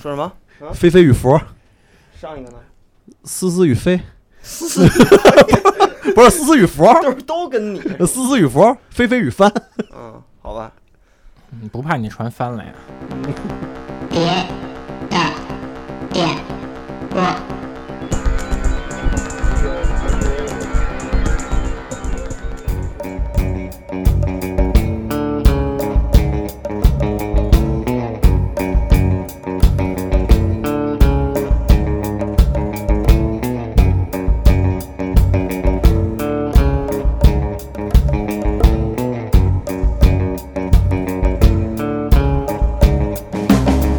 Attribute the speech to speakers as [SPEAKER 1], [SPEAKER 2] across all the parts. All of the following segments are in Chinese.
[SPEAKER 1] 说什么？
[SPEAKER 2] 菲菲与佛，
[SPEAKER 1] 啊上一个呢？
[SPEAKER 2] 思思与飞，
[SPEAKER 1] 思思
[SPEAKER 2] 不是思思与佛，
[SPEAKER 1] 就是都跟 你。
[SPEAKER 2] 思思与佛，菲菲与帆。
[SPEAKER 1] 嗯，好吧。
[SPEAKER 3] 嗯不怕你船翻了呀？
[SPEAKER 4] 别的点播。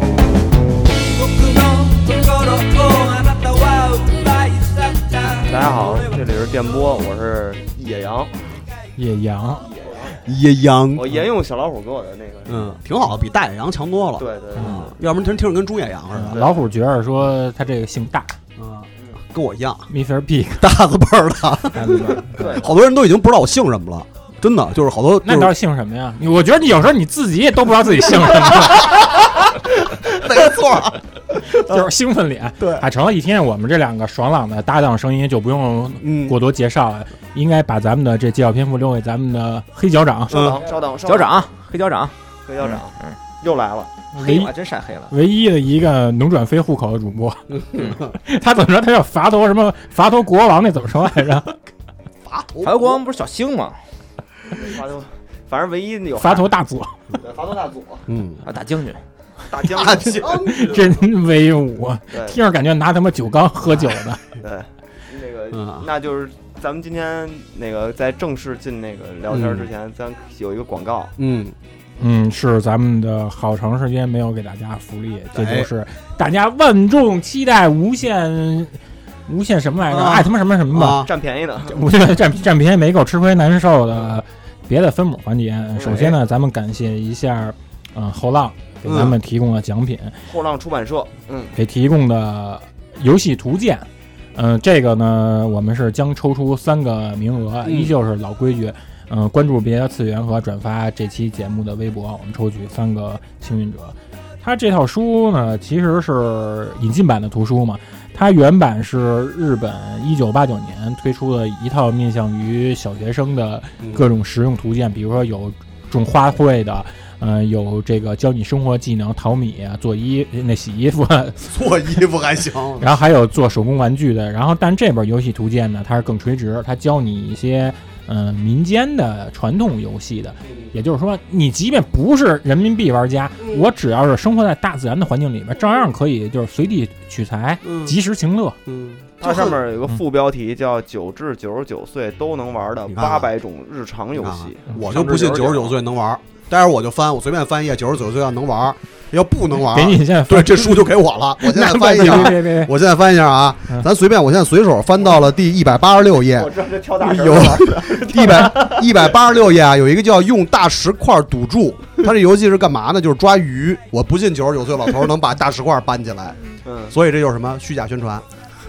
[SPEAKER 5] 僕のところをあなたは奪い去った
[SPEAKER 1] 大家好，这里是电波，我是野羊，
[SPEAKER 3] 野羊，
[SPEAKER 2] 哦野羊，
[SPEAKER 1] 我沿用小老虎给我的那个。
[SPEAKER 2] 嗯，挺好，比大野羊强多了。，
[SPEAKER 1] 对对对，
[SPEAKER 3] 嗯，
[SPEAKER 2] 要不然听听着跟猪野羊似的。
[SPEAKER 3] 啊老虎觉着说他这个姓大
[SPEAKER 2] 嗯，跟我一样，
[SPEAKER 3] ，Mr. Big，
[SPEAKER 2] 大字辈儿的，
[SPEAKER 3] 大字辈儿
[SPEAKER 1] 对
[SPEAKER 2] 好多人都已经不知道我姓什么了。真的就是好多，
[SPEAKER 3] 那你
[SPEAKER 2] 就
[SPEAKER 3] 倒
[SPEAKER 2] 是
[SPEAKER 3] 是姓什么呀？你我觉得你有时候你自己也都不知道自己姓什么，
[SPEAKER 2] 没错，
[SPEAKER 3] 就是兴奋脸。
[SPEAKER 2] 对
[SPEAKER 3] 啊，成了一天，我们这两个爽朗的搭档声音就不用
[SPEAKER 2] 嗯，
[SPEAKER 3] 过多介绍了，应该把咱们的这介绍篇幅留给咱们的黑脚掌，
[SPEAKER 1] 稍
[SPEAKER 2] 嗯
[SPEAKER 1] 等稍等，稍等，
[SPEAKER 6] 脚掌，黑脚掌，嗯
[SPEAKER 1] 各校长又来了。
[SPEAKER 3] 唯
[SPEAKER 2] 嗯
[SPEAKER 6] 黑
[SPEAKER 3] 一
[SPEAKER 6] 了，真晒黑了。
[SPEAKER 3] 唯一的一个能转非户口的主播。
[SPEAKER 2] 嗯
[SPEAKER 3] 他怎么说？他叫伐头什么？伐头国王那怎么说来着？
[SPEAKER 2] 法头
[SPEAKER 6] 法国国王不是小星吗？
[SPEAKER 1] 发头，反正唯一有
[SPEAKER 3] 伐头大佐，
[SPEAKER 1] 对伐头大佐、
[SPEAKER 2] 嗯，
[SPEAKER 6] 啊，打将军，
[SPEAKER 1] 大将
[SPEAKER 2] 大
[SPEAKER 1] 军，
[SPEAKER 2] 将
[SPEAKER 3] 真威武！
[SPEAKER 1] 对
[SPEAKER 3] 听着感觉拿他妈酒缸喝酒的。
[SPEAKER 1] 对，那个
[SPEAKER 2] 嗯
[SPEAKER 1] 那就是咱们今天那个在正式进那个聊天之前，咱有一个广告，
[SPEAKER 2] 嗯，
[SPEAKER 3] 嗯，是咱们的好长时间没有给大家福利，这
[SPEAKER 2] 哎
[SPEAKER 3] 就是大家万众期待无限无限什么来着？
[SPEAKER 2] 啊
[SPEAKER 3] 爱他妈什么什么吧！
[SPEAKER 2] 啊，
[SPEAKER 1] 占便宜的，
[SPEAKER 3] 我觉得占占便宜没够吃亏难受的别的分母环节。首先
[SPEAKER 2] 哎
[SPEAKER 3] 呢，咱们感谢一下，嗯，后浪给咱们提供了奖品，
[SPEAKER 1] 后浪出版社，嗯，
[SPEAKER 3] 给提供的游戏图鉴。嗯、这个呢，我们是将抽出三个名额，
[SPEAKER 2] 嗯
[SPEAKER 3] 依旧是老规矩，嗯、关注别的次元和转发这期节目的微博，我们抽取三个幸运者。它这套书呢，其实是引进版的图书嘛，它原版是日本一九八九年推出的一套面向于小学生的
[SPEAKER 2] 嗯
[SPEAKER 3] 各种实用图鉴，比如说有种花卉的，嗯、有这个教你生活技能、淘米啊、做衣那洗衣服啊，
[SPEAKER 2] 做衣服 还行，
[SPEAKER 3] 然后还有做手工玩具的，然后但这本游戏图鉴呢，它是更垂直，它教你一些嗯、呃民间的传统游戏的，
[SPEAKER 2] 嗯
[SPEAKER 3] 也就是说，你即便不是人民币玩家，
[SPEAKER 2] 嗯
[SPEAKER 3] 我只要是生活在大自然的环境里面，照样可以就是随地取材，
[SPEAKER 2] 嗯
[SPEAKER 3] 及时行乐。
[SPEAKER 2] 嗯，
[SPEAKER 1] 它上面有一个
[SPEAKER 3] 嗯
[SPEAKER 1] 副标题叫“九至九十九岁都能玩的
[SPEAKER 2] 你看啊
[SPEAKER 1] 八百种日常游戏
[SPEAKER 2] 啊
[SPEAKER 1] 嗯
[SPEAKER 2] 我就不信九十九岁能玩儿，待会儿我就翻，我随便翻一页，九十九岁要能玩儿，要不能玩
[SPEAKER 3] 给你
[SPEAKER 2] 儿，
[SPEAKER 3] 现在
[SPEAKER 2] 啊对，这书就给我了，我现在
[SPEAKER 3] 那
[SPEAKER 2] 翻一下
[SPEAKER 3] 别
[SPEAKER 2] 啊，
[SPEAKER 3] 别别，
[SPEAKER 2] 我现在翻一下啊
[SPEAKER 3] 嗯，
[SPEAKER 2] 咱随便，我现在随手翻到了第一百八十 六”。页
[SPEAKER 1] 我，知道这跳大神
[SPEAKER 2] 啊有
[SPEAKER 1] 了，
[SPEAKER 2] 一百一百八十六页啊，有一个叫“用大石块堵住”，它这游戏是干嘛呢？就是抓鱼。我不信九十九岁老头儿能把大石块搬起来，
[SPEAKER 1] 嗯，
[SPEAKER 2] 所以这就是什么虚假宣传？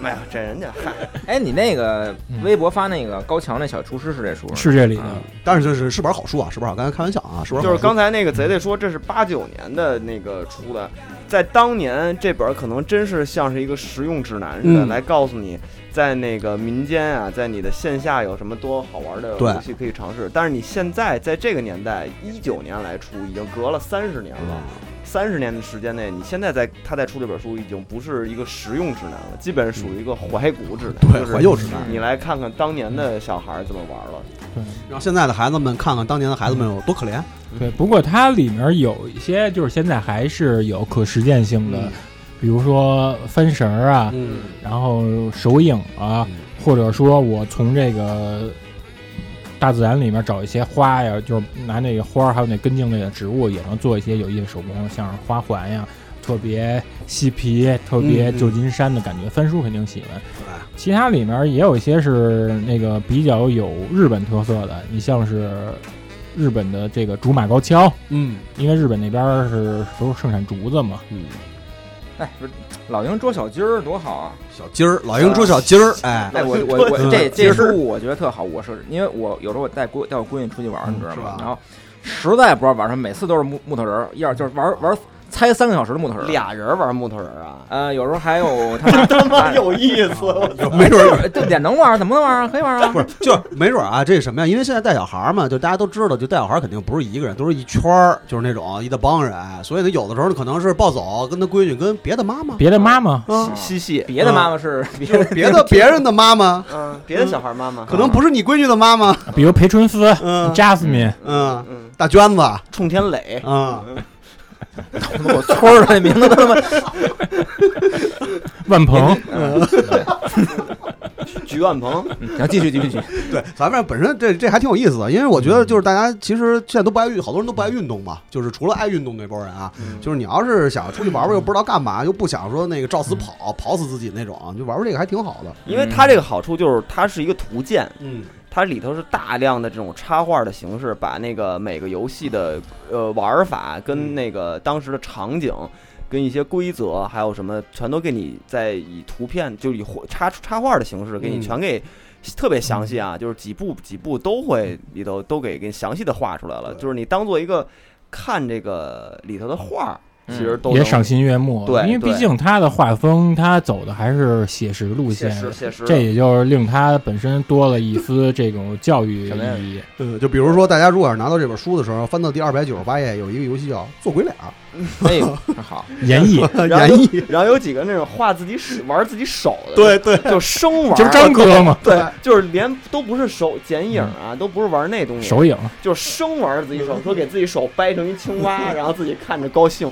[SPEAKER 1] 没有这人家，嗨，
[SPEAKER 6] 哎，你那个微博发那个高桥那小厨师是这书吗？
[SPEAKER 3] 是这里的，
[SPEAKER 6] 啊
[SPEAKER 2] 但是这是是本好书啊，是本好，刚才开玩笑啊，是本好
[SPEAKER 1] 就是
[SPEAKER 2] 书
[SPEAKER 1] 刚才那个贼贼说这是八九年的那个出的，在当年这本可能真是像是一个实用指南似的，
[SPEAKER 2] 嗯
[SPEAKER 1] 来告诉你在那个民间啊，在你的线下有什么多好玩的
[SPEAKER 2] 对
[SPEAKER 1] 游戏可以尝试。但是你现在在这个年代，一九年来出，已经隔了三十年了。三十年的时间内，你现在在他在出这本书，已经不是一个实用指南了，基本属于一个怀古指南，
[SPEAKER 2] 对
[SPEAKER 1] 就是
[SPEAKER 2] 怀旧指南。
[SPEAKER 1] 你来看看当年的小孩儿怎么玩了。
[SPEAKER 2] 让现在的孩子们看看当年的孩子们有多可怜。
[SPEAKER 3] 对。不过它里面有一些就是现在还是有可实践性的，比如说翻绳儿啊，
[SPEAKER 2] 嗯，
[SPEAKER 3] 然后手影啊，
[SPEAKER 2] 嗯
[SPEAKER 3] 或者说我从这个大自然里面找一些花呀，就是拿那个花儿还有那根茎类的植物，也能做一些有意的手工，像是花环呀，特别嬉皮，特别
[SPEAKER 2] 嗯嗯啊
[SPEAKER 3] 旧金山的感觉。翻书肯定喜欢，
[SPEAKER 2] 对
[SPEAKER 3] 其他里面也有一些是那个比较有日本特色的，你像是日本的这个竹马高跷，
[SPEAKER 2] 嗯
[SPEAKER 3] 因为日本那边儿是都盛产竹子嘛，
[SPEAKER 2] 嗯，
[SPEAKER 6] 哎，不是老鹰捉小鸡儿多好啊！
[SPEAKER 2] 小鸡儿，老鹰捉小鸡儿，哎，
[SPEAKER 6] 哎，我我我
[SPEAKER 2] 嗯
[SPEAKER 6] 这
[SPEAKER 2] 其
[SPEAKER 6] 这
[SPEAKER 2] 实
[SPEAKER 6] 书我觉得特好，我是因为我有时候我带闺带我闺女出去玩儿，
[SPEAKER 3] 嗯
[SPEAKER 6] 你知道
[SPEAKER 2] 是吧
[SPEAKER 6] 吗？然后实在不知道玩什么，每次都是木木头人儿，要就是玩玩猜三个小时的木头人儿，
[SPEAKER 1] 俩人玩木头人啊，
[SPEAKER 6] 呃，有时候还有他 们
[SPEAKER 1] 他 妈有意思！我操
[SPEAKER 2] 没准儿
[SPEAKER 6] 这点能玩儿，怎么能玩儿啊？可以玩儿啊
[SPEAKER 2] 不！是，就是没准儿啊，这是什么呀？因为现在带小孩儿嘛，就大家都知道，就带小孩儿肯定不是一个人，都是一圈儿，就是那种一大帮人，啊所以呢，有的时候呢可能是暴走，跟他闺女，跟别的妈妈，
[SPEAKER 3] 别的妈妈
[SPEAKER 2] 啊，
[SPEAKER 1] 嬉戏，
[SPEAKER 6] 别的妈妈是别
[SPEAKER 2] 就是别 的别人的妈妈，
[SPEAKER 1] 嗯，别的小孩妈妈
[SPEAKER 2] 可能不是你闺女的妈妈，
[SPEAKER 3] 比如裴春思、
[SPEAKER 2] 嗯
[SPEAKER 3] Jasmine，
[SPEAKER 2] 嗯，
[SPEAKER 1] 嗯，
[SPEAKER 2] 大娟子，
[SPEAKER 1] 冲天磊，
[SPEAKER 2] 嗯，
[SPEAKER 6] 我村儿的名字都他妈
[SPEAKER 3] 万鹏，
[SPEAKER 2] 哎
[SPEAKER 1] 举万鹏，
[SPEAKER 6] 嗯行，继续继续继续，
[SPEAKER 2] 对， 咱们本身这这还挺有意思的，因为我觉得就是大家其实现在都不爱运，好多人都不爱运动嘛，就是除了爱运动那波人啊，就是你要是想出去玩玩，又不知道干嘛，又不想说那个照死跑，跑死自己那种，就玩玩这个还挺好的，
[SPEAKER 1] 因为它这个好处就是它是一个图鉴，
[SPEAKER 2] 嗯，
[SPEAKER 1] 它里头是大量的这种插画的形式，把那个每个游戏的呃玩法跟那个当时的场景。跟一些规则，还有什么，全都给你在以图片，就是以画插插画的形式，给你
[SPEAKER 2] 嗯
[SPEAKER 1] 全给特别详细啊，就是几步几步都会里头都给给你详细的画出来了，
[SPEAKER 2] 对
[SPEAKER 1] 就是你当做一个看这个里头的画儿，其实
[SPEAKER 6] 嗯
[SPEAKER 1] 都
[SPEAKER 3] 也
[SPEAKER 1] 能
[SPEAKER 3] 赏心悦目。
[SPEAKER 1] 对
[SPEAKER 3] 因为毕
[SPEAKER 1] 对
[SPEAKER 3] 竟他的画风，他走的还是写实路
[SPEAKER 1] 写
[SPEAKER 3] 线，
[SPEAKER 1] 实写实，
[SPEAKER 3] 这也就是令他本身多了一丝这种教育意义。
[SPEAKER 2] 对，就比如说大家如果要是拿到这本书的时候，翻到第二百九十八页，有一个游戏叫《做鬼脸
[SPEAKER 6] 哎呦，好，
[SPEAKER 3] 演绎，
[SPEAKER 2] 儿》，
[SPEAKER 1] 然后
[SPEAKER 2] 演绎，
[SPEAKER 1] 有然后有几个那种画自己手玩自己手的，
[SPEAKER 2] 对对，
[SPEAKER 1] 就生玩，
[SPEAKER 3] 就是张哥嘛，
[SPEAKER 1] 对，就是连都不是手剪影啊，都不是玩那东西，
[SPEAKER 3] 手影。
[SPEAKER 1] 就是生玩自己手，说给自己手掰成一青蛙，然后自己看着高兴，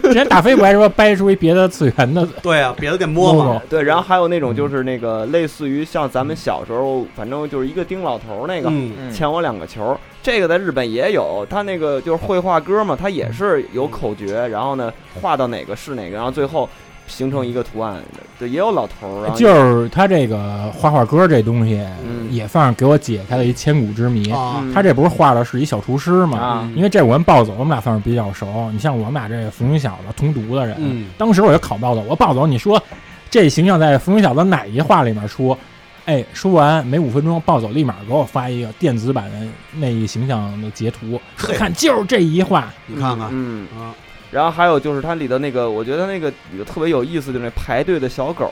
[SPEAKER 3] 之前大飞不还说掰出一别的次 元的
[SPEAKER 2] 对啊，别的得摸摸。
[SPEAKER 3] logo，
[SPEAKER 1] 对，然后还有那种就是那个类似于像咱们小时候，反正就是一个丁老头那个。
[SPEAKER 2] 嗯，
[SPEAKER 6] 嗯，
[SPEAKER 1] 欠我两个球，这个在日本也有，他那个就是绘画歌嘛，他也是有口诀，然后呢画到哪个是哪个，然后最后形成一个图案，对，也有老头儿，然后啊
[SPEAKER 3] 哎就是他这个画画歌这东西，
[SPEAKER 1] 嗯
[SPEAKER 3] 也算是给我解开了一千古之谜。
[SPEAKER 2] 啊，
[SPEAKER 1] 嗯
[SPEAKER 3] 他这不是画的是一小厨师嘛？
[SPEAKER 6] 啊
[SPEAKER 3] 因为这我跟暴走，我们俩算是比较熟。你像我们俩这福星小子同读的人，
[SPEAKER 2] 嗯
[SPEAKER 3] 当时我就考暴走，我暴走，你说这形象在福星小子哪一画里面出？哎，说完每五分钟，暴走立马给我发一个电子版的那一形象的截图，说看就是这一画，
[SPEAKER 2] 你看看
[SPEAKER 1] 嗯，
[SPEAKER 2] 啊，
[SPEAKER 1] 然后还有就是它里头那个，我觉得那个里头特别有意思，就是那排队的小狗，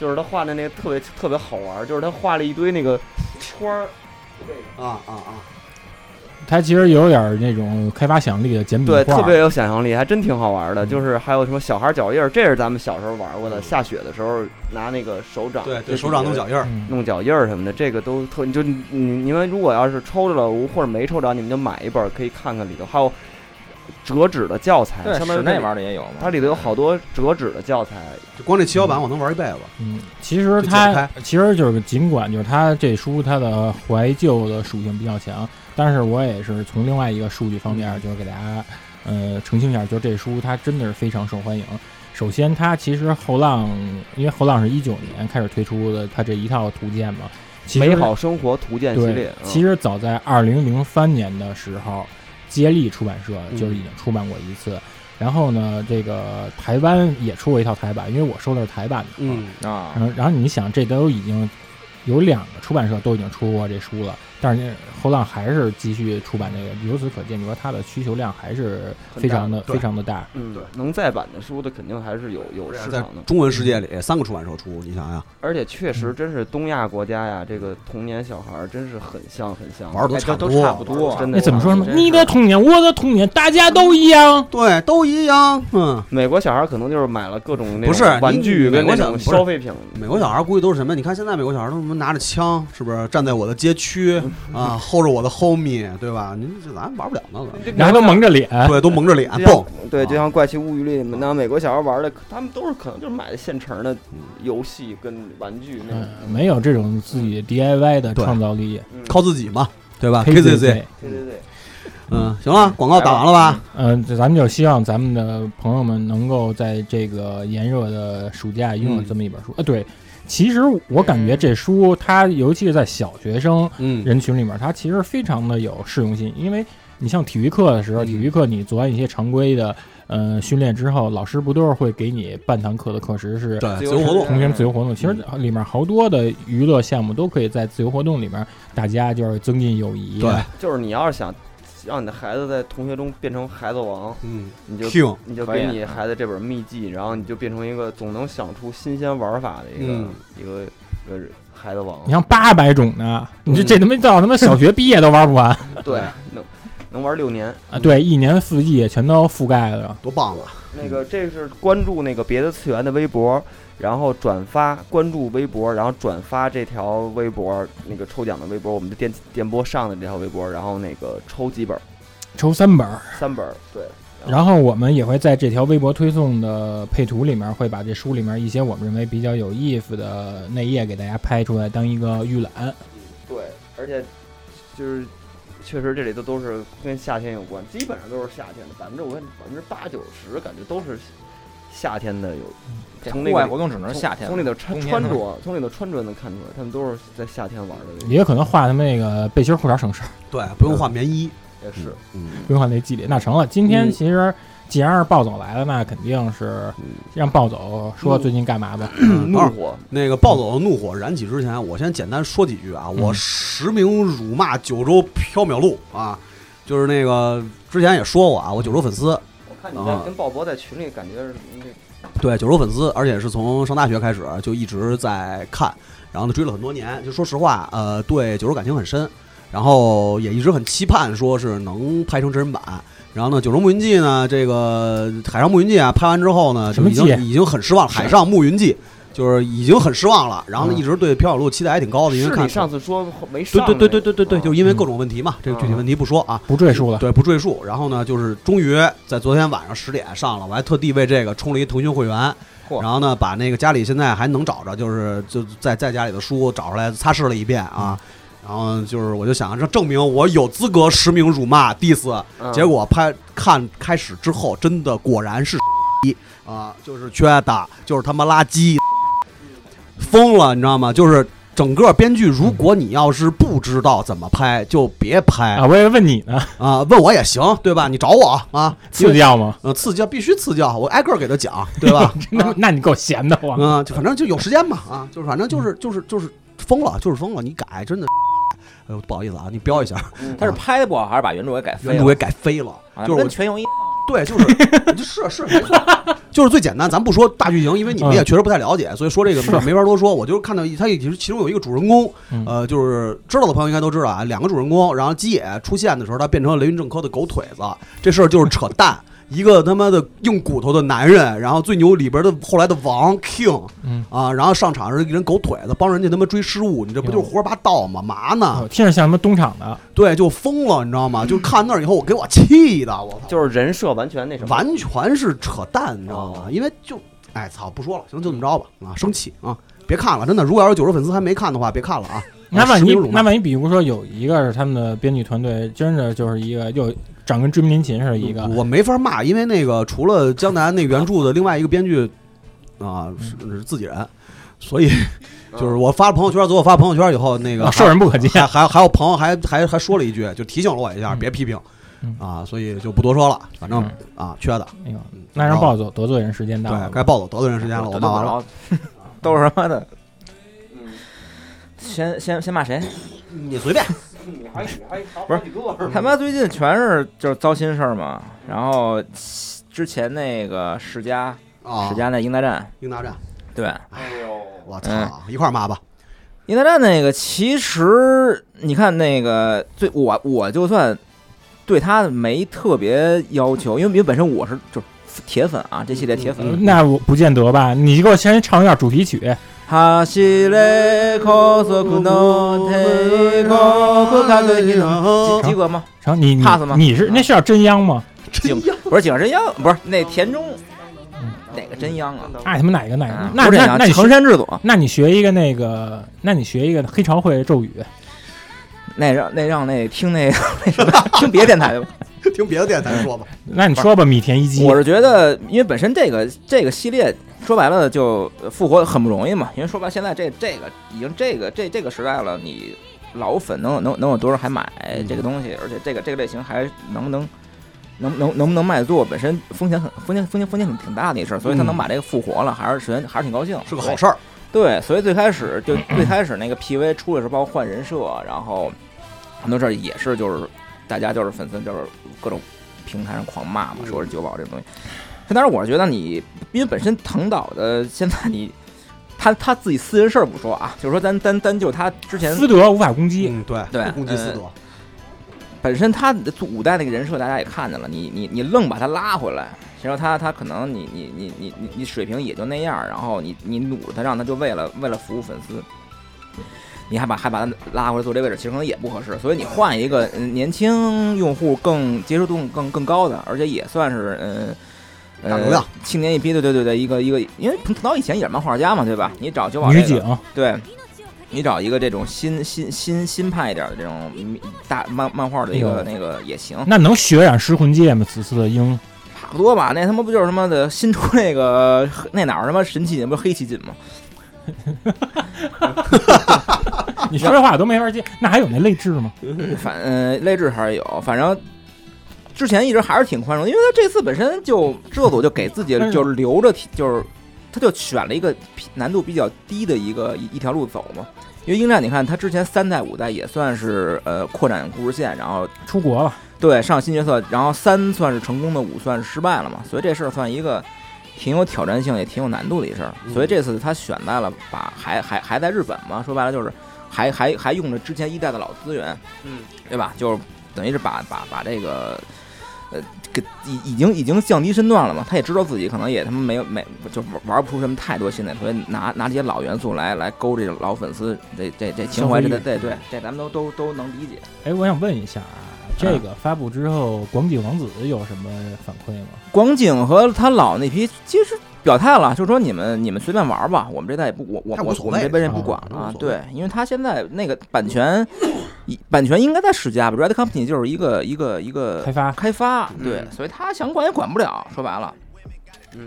[SPEAKER 1] 就是他画的那个特别特别好玩儿，就是他画了一堆那个圈儿，
[SPEAKER 2] 啊啊啊！
[SPEAKER 3] 他其实有点那种开发想力的简笔画，
[SPEAKER 1] 对，特别有想象力，还真挺好玩儿的。就是还有什么小孩脚印儿，这是咱们小时候玩过的，下雪的时候拿那个手掌，
[SPEAKER 2] 对
[SPEAKER 1] 就
[SPEAKER 2] 对，手掌弄
[SPEAKER 1] 弄
[SPEAKER 2] 脚印儿，
[SPEAKER 3] 嗯
[SPEAKER 1] 弄脚印儿什么的，这个都特，你就你你们如果要是抽着了或者没抽着，你们就买一本儿可以看看里头，还有折纸的教材，
[SPEAKER 6] 对，
[SPEAKER 1] 相当于
[SPEAKER 6] 室内
[SPEAKER 1] 它里
[SPEAKER 6] 玩的也有嘛，
[SPEAKER 1] 它里头有好多折纸的教材，
[SPEAKER 2] 就光这七巧板我能玩一辈子。
[SPEAKER 3] 嗯，其实
[SPEAKER 2] 就解
[SPEAKER 3] 它
[SPEAKER 2] 开
[SPEAKER 3] 其实就是尽管就是它这书它的怀旧的属性比较强，但是我也是从另外一个数据方
[SPEAKER 1] 嗯
[SPEAKER 3] 面就是给大家呃澄清一下，就是这书它真的是非常受欢迎。首先，它其实后浪，因为后浪是一九年开始推出的它这一套图鉴嘛，其实
[SPEAKER 1] 美好生活图鉴系
[SPEAKER 3] 对
[SPEAKER 1] 列，，嗯
[SPEAKER 3] 其实早在二零零三年的时候，接力出版社
[SPEAKER 2] 嗯
[SPEAKER 3] 就是已经出版过一次。然后呢，这个台湾也出过一套台版，因为我收的是台版的。
[SPEAKER 2] 嗯，
[SPEAKER 6] 啊
[SPEAKER 3] 然，后，然后你想，这都已经有两个出版社都已经出过这书了，但是后浪还是继续出版这个，由此可见，你说它的需求量还是非常的
[SPEAKER 2] 很大的对
[SPEAKER 3] 非常的大。
[SPEAKER 1] 嗯
[SPEAKER 2] 对，
[SPEAKER 1] 能再版的书的肯定还是有有市
[SPEAKER 2] 啊在
[SPEAKER 1] 场的，
[SPEAKER 2] 中文世界里三个出版社出，你想想
[SPEAKER 1] 而且确
[SPEAKER 3] 嗯
[SPEAKER 1] 实真是东亚国家呀，这个童年小孩儿真是很像很像，
[SPEAKER 2] 玩儿都
[SPEAKER 6] 哎
[SPEAKER 2] 差
[SPEAKER 6] 这
[SPEAKER 2] 不
[SPEAKER 6] 都
[SPEAKER 2] 多
[SPEAKER 6] 差不多，
[SPEAKER 1] 真的
[SPEAKER 3] 那哎怎么说呢
[SPEAKER 6] 真？是
[SPEAKER 3] 你的童年，我的童年，大家都一样。
[SPEAKER 2] 对，都一样。嗯，
[SPEAKER 1] 美国小孩儿可能就是买了各种那
[SPEAKER 2] 不是
[SPEAKER 1] 种玩具
[SPEAKER 2] 你美
[SPEAKER 1] 跟
[SPEAKER 2] 国
[SPEAKER 1] 那
[SPEAKER 2] 小
[SPEAKER 1] 种
[SPEAKER 2] 不是
[SPEAKER 1] 消费品，
[SPEAKER 2] 美国小孩估计都是什么？你看现在美国小孩都什么拿着枪，是不是站在我的街 区啊，候着我的 homie，对吧？您这咱玩不了那个，
[SPEAKER 1] 这个
[SPEAKER 3] 然后都蒙着脸，
[SPEAKER 2] 对，都蒙着脸
[SPEAKER 1] 就像
[SPEAKER 2] 蹦。
[SPEAKER 1] 对，
[SPEAKER 2] 啊
[SPEAKER 1] 就像《怪奇物语》里面那美国小孩儿玩的，他们都是可能就是买的现成的
[SPEAKER 2] 嗯
[SPEAKER 1] 游戏跟玩具那
[SPEAKER 3] 嗯
[SPEAKER 1] 种，，
[SPEAKER 3] 没有这种自己 DIY 的创造力。
[SPEAKER 1] 嗯
[SPEAKER 2] 靠自己嘛，啊对吧
[SPEAKER 3] KZZ
[SPEAKER 2] ？KZZ，
[SPEAKER 1] 对对对，
[SPEAKER 2] 嗯，行了，广告打完了吧？
[SPEAKER 3] 嗯，这咱们就希望咱们的朋友们能够在这个炎热的暑假拥有这么一本书。啊，对，其实我感觉这书它，尤其是在小学生
[SPEAKER 2] 嗯，
[SPEAKER 3] 人群里面，它其实非常的有适用性，因为你像体育课的时候，
[SPEAKER 2] 嗯
[SPEAKER 3] 体育课你做完一些常规的呃训练之后，老师不都是会给你半堂课的课时是
[SPEAKER 2] 对，嗯自由活动
[SPEAKER 3] 同学们自由活动，其实里面好多的娱乐项目都可以在自由活动里面，大家就是增进友谊啊。
[SPEAKER 2] 对
[SPEAKER 1] 就是你要是想让你的孩子在同学中变成孩子王，
[SPEAKER 2] 嗯，
[SPEAKER 1] 你就
[SPEAKER 2] king，
[SPEAKER 1] 你就
[SPEAKER 6] 可以
[SPEAKER 1] 给你孩子这本秘籍，然后你就变成一个总能想出新鲜玩法的一个、
[SPEAKER 2] 嗯
[SPEAKER 1] 一个一个孩子王
[SPEAKER 3] 你。像八百种呢，你
[SPEAKER 2] 嗯
[SPEAKER 3] 这这他妈到他妈小学毕业都玩不 完
[SPEAKER 1] 对，能能玩六年。
[SPEAKER 3] 啊！对，一年四季全都覆盖了。
[SPEAKER 2] 多棒啊！
[SPEAKER 1] 那个这是关注那个别的次元的微博，然后转发关注微博，然后转发这条微博那个抽奖的微博，我们的电电波上的这条微博，然后那个抽几本儿，
[SPEAKER 3] 抽三本儿，
[SPEAKER 1] 三本儿，对，
[SPEAKER 3] 然后我们也会在这条微博推送的配图里面，会把这书里面一些我们认为比较有意思的内页给大家拍出来，当一个预览。
[SPEAKER 1] 对，而且就是确实这里头都是跟夏天有关，基本上都是夏天的，百分之我看百分之八九十感觉都是夏天的有。
[SPEAKER 6] 这
[SPEAKER 1] 从
[SPEAKER 6] 户
[SPEAKER 1] 那个
[SPEAKER 6] 外活动只能是夏天了，
[SPEAKER 1] 从里头穿
[SPEAKER 6] 冬天
[SPEAKER 1] 穿
[SPEAKER 6] 呢
[SPEAKER 1] 着，从里头穿着能看出来，他们都是在夏天玩的。
[SPEAKER 3] 也有可能画他们那个背心儿裤衩省事儿，
[SPEAKER 2] 对，不用换棉衣，
[SPEAKER 1] 也是，
[SPEAKER 2] 嗯，
[SPEAKER 3] 不用画那系列。那成了，今
[SPEAKER 2] 嗯
[SPEAKER 3] 天其实既然是暴走来了，那肯定是让暴走说最近干嘛吧。
[SPEAKER 1] 嗯怒
[SPEAKER 2] 当然
[SPEAKER 1] 火，
[SPEAKER 2] 那个暴走的怒火燃起之前，我先简单说几句啊。我实名辱骂九州缥缈录啊，就是那个之前也说过啊，我九州粉丝，
[SPEAKER 1] 我看你在
[SPEAKER 2] 啊
[SPEAKER 1] 跟鲍勃在群里感觉是那
[SPEAKER 2] 对九州粉丝，而且是从上大学开始就一直在看，然后呢追了很多年。就说实话，呃，对九州感情很深，然后也一直很期盼说是能拍成真人版。然后呢，《九州牧云记》呢，这个《海上牧云记》啊，拍完之后呢，
[SPEAKER 3] 什
[SPEAKER 2] 就
[SPEAKER 3] 么
[SPEAKER 2] 已经
[SPEAKER 3] 记啊
[SPEAKER 2] 已经很失望，《海上牧云记》就是已经很失望了。然后呢，
[SPEAKER 3] 嗯
[SPEAKER 2] 一直对缥缈录期待还挺高的，因为
[SPEAKER 1] 是
[SPEAKER 2] 看
[SPEAKER 1] 你上次说没
[SPEAKER 2] 对
[SPEAKER 1] 上
[SPEAKER 2] 对
[SPEAKER 1] 的那个，
[SPEAKER 2] 对对对对
[SPEAKER 3] 嗯
[SPEAKER 2] 对，
[SPEAKER 1] 啊
[SPEAKER 2] 就是因为各种问题嘛，这个具体问题不说啊，
[SPEAKER 3] 不赘述了。
[SPEAKER 2] 对，不赘述。然后呢，就是终于在昨天晚上十点上了，我还特地为这个充了一腾讯会员。
[SPEAKER 6] 嚯
[SPEAKER 2] 然后呢，把那个家里现在还能找着，就是就在在家里的书找出来擦拭了一遍啊。然后就是我就想这证明我有资格实名辱骂 diss。
[SPEAKER 1] 嗯
[SPEAKER 2] 结果拍看开始之后，真的果然是一啊，就是缺的，就是他妈垃圾，疯了，你知道吗？就是。整个编剧，如果你要是不知道怎么拍，就别拍
[SPEAKER 3] 啊，我也问你呢，
[SPEAKER 2] 啊，问我也行，对吧？你找我啊，
[SPEAKER 3] 刺激，吗？
[SPEAKER 2] 嗯，刺激啊必须刺激啊，我挨个儿给他讲，对 吧？
[SPEAKER 3] 那那你够闲的慌。
[SPEAKER 2] 嗯，就反正就有时间嘛，啊，就是反正就是就是就是疯了，就是疯了，你改真的， 哎呦，不好意思啊，你标一下，
[SPEAKER 1] 嗯
[SPEAKER 6] 他是拍的不好，还是把原著给改
[SPEAKER 2] 原
[SPEAKER 6] 废
[SPEAKER 2] 著给
[SPEAKER 6] 了？
[SPEAKER 2] 改飞了，
[SPEAKER 6] 啊
[SPEAKER 2] 就是我
[SPEAKER 6] 跟全游一
[SPEAKER 2] 对，就是 是是没错，就是最简单，咱不说大剧情，因为你们也确实不太了解，所以说这个
[SPEAKER 3] 嗯是
[SPEAKER 2] 没法多说。我就是看到一他也其实有一个主人公，
[SPEAKER 3] 嗯
[SPEAKER 2] 呃，就是知道的朋友应该都知道啊，两个主人公，然后基野出现的时候，他变成了雷云正科的狗腿子，这事儿就是扯淡。 一个他妈的硬骨头的男人，然后最牛里边的后来的王 King，
[SPEAKER 3] 嗯
[SPEAKER 2] 啊，然后上场是一人狗腿子，帮人家他妈追失误，你这不就是胡说八道吗？嘛呢？
[SPEAKER 3] 哦听着像什么东厂的，
[SPEAKER 2] 对，就疯了，你知道吗？就看那儿以后，我给我气的，我操！
[SPEAKER 1] 就是人设完全那什么，
[SPEAKER 2] 完全是扯淡，你知道
[SPEAKER 1] 哦？
[SPEAKER 2] 吗因为就，哎操，不说了，行，就这么着吧，啊，生气啊，别看了，真的，如果要是九十粉丝还没看的话，别看了啊。
[SPEAKER 3] 那万一
[SPEAKER 2] 实名辱骂
[SPEAKER 3] 那万一，比如说有一个是他们的编剧团队，真的就是一个又长跟追名林琴似的一个，
[SPEAKER 2] 我没法骂，因为那个除了江南那原著的另外一个编剧啊是是自己人，
[SPEAKER 1] 嗯
[SPEAKER 2] 所以就是我发了朋友圈，昨我发朋友圈以后，那个
[SPEAKER 3] 啊受人不可见。
[SPEAKER 2] 还还还有朋友还还还说了一句，就提醒了我一下，
[SPEAKER 3] 嗯
[SPEAKER 2] 别批评
[SPEAKER 3] 嗯
[SPEAKER 2] 啊，所以就不多说了，反正
[SPEAKER 3] 嗯
[SPEAKER 2] 啊，缺的，
[SPEAKER 3] 哎呦那让暴走得罪人时间到
[SPEAKER 2] 哦对
[SPEAKER 3] 了，
[SPEAKER 2] 该暴走得罪人时间了，哎我
[SPEAKER 6] 我
[SPEAKER 2] 骂完了，
[SPEAKER 6] 了，都是他妈的。先先先骂谁？
[SPEAKER 2] 你随便，
[SPEAKER 6] 不是他妈最近全是就是糟心事儿嘛。然后之前那个世嘉，
[SPEAKER 2] 啊
[SPEAKER 6] 世，嘉那英大战，
[SPEAKER 2] 英大战，
[SPEAKER 6] 对，
[SPEAKER 2] 我操，
[SPEAKER 6] 嗯
[SPEAKER 2] 一块儿骂吧。
[SPEAKER 6] 英大战那个其实你看那个最我我就算对他没特别要求，因为因为本身我是就是铁粉啊，这系列铁粉。
[SPEAKER 2] 嗯
[SPEAKER 3] 呃那我不见得吧？你给我先唱一下主题曲，
[SPEAKER 6] 哈西嘞，可索库诺特可可卡格尼诺，及及格吗？
[SPEAKER 3] 成你你
[SPEAKER 6] pass 吗啊
[SPEAKER 3] 你是那是叫真央吗？
[SPEAKER 6] 井不是井上真央，不是那田中哪个真央啊？
[SPEAKER 3] 爱他妈哪个哪
[SPEAKER 6] 啊
[SPEAKER 3] 个？那
[SPEAKER 6] 不是
[SPEAKER 3] 那
[SPEAKER 6] 啊
[SPEAKER 3] 那你
[SPEAKER 6] 横
[SPEAKER 3] 学
[SPEAKER 6] 山制佐，
[SPEAKER 3] 那你学一个那个，那你学一个黑潮会咒语，
[SPEAKER 6] 那让那让那听那那什么听别的电台的吧。
[SPEAKER 2] 听别的电台说吧。
[SPEAKER 3] 那你说吧，米田一击
[SPEAKER 6] 我是觉得，因为本身这个这个系列说白了就复活很不容易嘛，因为说白了现在这这个已经这个这这个时代了，你老粉能有能有能有多少还买
[SPEAKER 2] 嗯
[SPEAKER 6] 这个东西？而且这个这个类型还能能能能能不能卖座，本身风险很风险风险风险挺挺大的一事儿，所以他能把这个复活了，还是首先还是挺高兴，
[SPEAKER 2] 嗯是个好事儿。
[SPEAKER 6] 对，所以最开始就最开始那个 PV 出的时候，包括换人设，然后很多事儿也是就是大家就是粉丝就是各种平台上狂骂嘛，说是九保这种东西。但当然，我觉得你因为本身藤岛的现在你他他自己私人事儿不说啊，就是说咱咱咱就他之前
[SPEAKER 3] 私德无法攻击，
[SPEAKER 2] 嗯，对
[SPEAKER 6] 对
[SPEAKER 2] 攻击斯
[SPEAKER 6] 呃
[SPEAKER 2] 德，
[SPEAKER 6] 本身他的五代那个人设大家也看见了，你你你愣把他拉回来，谁让他他可能你你你你你你水平也就那样，然后你你努着他，让他就为了为了服务粉丝，你还把还把他拉回来坐这位置，其实可能也不合适。所以你换一个嗯年轻用户更接受度更更高的，而且也算是嗯。
[SPEAKER 2] 大流
[SPEAKER 6] 呃
[SPEAKER 2] 量
[SPEAKER 6] 青年一批，对对对对，一个一个，因为藤岛以前也是漫画家嘛，对吧？你找九宝
[SPEAKER 3] 女
[SPEAKER 6] 这个啊
[SPEAKER 3] 警
[SPEAKER 6] 对，你找一个这种新新新新派一点的这种嗯大漫漫画的一个那个也行，
[SPEAKER 3] 那能血染失魂界吗？此次的 鹰
[SPEAKER 6] 差不多吧。那他妈不就是他妈的新出那个 那哪儿他妈神奇不是黑奇锦吗？
[SPEAKER 3] 你说这话我都没法接。那还有那泪痣吗？
[SPEAKER 6] 反呃类制还是有，反正之前一直还是挺宽容的，因为他这次本身就制作组就给自己
[SPEAKER 3] 但是
[SPEAKER 6] 就是留着就是他就选了一个难度比较低的一个一一条路走嘛。因为鹰战，你看他之前三代五代也算是呃扩展故事线，然后
[SPEAKER 3] 出国了，
[SPEAKER 6] 对，上新角色，然后三算是成功的，五算是失败了嘛，所以这事儿算一个挺有挑战性，也挺有难度的一事儿。所以这次他选在了把还还还在日本嘛，说白了就是还还还用着之前一代的老资源，
[SPEAKER 1] 嗯，
[SPEAKER 6] 对吧？就是等于是把把把这个。呃，给已已经已经降低身段了嘛，他也知道自己可能也他妈没有没就玩玩不出什么太多新的，所以拿拿这些老元素来来勾这种老粉丝，这这这情怀，
[SPEAKER 3] 消费
[SPEAKER 6] 这
[SPEAKER 3] 欲
[SPEAKER 6] 这这对这咱们都都都能理解。
[SPEAKER 3] 哎，我想问一下啊，这个发布之后，广井王子有什么反馈吗？
[SPEAKER 6] 广景和他老那批其实表态了，就说你们你们随便玩吧，我们这代也不我我
[SPEAKER 2] 他无
[SPEAKER 6] 我
[SPEAKER 2] 所
[SPEAKER 6] 我们
[SPEAKER 2] 谓
[SPEAKER 6] 这边也不
[SPEAKER 3] 啊
[SPEAKER 6] 管
[SPEAKER 2] 无
[SPEAKER 6] 了、啊。
[SPEAKER 2] 所谓
[SPEAKER 6] 对，因为他现在那个版权，一版权应该在世家吧，Red Company 就是一个一个一个
[SPEAKER 3] 开发
[SPEAKER 6] 呃开发，
[SPEAKER 1] 嗯
[SPEAKER 6] 对，所以他想管也管不了，说白了。
[SPEAKER 1] 嗯，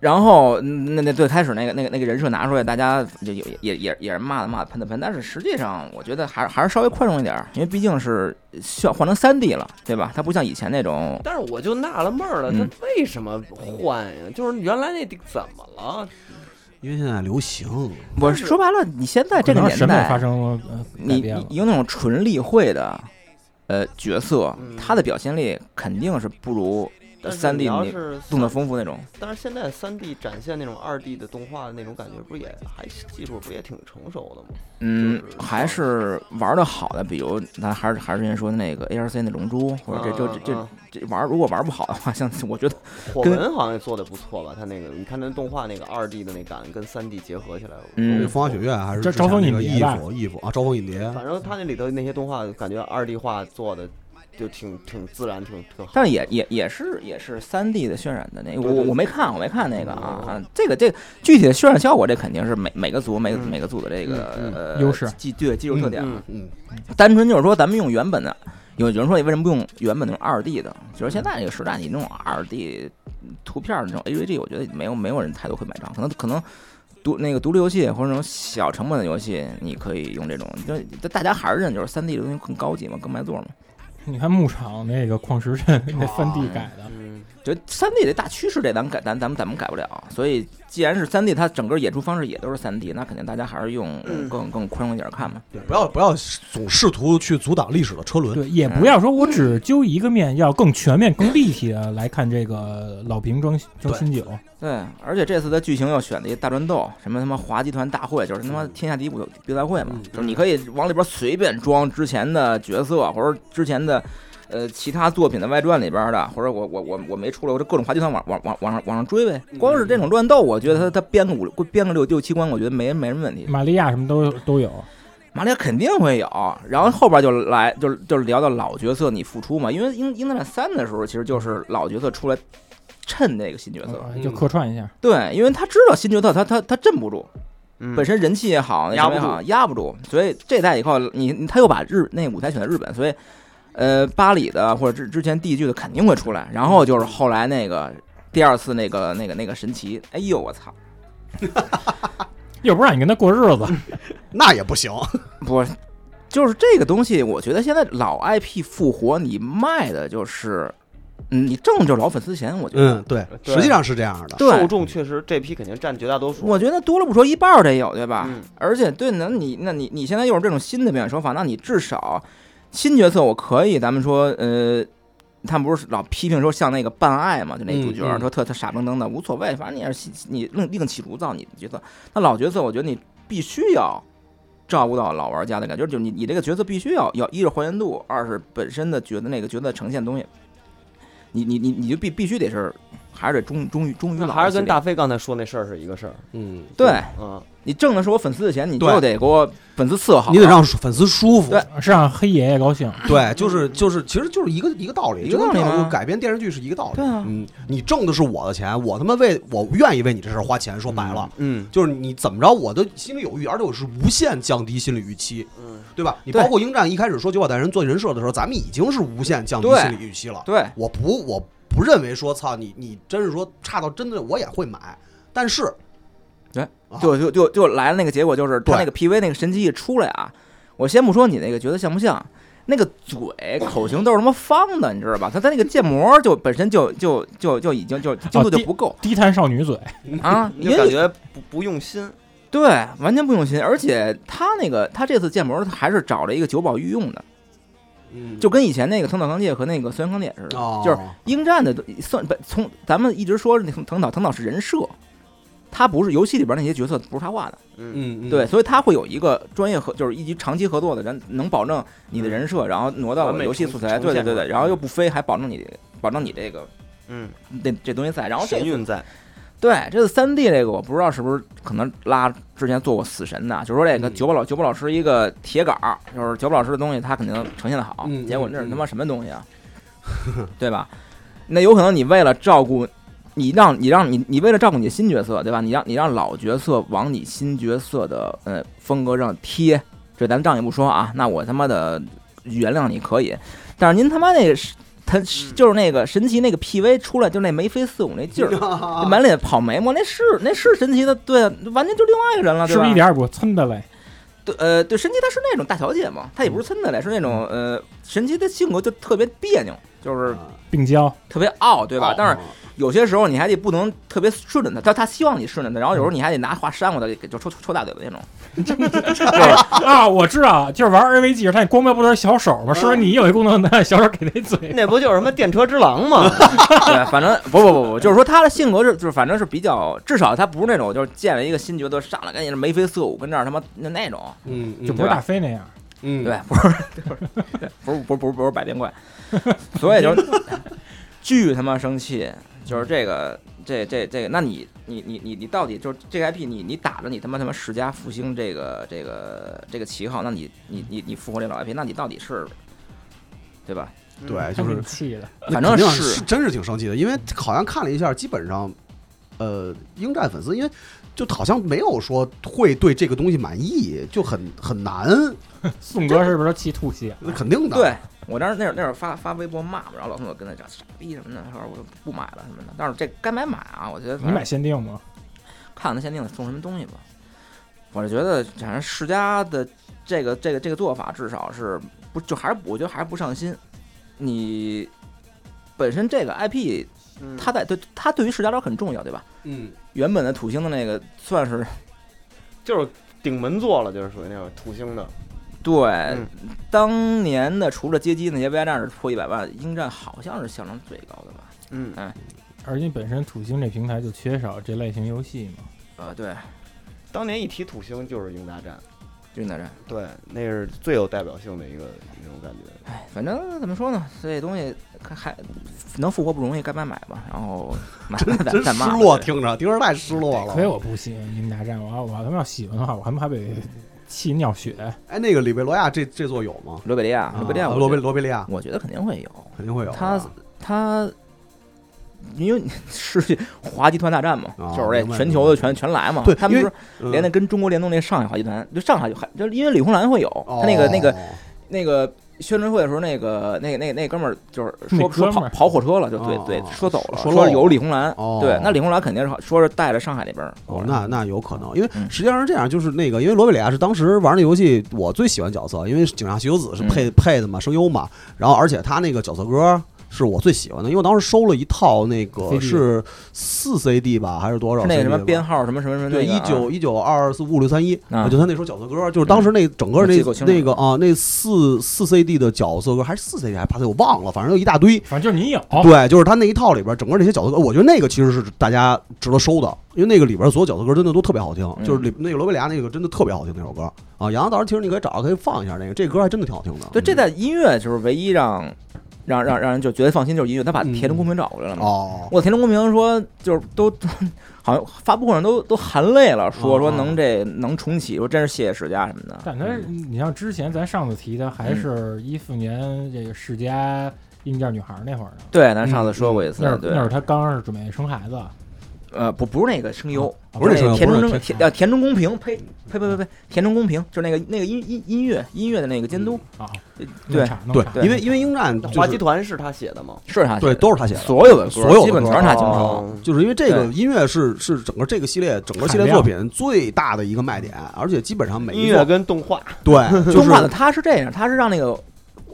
[SPEAKER 6] 然后嗯那那最开始那个那个那个人设拿出来，大家就也也也也是骂的骂的喷的喷，但是实际上我觉得还是还是稍微宽容一点儿，因为毕竟是需要换成三 D 了，对吧？它不像以前那种
[SPEAKER 1] 但是我就纳了闷儿了，他
[SPEAKER 6] 嗯
[SPEAKER 1] 为什么换呀？就是原来那地怎么了？
[SPEAKER 2] 因为现在流行，
[SPEAKER 6] 我说白了，你现在这个
[SPEAKER 3] 可能
[SPEAKER 6] 年
[SPEAKER 3] 审美发
[SPEAKER 6] 代，
[SPEAKER 3] 生了呃改
[SPEAKER 6] 你
[SPEAKER 3] 变
[SPEAKER 6] 你
[SPEAKER 3] 了。
[SPEAKER 6] 你有那种纯立绘的，呃，角色
[SPEAKER 1] 嗯，
[SPEAKER 6] 他的表现力肯定是不如
[SPEAKER 1] 但是
[SPEAKER 6] 三
[SPEAKER 1] 你
[SPEAKER 6] D
[SPEAKER 1] 要
[SPEAKER 6] 你
[SPEAKER 1] 是
[SPEAKER 6] 动作丰富那种。
[SPEAKER 1] 但是现在三 D 展现那种二 D 的动画的那种感觉，不是也还技术不也挺成熟的吗？
[SPEAKER 6] 嗯
[SPEAKER 1] 就，是
[SPEAKER 6] 还是玩的好的，比如咱还是还是之前说的那个 ARC 那龙珠，或者这这这
[SPEAKER 1] 啊
[SPEAKER 6] 这这玩如果玩不好的话，像 我觉得
[SPEAKER 1] 火
[SPEAKER 6] 跟
[SPEAKER 1] 纹好像也做的不错吧？他那个，你看那动画那个二 D 的那感跟三 D 结合起来，我
[SPEAKER 6] 嗯
[SPEAKER 2] 这风花雪月还是
[SPEAKER 3] 这
[SPEAKER 2] 之前
[SPEAKER 3] 招蜂
[SPEAKER 2] 那个
[SPEAKER 3] 引
[SPEAKER 2] 衣
[SPEAKER 3] 蝶吧
[SPEAKER 2] 服衣服啊，招蜂引蝶，
[SPEAKER 1] 反正他那里头那些动画，感觉二 D 画做的就挺挺自然，挺挺好。
[SPEAKER 6] 但是也也也是也是三 D 的渲染的那个，
[SPEAKER 1] 对
[SPEAKER 6] 我
[SPEAKER 1] 对
[SPEAKER 6] 我没看，我没看那个啊
[SPEAKER 1] 嗯
[SPEAKER 6] 啊，这个这个具体的渲染效果，这肯定是每每个组每个
[SPEAKER 1] 嗯
[SPEAKER 6] 每个组的这个
[SPEAKER 1] 嗯嗯
[SPEAKER 6] 呃
[SPEAKER 3] 优势
[SPEAKER 6] 技对技术特点嘛。
[SPEAKER 1] 嗯
[SPEAKER 2] 嗯，
[SPEAKER 6] 单纯就是说，咱们用原本的，有有人说你为什么不用原本那种二 D 的？就是现在这个时代，你那种二 D 图片儿那种 AVG，我觉得没有没有人太多会买账，可能可能独那个独立游戏或者那种小成本的游戏，你可以用这种，就大家还是认就是三 D 的东西更高级嘛，更卖座嘛。
[SPEAKER 3] 你看牧场那个矿石镇那三
[SPEAKER 6] 哦
[SPEAKER 3] D 改的，
[SPEAKER 1] 嗯，
[SPEAKER 6] 就三 D 的大趋势，这咱们改咱咱们咱们改不了。所以既然是三 D，它整个演出方式也都是三 D，那肯定大家还是用
[SPEAKER 1] 嗯
[SPEAKER 6] 更更宽容一点看嘛。
[SPEAKER 2] 对，不要不要总试图去阻挡历史的车轮，
[SPEAKER 3] 对，也不要说我只揪一个面，要更全面、更立体的来看这个老瓶装装新酒。
[SPEAKER 6] 对，而且这次的剧情又选了一大乱斗，什么他妈华集团大会，就是他妈天下第一武比赛会嘛，就是你可以往里边随便装之前的角色，或者之前的呃其他作品的外传里边的，或者我我我我没出来，我这各种华集团往往往往上往上追呗。光是这种乱斗，我觉得他他编个五编个六六七关，我觉得没人没什么问题。
[SPEAKER 3] 玛利亚什么都都有，
[SPEAKER 6] 马里亚肯定会有，然后后边就来就就聊到老角色你复出嘛，因为《英英德战三》的时候，其实就是老角色出来衬那个新角色，
[SPEAKER 3] 嗯就客串一下。
[SPEAKER 6] 对，因为他知道新角色他他他镇不住，
[SPEAKER 1] 嗯
[SPEAKER 6] 本身人气也好，那什么也好，嗯压不住，所以这代以后你你他又把日那舞台选在日本，所以呃巴黎的或者之之前地剧的肯定会出来，然后就是后来那个第二次那个那个那个神奇，哎呦我操！
[SPEAKER 3] 又不让你跟他过日子，
[SPEAKER 2] 那也不行。
[SPEAKER 6] 不，就是这个东西，我觉得现在老 IP 复活，你卖的就是，嗯，你挣就是老粉丝钱，我觉得。
[SPEAKER 2] 嗯，对，
[SPEAKER 1] 对
[SPEAKER 2] 实际上是这样的。
[SPEAKER 1] 受
[SPEAKER 6] 对，
[SPEAKER 1] 众确实这批肯定占绝大多数。
[SPEAKER 6] 我觉得多了不说一半儿得有，对吧？
[SPEAKER 1] 嗯
[SPEAKER 6] 而且对，那你那你你现在又是这种新的表现手法，那你至少新角色我可以，咱们说，呃，他们不是老批评说像那个半爱嘛，就那主角、
[SPEAKER 2] 嗯嗯
[SPEAKER 6] 说特特傻愣登的，无所谓，反正你也是你另另起炉灶你的角色。那老角色，我觉得你必须要照顾到老玩家的感觉，就是你你这个角色必须要要一是还原度，二是本身的觉得那个角色呈现的东西，你你你你就必必须得是还是得忠忠于忠于
[SPEAKER 1] 那
[SPEAKER 6] 老，
[SPEAKER 1] 还是跟大飞刚才说那事儿是一个事儿。
[SPEAKER 2] 嗯，
[SPEAKER 6] 对
[SPEAKER 1] 嗯，
[SPEAKER 6] 你挣的是我粉丝的钱，你
[SPEAKER 2] 对
[SPEAKER 6] 就得给我粉丝伺候好，啊
[SPEAKER 2] 你得让粉丝舒服
[SPEAKER 6] 对。
[SPEAKER 3] 是让黑爷爷高兴。
[SPEAKER 2] 对，就是就是，其实就是一个一个道理，
[SPEAKER 6] 一个道理
[SPEAKER 2] 就跟
[SPEAKER 6] 吗
[SPEAKER 2] 改编电视剧是一个道理
[SPEAKER 6] 对。啊，
[SPEAKER 2] 嗯，你挣的是我的钱，我他妈为我愿意为你这事儿花钱。说白了，
[SPEAKER 1] 嗯
[SPEAKER 2] 就是你怎么着，我都心里有余，而且我是无限降低心理预期，
[SPEAKER 1] 嗯，
[SPEAKER 2] 对吧？你
[SPEAKER 6] 对
[SPEAKER 2] 包括鹰战一开始说九百代人做人设的时候，咱们已经是无限降低
[SPEAKER 6] 对
[SPEAKER 2] 心理预期了。
[SPEAKER 6] 对，
[SPEAKER 2] 我不，我不认为说，操你，你真是说差到真的我也会买，但是啊
[SPEAKER 6] 就就就就来了那个结果，就是他
[SPEAKER 2] 对
[SPEAKER 6] 那个 PV 那个神奇一出来啊，我先不说你那个觉得像不像，那个嘴口型都是他妈方的，你知道吧？他他那个建模就本身就就就就已经就精
[SPEAKER 2] 啊
[SPEAKER 6] 度就不够
[SPEAKER 3] 低碳少女嘴，
[SPEAKER 6] 啊，
[SPEAKER 1] 你
[SPEAKER 6] 因
[SPEAKER 1] 嗯就感
[SPEAKER 6] 为
[SPEAKER 1] 觉不不用心。
[SPEAKER 6] 对完全不用心，而且他那个他这次建模还是找了一个九保御用的，
[SPEAKER 2] 嗯
[SPEAKER 6] 就跟以前那个藤岛康介和那个孙康介似的，
[SPEAKER 2] 哦，
[SPEAKER 6] 就是鹰战的算不从咱们一直说那藤藤岛藤岛是人设，他不是游戏里边那些角色不是他画的。
[SPEAKER 1] 嗯，
[SPEAKER 2] 嗯，嗯
[SPEAKER 6] 对，，所以他会有一个专业合，就是一级长期合作的人，能保证你的人设，然后挪
[SPEAKER 1] 嗯
[SPEAKER 6] 到
[SPEAKER 1] 完美
[SPEAKER 6] 游戏
[SPEAKER 1] 呈
[SPEAKER 6] 素材，
[SPEAKER 1] 呈
[SPEAKER 6] 对对
[SPEAKER 1] 现
[SPEAKER 6] 对
[SPEAKER 1] 出来
[SPEAKER 6] 对，然后又不飞，还保证你保证你这个
[SPEAKER 1] 嗯，
[SPEAKER 6] 那这东西在。然后这
[SPEAKER 1] 神韵在。
[SPEAKER 6] 对这次三 D 这个，我不知道是不是可能拉之前做过死神的，就说这个
[SPEAKER 2] 嗯
[SPEAKER 6] 九保老九保老师一个铁杆儿，就是九保老师的东西，他肯定呈现的好
[SPEAKER 2] 嗯，
[SPEAKER 6] 结果那
[SPEAKER 2] 嗯
[SPEAKER 6] 是
[SPEAKER 2] 嗯
[SPEAKER 6] 他妈什么东西啊，对吧？那有可能你为了照顾。你让你让你你为了照顾你的新角色，对吧？你让你让老角色往你新角色的呃风格上贴，这咱们仗义不说啊，那我他妈的原谅你可以，但是您他妈那个是他是就是那个神奇那个 PV 出来就那眉飞四舞那劲儿，满脸跑眉毛，那是那是神奇的，对，啊完全就另外一个人了，啊对
[SPEAKER 3] 是不
[SPEAKER 6] 吧？
[SPEAKER 3] 是一点也不蹭的嘞？
[SPEAKER 6] 对，呃，对，神奇她是那种大小姐嘛，她也不是村子里，是那种呃，神奇的性格就特别别扭，就是
[SPEAKER 3] 病娇，
[SPEAKER 6] 特别傲，对吧？但是
[SPEAKER 2] 是
[SPEAKER 6] 有些时候你还得不能特别顺着她，她她希望你顺着她，然后有时候你还得拿话扇过她，给就抽抽大嘴巴那种。
[SPEAKER 3] 啊，我知道，就是玩 AV 技术，它那光标不都是小手
[SPEAKER 2] 嗯
[SPEAKER 3] 吗？是不是你有一功能能让小手给那嘴？
[SPEAKER 1] 那不就是什么电车之狼 吗？
[SPEAKER 6] 对，反正不不不不，就是说她的性格是，就是反正是比较，至少她不是那种就是见了一个新角色上来赶紧眉飞色舞，跟那儿他妈那那种。
[SPEAKER 2] 嗯，嗯
[SPEAKER 3] 就不是大飞那样，
[SPEAKER 2] 嗯，
[SPEAKER 6] 对，不是，不是，不是，不是，不是百变怪， 所以就是巨他妈生气，就是这个，这这这个，那你你你你你到底就是这个 IP，你你打着你他妈他妈世家复兴这个这个这个旗号，那你你你你复活这老 IP，那你到底是，对吧？
[SPEAKER 2] 对，
[SPEAKER 3] 还
[SPEAKER 2] 就
[SPEAKER 3] 挺
[SPEAKER 2] 是
[SPEAKER 3] 气的。
[SPEAKER 6] 反正
[SPEAKER 2] 肯定
[SPEAKER 6] 是
[SPEAKER 2] 是真是挺生气的，因为好像看了一下，基本上，呃，应战粉丝因为就好像没有说会对这个东西满意，就很很难，
[SPEAKER 3] 宋哥是不是都气吐血？
[SPEAKER 2] 那肯定的。
[SPEAKER 6] 对我当时那会儿那会儿发发微博骂嘛，然后老宋就跟他讲傻逼什么的，他说我就不买了什么的，但是这该买买啊，我觉得反
[SPEAKER 3] 你
[SPEAKER 6] 正
[SPEAKER 3] 买限定吗？
[SPEAKER 6] 看看他限定送什么东西吧。我是觉得，反正世家的这个这个这个做法，至少是不就还是我觉得还是不上心。你本身这个 IP，它在对它对于世家来说很重要，对吧？
[SPEAKER 2] 嗯，
[SPEAKER 6] 原本的土星的那个算是
[SPEAKER 1] 就是顶门座了，就是属于那种土星的。
[SPEAKER 6] 对、
[SPEAKER 1] 嗯
[SPEAKER 6] 当年的，除了街机那些 VR 战士破一百万，鹰战好像是销量最高的吧？
[SPEAKER 1] 嗯
[SPEAKER 3] 而且本身土星这平台就缺少这类型游戏嘛。
[SPEAKER 6] 呃，对，
[SPEAKER 1] 当年一提土星就是英大战，
[SPEAKER 6] 就那战。
[SPEAKER 1] 对，那是最有代表性的一个一种感觉。
[SPEAKER 6] 哎，反正怎么说呢，这东西还还能复活不容易，该买买吧。然后买了
[SPEAKER 2] 真
[SPEAKER 6] 咱
[SPEAKER 2] 失
[SPEAKER 6] 咱骂吧。
[SPEAKER 2] 落，听着听着太失落
[SPEAKER 3] 所以
[SPEAKER 2] 了。
[SPEAKER 3] 我不喜欢英大战，我要我要他妈要喜欢的话，我他妈还得气尿血。
[SPEAKER 2] 哎，那个里贝罗亚这这座有吗？
[SPEAKER 6] 罗贝利亚，罗贝利亚，
[SPEAKER 2] 啊
[SPEAKER 6] 我
[SPEAKER 2] 罗贝
[SPEAKER 6] 觉得，
[SPEAKER 2] 罗贝利亚
[SPEAKER 6] 我觉得肯定会有。
[SPEAKER 2] 肯定会有的。
[SPEAKER 6] 他他，因为是华集团大战嘛，
[SPEAKER 2] 啊
[SPEAKER 6] 就是
[SPEAKER 2] 明
[SPEAKER 6] 这
[SPEAKER 2] 白
[SPEAKER 6] 全球的全全来嘛。
[SPEAKER 2] 对
[SPEAKER 6] 他们
[SPEAKER 2] 因
[SPEAKER 6] 不
[SPEAKER 2] 为
[SPEAKER 6] 是连那
[SPEAKER 2] 嗯
[SPEAKER 6] 跟中国联动那上海华集团，就上海就还就因为李红兰会有他那个那个
[SPEAKER 2] 哦
[SPEAKER 6] 那个。宣传会的时候，那个那个那个那哥们儿就是
[SPEAKER 3] 那
[SPEAKER 6] 说
[SPEAKER 3] 哥
[SPEAKER 6] 说
[SPEAKER 3] 们儿
[SPEAKER 6] 跑跑火车了，就对
[SPEAKER 2] 哦
[SPEAKER 6] 对
[SPEAKER 2] 哦
[SPEAKER 6] 说走了，说
[SPEAKER 2] 说漏了
[SPEAKER 6] 有李红兰
[SPEAKER 2] 哦，
[SPEAKER 6] 对，那李红兰肯定是说是带着上海那边儿
[SPEAKER 2] 哦
[SPEAKER 6] 过，来，
[SPEAKER 2] 那那有可能，因为
[SPEAKER 6] 嗯
[SPEAKER 2] 实际上是这样，就是那个，因为罗贝里亚是当时玩那游戏
[SPEAKER 6] 嗯
[SPEAKER 2] 我最喜欢角色，因为警察徐九子是配、配的嘛，声优嘛，然后而且他那个角色歌是我最喜欢的，因为我当时收了一套那个
[SPEAKER 3] CD
[SPEAKER 2] 是四 CD 吧，还是多少
[SPEAKER 6] 是
[SPEAKER 2] CD 吧？
[SPEAKER 6] 那个什么编号什么什么什么那
[SPEAKER 2] 对，
[SPEAKER 6] 个
[SPEAKER 2] 一
[SPEAKER 6] 啊
[SPEAKER 2] 九一九二四五六三一，
[SPEAKER 6] 啊
[SPEAKER 2] 就他那首角色歌，就是当时那整个
[SPEAKER 6] 我
[SPEAKER 2] 那
[SPEAKER 6] 记不清
[SPEAKER 2] 那个啊，那四四 CD 的角色歌还是四 CD 还是八 CD 我忘了，反正有一大堆。
[SPEAKER 3] 反正就是你有，
[SPEAKER 2] 对，就是他那一套里边，整个那些角色歌，呃我觉得那个其实是大家值得收的，因为那个里边所有角色歌真的都特别好听，
[SPEAKER 6] 嗯
[SPEAKER 2] 就是里那个罗贝利亚那个真的特别好听那首歌啊。杨洋到时候其实你可以找到可以放一下那个，这歌还真的挺好听的。
[SPEAKER 6] 对，这在音乐就是唯一让让让让人就觉得放心，就是音乐。他把
[SPEAKER 2] 嗯
[SPEAKER 6] 田中公平找过来了嘛。
[SPEAKER 2] 哦，
[SPEAKER 6] 我田中公平说，就是都 好像发布会上都都含泪了，说
[SPEAKER 2] 哦
[SPEAKER 6] 说能这能重启，说真是谢谢史家什么的。
[SPEAKER 3] 但他你像之前咱上次提的，
[SPEAKER 2] 嗯
[SPEAKER 3] 还是一四年这个世家印第安女孩那会儿呢，
[SPEAKER 6] 对，咱
[SPEAKER 2] 嗯
[SPEAKER 6] 上次说过一次
[SPEAKER 3] 嗯那，会
[SPEAKER 6] 对
[SPEAKER 3] 儿，那会儿他刚是准备生孩子，啊
[SPEAKER 6] 呃，不不是那个声优，
[SPEAKER 2] 哦不是那声优
[SPEAKER 6] 田中
[SPEAKER 3] 不是
[SPEAKER 6] 正田呃田中公平，呸呸呸呸呸，田中公平就是那个那个音音音乐音乐的那个监督，
[SPEAKER 3] 啊，
[SPEAKER 2] 嗯
[SPEAKER 6] 对
[SPEAKER 3] 弄岔弄
[SPEAKER 2] 对
[SPEAKER 3] 岔，
[SPEAKER 6] 对
[SPEAKER 2] 因为因为鹰战就
[SPEAKER 1] 滑稽
[SPEAKER 2] 是
[SPEAKER 1] 团是他写的吗？
[SPEAKER 6] 是他写的
[SPEAKER 2] 对都是他写的，
[SPEAKER 6] 所有的歌
[SPEAKER 2] 所有的
[SPEAKER 6] 基本
[SPEAKER 2] 歌
[SPEAKER 6] 全是他经
[SPEAKER 1] 哦
[SPEAKER 6] 手。
[SPEAKER 2] 就是因为这个音乐是是整个这个系列整个系列作品最大的一个卖点，而且基本上每
[SPEAKER 1] 音
[SPEAKER 2] 一
[SPEAKER 1] 乐
[SPEAKER 2] 个
[SPEAKER 1] 跟动画，
[SPEAKER 2] 对就
[SPEAKER 6] 动
[SPEAKER 2] 是
[SPEAKER 6] 画的他是这样，他是让那个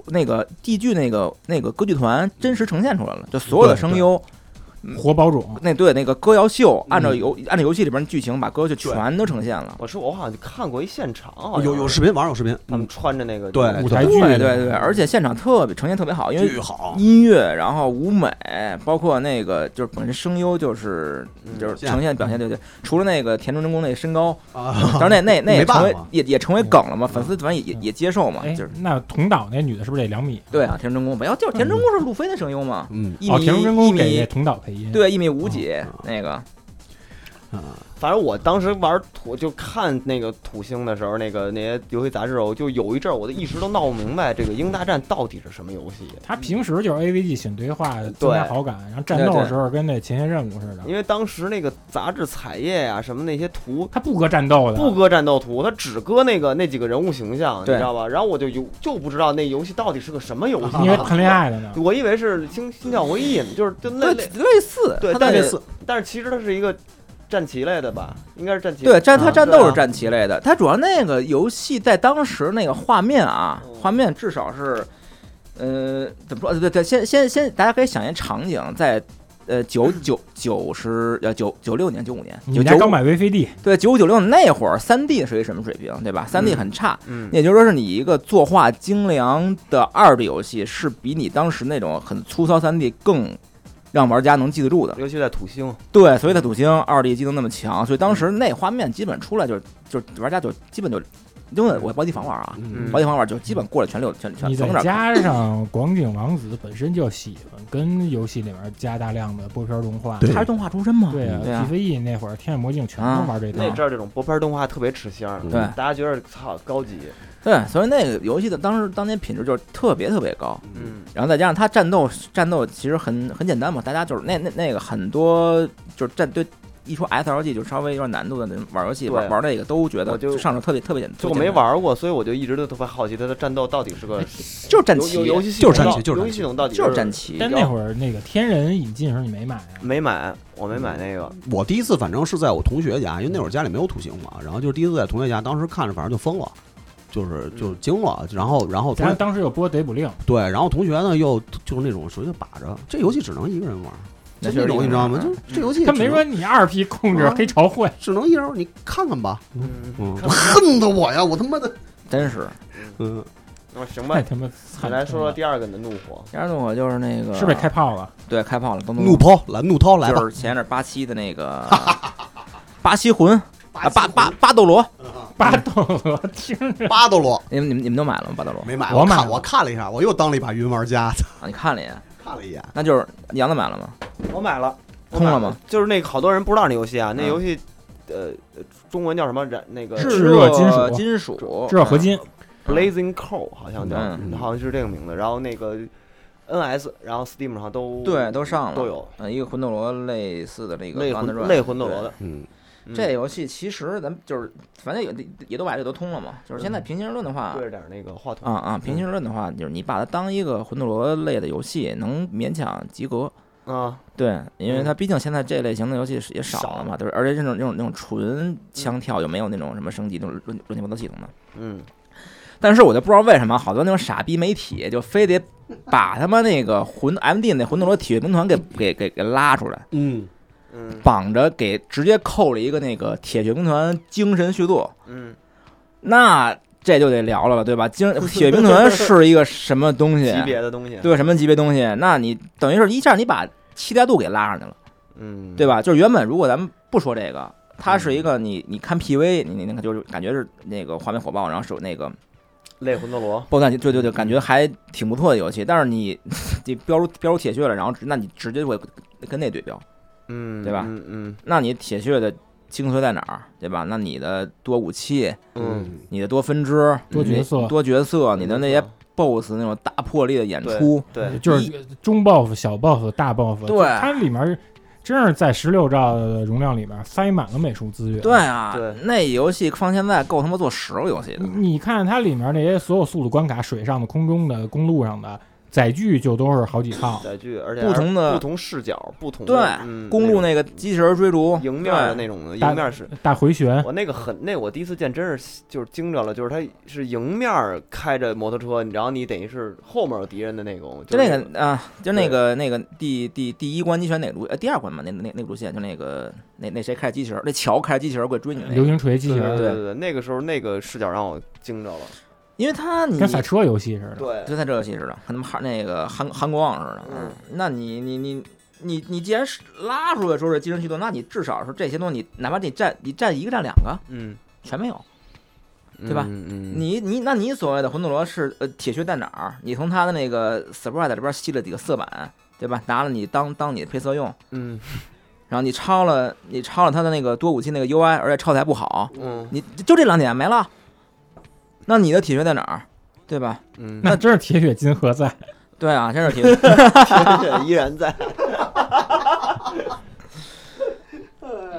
[SPEAKER 6] 那个地剧那个那个歌剧团真实呈现出来了，就所有的
[SPEAKER 2] 对
[SPEAKER 6] 声优。
[SPEAKER 3] 活宝种，
[SPEAKER 6] 那对那个歌谣秀，按照游、按照游戏里边的剧情，把歌谣秀全都呈现了。
[SPEAKER 1] 我说我好像看过一现场，好像
[SPEAKER 2] 有有视频，网上有视频，
[SPEAKER 1] 他们穿着那个
[SPEAKER 2] 对
[SPEAKER 3] 舞台
[SPEAKER 6] 嗯哎对
[SPEAKER 3] 剧，
[SPEAKER 6] 对对，而且现场特别呈现特别好，因
[SPEAKER 2] 嗯巨
[SPEAKER 6] 为
[SPEAKER 2] 好，
[SPEAKER 6] 音乐，然后舞美，包括那个就是本身声优就是
[SPEAKER 1] 嗯
[SPEAKER 6] 就是呈现表现对对，除了那个田中真弓那身高，
[SPEAKER 2] 啊，
[SPEAKER 6] 当然那那那也
[SPEAKER 2] 没办
[SPEAKER 6] 成为
[SPEAKER 2] 法
[SPEAKER 6] 也也成为梗了嘛，粉丝反正也也
[SPEAKER 3] 嗯
[SPEAKER 6] 也接受嘛，
[SPEAKER 3] 哎
[SPEAKER 6] 就是，
[SPEAKER 3] 那同岛那女的是不是得两米？
[SPEAKER 6] 对啊，田中真弓，没有就是田中真弓是路飞的声优嘛，
[SPEAKER 2] 嗯
[SPEAKER 6] 一
[SPEAKER 3] 哦，
[SPEAKER 6] 米
[SPEAKER 3] 田中真弓
[SPEAKER 6] 一
[SPEAKER 3] 给那
[SPEAKER 6] 米
[SPEAKER 3] 同岛配音，，
[SPEAKER 6] 对一米五几那个，
[SPEAKER 2] 啊，
[SPEAKER 1] 反正我当时玩土就看那个土星的时候，那个那些游戏杂志，我就有一阵儿我就一时都闹不明白这个《鹰大战》到底是什么游戏。
[SPEAKER 3] 他平时就是 AVG 选对话增加好感，然后战斗的时候跟那前线任务似的，
[SPEAKER 1] 因为当时那个杂志彩页呀、什么那些图，
[SPEAKER 3] 他不搁战斗的，
[SPEAKER 1] 不搁战斗图，它只搁那个那几个人物形象，你
[SPEAKER 6] 对
[SPEAKER 1] 知道吧？然后我就有就不知道那游戏到底是个什么游戏，
[SPEAKER 6] 啊
[SPEAKER 1] 啊
[SPEAKER 3] 因为谈恋爱的呢。
[SPEAKER 1] 我以为是《星星耀回忆》呢，就是就那
[SPEAKER 6] 对
[SPEAKER 1] 类，
[SPEAKER 6] 类似，
[SPEAKER 1] 对
[SPEAKER 6] 他
[SPEAKER 1] 但
[SPEAKER 6] 在
[SPEAKER 1] 是
[SPEAKER 6] 这
[SPEAKER 2] 次
[SPEAKER 1] 但是其实它是一个战棋类的吧，应该是战棋。
[SPEAKER 6] 对战，他
[SPEAKER 1] 啊
[SPEAKER 6] 战
[SPEAKER 1] 对啊
[SPEAKER 6] 斗是战棋类的，他主要那个游戏在当时那个画面啊
[SPEAKER 1] 嗯，
[SPEAKER 6] 画面至少是，呃，怎么说？呃对对，先先先，大家可以想一场景，在呃九九九十呃九九六年九五年
[SPEAKER 3] 你
[SPEAKER 6] 九
[SPEAKER 3] 们家刚
[SPEAKER 6] 九
[SPEAKER 3] 买 VCD，
[SPEAKER 6] 对九五九六那会儿，三 D 是一什么水平，对吧？三 D
[SPEAKER 1] 嗯
[SPEAKER 6] 很差。
[SPEAKER 1] 嗯，
[SPEAKER 6] 也就是说，是你一个作画精良的二 D 游戏，是比你当时那种很粗糙三 D 更让玩家能记得住的。
[SPEAKER 1] 尤其在土星，
[SPEAKER 6] 对，所以它赌星二 D 技能那么强，所以当时那画面基本出来就是就是玩家就基本就，因为我保底房玩啊，
[SPEAKER 2] 嗯
[SPEAKER 6] 保底房玩就基本过来全六全全
[SPEAKER 3] 你
[SPEAKER 6] 全
[SPEAKER 3] 再
[SPEAKER 6] 从这儿
[SPEAKER 3] 加上广井王子本身就喜欢跟游戏里面加大量的波片动画，
[SPEAKER 2] 对
[SPEAKER 6] 他是动画出身嘛，
[SPEAKER 3] 对啊
[SPEAKER 6] 对啊，
[SPEAKER 3] ，TVE 那会儿天眼魔镜全都玩这
[SPEAKER 1] 那
[SPEAKER 3] 套，
[SPEAKER 1] 阵儿这种薄片动画特别吃香，
[SPEAKER 6] 对
[SPEAKER 1] 大家觉得操高级，
[SPEAKER 6] 对，所以那个游戏的当时当年品质就是特别特别高，
[SPEAKER 1] 嗯，
[SPEAKER 6] 然后再加上它战斗战斗其实很很简单嘛，大家就是那那那个很多就是战对。一说 SLG 就稍微有点难度的那种玩游戏玩
[SPEAKER 1] 对
[SPEAKER 6] 玩那个都觉
[SPEAKER 1] 我
[SPEAKER 6] 得
[SPEAKER 1] 就
[SPEAKER 6] 上手特别特别简单，
[SPEAKER 1] 就我没，玩过，所以我就一直都特别好奇它的战斗到底是个
[SPEAKER 6] 就是战
[SPEAKER 1] 游
[SPEAKER 6] 棋
[SPEAKER 1] 游，游戏系统
[SPEAKER 2] 就是战棋
[SPEAKER 1] 到
[SPEAKER 2] 就是
[SPEAKER 1] 游
[SPEAKER 2] 战棋
[SPEAKER 1] 戏系统到底
[SPEAKER 6] 就是
[SPEAKER 1] 是
[SPEAKER 6] 战棋。
[SPEAKER 3] 但那会儿那个天人引进的时候你没买啊？
[SPEAKER 1] 没买，我没买那个，
[SPEAKER 2] 我第一次反正是在我同学家，因为那会儿家里没有土星嘛，然后就是第一次在同学家，当时看着反正就疯了，就是就是惊了，然后然后同
[SPEAKER 3] 加上
[SPEAKER 2] 学
[SPEAKER 3] 当时又播得补令，
[SPEAKER 2] 对，然后同学呢又就是那种属于就把着，这游戏只能一个人玩，
[SPEAKER 6] 那
[SPEAKER 2] 就
[SPEAKER 6] 确实
[SPEAKER 2] 那种
[SPEAKER 6] 一
[SPEAKER 2] 你
[SPEAKER 6] 个人
[SPEAKER 2] 知道吗？
[SPEAKER 6] 玩
[SPEAKER 2] 就是这游戏
[SPEAKER 3] 他没
[SPEAKER 2] 只
[SPEAKER 3] 说
[SPEAKER 2] 能
[SPEAKER 3] 你二 P 控制
[SPEAKER 2] 啊
[SPEAKER 3] 黑潮会，
[SPEAKER 2] 只能一人玩，你看看吧，
[SPEAKER 1] 嗯，
[SPEAKER 2] 嗯，恨得我呀，我他妈的，
[SPEAKER 6] 真是，
[SPEAKER 2] 嗯，
[SPEAKER 1] 那哦行吧
[SPEAKER 3] 太，他妈
[SPEAKER 1] 我
[SPEAKER 3] 惨了！
[SPEAKER 1] 来说说第二个你的怒火，
[SPEAKER 6] 第二动我就是那个
[SPEAKER 3] 是不是开炮了？
[SPEAKER 6] 对，开炮了，东东
[SPEAKER 2] 怒抛来怒涛来吧
[SPEAKER 6] 就，是前一阵儿巴西的那 个巴西魂，啊巴巴巴斗罗，
[SPEAKER 3] 巴豆
[SPEAKER 1] 嗯
[SPEAKER 3] 罗听着
[SPEAKER 2] 巴斗罗
[SPEAKER 6] 你们你们你们都买了吗？巴斗罗
[SPEAKER 2] 没买，
[SPEAKER 3] 我买
[SPEAKER 2] 看
[SPEAKER 3] 了
[SPEAKER 2] 我看了一下，我又当了一把云玩家，
[SPEAKER 6] 啊，你看了一眼，
[SPEAKER 2] 看了一眼，
[SPEAKER 6] 那就是杨子买了吗？
[SPEAKER 1] 我买了，我
[SPEAKER 6] 通了
[SPEAKER 1] 买
[SPEAKER 6] 吗？
[SPEAKER 1] 就是那个好多人不知道那游戏啊，那
[SPEAKER 6] 嗯
[SPEAKER 1] 游戏，呃，中文叫什么？燃那个
[SPEAKER 3] 炙热金属
[SPEAKER 6] 金
[SPEAKER 1] 哦
[SPEAKER 6] 属，
[SPEAKER 3] 知道合金，
[SPEAKER 1] Blazing Coal 好像叫，
[SPEAKER 6] 嗯
[SPEAKER 1] 好像是这个名字。然后那个 NS，然后 Steam 上都
[SPEAKER 6] 对，都上了，
[SPEAKER 1] 都有
[SPEAKER 6] 嗯，一个魂斗罗类似的那个
[SPEAKER 1] 类
[SPEAKER 6] Under
[SPEAKER 1] 魂
[SPEAKER 6] Run，
[SPEAKER 1] 类魂斗罗的。
[SPEAKER 2] 嗯，
[SPEAKER 1] 嗯
[SPEAKER 6] 对。这游戏其实咱们就是，反正也也都买这都通了嘛。就是现在平行论的话，
[SPEAKER 1] 嗯对着点那个话筒
[SPEAKER 6] 啊，啊，平行论的话，就是你把它当一个魂斗罗类的游戏，能勉强及格。
[SPEAKER 1] 啊，
[SPEAKER 6] 对，因为
[SPEAKER 1] 嗯
[SPEAKER 6] 它毕竟现在这类型的游戏是也
[SPEAKER 1] 少
[SPEAKER 6] 少了
[SPEAKER 1] 了
[SPEAKER 6] 嘛，对吧，而且这种这种这种纯枪跳又没有那种什么升级那种乱乱七八糟系统的。
[SPEAKER 1] 嗯，
[SPEAKER 6] 但是我就不知道为什么好多那种傻逼媒体就非得把他妈那个魂 M D 那魂斗罗体育兵团给给给给拉出来，
[SPEAKER 2] 嗯
[SPEAKER 1] 嗯
[SPEAKER 6] 绑着给直接扣了一个那个铁血兵团精神续作，
[SPEAKER 1] 嗯，
[SPEAKER 6] 那这就得聊了了，对 吧？精铁血兵团是一个什么东西啊
[SPEAKER 1] 级？别的东西，，啊
[SPEAKER 6] 对，什么级别东西？那你等于是一下你把期待度给拉上去了。
[SPEAKER 1] 嗯，
[SPEAKER 6] 对吧？就是原本如果咱们不说这个，它是一
[SPEAKER 3] 嗯
[SPEAKER 6] 个你你看 PV，你你那个就是感觉是那个画面火爆，然后手那个
[SPEAKER 1] 类魂斗罗，
[SPEAKER 6] 爆弹，对对对，感觉还挺不错的游戏。但是你你标出标出铁血了，然后直那你直接会跟那对标，
[SPEAKER 1] 嗯，
[SPEAKER 6] 对吧
[SPEAKER 1] 嗯嗯
[SPEAKER 6] 那你铁血的精髓在哪儿？对吧？那你的多武器，
[SPEAKER 1] 嗯，
[SPEAKER 6] 你的多分支，
[SPEAKER 3] 多角色
[SPEAKER 6] 你的多角色，你的那些 BOSS 那种大魄力的演出，
[SPEAKER 1] 嗯对，
[SPEAKER 3] 就是中 buff、小 buff、大 buff，
[SPEAKER 6] 对
[SPEAKER 3] 它里面真是在十六兆的容量里面塞满了美术资源。
[SPEAKER 6] 对啊，
[SPEAKER 1] 对
[SPEAKER 6] 那游戏放现在够他妈做十个游戏的
[SPEAKER 3] 你，你看它里面那些所有速度关卡，水上的、空中的、公路上的载具，就都是好几套。
[SPEAKER 1] 载具，而且
[SPEAKER 6] 不同的
[SPEAKER 1] 不同视角，不同的
[SPEAKER 6] 对
[SPEAKER 1] 嗯
[SPEAKER 6] 公路那个机器人追逐
[SPEAKER 1] 那种，迎面的
[SPEAKER 6] 对嗯
[SPEAKER 1] 那种的，
[SPEAKER 3] 大
[SPEAKER 1] 迎面是。
[SPEAKER 3] 大回旋，
[SPEAKER 1] 我那个很，那我第一次见真是就是惊着了，就是他是迎面开着摩托车，然后你等于是后面有敌人的那种，
[SPEAKER 6] 就那个啊，就那
[SPEAKER 1] 对
[SPEAKER 6] 个那个第第第一关你选哪路？呃，第二关嘛，那那那路线就那个那那谁开着机器人儿，那桥开着机器人儿过来追你那
[SPEAKER 3] 流
[SPEAKER 6] 个，
[SPEAKER 3] 星锤机器
[SPEAKER 1] 对
[SPEAKER 3] 人
[SPEAKER 1] 对
[SPEAKER 3] 儿，
[SPEAKER 1] 对对，那个时候那个视角让我惊着了，
[SPEAKER 6] 因为他你
[SPEAKER 3] 跟赛车游戏似的。
[SPEAKER 1] 对，
[SPEAKER 6] 就在这游戏似的，跟他们韩那个韩韩国网似的。
[SPEAKER 1] 嗯，
[SPEAKER 6] 那你你你你你既然是拉出来说是精神驱动，那你至少是这些东西，哪怕你占你占一个占两个
[SPEAKER 1] 嗯，
[SPEAKER 6] 全没有。
[SPEAKER 1] 对
[SPEAKER 6] 对吧
[SPEAKER 1] 嗯，
[SPEAKER 6] 你你那你所谓的魂斗罗是呃铁血在哪儿？你从他的那个 Sprite 里边吸了几个色板，对吧？拿了你当当你的配色用。
[SPEAKER 1] 嗯
[SPEAKER 6] 然后你抄了你抄了他的那个多武器那个 UI，而且抄的还不好，
[SPEAKER 1] 嗯
[SPEAKER 6] 你就这两点没了。那你的体学在哪儿？对吧？
[SPEAKER 1] 嗯，
[SPEAKER 3] 那真是铁血金河在，
[SPEAKER 6] 对啊，真是 体学。
[SPEAKER 1] 嗯 依然在，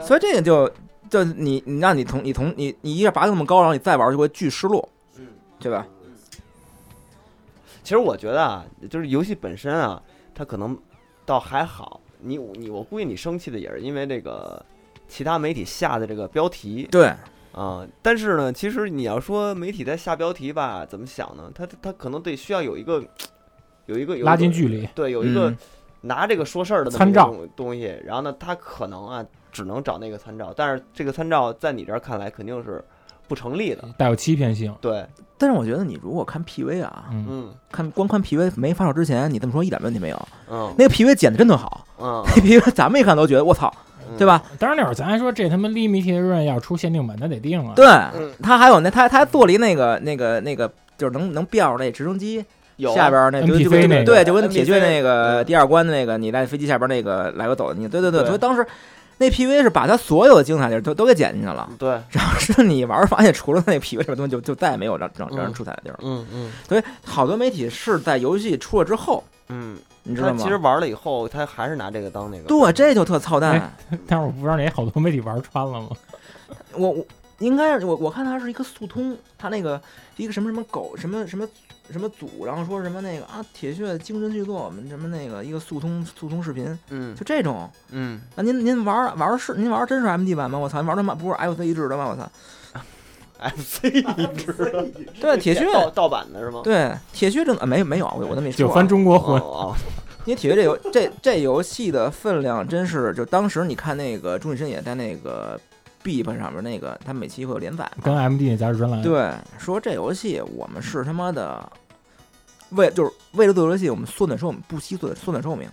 [SPEAKER 6] 所以这个就就你你让你从你从你你一下拔得那么高，然后你再玩就会巨失落，对吧？
[SPEAKER 1] 其实我觉得啊，就是游戏本身啊，它可能倒还好。你你我估计你生气的也是因为这个其他媒体下的这个标题
[SPEAKER 6] 对，
[SPEAKER 1] 啊、但是呢，其实你要说媒体在下标题吧，怎么想呢？他他可能得需要有一个有一个有一个
[SPEAKER 3] 拉近距离。
[SPEAKER 1] 对，有一个
[SPEAKER 6] 嗯
[SPEAKER 1] 拿这个说事儿的
[SPEAKER 3] 参照
[SPEAKER 1] 东东西。然后呢，他可能啊，只能找那个参照，但是这个参照在你这儿看来肯定是不成立的。
[SPEAKER 3] 带有欺骗性。
[SPEAKER 1] 对，
[SPEAKER 6] 但是我觉得你如果看 PV 啊，
[SPEAKER 3] 嗯，
[SPEAKER 1] 嗯
[SPEAKER 6] 看光看 PV 没发售之前，你这么说一点问题没有。
[SPEAKER 1] 嗯
[SPEAKER 6] 那个 PV 剪的真的好，
[SPEAKER 1] 嗯
[SPEAKER 6] 那 PV 咱们一看都觉得我操，
[SPEAKER 1] 嗯，
[SPEAKER 6] 对吧？
[SPEAKER 3] 当然那会儿咱还说这他妈 Limited Run 要出限定版，咱得定啊。
[SPEAKER 6] 对，他还有那他他还做了一那个那个那个就是能能吊着那直升机，
[SPEAKER 1] 有啊
[SPEAKER 6] 下边儿那
[SPEAKER 3] NPC
[SPEAKER 6] 就就
[SPEAKER 3] 那个
[SPEAKER 6] 对，就跟铁
[SPEAKER 1] NPC
[SPEAKER 6] 血那个
[SPEAKER 1] 嗯
[SPEAKER 6] 第二关的那个，你在飞机下边那个来回走的，你对对对，
[SPEAKER 1] 对
[SPEAKER 6] 所以当时那 PV 是把他所有的精彩地儿都都给剪进去了。
[SPEAKER 1] 对，
[SPEAKER 6] 然后是你玩儿发现，除了那 PV 这边东西，就就再也没有让让让人
[SPEAKER 1] 嗯
[SPEAKER 6] 出彩的地儿了。
[SPEAKER 1] 嗯嗯
[SPEAKER 6] 所以好多媒体是在游戏出了之后，
[SPEAKER 1] 嗯，
[SPEAKER 6] 你知道
[SPEAKER 1] 他
[SPEAKER 6] 吗？
[SPEAKER 1] 其实玩了以后，他还是拿这个当那个。
[SPEAKER 6] 对，这就特操蛋
[SPEAKER 3] 哎。但是我不知道那些好多媒体玩穿了吗？
[SPEAKER 6] 我我应该是我我看他是一个速通，他那个一个什么什么狗什么什么什么组，然后说什么那个啊铁血精神续作，我们什么那个一个速通速通视频，
[SPEAKER 1] 嗯
[SPEAKER 6] 就这种。
[SPEAKER 1] 嗯，
[SPEAKER 6] 啊，您您玩儿玩儿是您玩儿真是 M D 版吗？我操，您玩儿他妈不是 F C 制的吗？我操！
[SPEAKER 1] FC 一直
[SPEAKER 6] 对铁血
[SPEAKER 1] 盗盗版的是吗？
[SPEAKER 6] 对，铁血正、啊、没没有，我我都没说、
[SPEAKER 3] 就
[SPEAKER 6] 啊。
[SPEAKER 3] 翻中国魂，
[SPEAKER 1] 哦，哦
[SPEAKER 6] 因为铁血这游这这游戏的分量真是，就当时你看那个中井深也在那个 B 版上面那个，他每期会有连载
[SPEAKER 3] 跟
[SPEAKER 6] 嘛。
[SPEAKER 3] MD 加入专栏。
[SPEAKER 6] 对，说这游戏我们是他妈的为就是为了做游戏，我们缩短寿命，不惜缩短缩短寿命。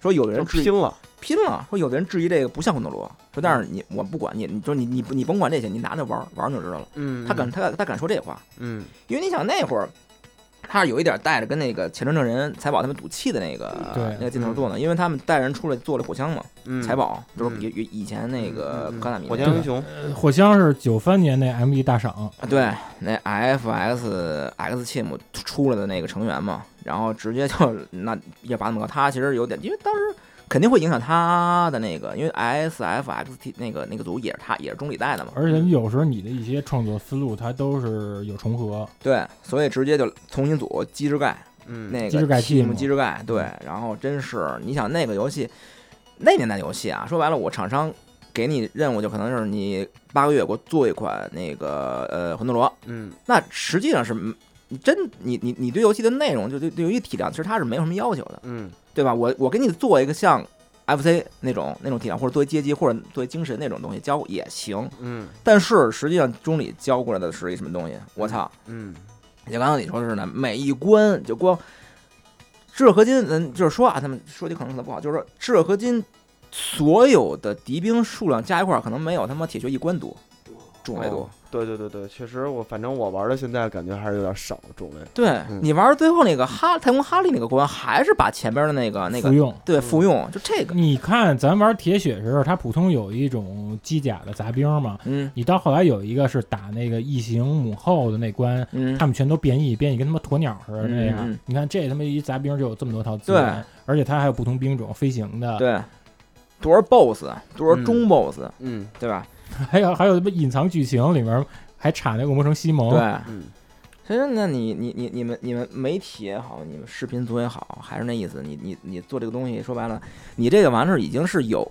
[SPEAKER 6] 说有的人
[SPEAKER 1] 就
[SPEAKER 6] 质疑
[SPEAKER 1] 拼了，嗯
[SPEAKER 6] 拼了，说有的人质疑这个不像魂斗罗，说但是你我不管你，你说你你你甭管这些，你拿着玩儿玩儿就知道了。
[SPEAKER 1] 嗯，
[SPEAKER 6] 他敢，他敢他敢说这话，
[SPEAKER 1] 嗯
[SPEAKER 6] 因为你想那会儿，他是有一点带着跟那个前程证人财宝他们赌气的那个
[SPEAKER 3] 对
[SPEAKER 6] 那个镜头做呢，因为他们带人出来做了火枪嘛，
[SPEAKER 1] 嗯，
[SPEAKER 6] 财宝就是
[SPEAKER 1] 嗯
[SPEAKER 6] 以以以前那个
[SPEAKER 1] 嗯嗯嗯
[SPEAKER 6] 高大米
[SPEAKER 1] 火
[SPEAKER 6] 那
[SPEAKER 1] 箭
[SPEAKER 6] 个
[SPEAKER 1] 英雄，
[SPEAKER 3] 呃火枪是九三年那 MD 大赏，
[SPEAKER 6] 啊对那 FS X 切姆出来的那个成员嘛，然后直接就那也把他们搞他其实有点，因为当时。肯定会影响他的那个，因为 S F X T 那个那个组也是他也是中里带的嘛，
[SPEAKER 3] 而且有时候你的一些创作思路它都是有重合，
[SPEAKER 6] 对，所以直接就重新组机制盖，
[SPEAKER 1] 嗯，
[SPEAKER 6] 那
[SPEAKER 3] 机
[SPEAKER 6] 个
[SPEAKER 3] 制盖
[SPEAKER 6] team
[SPEAKER 3] team
[SPEAKER 6] 机制盖，对，然后真是你想那个游戏，那年代游戏啊，说白了，我厂商给你任务就可能是你八个月给我做一款那个呃魂斗罗，
[SPEAKER 1] 嗯
[SPEAKER 6] 那实际上是你真你你你对游戏的内容就对对游戏体量，其实它是没有什么要求的，
[SPEAKER 1] 嗯，
[SPEAKER 6] 对吧？我我给你做一个像 FC 那种那种体量，或者作为街机或者作为精神那种东西教也行，
[SPEAKER 1] 嗯
[SPEAKER 6] 但是实际上中里教过来的是一什么东西？我操！
[SPEAKER 1] 嗯
[SPEAKER 6] 就刚刚你说的是呢，每一关就光智合金，嗯，就是说啊，他们说句可能说的不好，就是说智合金所有的敌兵数量加一块儿，可能没有他妈铁血一关多，种类多。
[SPEAKER 1] 哦对对对对，确实我反正我玩的现在感觉还是有点少种类，
[SPEAKER 6] 对
[SPEAKER 1] 嗯
[SPEAKER 6] 你玩到最后那个哈太空哈利那个关，还是把前边的那个那
[SPEAKER 3] 服
[SPEAKER 6] 个
[SPEAKER 3] 用。
[SPEAKER 6] 对
[SPEAKER 1] 嗯
[SPEAKER 6] 复用，就这个，
[SPEAKER 3] 你看，咱玩铁血时候，它普通有一种机甲的杂兵嘛。
[SPEAKER 6] 嗯
[SPEAKER 3] 你到后来有一个是打那个异形母后的那关，
[SPEAKER 6] 嗯
[SPEAKER 3] 他，们全都变异，变异跟他妈鸵鸟似的那
[SPEAKER 6] 嗯嗯
[SPEAKER 3] 样
[SPEAKER 6] 嗯。
[SPEAKER 3] 你看这他妈一杂兵就有这么多套资源
[SPEAKER 6] 对，
[SPEAKER 3] 而且它还有不同兵种，飞行的，
[SPEAKER 6] 对，多少 BOSS，多少中 BOSS，
[SPEAKER 1] 嗯
[SPEAKER 6] 对吧？
[SPEAKER 3] 还有还有他妈隐藏剧情里面还插那恶魔城西蒙。
[SPEAKER 6] 对，
[SPEAKER 1] 嗯
[SPEAKER 6] 其实，那你你你你们你们媒体也好，你们视频组也好，还是那意思，你你你做这个东西，说白了，你这个玩意儿已经是有，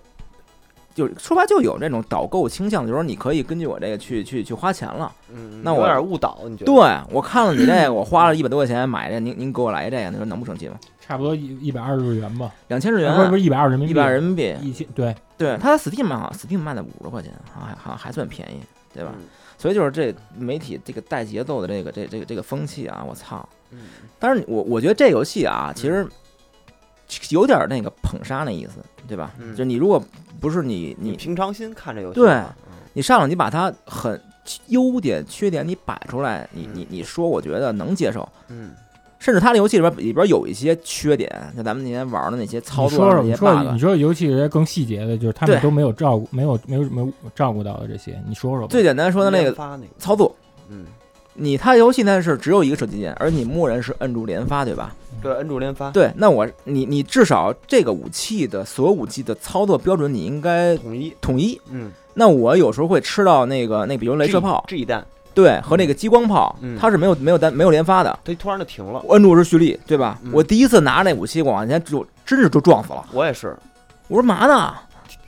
[SPEAKER 6] 就是说白就有这种导购倾向，就是说你可以根据我这个去去去花钱了。
[SPEAKER 1] 嗯，
[SPEAKER 6] 那
[SPEAKER 1] 有
[SPEAKER 6] 我
[SPEAKER 1] 点误导，你觉
[SPEAKER 6] 对
[SPEAKER 1] 得？嗯
[SPEAKER 6] 我看了你这个，我花了一百多块钱买这，您您给我来这个，你说能不生气吗？
[SPEAKER 3] 差不多一一百二十元吧，
[SPEAKER 6] 两千日
[SPEAKER 3] 啊不是不
[SPEAKER 6] 元，
[SPEAKER 3] 是一百二人民币，
[SPEAKER 6] 一百人民币，
[SPEAKER 3] 一千对，
[SPEAKER 6] 对，它 Steam 好像 Steam 卖的五十块钱，好像还好像还算便宜，对吧？
[SPEAKER 1] 嗯
[SPEAKER 6] 所以就是这媒体这个带节奏的这个这这个这个风气啊，我操！
[SPEAKER 1] 嗯
[SPEAKER 6] 但是我我觉得这游戏啊，其实有点那个捧杀那意思，对吧？
[SPEAKER 1] 嗯
[SPEAKER 6] 就是你如果不是你
[SPEAKER 1] 你
[SPEAKER 6] 你
[SPEAKER 1] 平常心看这游戏
[SPEAKER 6] 对
[SPEAKER 1] 吧，嗯
[SPEAKER 6] 你上来你把它很优点缺点你摆出来，你
[SPEAKER 1] 嗯
[SPEAKER 6] 你你说，我觉得能接受。
[SPEAKER 1] 嗯
[SPEAKER 6] 甚至它的游戏里边里边有一些缺点，就咱们那天玩的那些操
[SPEAKER 3] 你
[SPEAKER 6] 作
[SPEAKER 3] 说
[SPEAKER 6] 上的
[SPEAKER 3] 说，你
[SPEAKER 6] 那
[SPEAKER 3] 说说，
[SPEAKER 6] 些
[SPEAKER 3] 你
[SPEAKER 6] bug，
[SPEAKER 3] 说说，尤其是更细节的，就是他们
[SPEAKER 6] 对
[SPEAKER 3] 都没有照顾，没有没有没有照顾到的这些，你说说吧。
[SPEAKER 6] 最简单说的那
[SPEAKER 1] 连
[SPEAKER 6] 个
[SPEAKER 1] 发那个，
[SPEAKER 6] 操作，
[SPEAKER 1] 嗯，
[SPEAKER 6] 你它游戏呢是只有一个手机键，而你默认是摁住连发，对吧？
[SPEAKER 1] 对，摁住连发，
[SPEAKER 6] 对，那我你你至少这个武器的所有武器的操作标准你应该
[SPEAKER 1] 统一，
[SPEAKER 6] 统一，
[SPEAKER 1] 嗯，
[SPEAKER 6] 那我有时候会吃到那个那比如镭射炮，
[SPEAKER 1] G 弹，
[SPEAKER 6] 对，和那个激光炮，
[SPEAKER 1] 嗯
[SPEAKER 6] 它是没有没有单没有连发的，
[SPEAKER 1] 它突然就停了，
[SPEAKER 6] 我摁住是蓄力，对吧？
[SPEAKER 1] 嗯
[SPEAKER 6] 我第一次拿那武器往前就真是就撞死了，
[SPEAKER 1] 我也是，
[SPEAKER 6] 我说嘛呢？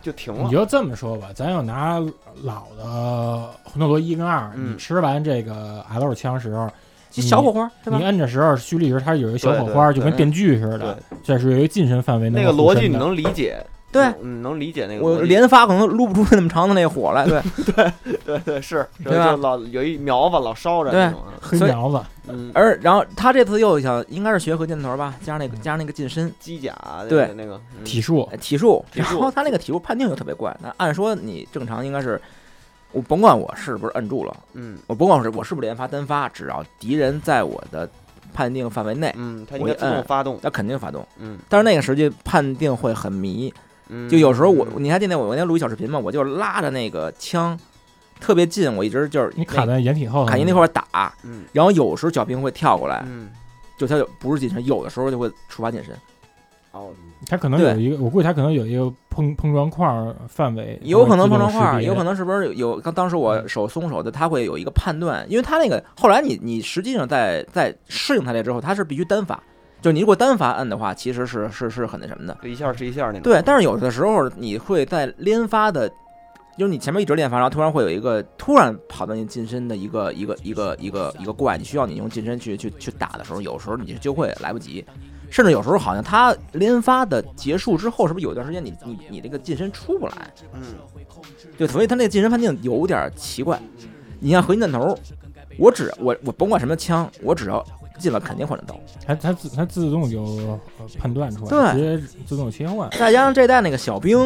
[SPEAKER 1] 就停
[SPEAKER 3] 你
[SPEAKER 1] 了，
[SPEAKER 3] 就这么说吧，咱要拿老的魂斗罗一跟二，
[SPEAKER 1] 嗯
[SPEAKER 3] 你吃完这个 L 枪时候，你
[SPEAKER 6] 就小火花，对吧
[SPEAKER 3] 你？摁着时候蓄力时，它有一个小火
[SPEAKER 1] 对
[SPEAKER 3] 花，
[SPEAKER 1] 对
[SPEAKER 3] 就跟电锯似的，这是有一个近身范围
[SPEAKER 1] 那
[SPEAKER 3] 个
[SPEAKER 1] 个逻辑你能理解，
[SPEAKER 6] 对
[SPEAKER 1] 嗯，能理解那个逻
[SPEAKER 6] 我
[SPEAKER 1] 辑，
[SPEAKER 6] 连发可能撸不出那么长的那个火来，对
[SPEAKER 1] 对对是，就
[SPEAKER 6] 对吧
[SPEAKER 1] 就老有一苗子老烧着那种啊，
[SPEAKER 3] 黑
[SPEAKER 6] 所以
[SPEAKER 3] 苗子，
[SPEAKER 1] 嗯，
[SPEAKER 6] 而然后他这次又想，应该是学合金头吧，加上那个加上那个近身
[SPEAKER 1] 机甲那个
[SPEAKER 6] 对
[SPEAKER 1] 那个嗯
[SPEAKER 3] 体术
[SPEAKER 6] 呃体术，
[SPEAKER 1] 体
[SPEAKER 6] 然
[SPEAKER 1] 术
[SPEAKER 6] 后他那个体术判定又特别怪。那按说你正常应该是，我甭管我是不是摁住了，
[SPEAKER 1] 嗯
[SPEAKER 6] 我甭管我是我是不是连发单发，只要敌人在我的判定范围内，
[SPEAKER 1] 嗯，它应该自动发动，
[SPEAKER 6] 那肯定发动。
[SPEAKER 1] 嗯
[SPEAKER 6] 但是那个时期判定会很迷，
[SPEAKER 1] 嗯，
[SPEAKER 6] 就有时候我，
[SPEAKER 1] 嗯
[SPEAKER 6] 你还记得我那天录一小视频吗？我就拉着那个枪特别近，我一直就是
[SPEAKER 3] 你卡在掩体后，
[SPEAKER 6] 卡音那块儿打，
[SPEAKER 1] 嗯
[SPEAKER 6] 然后有时候小兵会跳过来，
[SPEAKER 1] 嗯，
[SPEAKER 6] 就他有不是近身，有的时候就会触发近身，
[SPEAKER 1] 哦，
[SPEAKER 3] 它可能有一个，我估计它可能有一个碰碰撞块儿范围，
[SPEAKER 6] 有可能碰撞
[SPEAKER 3] 它会
[SPEAKER 6] 块
[SPEAKER 3] 自动识
[SPEAKER 6] 儿，
[SPEAKER 3] 别嗯
[SPEAKER 6] 有可能是不是有有？当当时我手松手的，他会有一个判断，因为他那个后来你你实际上在在适应他这之后，他是必须单发，就你如果单发摁的话，其实是是是很那什么的。
[SPEAKER 1] 就一下是一下那种，
[SPEAKER 6] 对，但是有的时候你会在连发的，就是你前面一直连发，然后突然会有一个突然跑到你近身的一个一个一个一个一个怪，你需要你用近身去去去打的时候，有时候你就会来不及，甚至有时候好像他连发的结束之后，是不是有一段时间你你你这个近身出不来？
[SPEAKER 1] 嗯
[SPEAKER 6] 对，所以他那个近身判定有点奇怪。你像合金弹头，我只我我甭管什么枪，我只要进了肯定换成刀。
[SPEAKER 3] 它它自它自动就呃判断出
[SPEAKER 6] 对
[SPEAKER 3] 来，直接自动切换。
[SPEAKER 6] 再加上这代那个小兵，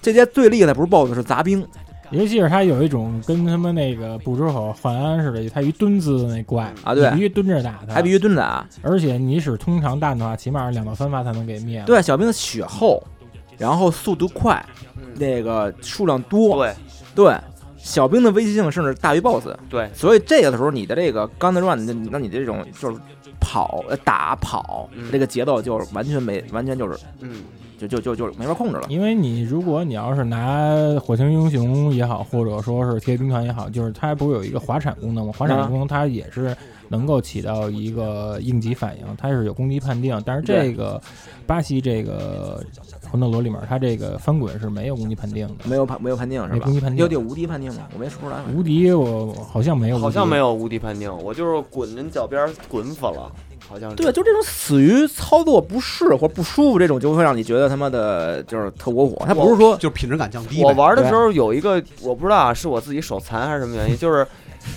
[SPEAKER 6] 这些最厉害的不是 BOSS 是杂兵，
[SPEAKER 3] 尤其是它有一种跟他们那个捕捉口换鞍似的，它一蹲姿的那怪
[SPEAKER 6] 啊对
[SPEAKER 3] 你必须蹲着打它，
[SPEAKER 6] 还必须蹲着啊。
[SPEAKER 3] 而且你使通常弹的话，起码是两到三发才能给
[SPEAKER 1] 啊
[SPEAKER 3] 灭了。
[SPEAKER 6] 对，啊小兵血厚，然后速度快，
[SPEAKER 1] 嗯
[SPEAKER 6] 那个数量多，
[SPEAKER 1] 对
[SPEAKER 6] 对，小兵的危机性甚至大于 BOSS。
[SPEAKER 1] 对，
[SPEAKER 6] 所以这个的时候，你的这个刚才说，你的那你这种就是跑呃打跑
[SPEAKER 1] 嗯
[SPEAKER 6] 这个节奏就是完全没完全就是
[SPEAKER 1] 嗯，
[SPEAKER 6] 就就就就没法控制了。
[SPEAKER 3] 因为你如果你要是拿火星英雄也好，或者说是铁血兵团也好，就是它不是有一个滑铲功
[SPEAKER 1] 嗯
[SPEAKER 3] 能吗？滑铲功能它也是能够起到一个应急反应，它是有攻击判定。但是这个巴西这个魂斗罗里面，它这个翻滚是没有攻击判定的。
[SPEAKER 6] 没有判没有判定是
[SPEAKER 3] 没
[SPEAKER 6] 吧？
[SPEAKER 3] 攻击判定
[SPEAKER 6] 有有无敌判定吗？我没说出来。
[SPEAKER 3] 无敌我好像没有无敌，
[SPEAKER 1] 好像没有无敌判定，我就是滚人脚边儿滚死了，好像是
[SPEAKER 6] 对，就这种死于操作不适或者不舒服这种，就会让你觉得他妈的就是特窝火。他不是说
[SPEAKER 2] 就是品质感降低呗。
[SPEAKER 1] 我玩的时候有一个，我不知道啊，是我自己手残还是什么原因， 就是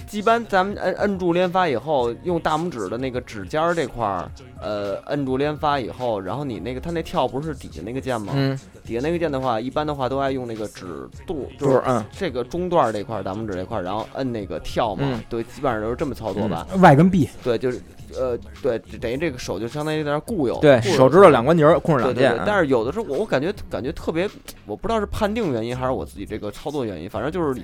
[SPEAKER 1] 基班咱们摁摁住连发以后，用大拇指的那个指尖儿这块儿，呃，摁住连发以后，然后你那个它那跳不是底下那个键吗？
[SPEAKER 6] 嗯，
[SPEAKER 1] 底下那个键的话，一般的话都爱用那个指肚，就
[SPEAKER 6] 就是
[SPEAKER 1] 是
[SPEAKER 6] 嗯，
[SPEAKER 1] 这个中段儿这块儿大拇指这块儿，然后摁那个跳嘛，
[SPEAKER 6] 嗯
[SPEAKER 1] 对，基本上都是这么操作吧。
[SPEAKER 3] 外跟 B，
[SPEAKER 1] 对，就是呃，对，等于这个手就相当于有点固有，
[SPEAKER 6] 对
[SPEAKER 1] 固有
[SPEAKER 6] 手指头两关节儿控制
[SPEAKER 1] 对
[SPEAKER 6] 两
[SPEAKER 1] 对
[SPEAKER 6] 键
[SPEAKER 1] 对
[SPEAKER 6] 啊，，
[SPEAKER 1] 但是有的时候我我感觉感觉特别，我不知道是判定原因还是我自己这个操作原因，反正就是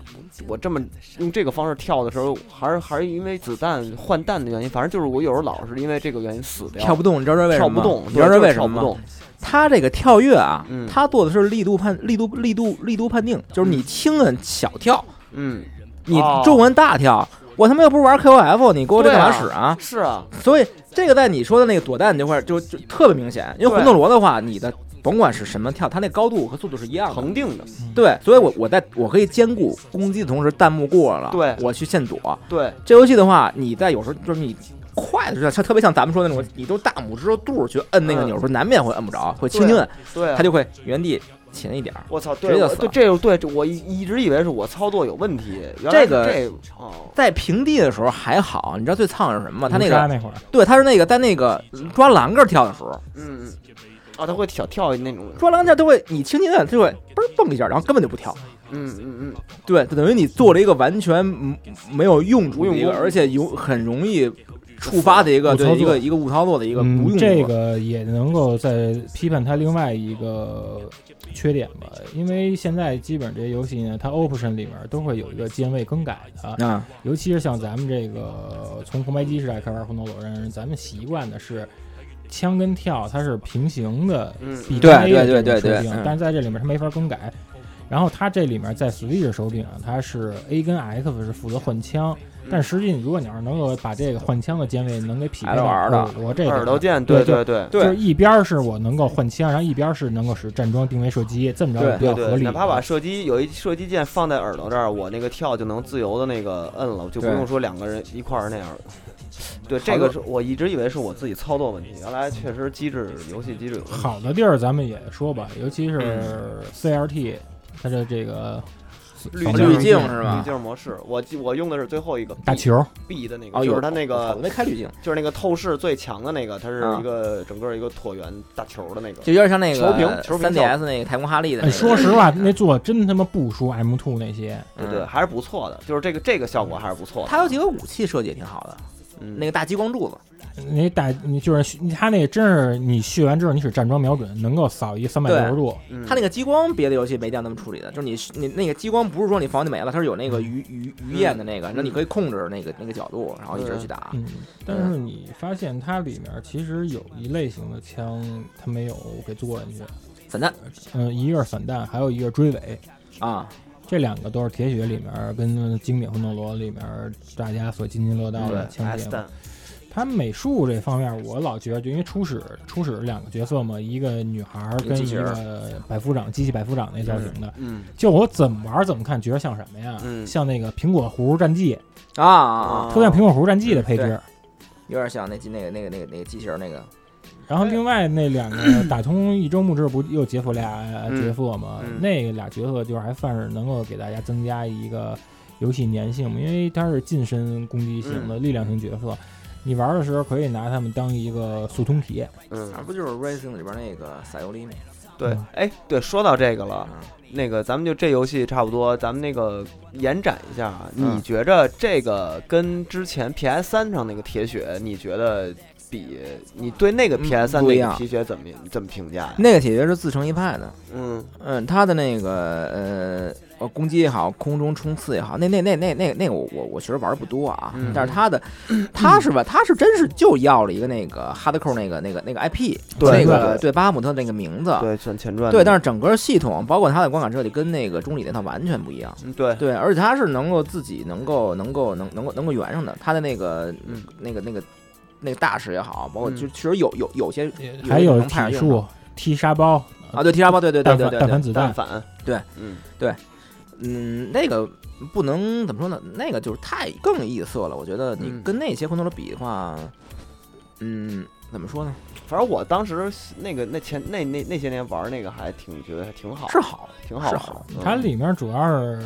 [SPEAKER 1] 我这么用这个方式跳的时候，还是还是因为子弹换弹的原因，反正就是我有时候老是因为这个原因死掉，
[SPEAKER 6] 跳不动，你知道这为什
[SPEAKER 1] 跳不
[SPEAKER 6] 么吗？
[SPEAKER 1] 动，
[SPEAKER 6] 你知道这
[SPEAKER 1] 对
[SPEAKER 6] 为
[SPEAKER 1] 就是
[SPEAKER 6] 什么
[SPEAKER 1] 跳不
[SPEAKER 6] 吗？
[SPEAKER 1] 动？
[SPEAKER 6] 他这个跳跃啊
[SPEAKER 1] 嗯，
[SPEAKER 6] 他做的是力度判力度力度力度判定，就是你轻摁小跳，
[SPEAKER 1] 嗯，
[SPEAKER 6] 你
[SPEAKER 1] 哦
[SPEAKER 6] 重摁大跳。我他妈又不是玩 KOF，你给我这干嘛使
[SPEAKER 1] 对
[SPEAKER 6] 啊？
[SPEAKER 1] 是啊，
[SPEAKER 6] 所以这个在你说的那个躲弹这块儿就就特别明显，因为
[SPEAKER 1] 对
[SPEAKER 6] 魂斗罗的话，你的甭管是什么跳，它那高度和速度是一样的。
[SPEAKER 1] 恒定的，
[SPEAKER 6] 对，所以我我在我可以兼顾攻击的同时，弹幕过了，
[SPEAKER 1] 对
[SPEAKER 6] 我去现躲。
[SPEAKER 1] 对
[SPEAKER 6] 这游戏的话，你在有时候就是你快的时候，像特别像咱们说的那种，你都大拇指头肚儿去摁那个
[SPEAKER 1] 嗯
[SPEAKER 6] 钮儿，时候难免会摁不着，会轻轻摁，
[SPEAKER 1] 对啊
[SPEAKER 6] 它。就会原地前一点儿。
[SPEAKER 1] 我操！
[SPEAKER 6] 直
[SPEAKER 1] 对，
[SPEAKER 6] 接
[SPEAKER 1] 我
[SPEAKER 6] 死
[SPEAKER 1] 对
[SPEAKER 6] 了
[SPEAKER 1] 这个对，这我一一直以为是我操作有问题，原来是
[SPEAKER 6] 这个
[SPEAKER 1] 这哦，
[SPEAKER 6] 在平地的时候还好，你知道最烫的是什么吗？他那
[SPEAKER 3] 卢莎
[SPEAKER 6] 个
[SPEAKER 3] 那会儿
[SPEAKER 6] 对，他是那个在那个抓栏杆儿跳的时候，
[SPEAKER 1] 嗯，嗯啊，他会小跳那种，
[SPEAKER 6] 抓栏杆儿都会你轻轻摁，就会嘣儿蹦一下，然后根本就不跳。
[SPEAKER 1] 嗯嗯嗯，
[SPEAKER 6] 对，就等于你做了一个完全嗯没有用处的一
[SPEAKER 1] 无用
[SPEAKER 6] 个，
[SPEAKER 1] 功
[SPEAKER 6] 而且有很容易触发的一个
[SPEAKER 3] 误操
[SPEAKER 6] 对
[SPEAKER 3] 作
[SPEAKER 6] 一个一个误操作的一个不
[SPEAKER 3] 嗯，
[SPEAKER 6] 用
[SPEAKER 3] 这
[SPEAKER 6] 处。
[SPEAKER 3] 个也能够再批判它另外一个缺点吧，因为现在基本这些游戏呢，它 option 里面都会有一个键位更改的，
[SPEAKER 6] 啊，
[SPEAKER 3] 尤其是像咱们这个从红白机时代开始玩魂斗罗的人，咱们习惯的是枪跟跳它是平行的
[SPEAKER 1] 嗯
[SPEAKER 3] B
[SPEAKER 6] 对
[SPEAKER 3] A
[SPEAKER 6] 对
[SPEAKER 3] 的这种
[SPEAKER 6] 对对
[SPEAKER 3] 设
[SPEAKER 6] 对
[SPEAKER 3] 定
[SPEAKER 6] 嗯，
[SPEAKER 3] 但是在这里面它没法更改。然后它这里面在 Switch 手柄上，它是 A 跟 X 是负责换枪，
[SPEAKER 6] 嗯
[SPEAKER 3] 但实际如果你要是能够把这个换枪的键位能给匹配到
[SPEAKER 6] LR 的
[SPEAKER 3] 我这个
[SPEAKER 1] 耳朵键，
[SPEAKER 3] 对
[SPEAKER 1] 对对，
[SPEAKER 6] 对
[SPEAKER 3] 就是一边儿是我能够换枪，然后一边儿是能够使站桩定位射击，这么着
[SPEAKER 6] 对
[SPEAKER 3] 比较
[SPEAKER 1] 对
[SPEAKER 3] 合
[SPEAKER 1] 对，
[SPEAKER 3] 理。
[SPEAKER 1] 哪怕
[SPEAKER 6] 啊
[SPEAKER 1] 把射击有一射击键放在耳朵这儿，我那个跳就能自由的那个摁了，就不
[SPEAKER 6] 对
[SPEAKER 1] 用说两个人一块儿那样了。对，这个是我一直以为是我自己操作问题，原来确实机制游戏机制有问题。
[SPEAKER 3] 好的地儿咱们也说吧，尤其是 CLT，它的这个
[SPEAKER 1] 滤
[SPEAKER 3] 扫
[SPEAKER 1] 镜
[SPEAKER 3] 描
[SPEAKER 6] 滤镜是吧
[SPEAKER 1] 滤镜模式，我记我用的是最后一个
[SPEAKER 3] 打
[SPEAKER 1] B-
[SPEAKER 3] 球，
[SPEAKER 1] B 的那
[SPEAKER 6] 哦
[SPEAKER 1] 个，
[SPEAKER 6] 有
[SPEAKER 1] 就是它那
[SPEAKER 6] 我
[SPEAKER 1] 个
[SPEAKER 6] 没开滤镜，
[SPEAKER 1] 就是那个透视最强的那个，它是
[SPEAKER 6] 啊
[SPEAKER 1] 一个整个一个椭圆大球的那个。
[SPEAKER 6] 就有点像那
[SPEAKER 1] 球屏
[SPEAKER 6] 个
[SPEAKER 1] 球屏
[SPEAKER 6] 三 DS 那个太空哈利的
[SPEAKER 3] 哎
[SPEAKER 6] 那个。
[SPEAKER 3] 说实话，那做真他妈不输 M two 那些。
[SPEAKER 1] 对
[SPEAKER 6] 嗯
[SPEAKER 1] 对，，还是不错的，就是这个这个效果还是不错的。
[SPEAKER 6] 它有几个武器设计也挺好的，
[SPEAKER 1] 嗯
[SPEAKER 6] 那个大激光柱子，
[SPEAKER 3] 你打你就是他那真是你续完之后，你使站桩瞄准，能够扫一三百六十度。
[SPEAKER 1] 嗯
[SPEAKER 6] 它那个激光别的游戏没掉那么处理的，就是你你那个激光不是说你房就没了，它是有那个鱼鱼鱼焰的那个，那你可以控制那个那个角度，然后一直去打。
[SPEAKER 3] 嗯，但是你发现它里面其实有一类型的枪，它没有给做进去。
[SPEAKER 6] 散弹
[SPEAKER 3] 嗯，一个是散弹，还有一个是追尾，
[SPEAKER 6] 啊，
[SPEAKER 3] 这两个都是铁血里面跟经典魂斗罗里面大家所津津乐道
[SPEAKER 6] 嗯
[SPEAKER 3] 的
[SPEAKER 1] 对
[SPEAKER 3] 枪
[SPEAKER 1] S
[SPEAKER 3] 械
[SPEAKER 1] 弹
[SPEAKER 3] 嘛。，它美术这方面，我老觉得，就因为初始初始两个角色嘛，一个女孩儿
[SPEAKER 6] 一个
[SPEAKER 3] 跟
[SPEAKER 6] 机
[SPEAKER 3] 一
[SPEAKER 6] 器人
[SPEAKER 3] 个百夫长机器百夫长那造型的，
[SPEAKER 1] 嗯
[SPEAKER 3] 就我怎么玩儿怎么看觉得像什么呀？
[SPEAKER 1] 嗯
[SPEAKER 3] 像那个苹果葫芦战记，
[SPEAKER 6] 啊啊啊，
[SPEAKER 3] 特像苹果葫芦战记的配置。
[SPEAKER 6] 对有点像那那个那个那个那个机器人那个
[SPEAKER 3] 然后另外那 两个打通一周目之后，不又解锁俩角色吗？
[SPEAKER 1] 嗯嗯
[SPEAKER 3] 那俩角色就是还算是能够给大家增加一个游戏粘性嘛，因为它是近身攻击型
[SPEAKER 1] 嗯
[SPEAKER 3] 的力量型角色，你玩的时候可以拿它们当一个速通体。
[SPEAKER 1] 嗯
[SPEAKER 6] 啊，，不就是 Racing 里边那个赛尤利吗？
[SPEAKER 1] 对
[SPEAKER 3] 嗯，
[SPEAKER 1] 哎，对，说到这个了，
[SPEAKER 6] 啊，
[SPEAKER 1] 那个咱们就这游戏差不多，咱们那个延展一下啊，
[SPEAKER 6] 嗯
[SPEAKER 1] 你觉着这个跟之前 PS 三上那个铁血，你觉得比，你对那个
[SPEAKER 6] 嗯
[SPEAKER 1] PS 三
[SPEAKER 6] 不一
[SPEAKER 1] 那个
[SPEAKER 6] 样
[SPEAKER 1] 皮鞋怎么怎么评价呀？
[SPEAKER 6] 那个铁拳是自成一派的，
[SPEAKER 1] 嗯，
[SPEAKER 6] 嗯，他的那个呃呃攻击也好，空中冲刺也好，那那那那那那个我我我其实玩不多啊，
[SPEAKER 1] 嗯
[SPEAKER 6] 但是他的他是吧，他是真是就要了一个那个哈德扣那个那个那个 IP，
[SPEAKER 1] 对
[SPEAKER 6] 那个
[SPEAKER 1] 对
[SPEAKER 6] 对巴哈姆特那个名字，
[SPEAKER 1] 对，算前传的。
[SPEAKER 6] 对，但是整个系统包括它的观感设计跟那个中里那套完全不一样。
[SPEAKER 1] 嗯对
[SPEAKER 6] 对，而且它是能够自己能够能够能能够能够圆上的，它的那个、
[SPEAKER 1] 嗯
[SPEAKER 6] 那个那个那个大师也好，包括就
[SPEAKER 1] 嗯
[SPEAKER 6] 确实有有有些
[SPEAKER 3] 还
[SPEAKER 6] 有
[SPEAKER 3] 有
[SPEAKER 6] 能派
[SPEAKER 3] 体
[SPEAKER 6] 上
[SPEAKER 3] 术、踢沙包、
[SPEAKER 6] 啊，对 T 沙包，对对对
[SPEAKER 3] 弹
[SPEAKER 6] 对
[SPEAKER 3] 反
[SPEAKER 6] 对
[SPEAKER 3] 弹
[SPEAKER 6] 对
[SPEAKER 3] 反，子
[SPEAKER 1] 但
[SPEAKER 3] 弹，
[SPEAKER 1] 反
[SPEAKER 6] 对，
[SPEAKER 1] 嗯
[SPEAKER 6] 嗯，那个不能怎么说呢？那个就是太更异色了，我觉得你
[SPEAKER 1] 嗯
[SPEAKER 6] 跟那些魂斗罗比的话，嗯，怎么说呢？
[SPEAKER 1] 反正我当时那个那前那那那些年玩那个还挺觉得还挺好，
[SPEAKER 6] 是好，
[SPEAKER 1] 挺好
[SPEAKER 6] 是
[SPEAKER 1] 玩
[SPEAKER 6] 好
[SPEAKER 1] 的。
[SPEAKER 3] 它
[SPEAKER 1] 嗯
[SPEAKER 3] 里面主要是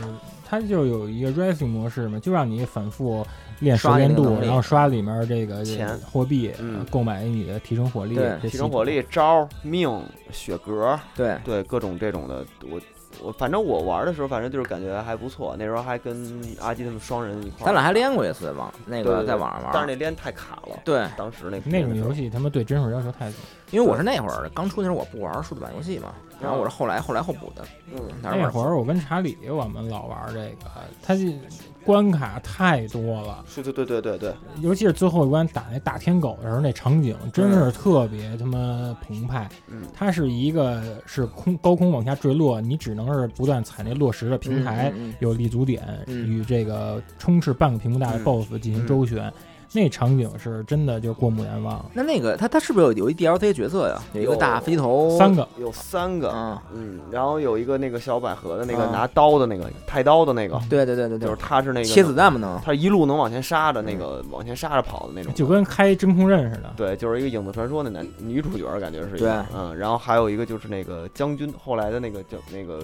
[SPEAKER 3] 它就有一个 racing 模式嘛，就让你反复练熟
[SPEAKER 6] 刷
[SPEAKER 3] 练
[SPEAKER 6] 那个
[SPEAKER 3] 度，
[SPEAKER 6] 能力
[SPEAKER 3] 然后刷里面这个
[SPEAKER 1] 钱
[SPEAKER 3] 货币，
[SPEAKER 1] 嗯
[SPEAKER 3] 呃购买你的提升火力，
[SPEAKER 6] 对
[SPEAKER 3] 这
[SPEAKER 1] 提
[SPEAKER 3] 系
[SPEAKER 1] 升
[SPEAKER 3] 统
[SPEAKER 1] 火力、招儿命、血格，
[SPEAKER 6] 对，
[SPEAKER 1] 对各种这种的，我我反正我玩的时候，反正就是感觉还不错。那时候还跟阿基他们双人一块儿，
[SPEAKER 6] 咱俩还练过一次网
[SPEAKER 1] 对
[SPEAKER 6] 那个
[SPEAKER 1] 对
[SPEAKER 6] 在
[SPEAKER 1] 对
[SPEAKER 6] 网上玩
[SPEAKER 1] 但是
[SPEAKER 6] 儿，
[SPEAKER 1] 那连太卡了，
[SPEAKER 6] 对，
[SPEAKER 1] 当时那
[SPEAKER 3] 那种游
[SPEAKER 1] 戏，
[SPEAKER 3] 戏他们对帧数要求太高，
[SPEAKER 6] 因为我是那会儿刚出那时候我不玩数字版游戏嘛，然后我是后来后来后补的，
[SPEAKER 1] 嗯，
[SPEAKER 6] 哪
[SPEAKER 3] 那
[SPEAKER 6] 玩
[SPEAKER 3] 会儿我跟查理我们老玩这个，它这关卡太多了，
[SPEAKER 1] 是，对对对对对，
[SPEAKER 3] 尤其是最后一关打那大天狗的时候，那场景真是特别他妈澎湃。
[SPEAKER 1] 嗯
[SPEAKER 3] 它是一个是空高空往下坠落，你只能是不断踩那落石的平台，
[SPEAKER 6] 嗯嗯嗯
[SPEAKER 3] 有立足点，
[SPEAKER 6] 嗯
[SPEAKER 3] 与这个充斥半个屏幕大的
[SPEAKER 1] 嗯
[SPEAKER 3] BOSS 进行周旋。那场景是真的就过目难忘，
[SPEAKER 6] 那那个他他是不是有有一 DLC 角色呀？有一个
[SPEAKER 1] 有
[SPEAKER 6] 大飞头，
[SPEAKER 3] 三个
[SPEAKER 1] 有三个，
[SPEAKER 6] 啊，
[SPEAKER 1] 嗯，然后有一个那个小百合的那个
[SPEAKER 6] 啊
[SPEAKER 1] 拿刀的那个太刀的那个，
[SPEAKER 6] 对对对对对，
[SPEAKER 1] 就是他是那个
[SPEAKER 6] 嗯切子弹嘛能，
[SPEAKER 1] 他一路能往前杀的那个，往前杀着跑的那种，
[SPEAKER 3] 就跟开真空刃似的。
[SPEAKER 1] 对，就是一个影子传说那男女主角儿感觉是一样，嗯，然后还有一个就是那个将军后来的那个叫那个，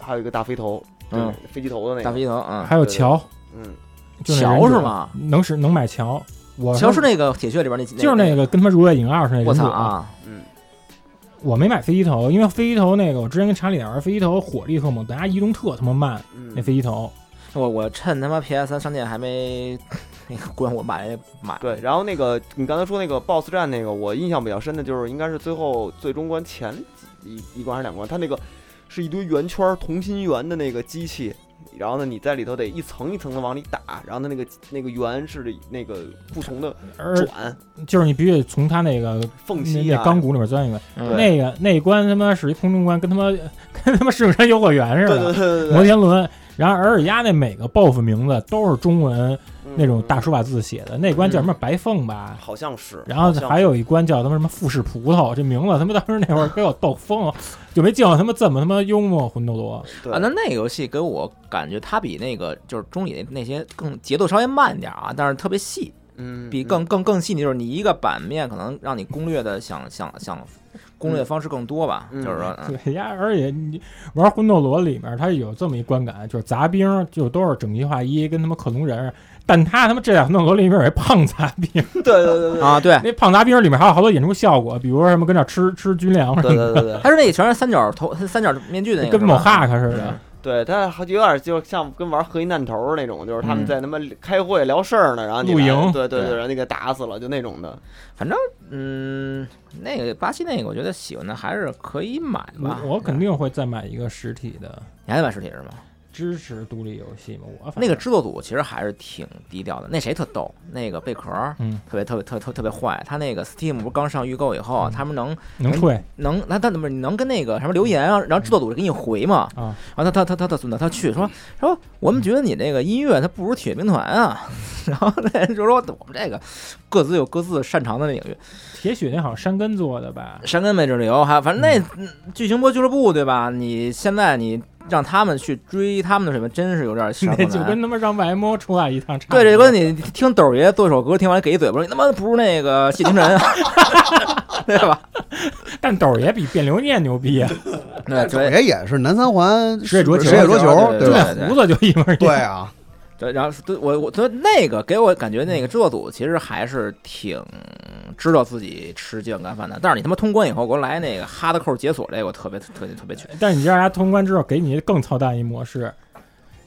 [SPEAKER 1] 还有一个大飞头，就是
[SPEAKER 6] 嗯
[SPEAKER 1] 飞机头的那
[SPEAKER 6] 大
[SPEAKER 1] 个，
[SPEAKER 6] 飞头，嗯，
[SPEAKER 3] 还有
[SPEAKER 1] 对对
[SPEAKER 3] 桥，
[SPEAKER 1] 嗯，
[SPEAKER 3] 就那
[SPEAKER 6] 乔
[SPEAKER 3] 忍者
[SPEAKER 6] 是吗？
[SPEAKER 3] 能使能买桥，我
[SPEAKER 6] 乔是那个铁血里边那，
[SPEAKER 3] 就是那
[SPEAKER 6] 个，
[SPEAKER 3] 个跟他妈如月影二似的。
[SPEAKER 6] 我操！啊，
[SPEAKER 1] 嗯
[SPEAKER 3] 我没买飞机头，因为飞机头那个我之前跟查理玩，飞机头火力特猛，大家移动特他妈慢。
[SPEAKER 1] 嗯
[SPEAKER 3] 那飞机头
[SPEAKER 6] 我我趁他妈 PS 三商店还没 那个关，我买了买，
[SPEAKER 1] 对，然后那个你刚才说那个 BOSS 战那个，我印象比较深的就是应该是最后最终关前一一关还是两关，它那个是一堆圆圈儿同心圆的那个机器，然后呢你在里头得一层一层的往里打，然后它那个那个圆是那个不同的
[SPEAKER 3] 而
[SPEAKER 1] 转
[SPEAKER 3] 就是你必须得从他那个
[SPEAKER 1] 缝
[SPEAKER 3] 那
[SPEAKER 1] 隙啊，
[SPEAKER 3] 那钢骨里面钻一个，
[SPEAKER 6] 嗯
[SPEAKER 3] 那个那一关他妈是一空中关，跟他妈 跟他妈圣山游乐园似
[SPEAKER 1] 对对
[SPEAKER 3] 的，
[SPEAKER 1] 对对
[SPEAKER 3] 摩
[SPEAKER 1] 对，
[SPEAKER 3] 天轮。然后尔尔鸭那每个 BOSS 名字都是中文那种大
[SPEAKER 1] 嗯
[SPEAKER 3] 书法字写的，那关叫什么白凤吧？
[SPEAKER 1] 好像是，
[SPEAKER 3] 然后
[SPEAKER 1] 好像
[SPEAKER 3] 还有一关叫他妈什么富士葡萄，这名字他妈当时那会儿给我逗疯了，就没见过他妈这么他妈幽默魂斗罗。
[SPEAKER 1] 对
[SPEAKER 6] 啊，那那个游戏给我感觉它比那个就是中里那那些更节奏稍微慢一点啊，但是特别细，
[SPEAKER 1] 嗯
[SPEAKER 6] 比
[SPEAKER 1] 嗯
[SPEAKER 6] 更更更细腻，就是你一个版面可能让你攻略的想想想攻略的方式更多吧，
[SPEAKER 1] 嗯
[SPEAKER 6] 就是说，嗯
[SPEAKER 3] 对呀，而且你玩魂斗罗里面，它有这么一观感，就是杂兵就都是整齐划一，跟他妈克隆人似的。但他他妈这俩魂斗罗里面有一胖杂兵，
[SPEAKER 1] 嗯对对对对
[SPEAKER 6] 啊， 对，
[SPEAKER 3] 那胖杂兵里面还有好多演出效果，比如说什么跟那吃吃军粮什
[SPEAKER 1] 对
[SPEAKER 3] 么
[SPEAKER 1] 对对对
[SPEAKER 6] 它是那个全是三角头三角面具的那
[SPEAKER 3] 的，
[SPEAKER 6] 个，
[SPEAKER 3] 跟某哈
[SPEAKER 6] 哈
[SPEAKER 3] 克似的。
[SPEAKER 1] 对，他还有点就像跟玩合一难头儿那种，就是他们
[SPEAKER 6] 嗯
[SPEAKER 1] 在他妈开会聊事儿呢，然后你
[SPEAKER 3] 露
[SPEAKER 1] 来
[SPEAKER 3] 营
[SPEAKER 1] 对对对，
[SPEAKER 6] 对
[SPEAKER 1] 然后你给打死了，就那种的。
[SPEAKER 6] 反正嗯，那个巴西那个我觉得喜欢的还是可以买吧，
[SPEAKER 3] 我我肯定会再买一个实体的
[SPEAKER 6] 你还得买实体是吗？
[SPEAKER 3] 支持独立游戏嘛，我反
[SPEAKER 6] 那个
[SPEAKER 3] 正
[SPEAKER 6] 制作组其实还是挺低调的。那谁特逗，那个贝壳儿
[SPEAKER 3] 嗯
[SPEAKER 6] 特别特别特特特别坏。他那个 Steam 不是刚上预购以
[SPEAKER 3] 嗯
[SPEAKER 6] 后，他们能
[SPEAKER 3] 能退
[SPEAKER 6] 能那他不是你能跟那个什么留言啊，然后制作组就给你回嘛。
[SPEAKER 3] 啊，
[SPEAKER 6] 然后他他他他他他去说说我们觉得你那个音乐它不如铁血兵团啊。 然后那人就说我们这个各自有各自擅长的领域，
[SPEAKER 3] 铁血那好像山根做的吧？
[SPEAKER 6] 山根美智流，还有反正那嗯剧情波俱乐部对吧？你现在你让他们去追他们的水平，真是有点儿 想
[SPEAKER 3] 那
[SPEAKER 6] 不
[SPEAKER 3] 就
[SPEAKER 6] 来
[SPEAKER 3] 跟他妈让外摸出来一趟差不多。
[SPEAKER 6] 对，这跟你听斗爷做首歌，听完给一嘴巴，你他妈不如那个谢霆辰啊， 对吧？
[SPEAKER 3] 但斗儿也比变流念牛逼啊！
[SPEAKER 6] 对
[SPEAKER 2] 九
[SPEAKER 6] 对
[SPEAKER 2] 爷也是南三环
[SPEAKER 3] 谁也桌球
[SPEAKER 2] 谁也桌
[SPEAKER 6] 对
[SPEAKER 2] 球，
[SPEAKER 3] 就
[SPEAKER 2] 对
[SPEAKER 3] 那
[SPEAKER 2] 吧
[SPEAKER 3] 胡子就一模一样。
[SPEAKER 2] 对啊，
[SPEAKER 6] 对，然后对我我觉得那个给我感觉那个制作组其实还是挺知道自己吃鸡干饭的，但是你他妈通关以后给我来那个哈德扣解锁这个，我特别特别特别缺。
[SPEAKER 3] 但是你知道，他通关之后给你更操蛋一模式，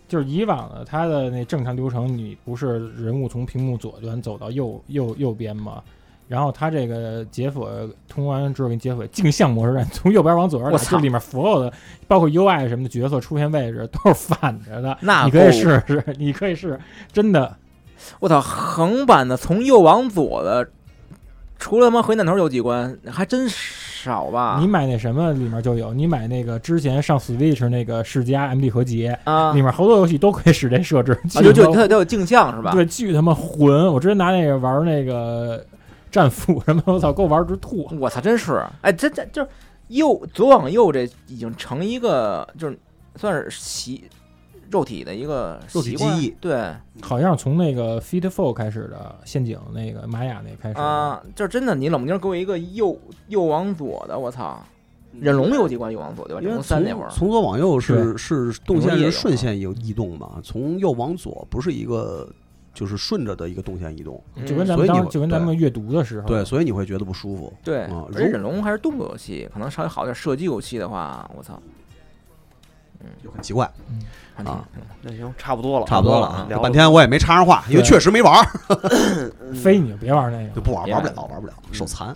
[SPEAKER 3] 就是以往的它的那正常流程，你不是人物从屏幕左端走到右右右边吗？然后它这个解锁通关之后给你解锁镜像模式 战，从右边往左边打，
[SPEAKER 6] 我操
[SPEAKER 3] 就里面所有的包括 UI 什么的角色出现位置都是反着的。
[SPEAKER 6] 那
[SPEAKER 3] 你可以
[SPEAKER 6] 够
[SPEAKER 3] 试试，你可以试，真的
[SPEAKER 6] 我操，横版的从右往左的，除了他妈回弹头有几关，还真少吧
[SPEAKER 3] 你？买那什么里面就有，你买那个之前上 Switch 那个世嘉 MD 合集，
[SPEAKER 6] 啊
[SPEAKER 3] 里面好多游戏都可以使这设置，
[SPEAKER 6] 啊，就
[SPEAKER 3] 巨
[SPEAKER 6] 就
[SPEAKER 3] 他妈
[SPEAKER 6] 它它有镜像是吧？
[SPEAKER 3] 对，巨他妈混！我之前拿那个玩那个战斧什么，我操，给我玩直吐。
[SPEAKER 6] 我操，真是，哎，这这就是右左往右这已经成一个就是算是习肉体的一个
[SPEAKER 2] 肉
[SPEAKER 6] 习
[SPEAKER 2] 体
[SPEAKER 6] 惯
[SPEAKER 2] 记忆
[SPEAKER 6] 对
[SPEAKER 3] 好像从那个 Fit Four 开始的陷阱那个玛雅那开始，
[SPEAKER 6] 啊，就是真的，你冷不丁给我一个右右往左的，我操！忍龙有几关右往左对吧？
[SPEAKER 2] 因
[SPEAKER 6] 忍
[SPEAKER 2] 为
[SPEAKER 6] 龙三那会
[SPEAKER 2] 从
[SPEAKER 6] 儿
[SPEAKER 2] 从左往右是是动线
[SPEAKER 6] 容易有
[SPEAKER 2] 是顺线有移动嘛，从右往左不是一个就是顺着的一个动线移动，
[SPEAKER 6] 嗯
[SPEAKER 3] 就跟咱
[SPEAKER 2] 嗯所
[SPEAKER 3] 们
[SPEAKER 2] 以你
[SPEAKER 3] 当
[SPEAKER 2] 会
[SPEAKER 3] 就跟咱们阅读的
[SPEAKER 1] 嗯
[SPEAKER 3] 时候，
[SPEAKER 2] 对， 所以你会觉得不舒服。
[SPEAKER 6] 对
[SPEAKER 2] 啊，
[SPEAKER 6] 而且
[SPEAKER 2] 如
[SPEAKER 6] 忍龙还是动作游戏，可能稍微好点。射击游戏的话，我操，
[SPEAKER 2] 就很奇怪，
[SPEAKER 6] 还挺
[SPEAKER 2] 啊
[SPEAKER 1] 那行，差不多了，
[SPEAKER 2] 差不多了
[SPEAKER 1] 啊
[SPEAKER 2] 啊，
[SPEAKER 1] 聊
[SPEAKER 2] 这
[SPEAKER 1] 了
[SPEAKER 2] 半天我也没插上话，因为
[SPEAKER 3] 对
[SPEAKER 2] 确实没玩儿，
[SPEAKER 3] 非你就别玩那
[SPEAKER 2] 就
[SPEAKER 3] 个。
[SPEAKER 2] 不玩儿，
[SPEAKER 6] 别
[SPEAKER 2] 玩不
[SPEAKER 6] 玩
[SPEAKER 2] 了，玩不了，手残。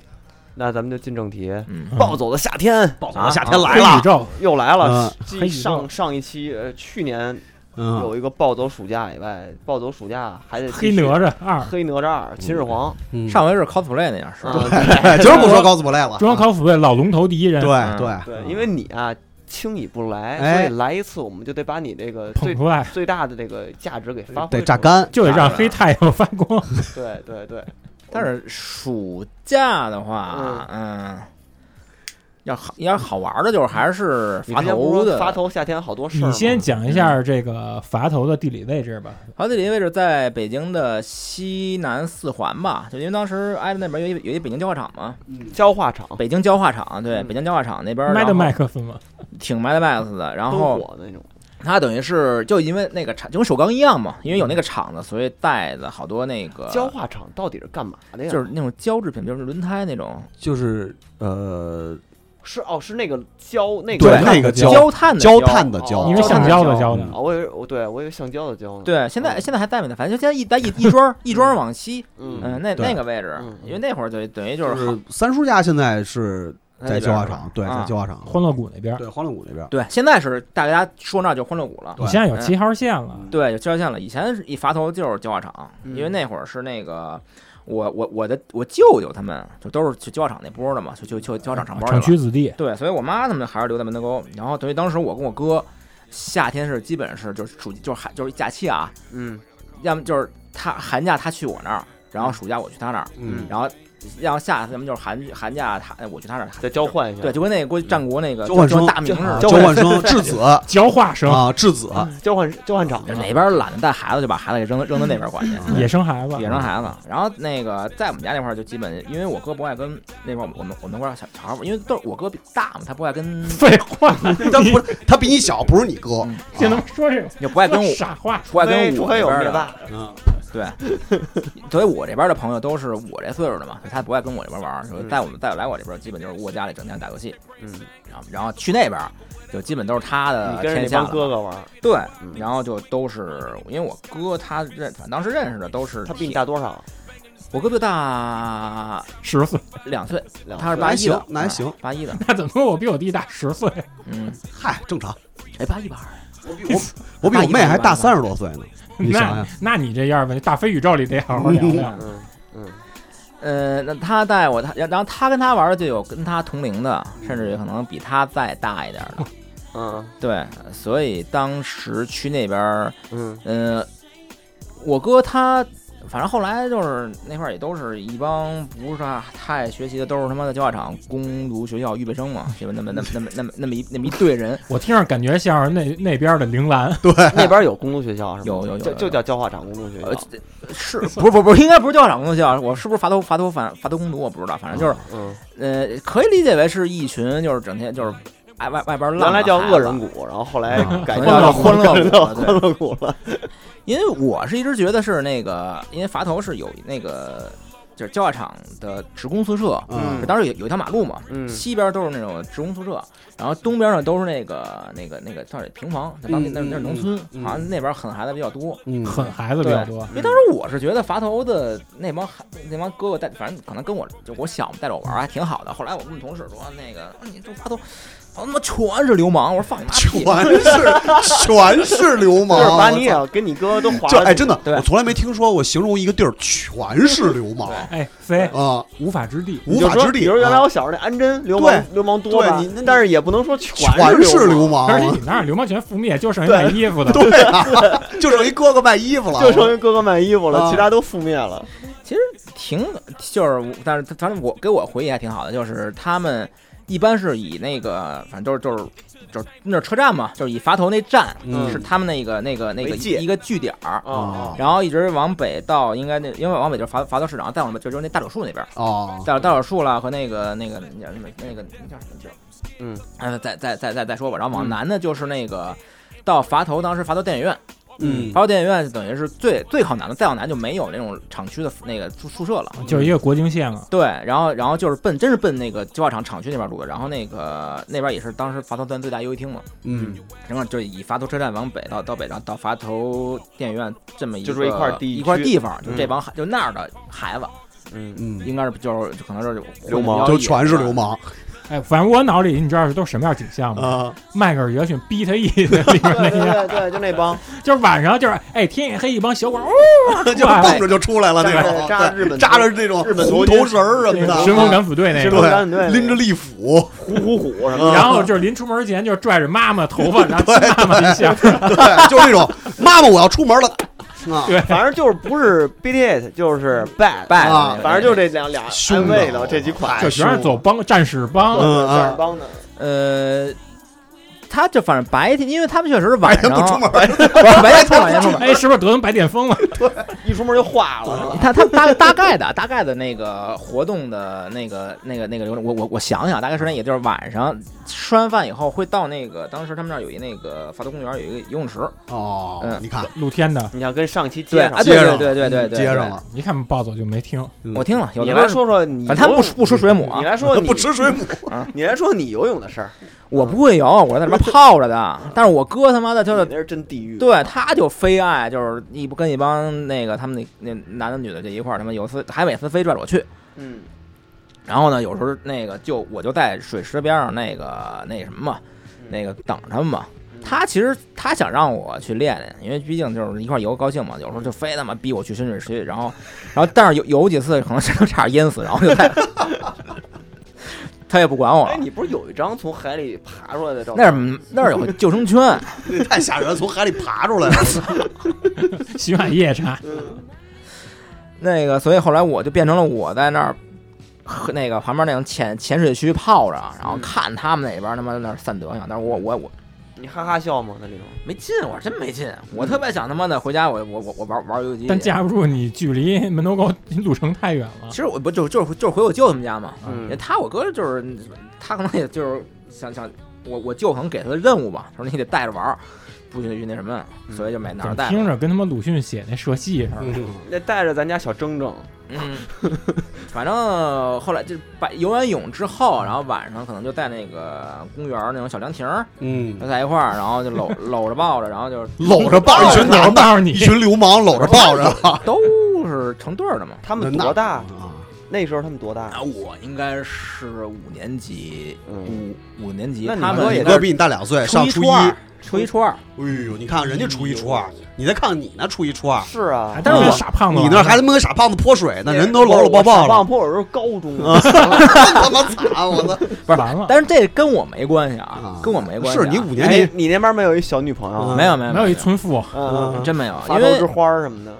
[SPEAKER 1] 那咱们就进正题，
[SPEAKER 6] 嗯，
[SPEAKER 1] 暴走的夏天，暴
[SPEAKER 2] 走的夏天来
[SPEAKER 3] 黑
[SPEAKER 2] 了
[SPEAKER 3] 宇宙
[SPEAKER 1] 又来了
[SPEAKER 2] 嗯。
[SPEAKER 1] 继
[SPEAKER 3] 黑宇宙
[SPEAKER 1] 上上一期呃去年
[SPEAKER 2] 嗯
[SPEAKER 1] 有一个暴走暑假以外，暴走暑假还得继
[SPEAKER 3] 黑
[SPEAKER 1] 续
[SPEAKER 3] 哪吒二，
[SPEAKER 1] 黑哪吒二秦始皇，
[SPEAKER 2] 嗯，
[SPEAKER 6] 上回是 cosplay 那件事
[SPEAKER 1] 啊
[SPEAKER 6] 儿，
[SPEAKER 2] 哎就是不说高 o 不累了，
[SPEAKER 3] 中央考普队老龙头第一人，
[SPEAKER 2] 对对
[SPEAKER 1] 对，因为你啊轻易不来，
[SPEAKER 2] 哎
[SPEAKER 1] 所以来一次我们就得把你这个
[SPEAKER 3] 捧
[SPEAKER 1] 最
[SPEAKER 3] 出来
[SPEAKER 1] 最大的这个价值给发挥，
[SPEAKER 2] 得榨。干，
[SPEAKER 3] 就得让黑太阳发 光。
[SPEAKER 1] 对对对，
[SPEAKER 6] 但是暑假的话，嗯，要好要好玩的，就是还是
[SPEAKER 1] 你
[SPEAKER 6] 伐
[SPEAKER 1] 之前不是
[SPEAKER 6] 头
[SPEAKER 1] 说
[SPEAKER 6] 的
[SPEAKER 1] 发头夏天好多事儿吗
[SPEAKER 3] 你先讲一
[SPEAKER 2] 嗯
[SPEAKER 3] 下这个伐头的地理位置吧，
[SPEAKER 6] 好，地理位置在北京的西南四环吧，就因为当时挨着那边有一有一北京胶化厂嘛，
[SPEAKER 1] 焦化厂
[SPEAKER 6] 北京胶化厂，对，
[SPEAKER 1] 哦嗯
[SPEAKER 6] 北京胶化厂那边
[SPEAKER 3] 麦的
[SPEAKER 6] 然后
[SPEAKER 3] 麦克风嘛，
[SPEAKER 6] 挺麦的麦斯的，然
[SPEAKER 1] 都
[SPEAKER 6] 后
[SPEAKER 1] 火的那种，
[SPEAKER 6] 它等于是就因为那个厂就跟首钢一样嘛，因为有那个厂子，
[SPEAKER 1] 嗯
[SPEAKER 6] 所以带的好多那个
[SPEAKER 1] 焦化厂到底是干嘛的呀？
[SPEAKER 6] 就是那种胶制品，就是轮胎那种
[SPEAKER 2] 就是呃，
[SPEAKER 1] 是哦，是那个焦那
[SPEAKER 2] 对
[SPEAKER 1] 个哦
[SPEAKER 2] 那个
[SPEAKER 3] 胶
[SPEAKER 6] 焦炭的
[SPEAKER 2] 焦炭
[SPEAKER 1] 的
[SPEAKER 2] 的
[SPEAKER 1] 胶
[SPEAKER 2] 胶，
[SPEAKER 3] 因为橡胶的
[SPEAKER 2] 嗯
[SPEAKER 3] 胶的，
[SPEAKER 1] 哦，我以为我对我以为橡胶的胶呢。，
[SPEAKER 6] 对，现在现在还带没带？反正就现在一带一一庄一庄往西，
[SPEAKER 1] 嗯
[SPEAKER 6] 嗯，那
[SPEAKER 2] 对
[SPEAKER 6] 那个位置
[SPEAKER 1] 嗯，
[SPEAKER 6] 因为那会儿就等于就
[SPEAKER 2] 就是
[SPEAKER 6] 好
[SPEAKER 2] 是三叔家现在是
[SPEAKER 6] 那
[SPEAKER 2] 在
[SPEAKER 6] 边
[SPEAKER 2] 焦化
[SPEAKER 6] 是吧
[SPEAKER 2] 厂，对，
[SPEAKER 6] 啊
[SPEAKER 2] 在焦化厂，
[SPEAKER 3] 欢乐谷那边。
[SPEAKER 2] 对欢乐谷那边，
[SPEAKER 6] 对，现在是大家说那儿就欢乐谷了，
[SPEAKER 3] 你现在有
[SPEAKER 6] 嗯
[SPEAKER 3] 七号线了，
[SPEAKER 6] 对，有交线了。以前是一伐头就是焦化厂，因为
[SPEAKER 1] 嗯
[SPEAKER 6] 那会儿是那个我我我的我舅舅他们就都是去焦化厂那波的嘛，就就就焦化
[SPEAKER 2] 嗯
[SPEAKER 6] 厂上班去
[SPEAKER 3] 厂
[SPEAKER 6] 了。
[SPEAKER 3] 区子弟，
[SPEAKER 6] 对，所以我妈他们还是留在门头沟。然后等于当时我跟我哥，夏天是基本是就是暑就是寒就是假期啊，
[SPEAKER 1] 嗯
[SPEAKER 6] 要么就是他寒假他去我那儿，然后暑假我去他那儿，
[SPEAKER 1] 嗯，
[SPEAKER 6] 然后然后下次咱们就是寒寒假他哎我去他那儿
[SPEAKER 1] 再交。换一下。嗯
[SPEAKER 6] 对，就跟那个国战国那个
[SPEAKER 2] 交换
[SPEAKER 6] 叫
[SPEAKER 2] 生
[SPEAKER 6] 大名似
[SPEAKER 2] 啊
[SPEAKER 6] 的，
[SPEAKER 2] 交换生 质子啊，
[SPEAKER 3] 焦化生
[SPEAKER 2] 质子
[SPEAKER 6] 嗯
[SPEAKER 1] 交换交换厂
[SPEAKER 6] 就哪边懒得带孩子，就把孩子给扔扔到那边管去。
[SPEAKER 3] 也生孩子，
[SPEAKER 6] 野生孩子。然后那个在我们家那块儿就基本，因为我哥不爱跟那块儿我们我们那块儿小小孩儿，因为都是我哥比大嘛，他不爱跟
[SPEAKER 3] 废 话，
[SPEAKER 2] 他不是他比你小，不是你哥，
[SPEAKER 6] 嗯
[SPEAKER 3] 就能说这种
[SPEAKER 6] 就不爱跟 哎我
[SPEAKER 3] 傻话。
[SPEAKER 6] 不爱跟
[SPEAKER 1] 除
[SPEAKER 6] 我
[SPEAKER 1] 非
[SPEAKER 6] 这
[SPEAKER 1] 哎有
[SPEAKER 6] 边
[SPEAKER 1] 灭
[SPEAKER 6] 儿的，
[SPEAKER 1] 霸，
[SPEAKER 2] 嗯，
[SPEAKER 6] 对，所以我这边的朋友都是我这岁数的嘛，他不爱跟我这边玩儿，说带我们带我来我这边儿，基本就是窝家里整天打游戏，
[SPEAKER 1] 嗯，
[SPEAKER 6] 然后然后去那边儿就基本都是他的
[SPEAKER 1] 你跟
[SPEAKER 6] 呃天
[SPEAKER 1] 着那
[SPEAKER 6] 下
[SPEAKER 1] 帮
[SPEAKER 6] 了
[SPEAKER 1] 哥哥玩儿，
[SPEAKER 6] 对
[SPEAKER 1] 嗯，
[SPEAKER 6] 然后就都是因为我哥他认，反正当时认识的都是
[SPEAKER 1] 他比你大多少？
[SPEAKER 6] 我哥比我大
[SPEAKER 3] 十 岁，
[SPEAKER 6] 两岁，
[SPEAKER 1] 两
[SPEAKER 6] 他是
[SPEAKER 1] 岁
[SPEAKER 6] 八一的
[SPEAKER 2] 那，还行那还行
[SPEAKER 6] 八一的，
[SPEAKER 3] 那怎么说我比我弟大十岁？
[SPEAKER 6] 嗯，
[SPEAKER 2] 嗨，正常，
[SPEAKER 6] 哎，八一八二。
[SPEAKER 2] 我比我妹还大三十多岁呢，你想
[SPEAKER 3] 那
[SPEAKER 2] 想，
[SPEAKER 3] 那你这样吧，大飞宇宙里得好 好聊聊。
[SPEAKER 1] 嗯嗯，
[SPEAKER 6] 呃，那他带我，他然后他跟他玩的就有跟他同龄的，甚至有可能比他再大一点 的。
[SPEAKER 1] 嗯
[SPEAKER 6] 对，所以当时去那边儿，
[SPEAKER 1] 嗯
[SPEAKER 6] 呃，我哥他，反正后来就是那块儿也都是一帮不是太太学习的，都是他妈的教化厂工读学校预备生嘛，就那么那么那么那么那么一那么一队人，
[SPEAKER 3] 我听着感觉像是那那边的铃兰，
[SPEAKER 1] 那边有公路学校是吗？
[SPEAKER 6] 有有有
[SPEAKER 1] 就
[SPEAKER 6] 有
[SPEAKER 1] 就叫教化厂公路学校
[SPEAKER 6] 呃。，是不是不是不是应该不是教化厂工读学校，我是不是伐头伐头反伐头工读我不知道，反正就是
[SPEAKER 1] 嗯，
[SPEAKER 6] 呃，可以理解为是一群就是整天就是爱外外边浪的
[SPEAKER 1] 原来叫
[SPEAKER 6] 孩
[SPEAKER 1] 恶
[SPEAKER 6] 子
[SPEAKER 1] 人谷，然后后来
[SPEAKER 2] 啊
[SPEAKER 1] 改
[SPEAKER 6] 可
[SPEAKER 1] 名
[SPEAKER 6] 能叫
[SPEAKER 1] 叫
[SPEAKER 6] 欢乐谷
[SPEAKER 1] 乐
[SPEAKER 6] 对
[SPEAKER 1] 欢乐谷了。
[SPEAKER 6] 因为我是一直觉得是那个，因为伐头是有那个就是教化场的职工宿舍，
[SPEAKER 1] 嗯
[SPEAKER 6] 当时有有一条马路嘛，
[SPEAKER 1] 嗯
[SPEAKER 6] 西边都是那种职工宿舍，然后东边呢都是那个那个那个叫什么平房，那当地那
[SPEAKER 2] 嗯嗯
[SPEAKER 6] 那是农村
[SPEAKER 2] 嗯，
[SPEAKER 6] 好像那边狠孩子比较多。
[SPEAKER 2] 嗯
[SPEAKER 3] 狠孩子比较多。
[SPEAKER 6] 因为当时我是觉得伐头的那帮孩那帮哥哥带，反正可能跟我就我小嘛带着我玩儿还挺好的。后来我们同事说那个，啊你这伐头，我他妈全是流氓！我说放你妈屁！
[SPEAKER 2] 全是全是流
[SPEAKER 1] 就
[SPEAKER 2] 氓，
[SPEAKER 1] 是把你
[SPEAKER 2] 我操
[SPEAKER 1] 也跟你哥都划
[SPEAKER 2] 就
[SPEAKER 1] 了
[SPEAKER 2] 哎，真的，
[SPEAKER 6] 对
[SPEAKER 2] 我从来没听说过形容一个地儿全是流氓
[SPEAKER 3] 哎，飞
[SPEAKER 2] 啊，
[SPEAKER 3] 无法之地，
[SPEAKER 1] 你
[SPEAKER 2] 无
[SPEAKER 1] 就
[SPEAKER 2] 法
[SPEAKER 1] 说
[SPEAKER 2] 之地。
[SPEAKER 1] 比如原来
[SPEAKER 2] 啊
[SPEAKER 1] 我小时候那安贞流氓流氓多吧
[SPEAKER 2] 对你那你，
[SPEAKER 1] 但是也不能说全
[SPEAKER 2] 啊全是
[SPEAKER 1] 是
[SPEAKER 2] 流
[SPEAKER 1] 氓，
[SPEAKER 2] 氓
[SPEAKER 3] 而且你，们那儿流氓全覆灭，就剩一卖衣服的。
[SPEAKER 2] 哦对啊，就剩一哥哥卖衣服了，
[SPEAKER 1] 就剩一哥哥卖衣服
[SPEAKER 2] 啊
[SPEAKER 1] 了，其他都覆灭了。
[SPEAKER 6] 挺就是我，但是反正我给我回忆还挺好的，就是他们一般是以那个，反正就是就是就是那车站嘛，就是以伐头那站、
[SPEAKER 2] 嗯
[SPEAKER 6] 是他们那个那个那个
[SPEAKER 1] 为界
[SPEAKER 6] 一个据点儿，
[SPEAKER 1] 啊，
[SPEAKER 6] 然后一直往北到应该那，因为往北就是伐伐头市场，再往北就就是那大柳树那边，
[SPEAKER 2] 哦，
[SPEAKER 6] 大大柳树啦和那个那个那个那个那叫什么地儿？
[SPEAKER 1] 嗯，
[SPEAKER 6] 呃，再再再再再说吧，然后往南呢就是那个。到伐头，当时伐头电影院，
[SPEAKER 2] 嗯
[SPEAKER 6] 伐头电影院等于是最最靠南的，再往南就没有那种厂区的那个宿宿舍了，
[SPEAKER 3] 就是一个国境线了，
[SPEAKER 6] 对，然后然后就是奔，真是奔那个焦化厂厂区那边录的，然后那个那边也是当时伐头段最大优惠厅嘛，
[SPEAKER 2] 嗯，
[SPEAKER 6] 然后就是以伐头车站往北到到北，然后到伐头电影院这么一
[SPEAKER 1] 就是
[SPEAKER 6] 个
[SPEAKER 1] 一块地
[SPEAKER 6] 一块
[SPEAKER 1] 区
[SPEAKER 6] 地方，就这
[SPEAKER 1] 嗯
[SPEAKER 6] 帮孩就那儿的孩子，
[SPEAKER 1] 嗯，
[SPEAKER 2] 嗯，
[SPEAKER 6] 应该是就是就可能是
[SPEAKER 1] 流氓
[SPEAKER 6] 哎
[SPEAKER 2] 就全是流。氓
[SPEAKER 3] 哎，反正我脑里你知道是都是什么样景象吗？
[SPEAKER 2] 啊，
[SPEAKER 3] 迈克尔·杰逊逼他一里边
[SPEAKER 1] 对
[SPEAKER 3] 那
[SPEAKER 1] 对
[SPEAKER 3] 样，
[SPEAKER 1] 对对，就那帮
[SPEAKER 3] 就是晚上就是哎天一黑一帮小鬼儿，
[SPEAKER 2] 就蹦着就出来了那种，
[SPEAKER 1] 扎着日本
[SPEAKER 2] 扎着那种
[SPEAKER 1] 日本
[SPEAKER 2] 红
[SPEAKER 1] 头
[SPEAKER 2] 头绳儿什么的，啊
[SPEAKER 3] 神风敢死队那
[SPEAKER 1] 神风
[SPEAKER 3] 个。
[SPEAKER 1] 敢死队
[SPEAKER 2] 对，
[SPEAKER 1] 那
[SPEAKER 2] 拎着
[SPEAKER 1] 个
[SPEAKER 2] 利
[SPEAKER 6] 哎
[SPEAKER 2] 斧，
[SPEAKER 1] 虎虎虎什么
[SPEAKER 2] 嗯
[SPEAKER 1] 的。
[SPEAKER 3] 然后就是临出门前就拽着妈妈头发，然后亲妈妈一下，
[SPEAKER 2] 对，就是那种妈妈我要出门了啊，
[SPEAKER 3] 对，
[SPEAKER 1] 反正就是不是 beat it 就是 bad，
[SPEAKER 6] 拜
[SPEAKER 2] 啊
[SPEAKER 1] 反正就这两俩安慰了这几款
[SPEAKER 3] 就全是走帮战士帮，
[SPEAKER 2] 嗯
[SPEAKER 1] 这样
[SPEAKER 2] 啊，
[SPEAKER 1] 帮的。
[SPEAKER 6] 呃，他这反正白天，因为他们确实是晚
[SPEAKER 2] 白天
[SPEAKER 6] 上
[SPEAKER 2] 不出门，
[SPEAKER 6] 不是白天出门，白天出门。
[SPEAKER 3] 哎，是不是得成白癜风了？
[SPEAKER 1] 一出门就化了，是
[SPEAKER 2] 啊
[SPEAKER 1] 吧？
[SPEAKER 6] 他他大大概的大概的那个活动的那个那个那个流程，我我我想想，大概时间也就是晚上吃完饭以后会到那个当时他们那儿有一那个法头公园有一个游泳池，
[SPEAKER 2] 哦，
[SPEAKER 6] 嗯
[SPEAKER 2] 你看
[SPEAKER 3] 露天的，
[SPEAKER 1] 你要跟上期
[SPEAKER 6] 对
[SPEAKER 1] 接上
[SPEAKER 6] 啊，对
[SPEAKER 2] 接上了嗯
[SPEAKER 6] 对对对对
[SPEAKER 2] 接上了，
[SPEAKER 3] 一看暴走就没听，
[SPEAKER 2] 嗯
[SPEAKER 6] 我听了，有
[SPEAKER 1] 你
[SPEAKER 6] 的
[SPEAKER 1] 来
[SPEAKER 6] 人，
[SPEAKER 1] 说说你，
[SPEAKER 6] 反正他们不吃不吃水母啊
[SPEAKER 1] 你，来 说说你
[SPEAKER 2] 不吃水母，
[SPEAKER 1] 你来说你游泳的事儿，
[SPEAKER 6] 我不会游，我在里边泡着的，但是我哥他妈的 就
[SPEAKER 1] 你
[SPEAKER 6] 是。
[SPEAKER 1] 那是真地狱。
[SPEAKER 6] 对，他就非爱，就是一跟一帮那个他们那那男的女的这一块儿，他们有次还每次非拽着我去，
[SPEAKER 1] 嗯，
[SPEAKER 6] 然后呢，有时候那个就我就在水池边上那个那什么嘛，那个等着他们嘛。他其实他想让我去练练，因为毕竟就是一块儿游高兴嘛，有时候就非他妈逼我去深水区，然后， 然后但是有有几次可能真的差点淹死，然后就在， 他也不管我
[SPEAKER 1] 哎，
[SPEAKER 6] 了。
[SPEAKER 1] 你不是有一张从海里爬出来的照
[SPEAKER 6] 那嗯
[SPEAKER 1] 片？
[SPEAKER 6] 儿那儿有个救生圈，
[SPEAKER 2] 这太吓人了，从海里爬出来了，
[SPEAKER 3] 喜欢夜叉，
[SPEAKER 6] 那个，所以后来我就变成了我在那儿和那个旁边那种浅浅水区泡着，然后看他们那边他妈在那儿散德行，但是我我我
[SPEAKER 1] 你哈哈笑吗？那里头
[SPEAKER 6] 没劲，我真没劲，我特别想他妈的回家我我我我玩玩游戏，
[SPEAKER 3] 但架不住你距离门头沟路程太远了
[SPEAKER 6] 其。实我不就就是就是回我舅他们家嘛，
[SPEAKER 1] 嗯
[SPEAKER 6] 他我哥就是他可能也就是想想我我舅可能给他的任务吧，他说你得带着玩儿，不允许那什么，
[SPEAKER 1] 嗯
[SPEAKER 6] 所以就没哪儿
[SPEAKER 3] 怎
[SPEAKER 6] 带
[SPEAKER 3] 么
[SPEAKER 6] 了。
[SPEAKER 3] 听着跟他妈鲁迅写那社戏似的？
[SPEAKER 1] 那带着咱家小铮铮，
[SPEAKER 6] 嗯，反正后来就把游完泳之后，然后晚上可能就在那个公园儿那种小凉亭儿，
[SPEAKER 2] 嗯
[SPEAKER 6] 就，在一块儿，然后就搂搂着抱着，然后就是
[SPEAKER 2] 搂着抱着一群
[SPEAKER 3] 我
[SPEAKER 2] 男的，
[SPEAKER 3] 告诉
[SPEAKER 2] 一
[SPEAKER 3] 你，
[SPEAKER 2] 群流氓搂着抱
[SPEAKER 6] 哎
[SPEAKER 2] 着，
[SPEAKER 6] 都是成对儿的嘛。
[SPEAKER 1] 他们多大？
[SPEAKER 2] 啊？
[SPEAKER 1] 那时候他们多大
[SPEAKER 6] 啊，？我应该是五年级，
[SPEAKER 1] 嗯
[SPEAKER 6] 五五年级，
[SPEAKER 1] 那你
[SPEAKER 6] 他
[SPEAKER 1] 哥
[SPEAKER 6] 们
[SPEAKER 1] 也
[SPEAKER 6] 应
[SPEAKER 2] 你
[SPEAKER 1] 是
[SPEAKER 6] 该
[SPEAKER 2] 哥比你大两岁，上初
[SPEAKER 6] 初
[SPEAKER 2] 一。
[SPEAKER 6] 二，初一初二。
[SPEAKER 2] 哎呦，你看人家初一初二，你再看看你那初一初二，
[SPEAKER 1] 是啊，
[SPEAKER 3] 哎但是
[SPEAKER 2] 我
[SPEAKER 3] 我傻胖子玩
[SPEAKER 2] 你
[SPEAKER 3] 儿，
[SPEAKER 2] 那还他妈跟傻胖子泼水
[SPEAKER 6] 哎
[SPEAKER 2] 呢，人都搂搂抱抱
[SPEAKER 1] 棒
[SPEAKER 2] 了，
[SPEAKER 1] 坡我是高中啊，
[SPEAKER 2] 他妈惨，啊我操！
[SPEAKER 6] 不是
[SPEAKER 3] 完了
[SPEAKER 6] 但是这跟我没关系啊
[SPEAKER 2] 啊，
[SPEAKER 6] 跟我没关系啊。
[SPEAKER 2] 是你五年
[SPEAKER 1] 哎
[SPEAKER 2] 级，，
[SPEAKER 1] 你那边没有一小女朋友？
[SPEAKER 6] 嗯
[SPEAKER 1] 啊
[SPEAKER 6] 没有没有
[SPEAKER 3] 没有一村妇，
[SPEAKER 1] 嗯，
[SPEAKER 6] 真没有，
[SPEAKER 1] 发
[SPEAKER 6] 因
[SPEAKER 1] 头之
[SPEAKER 6] 为
[SPEAKER 1] 花什 么的，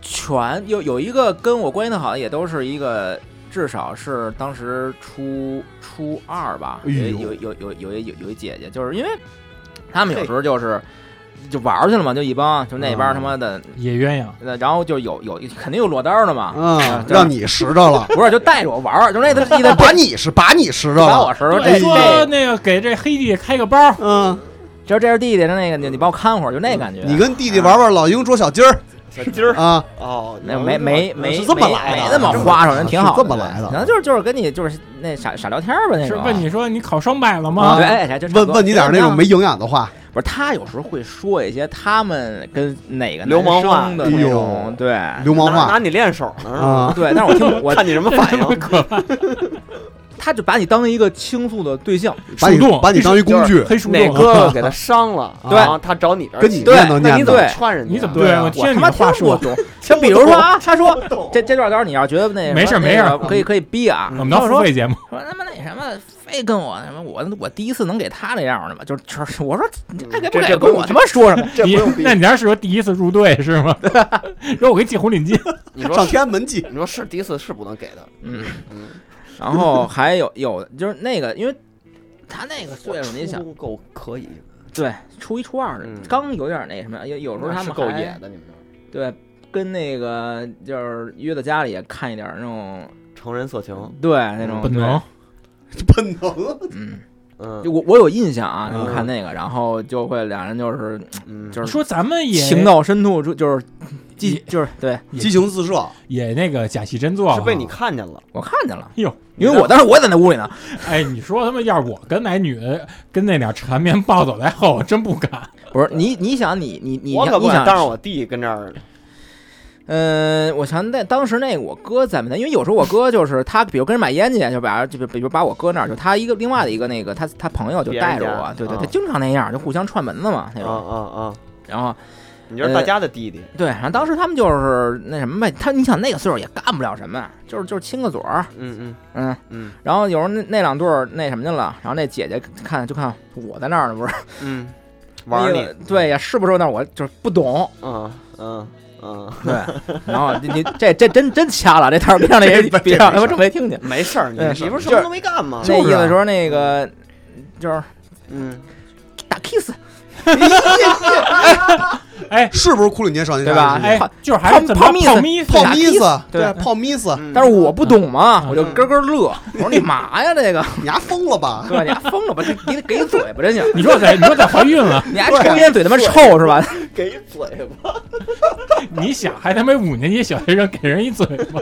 [SPEAKER 6] 全有有一个跟我关系特好的，也都是一个至少是当时初初二吧，
[SPEAKER 2] 哎
[SPEAKER 6] 有
[SPEAKER 2] 呦
[SPEAKER 6] 有有有有一有有一姐姐，就是因为他们有时候就是就玩儿去了嘛，就一帮就那边
[SPEAKER 2] 啊
[SPEAKER 6] 儿他妈的，
[SPEAKER 3] 野鸳鸯，
[SPEAKER 6] 那然后就有有肯定有落单儿的嘛，
[SPEAKER 2] 嗯，让你拾着了，
[SPEAKER 6] 不是就带着我玩儿，就那个意思
[SPEAKER 2] 把你是把你拾着
[SPEAKER 6] 把
[SPEAKER 2] 了
[SPEAKER 6] 我，时候
[SPEAKER 3] 对
[SPEAKER 6] 这
[SPEAKER 3] 说
[SPEAKER 6] 这，
[SPEAKER 3] 那个给这黑弟开个包，
[SPEAKER 2] 嗯，
[SPEAKER 6] 就是这是弟弟的那个，你你帮我看会儿，就那感觉。
[SPEAKER 2] 你跟弟弟玩玩老鹰捉小鸡儿，
[SPEAKER 1] 小鸡儿
[SPEAKER 2] 啊，
[SPEAKER 6] 哎
[SPEAKER 1] 哦，
[SPEAKER 6] 那没没
[SPEAKER 1] 嗯
[SPEAKER 6] 没
[SPEAKER 1] 是这么
[SPEAKER 6] 没
[SPEAKER 1] 来的，
[SPEAKER 6] 没那么
[SPEAKER 1] 是
[SPEAKER 6] 花哨，人挺好的，
[SPEAKER 2] 是这么来的
[SPEAKER 6] 可能就是就是跟你就是那傻傻聊天儿吧，那
[SPEAKER 3] 是
[SPEAKER 6] 种。
[SPEAKER 3] 问你说你考双百了
[SPEAKER 6] 啊，
[SPEAKER 3] 吗
[SPEAKER 6] 对，？哎，还真差不
[SPEAKER 2] 问
[SPEAKER 6] 多
[SPEAKER 2] 问你点儿那种没营养的话，
[SPEAKER 6] 不是他有时候会说一些他们跟哪个
[SPEAKER 1] 流氓话
[SPEAKER 6] 男生的
[SPEAKER 2] 哎
[SPEAKER 6] 那种，对
[SPEAKER 2] 流氓
[SPEAKER 1] 拿拿
[SPEAKER 2] 话
[SPEAKER 1] 你练手呢是吧？
[SPEAKER 2] 啊，
[SPEAKER 6] 对，但是我听不我
[SPEAKER 1] 看你什么反 应，
[SPEAKER 6] 他就把你当一个倾诉的对象，
[SPEAKER 2] 把你
[SPEAKER 3] 树洞
[SPEAKER 2] 把你当一工具，
[SPEAKER 3] 黑树
[SPEAKER 1] 哪
[SPEAKER 3] 洞，啊
[SPEAKER 1] 哥哥给他伤了，
[SPEAKER 2] 对
[SPEAKER 1] 然后他找你这儿
[SPEAKER 2] 跟你
[SPEAKER 1] 气
[SPEAKER 6] 对
[SPEAKER 2] 念
[SPEAKER 1] 那
[SPEAKER 2] 叨念
[SPEAKER 1] 你啊
[SPEAKER 2] 叨
[SPEAKER 1] 怎，么
[SPEAKER 6] 对
[SPEAKER 1] 串人家？
[SPEAKER 3] 你怎么
[SPEAKER 6] 对啊
[SPEAKER 3] 对啊我听
[SPEAKER 6] 我
[SPEAKER 3] 你
[SPEAKER 6] 他妈
[SPEAKER 3] 的
[SPEAKER 6] 听
[SPEAKER 3] 话
[SPEAKER 6] 不
[SPEAKER 3] 说，
[SPEAKER 6] 懂。就比如说啊，他说这这段儿你要觉得那什么
[SPEAKER 3] 没事儿没
[SPEAKER 6] 那
[SPEAKER 3] 事
[SPEAKER 6] 个
[SPEAKER 3] 儿嗯
[SPEAKER 6] 可以可以逼啊。
[SPEAKER 3] 我们当
[SPEAKER 6] 他
[SPEAKER 3] 付
[SPEAKER 6] 说
[SPEAKER 3] 费 节目，
[SPEAKER 6] 说他妈那什么，非跟我什么我我第一次能给他那样的吗？就是就是我说你爱给
[SPEAKER 1] 这
[SPEAKER 6] 不给
[SPEAKER 1] 这不
[SPEAKER 6] 嗯跟
[SPEAKER 1] 用
[SPEAKER 6] 我他妈说什么？
[SPEAKER 1] 这不
[SPEAKER 3] 你
[SPEAKER 1] 用逼
[SPEAKER 3] 那你家是说第一次入队是 吗？然后我给你寄红领巾，
[SPEAKER 1] 你说
[SPEAKER 2] 上
[SPEAKER 1] 是
[SPEAKER 2] 天安门记，
[SPEAKER 1] 你说是第一次是不能给的，
[SPEAKER 6] 嗯
[SPEAKER 1] 嗯，
[SPEAKER 6] 然后还有有就是那个，因为他那个岁数，你想
[SPEAKER 1] 初中够可以，
[SPEAKER 6] 对初一初二的
[SPEAKER 1] 嗯
[SPEAKER 6] 刚有点那什么，有有时候他
[SPEAKER 1] 是
[SPEAKER 6] 们
[SPEAKER 1] 够
[SPEAKER 6] 还
[SPEAKER 1] 野的，你们这
[SPEAKER 6] 对跟那个就是约到家里也看一点那种
[SPEAKER 1] 儿成人色情，
[SPEAKER 6] 嗯对那种
[SPEAKER 3] 本能，
[SPEAKER 2] 本能
[SPEAKER 6] 对嗯，
[SPEAKER 1] 嗯
[SPEAKER 6] 就我我有印象啊，
[SPEAKER 1] 嗯
[SPEAKER 6] 看那个，然后就会俩人就是
[SPEAKER 1] 嗯，
[SPEAKER 6] 就是
[SPEAKER 3] 说咱们也
[SPEAKER 6] 情到深处就就是激就是对
[SPEAKER 2] 激情四射，
[SPEAKER 3] 也那个假戏真做
[SPEAKER 1] 是
[SPEAKER 3] 了，
[SPEAKER 1] 被你看见了，
[SPEAKER 6] 我看见了，
[SPEAKER 3] 哟。
[SPEAKER 6] 因为我当时我也在那屋里呢，
[SPEAKER 3] 哎，你说他妈要是我跟那女的跟那俩缠绵抱走在后，我真不敢。
[SPEAKER 6] 我说你你想你你你
[SPEAKER 1] 我可
[SPEAKER 6] 你
[SPEAKER 1] 不敢
[SPEAKER 6] 想
[SPEAKER 1] 当着我弟跟这儿，
[SPEAKER 6] 嗯，我想在当时那个我哥在没在，因为有时候我哥就是他，比如跟人买烟去，就把就比如把我哥那儿，就他一个另外的一个那个他他朋友就带着
[SPEAKER 1] 别人家
[SPEAKER 6] 我，对对，
[SPEAKER 1] 啊
[SPEAKER 6] 他经常那样，就互相串门子嘛那
[SPEAKER 1] 啊
[SPEAKER 6] 种。
[SPEAKER 1] 啊啊，
[SPEAKER 6] 然后
[SPEAKER 1] 你就是大家的弟弟，
[SPEAKER 6] 对，然后当时他们就是那什么呗，他你想那个岁数也干不了什么，就是就是亲个嘴儿，
[SPEAKER 1] 嗯
[SPEAKER 6] 嗯，
[SPEAKER 1] 嗯
[SPEAKER 6] 然后有时候那那两对儿那什么去了，然后那姐姐看就看我在那儿呢，不是
[SPEAKER 1] 嗯嗯， 玩儿
[SPEAKER 6] 那
[SPEAKER 1] 你
[SPEAKER 6] 个，对呀，是不是？那我就是不懂，
[SPEAKER 1] 嗯嗯嗯，
[SPEAKER 6] 对，然后你你这这真真掐了，这套别让那人别让他们这没听见。
[SPEAKER 1] 没事儿，你
[SPEAKER 6] 嗯
[SPEAKER 1] 哎你不是什
[SPEAKER 6] 就
[SPEAKER 1] 么
[SPEAKER 6] 是
[SPEAKER 1] 都没干吗？
[SPEAKER 6] 那意思说那个就是
[SPEAKER 1] 嗯，
[SPEAKER 6] 打 kiss
[SPEAKER 3] 哎
[SPEAKER 2] 是不是库里年少年
[SPEAKER 6] 对吧？
[SPEAKER 2] 杀人事
[SPEAKER 3] 哎
[SPEAKER 2] 件
[SPEAKER 6] 泡，
[SPEAKER 3] 就是还是怎么
[SPEAKER 6] 泡泡蜜
[SPEAKER 3] 泡咪
[SPEAKER 6] 泡
[SPEAKER 2] 泡
[SPEAKER 6] 打
[SPEAKER 2] 咪
[SPEAKER 6] kiss，
[SPEAKER 2] 子，
[SPEAKER 6] 对
[SPEAKER 2] 泡咪子，
[SPEAKER 1] 嗯
[SPEAKER 6] 但是我不懂嘛，
[SPEAKER 3] 嗯
[SPEAKER 6] 我就咯咯乐。我说你嘛呀这个，
[SPEAKER 2] 你丫疯了吧？
[SPEAKER 6] 对吧？你还疯了吧？你你得给嘴巴真行。
[SPEAKER 3] 你说在你说在怀孕了，
[SPEAKER 6] 你还抽烟嘴他妈臭是吧？
[SPEAKER 1] 给嘴巴，
[SPEAKER 3] 你想还他妈五年级小学生给人一嘴 巴，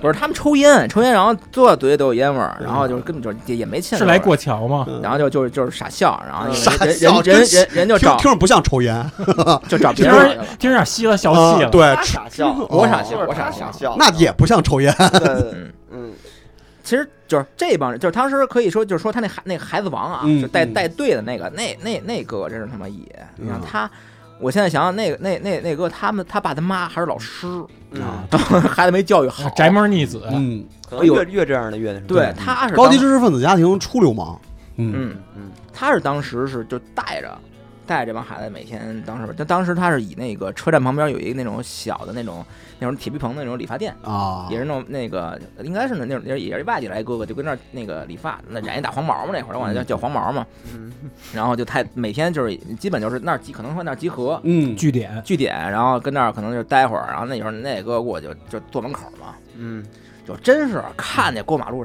[SPEAKER 6] 不是他们抽烟，抽烟然后坐在嘴里都有烟味儿，然后就是根本就是也也没欠
[SPEAKER 3] 是来，过桥吗？
[SPEAKER 6] 然后就就就是傻笑，然后
[SPEAKER 2] 傻
[SPEAKER 6] 人
[SPEAKER 2] 笑
[SPEAKER 6] 人人人人就
[SPEAKER 2] 听
[SPEAKER 6] 找
[SPEAKER 2] 听着不像抽烟
[SPEAKER 6] 就找别
[SPEAKER 3] 听着
[SPEAKER 6] 人去了。
[SPEAKER 3] 听着吸了笑气
[SPEAKER 2] 啊，
[SPEAKER 3] 了，
[SPEAKER 2] 对
[SPEAKER 1] 他，傻笑，
[SPEAKER 2] 我
[SPEAKER 6] 傻
[SPEAKER 1] 就
[SPEAKER 6] 笑
[SPEAKER 1] 是
[SPEAKER 6] 我
[SPEAKER 1] 他
[SPEAKER 6] 傻笑
[SPEAKER 1] 笑
[SPEAKER 2] 那也不像抽烟，
[SPEAKER 1] 对
[SPEAKER 6] 嗯，
[SPEAKER 1] 嗯，
[SPEAKER 6] 其实就是这帮人，就是当时可以说，就是说他那孩那个孩子王啊，
[SPEAKER 2] 嗯
[SPEAKER 6] 就带
[SPEAKER 2] 嗯
[SPEAKER 6] 带队的那个，那那那哥真是他妈野。你看
[SPEAKER 2] 嗯
[SPEAKER 6] 他，我现在想想，那个那那那哥他们他爸他妈还是老师，
[SPEAKER 1] 嗯，
[SPEAKER 6] 孩子没教育
[SPEAKER 2] 啊
[SPEAKER 6] 好。
[SPEAKER 3] 宅门逆子，
[SPEAKER 2] 嗯，
[SPEAKER 1] 可能越越这样的越那什么
[SPEAKER 6] 对，他是
[SPEAKER 2] 高级
[SPEAKER 6] 当
[SPEAKER 2] 知识分子家庭出流氓，嗯，
[SPEAKER 6] 嗯，
[SPEAKER 1] 嗯
[SPEAKER 6] 他是当时是就带着带着这帮孩子每天当时，他当时他是以那个车站旁边有一个那种小的那种那种铁皮棚的那种理发店。
[SPEAKER 2] 啊
[SPEAKER 6] 也，是那种那个，应该是那那种也是外地来哥哥，就跟那儿那个理发，那染一大黄毛嘛，那会儿管他叫叫黄毛嘛，
[SPEAKER 1] 嗯
[SPEAKER 6] 然后就太每天就是基本就是那儿集，可能会那儿集合
[SPEAKER 2] 嗯，
[SPEAKER 3] 据点
[SPEAKER 6] 据点，然后跟那儿可能就待会儿，然后那时候那哥过去就就坐门口嘛，
[SPEAKER 1] 嗯，
[SPEAKER 6] 就真是看见过马路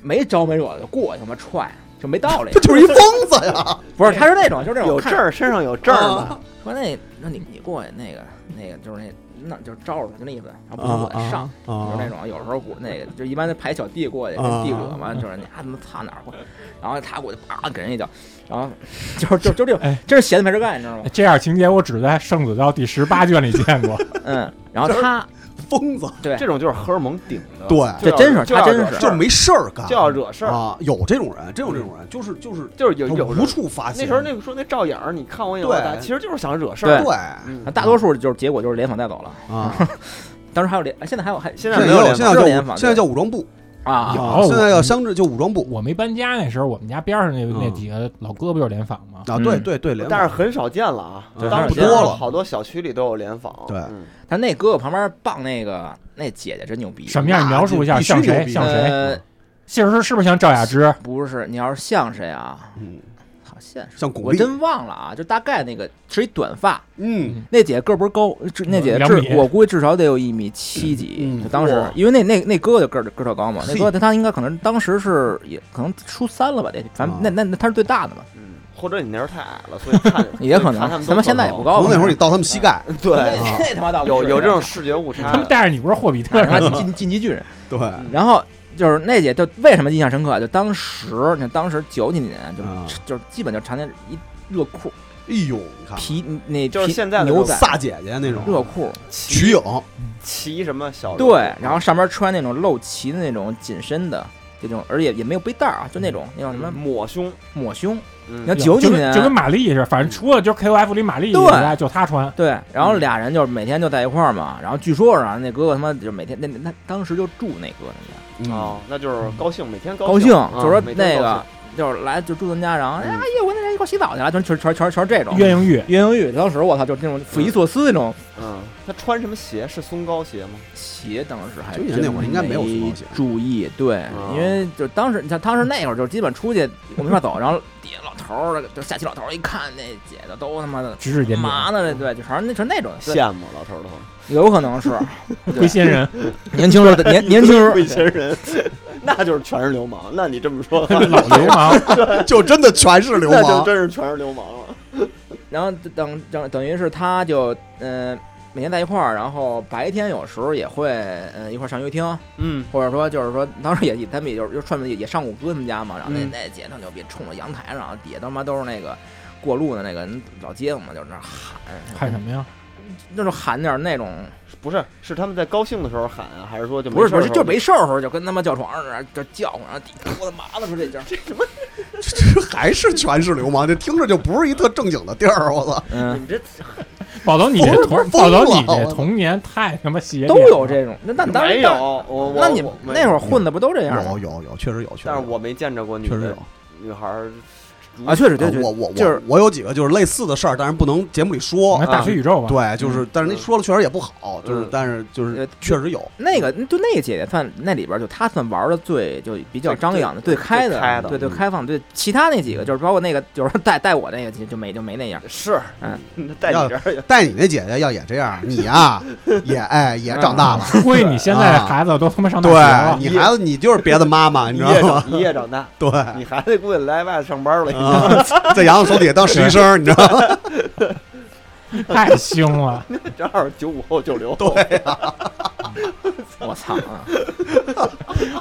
[SPEAKER 6] 没招没惹的就过去他妈踹，就没道理
[SPEAKER 2] 这。就是一疯子呀，
[SPEAKER 6] 不是，他是那种就是那种
[SPEAKER 1] 有
[SPEAKER 6] 看
[SPEAKER 1] 证儿，身上有证
[SPEAKER 6] 哦
[SPEAKER 1] 儿的，
[SPEAKER 6] 说那那你你过去那个那个就是那那就是招着他就那意思，然后不是我
[SPEAKER 2] 啊
[SPEAKER 6] 上。
[SPEAKER 2] 啊
[SPEAKER 3] 哦
[SPEAKER 6] 就是那种有时候我那个就一般排小弟过去，跟
[SPEAKER 2] 啊
[SPEAKER 6] 弟我嘛，就是你啊怎么擦哪儿过，然后他过去啪给人一脚，然 后就是就就这种
[SPEAKER 3] 哎，
[SPEAKER 6] 真是闲的没事干，你知道吗？
[SPEAKER 3] 这样情节我只在《圣子道》第十八卷里见过，
[SPEAKER 6] 嗯，然后他
[SPEAKER 2] 疯子，
[SPEAKER 6] 对
[SPEAKER 1] 这种就是荷尔蒙顶的，
[SPEAKER 2] 对
[SPEAKER 1] 就要
[SPEAKER 6] 这真是
[SPEAKER 1] 就要
[SPEAKER 6] 他真
[SPEAKER 1] 惹
[SPEAKER 6] 是
[SPEAKER 1] 事儿
[SPEAKER 2] 就是没事儿干，
[SPEAKER 1] 就要惹事儿，
[SPEAKER 2] 啊，有这种人，真有这种人，就是就是
[SPEAKER 1] 就是有
[SPEAKER 2] 他
[SPEAKER 1] 有
[SPEAKER 2] 无处发泄，
[SPEAKER 1] 那时候那个说那照眼儿，你看我眼我大，
[SPEAKER 2] 对
[SPEAKER 1] 其实就是想惹事儿。
[SPEAKER 6] 对
[SPEAKER 2] 对
[SPEAKER 1] 嗯，
[SPEAKER 6] 大多数就是结果就是联防带走了。
[SPEAKER 2] 啊，
[SPEAKER 6] 当时还有联，现在还有还
[SPEAKER 1] 现
[SPEAKER 2] 现
[SPEAKER 1] 在
[SPEAKER 2] 在
[SPEAKER 1] 没有
[SPEAKER 2] 也有
[SPEAKER 1] 联
[SPEAKER 2] 现在
[SPEAKER 6] 防
[SPEAKER 2] 叫
[SPEAKER 6] 联
[SPEAKER 2] 武
[SPEAKER 6] 防
[SPEAKER 2] 现在叫武装部
[SPEAKER 6] 啊，
[SPEAKER 2] 啊，
[SPEAKER 3] 有
[SPEAKER 2] 现在叫乡镇叫武装部
[SPEAKER 3] 我没搬家那时候，我们家边上那那
[SPEAKER 2] 嗯
[SPEAKER 3] 几个老哥不就是联访吗？
[SPEAKER 2] 啊，对
[SPEAKER 6] 嗯
[SPEAKER 2] 对对，联
[SPEAKER 1] 但是
[SPEAKER 2] 防
[SPEAKER 1] 很少见了啊，
[SPEAKER 2] 对
[SPEAKER 1] 当时
[SPEAKER 6] 很少见
[SPEAKER 2] 了
[SPEAKER 1] 好多小区里都有联访。
[SPEAKER 2] 对
[SPEAKER 1] 嗯
[SPEAKER 6] 但那哥哥旁边傍那个那姐姐真牛逼，
[SPEAKER 3] 什么样？你描述一下，
[SPEAKER 2] 必须
[SPEAKER 3] 像
[SPEAKER 2] 牛
[SPEAKER 3] 谁？
[SPEAKER 2] 逼啊
[SPEAKER 3] 像谁？
[SPEAKER 6] 呃，
[SPEAKER 3] 姓氏是不是像赵雅芝？
[SPEAKER 6] 不是，你要是像谁啊？
[SPEAKER 2] 嗯，
[SPEAKER 6] 好像是，
[SPEAKER 2] 像古
[SPEAKER 6] 我
[SPEAKER 2] 力，
[SPEAKER 6] 真忘了啊，就大概那个是一短发，
[SPEAKER 2] 嗯
[SPEAKER 6] 那姐个儿不是高，至那姐
[SPEAKER 3] 两米
[SPEAKER 6] 至我估计至少得有一米七几。
[SPEAKER 2] 嗯
[SPEAKER 6] 就当时
[SPEAKER 1] 哇，
[SPEAKER 6] 因为那那那哥哥个儿个儿特高嘛，那
[SPEAKER 2] 嘿
[SPEAKER 6] 哥哥他应该可能当时是也可能初三了吧，得反正
[SPEAKER 2] 啊
[SPEAKER 6] 那那那他是最大的嘛。
[SPEAKER 1] 嗯，或者你那时候太矮了，所以看
[SPEAKER 6] 也可能
[SPEAKER 1] 看他们都
[SPEAKER 6] 咱们现在也
[SPEAKER 1] 高
[SPEAKER 6] 不
[SPEAKER 2] 可
[SPEAKER 6] 高吧。
[SPEAKER 2] 能那会儿你到他们膝盖，
[SPEAKER 1] 对
[SPEAKER 2] 啊
[SPEAKER 6] 这他妈倒不
[SPEAKER 1] 有
[SPEAKER 6] 是
[SPEAKER 1] 有 这种视觉误差嗯
[SPEAKER 3] 他们带着你不是霍比特
[SPEAKER 6] 他
[SPEAKER 3] 人
[SPEAKER 6] 妈
[SPEAKER 3] 吗？
[SPEAKER 6] 进进击巨人。
[SPEAKER 2] 对，
[SPEAKER 6] 然后就是那届，就为什么印象深刻啊？就当时，你看当时九几年，就、
[SPEAKER 2] 啊
[SPEAKER 6] 就是基本就常年一热裤、
[SPEAKER 2] 哎呦，你 看
[SPEAKER 6] 皮那
[SPEAKER 1] 就是
[SPEAKER 6] 皮
[SPEAKER 1] 现在的
[SPEAKER 6] 牛
[SPEAKER 1] 那种
[SPEAKER 6] 仔
[SPEAKER 2] 撒姐姐那
[SPEAKER 6] 热
[SPEAKER 2] 种，
[SPEAKER 6] 裤，
[SPEAKER 2] 瞿颖，
[SPEAKER 1] 骑什么小
[SPEAKER 6] 对，然后上面穿那种露脐的那种紧身的。这种，而且也没有背带儿啊，就那种那叫什么
[SPEAKER 1] 嗯抹胸，
[SPEAKER 6] 抹胸，你看
[SPEAKER 1] 嗯，
[SPEAKER 6] 九几
[SPEAKER 3] 就跟
[SPEAKER 2] 啊
[SPEAKER 6] 年
[SPEAKER 3] 就跟玛丽似的，反正除了就是 KOF 里玛丽以
[SPEAKER 6] 对
[SPEAKER 3] 外，就她
[SPEAKER 2] 哦
[SPEAKER 3] 穿。
[SPEAKER 6] 对，然后俩人就是每天就在一块儿嘛，然后据说啊，那哥哥他妈就是每天那那那当时就住那哥人家，
[SPEAKER 2] 嗯
[SPEAKER 1] 哦，那就是高兴，每天
[SPEAKER 6] 高
[SPEAKER 1] 兴，
[SPEAKER 6] 就说
[SPEAKER 1] 啊每
[SPEAKER 6] 那
[SPEAKER 1] 天
[SPEAKER 6] 个
[SPEAKER 1] 高
[SPEAKER 6] 就是来就住他们家，然后哎呀，夜我那人一块儿洗澡去了，全全全全全这种
[SPEAKER 3] 鸳鸯浴，
[SPEAKER 6] 鸳鸯浴，当时我操，就是那种匪夷所思那种
[SPEAKER 1] 兴嗯，他穿什么鞋？是松糕鞋吗？
[SPEAKER 6] 鞋，当时还
[SPEAKER 2] 九几年那会儿应该没有松
[SPEAKER 6] 哎
[SPEAKER 2] 糕鞋
[SPEAKER 6] 注意，对，
[SPEAKER 1] 嗯
[SPEAKER 6] 因为就当时你像当时那会儿就基本出去我们一块儿走，然后底下老头儿就下棋老头儿一看那姐的都他妈的
[SPEAKER 3] 指指点点，
[SPEAKER 6] 干嘛呢？对，就反正那就是那种，对
[SPEAKER 1] 羡慕老头儿的话，
[SPEAKER 6] 有可能是对
[SPEAKER 3] 龟仙人，
[SPEAKER 6] 年轻时候的年年 轻时候
[SPEAKER 1] 贵闲人，那就是全是流 氓。那你这么说的话，
[SPEAKER 3] 老流氓，
[SPEAKER 2] 就真的全是流
[SPEAKER 1] 那就
[SPEAKER 2] 氓，
[SPEAKER 1] 真是全是流氓了。
[SPEAKER 6] 然后等等等于是他就嗯、呃每天在一块儿，然后白天有时候也会嗯、呃一块儿上游厅，
[SPEAKER 1] 嗯，
[SPEAKER 6] 或者说就是说当时也也他们也就是就串门也也上过哥他们家嘛，然后那、
[SPEAKER 1] 嗯
[SPEAKER 6] 那姐特牛逼，冲着阳台上，底下他妈都是那个。过路的那个老街坊嘛，就是那儿喊，
[SPEAKER 3] 看什么呀？
[SPEAKER 6] 就是喊点儿那种，
[SPEAKER 1] 不是，是他们在高兴的时候喊啊，还是说就
[SPEAKER 6] 不是不
[SPEAKER 1] 没事
[SPEAKER 6] 是，
[SPEAKER 1] 儿
[SPEAKER 6] 就
[SPEAKER 1] 的时候
[SPEAKER 6] 没事儿的时候就跟他妈叫床上似的，就叫唤，然后底下我的妈的说这劲儿，
[SPEAKER 2] 还是全是流氓，这听着就不是一特正经的地儿，我操！
[SPEAKER 6] 嗯，
[SPEAKER 1] 你这
[SPEAKER 3] 宝总，你
[SPEAKER 2] 不
[SPEAKER 3] 这
[SPEAKER 2] 是
[SPEAKER 3] 童，
[SPEAKER 2] 疯
[SPEAKER 3] 宝
[SPEAKER 2] 了
[SPEAKER 3] 总，你
[SPEAKER 2] 我
[SPEAKER 3] 这
[SPEAKER 2] 操
[SPEAKER 3] 童年太他妈邪
[SPEAKER 6] 都
[SPEAKER 3] 念了
[SPEAKER 6] 有这种，那那当然
[SPEAKER 1] 没有，我我
[SPEAKER 6] 那你
[SPEAKER 1] 我没
[SPEAKER 6] 那会儿混的不都这样吗？
[SPEAKER 2] 有有有，确实有，确实
[SPEAKER 1] 但
[SPEAKER 2] 有
[SPEAKER 1] 是我没见着过女
[SPEAKER 2] 确实
[SPEAKER 1] 的
[SPEAKER 2] 有。
[SPEAKER 1] 女孩儿
[SPEAKER 6] 啊，确实，对
[SPEAKER 2] 啊
[SPEAKER 6] 对，
[SPEAKER 2] 我我我
[SPEAKER 6] 就是
[SPEAKER 2] 我有几个就是类似的事儿，但是不能节目里说
[SPEAKER 3] 那。大学宇宙吧，
[SPEAKER 2] 啊对，就是，但是那
[SPEAKER 1] 嗯
[SPEAKER 2] 说了确实也不好，就是
[SPEAKER 1] 嗯，
[SPEAKER 2] 但是就是
[SPEAKER 6] 呃
[SPEAKER 2] 确实有，
[SPEAKER 6] 那个就那个姐姐算那里边儿就她算玩的最就比较
[SPEAKER 1] 最
[SPEAKER 6] 张扬的、
[SPEAKER 1] 最
[SPEAKER 6] 最开
[SPEAKER 1] 最开
[SPEAKER 6] 的、
[SPEAKER 1] 的
[SPEAKER 6] 对对
[SPEAKER 1] 嗯
[SPEAKER 6] 开放，对其他那几个就是包括那个就是带带我那个就就没就没那样。
[SPEAKER 1] 是，
[SPEAKER 6] 嗯，
[SPEAKER 1] 在你这儿也
[SPEAKER 2] 带你那姐姐要也这样，你呀、也哎也长大了，
[SPEAKER 3] 估计你现在的孩子都他妈上大学
[SPEAKER 2] 啊对
[SPEAKER 3] 了，
[SPEAKER 2] 你孩子你就是别的妈妈，你
[SPEAKER 1] 一夜
[SPEAKER 2] 知道 吗？
[SPEAKER 1] 长一夜长大，
[SPEAKER 2] 对，
[SPEAKER 6] 哎
[SPEAKER 1] 你孩子估计来外头上班了。
[SPEAKER 6] 嗯
[SPEAKER 2] 啊，在洋洋手底下当实习生，你知道吗？
[SPEAKER 3] 太凶了。
[SPEAKER 1] 正好九五后九零后，
[SPEAKER 6] 我 操啊！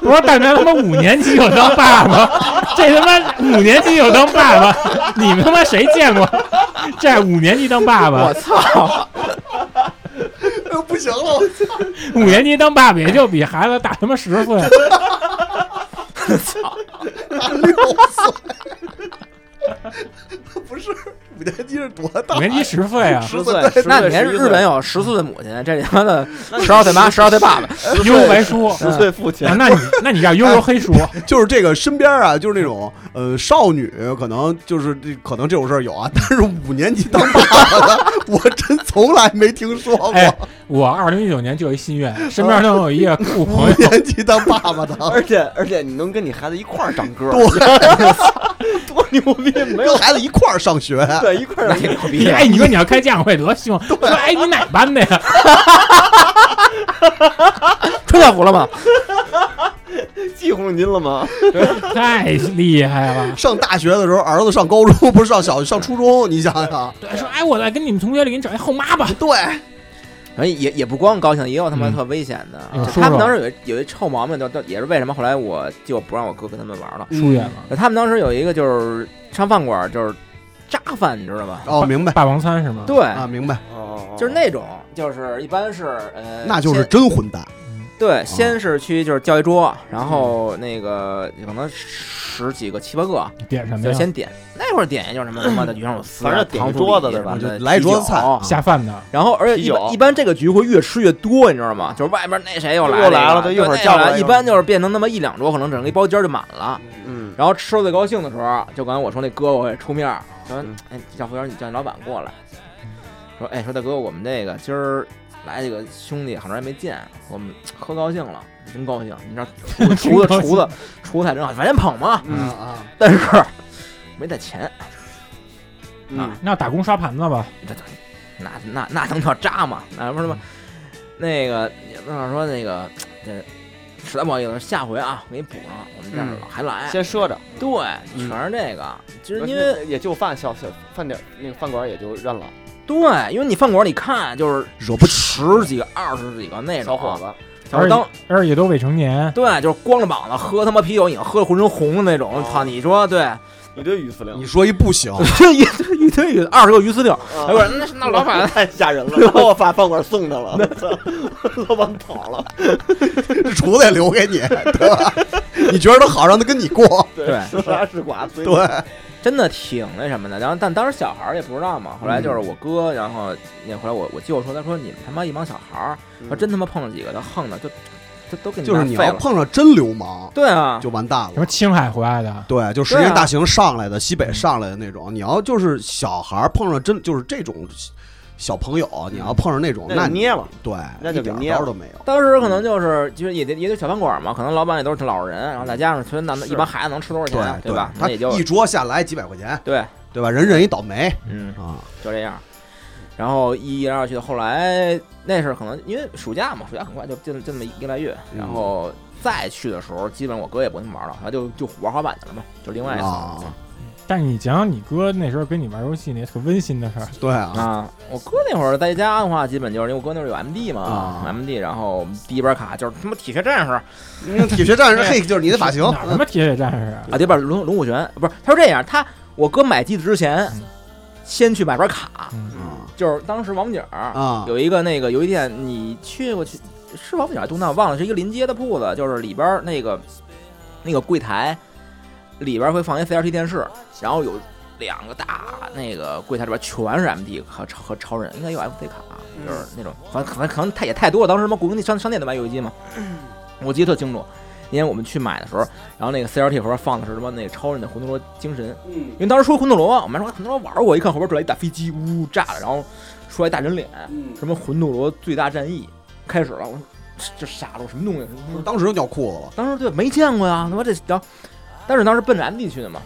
[SPEAKER 3] 我说大明他妈五年级就当爸 爸，这他妈五年级就当爸爸，你们他妈谁见过？这五年级当爸爸
[SPEAKER 6] 我，操！
[SPEAKER 2] 不行了，
[SPEAKER 3] 五年级当爸爸也就比孩子大他妈十岁，
[SPEAKER 2] 六岁，不是五年级是多大
[SPEAKER 3] 五？年级十岁啊！
[SPEAKER 1] 十 岁，十岁
[SPEAKER 6] 那你看
[SPEAKER 1] 十一
[SPEAKER 6] 日
[SPEAKER 1] 岁
[SPEAKER 6] 本有十岁的母亲，啊这他妈的
[SPEAKER 1] 那你
[SPEAKER 6] 十二岁妈、十二岁爸爸，
[SPEAKER 3] 优柔白书，
[SPEAKER 1] 十岁父亲
[SPEAKER 3] 啊，那你那你叫优柔黑书，
[SPEAKER 2] 就是这个身边啊，就是那种呃少女，可能就是这可能这种事儿有啊，但是五年级当爸爸的， 我真从来没听说过。
[SPEAKER 3] 哎，我二零一九年就有一心愿，身边能有一个酷
[SPEAKER 2] 五
[SPEAKER 3] 朋友，
[SPEAKER 2] 年级当爸爸的，
[SPEAKER 1] 而且而且你能跟你孩子一块儿长个儿， 多牛逼！没有
[SPEAKER 2] 跟孩子一块儿上学，
[SPEAKER 1] 对一块儿长个儿，
[SPEAKER 6] 逼
[SPEAKER 3] 哎，你说你要开家长会多凶！说哎，你哪班的呀？
[SPEAKER 6] 穿校服了吗？
[SPEAKER 1] 系红领巾了吗？
[SPEAKER 3] 太厉害了！
[SPEAKER 2] 上大学的时候，儿子上高中，不是上小上初中，你想想，
[SPEAKER 3] 对，说哎，我再跟你们同学里给你找一后妈吧。
[SPEAKER 2] 对，
[SPEAKER 6] 反正也也不光高兴，也有他妈
[SPEAKER 3] 嗯
[SPEAKER 6] 特危险的。
[SPEAKER 3] 嗯
[SPEAKER 6] 就
[SPEAKER 3] 说
[SPEAKER 6] 他们
[SPEAKER 3] 说
[SPEAKER 6] 当时有一有一臭毛病，就就也是为什么后来我就不让我哥跟他们玩了。
[SPEAKER 3] 疏远了，
[SPEAKER 6] 他们当时有一个就是上饭馆就是扎饭，你知道吧？
[SPEAKER 2] 哦，明白
[SPEAKER 3] 霸王餐是吗？
[SPEAKER 6] 对，
[SPEAKER 2] 啊，明白，
[SPEAKER 1] 哦
[SPEAKER 6] 就是那种，就是一般是呃，
[SPEAKER 2] 那就是
[SPEAKER 6] 先
[SPEAKER 2] 真混蛋，
[SPEAKER 6] 对，
[SPEAKER 1] 啊
[SPEAKER 6] 先是去就是叫一桌，
[SPEAKER 1] 嗯
[SPEAKER 6] 然后那个可能十几个七八个，
[SPEAKER 3] 点什么
[SPEAKER 6] 就
[SPEAKER 3] 呀？
[SPEAKER 6] 先点那会儿点就是什么他 妈的鱼香肉丝啊，
[SPEAKER 1] 反正点
[SPEAKER 6] 糖
[SPEAKER 1] 一
[SPEAKER 6] 醋
[SPEAKER 1] 桌子
[SPEAKER 6] 里脊
[SPEAKER 1] 对吧
[SPEAKER 6] 什么的
[SPEAKER 2] 就来一桌子
[SPEAKER 6] 啤
[SPEAKER 2] 菜
[SPEAKER 6] 酒
[SPEAKER 3] 下饭的，
[SPEAKER 6] 然后，而且一
[SPEAKER 1] 啤酒
[SPEAKER 6] 般一般这个局会越吃越多，你知道吗？就是外边那谁又来
[SPEAKER 1] 又来了
[SPEAKER 6] 对，
[SPEAKER 1] 对一会儿
[SPEAKER 6] 那又
[SPEAKER 1] 叫过来
[SPEAKER 6] 来
[SPEAKER 1] 又
[SPEAKER 6] 一般就是变成那么一两桌，可能整个一包间儿就满了。
[SPEAKER 1] 嗯，
[SPEAKER 6] 然后吃的最高兴的时候，就刚才我说那哥我也出面儿，说
[SPEAKER 1] 嗯
[SPEAKER 6] 哎，小服务员，你叫你老板过来，说哎，说大哥，我们这个今儿来几个兄弟，好长时间没见，我们喝高兴了，真高兴。你知道厨
[SPEAKER 3] 真高兴
[SPEAKER 6] 子厨子厨子菜真好，反正捧嘛，
[SPEAKER 1] 嗯
[SPEAKER 2] 啊，
[SPEAKER 6] 但是没带钱，
[SPEAKER 1] 嗯，
[SPEAKER 3] 那打工刷盘子吧。
[SPEAKER 6] 这那那啊那能叫渣吗？那不是吗？那个那老板说那个这实在不好意思，下回啊给你补上，我们这儿
[SPEAKER 1] 嗯
[SPEAKER 6] 还来。
[SPEAKER 1] 先赊着，
[SPEAKER 6] 对，全是这个，就是因为
[SPEAKER 1] 那也就饭小小饭点那个饭馆也就认了，
[SPEAKER 6] 对，因为你饭馆你看就是
[SPEAKER 2] 惹不起。
[SPEAKER 6] 十几个、二十几个那种
[SPEAKER 1] 小伙 子，
[SPEAKER 6] 子，
[SPEAKER 3] 而
[SPEAKER 6] 然后当
[SPEAKER 3] 且而且也都未成年，
[SPEAKER 6] 对就是光着膀子喝他妈啤酒，已经喝的浑身红的那
[SPEAKER 2] 啊
[SPEAKER 6] 种，操、你说对？
[SPEAKER 1] 一堆鱼饲料
[SPEAKER 2] 你，说一不行，
[SPEAKER 6] 一堆一堆鱼，二十个鱼饲料，
[SPEAKER 1] 啊
[SPEAKER 6] 哎我说那那老 板
[SPEAKER 1] 太吓人 了，把我把饭馆送他了， 老板跑 了，
[SPEAKER 2] 这厨子也留给你，对吧？你觉得他好，让他跟你过，
[SPEAKER 1] 对
[SPEAKER 6] 对
[SPEAKER 1] 是杀是剐，随你
[SPEAKER 2] 对，
[SPEAKER 6] 真的挺那什么的。然后但当时小孩儿也不知道
[SPEAKER 2] 嗯
[SPEAKER 6] 嘛，后来就是我哥，然后那后来我我舅说，他说你们他妈一帮小孩儿，
[SPEAKER 1] 嗯
[SPEAKER 6] 他真他妈碰了几个，他横的就就都给你
[SPEAKER 2] 就是
[SPEAKER 6] 浪
[SPEAKER 2] 你
[SPEAKER 6] 费
[SPEAKER 2] 要
[SPEAKER 6] 了。
[SPEAKER 2] 碰上真流氓，
[SPEAKER 6] 对啊，
[SPEAKER 2] 就完蛋
[SPEAKER 3] 什么
[SPEAKER 2] 了。
[SPEAKER 3] 青海回来的，
[SPEAKER 2] 对，就十
[SPEAKER 6] 对啊
[SPEAKER 2] 年大型上来的，西北上来的那种。你要就是小孩儿碰上真就是这种小朋友，你要碰上那种，
[SPEAKER 1] 嗯那
[SPEAKER 2] 那
[SPEAKER 1] 就捏了，
[SPEAKER 2] 对，
[SPEAKER 1] 那就
[SPEAKER 2] 一
[SPEAKER 1] 给
[SPEAKER 2] 点
[SPEAKER 1] 捏
[SPEAKER 2] 招
[SPEAKER 1] 了
[SPEAKER 2] 都没有。
[SPEAKER 6] 当时可能就是就是也得也得小饭馆嘛，可能老板也都是老人，然后再加上村那
[SPEAKER 1] 是
[SPEAKER 6] 一帮孩子能吃多少钱啊，
[SPEAKER 2] 对
[SPEAKER 6] 吧？
[SPEAKER 2] 他
[SPEAKER 6] 那也就
[SPEAKER 2] 一桌下来几百块钱，
[SPEAKER 6] 对，
[SPEAKER 2] 对吧？人人一倒霉
[SPEAKER 6] 嗯，
[SPEAKER 2] 啊，
[SPEAKER 6] 就这样。然后一来二去的，后来那是可能因为暑假嘛，暑假很快就就就那么一个来月，然后再去的时候，基本我哥也不跟他们玩了，他就就玩滑板去了嘛，就另外一次
[SPEAKER 2] 啊
[SPEAKER 3] 但是你讲讲你哥那时候跟你玩游戏那特温馨的事儿，
[SPEAKER 2] 对啊，
[SPEAKER 6] 啊，我哥那会儿在家的话，基本就是因为我哥那会儿有 MD 嘛、
[SPEAKER 2] 啊
[SPEAKER 6] m d 然后我们第一班卡就是他妈铁血战士啊，
[SPEAKER 2] 那铁血战士，嘿，就是你的发型，
[SPEAKER 3] 哪儿他妈铁血战士啊？
[SPEAKER 6] 第一班龙龙虎拳不是，他是这样，他我哥买机子之前，
[SPEAKER 3] 嗯
[SPEAKER 6] 先去买盘卡，
[SPEAKER 3] 嗯，
[SPEAKER 2] 啊
[SPEAKER 6] 就是当时王府井儿
[SPEAKER 2] 啊
[SPEAKER 6] 有一个那个有一店，你去过去是王府井还是东大，我忘了，是一个临街的铺子，就是里边儿那个那个柜台里边儿会放一 CRT 电视，然后有两个大那个柜台里边全是 MD 和超和超人，应该有 FC 卡，就是那种，反正可能可能太也太多了，当时什么国营地商商店都买游戏机嘛，我记得特清楚。因为我们去买的时候，然后那个 CRT 盒放的是什么那个超人的魂斗罗精神，
[SPEAKER 1] 嗯
[SPEAKER 6] 因为当时说魂斗罗，我妈说魂斗罗玩过，一看后边出来一大飞机，呜炸了，然后出来一大人脸，
[SPEAKER 1] 嗯，
[SPEAKER 6] 什么魂斗罗最大战役开始了，我说这这傻了，我什么东西？
[SPEAKER 2] 不是当时就尿裤子了。
[SPEAKER 6] 当时对没见过呀，他妈这然后，但是当时奔着 MD 去的嘛，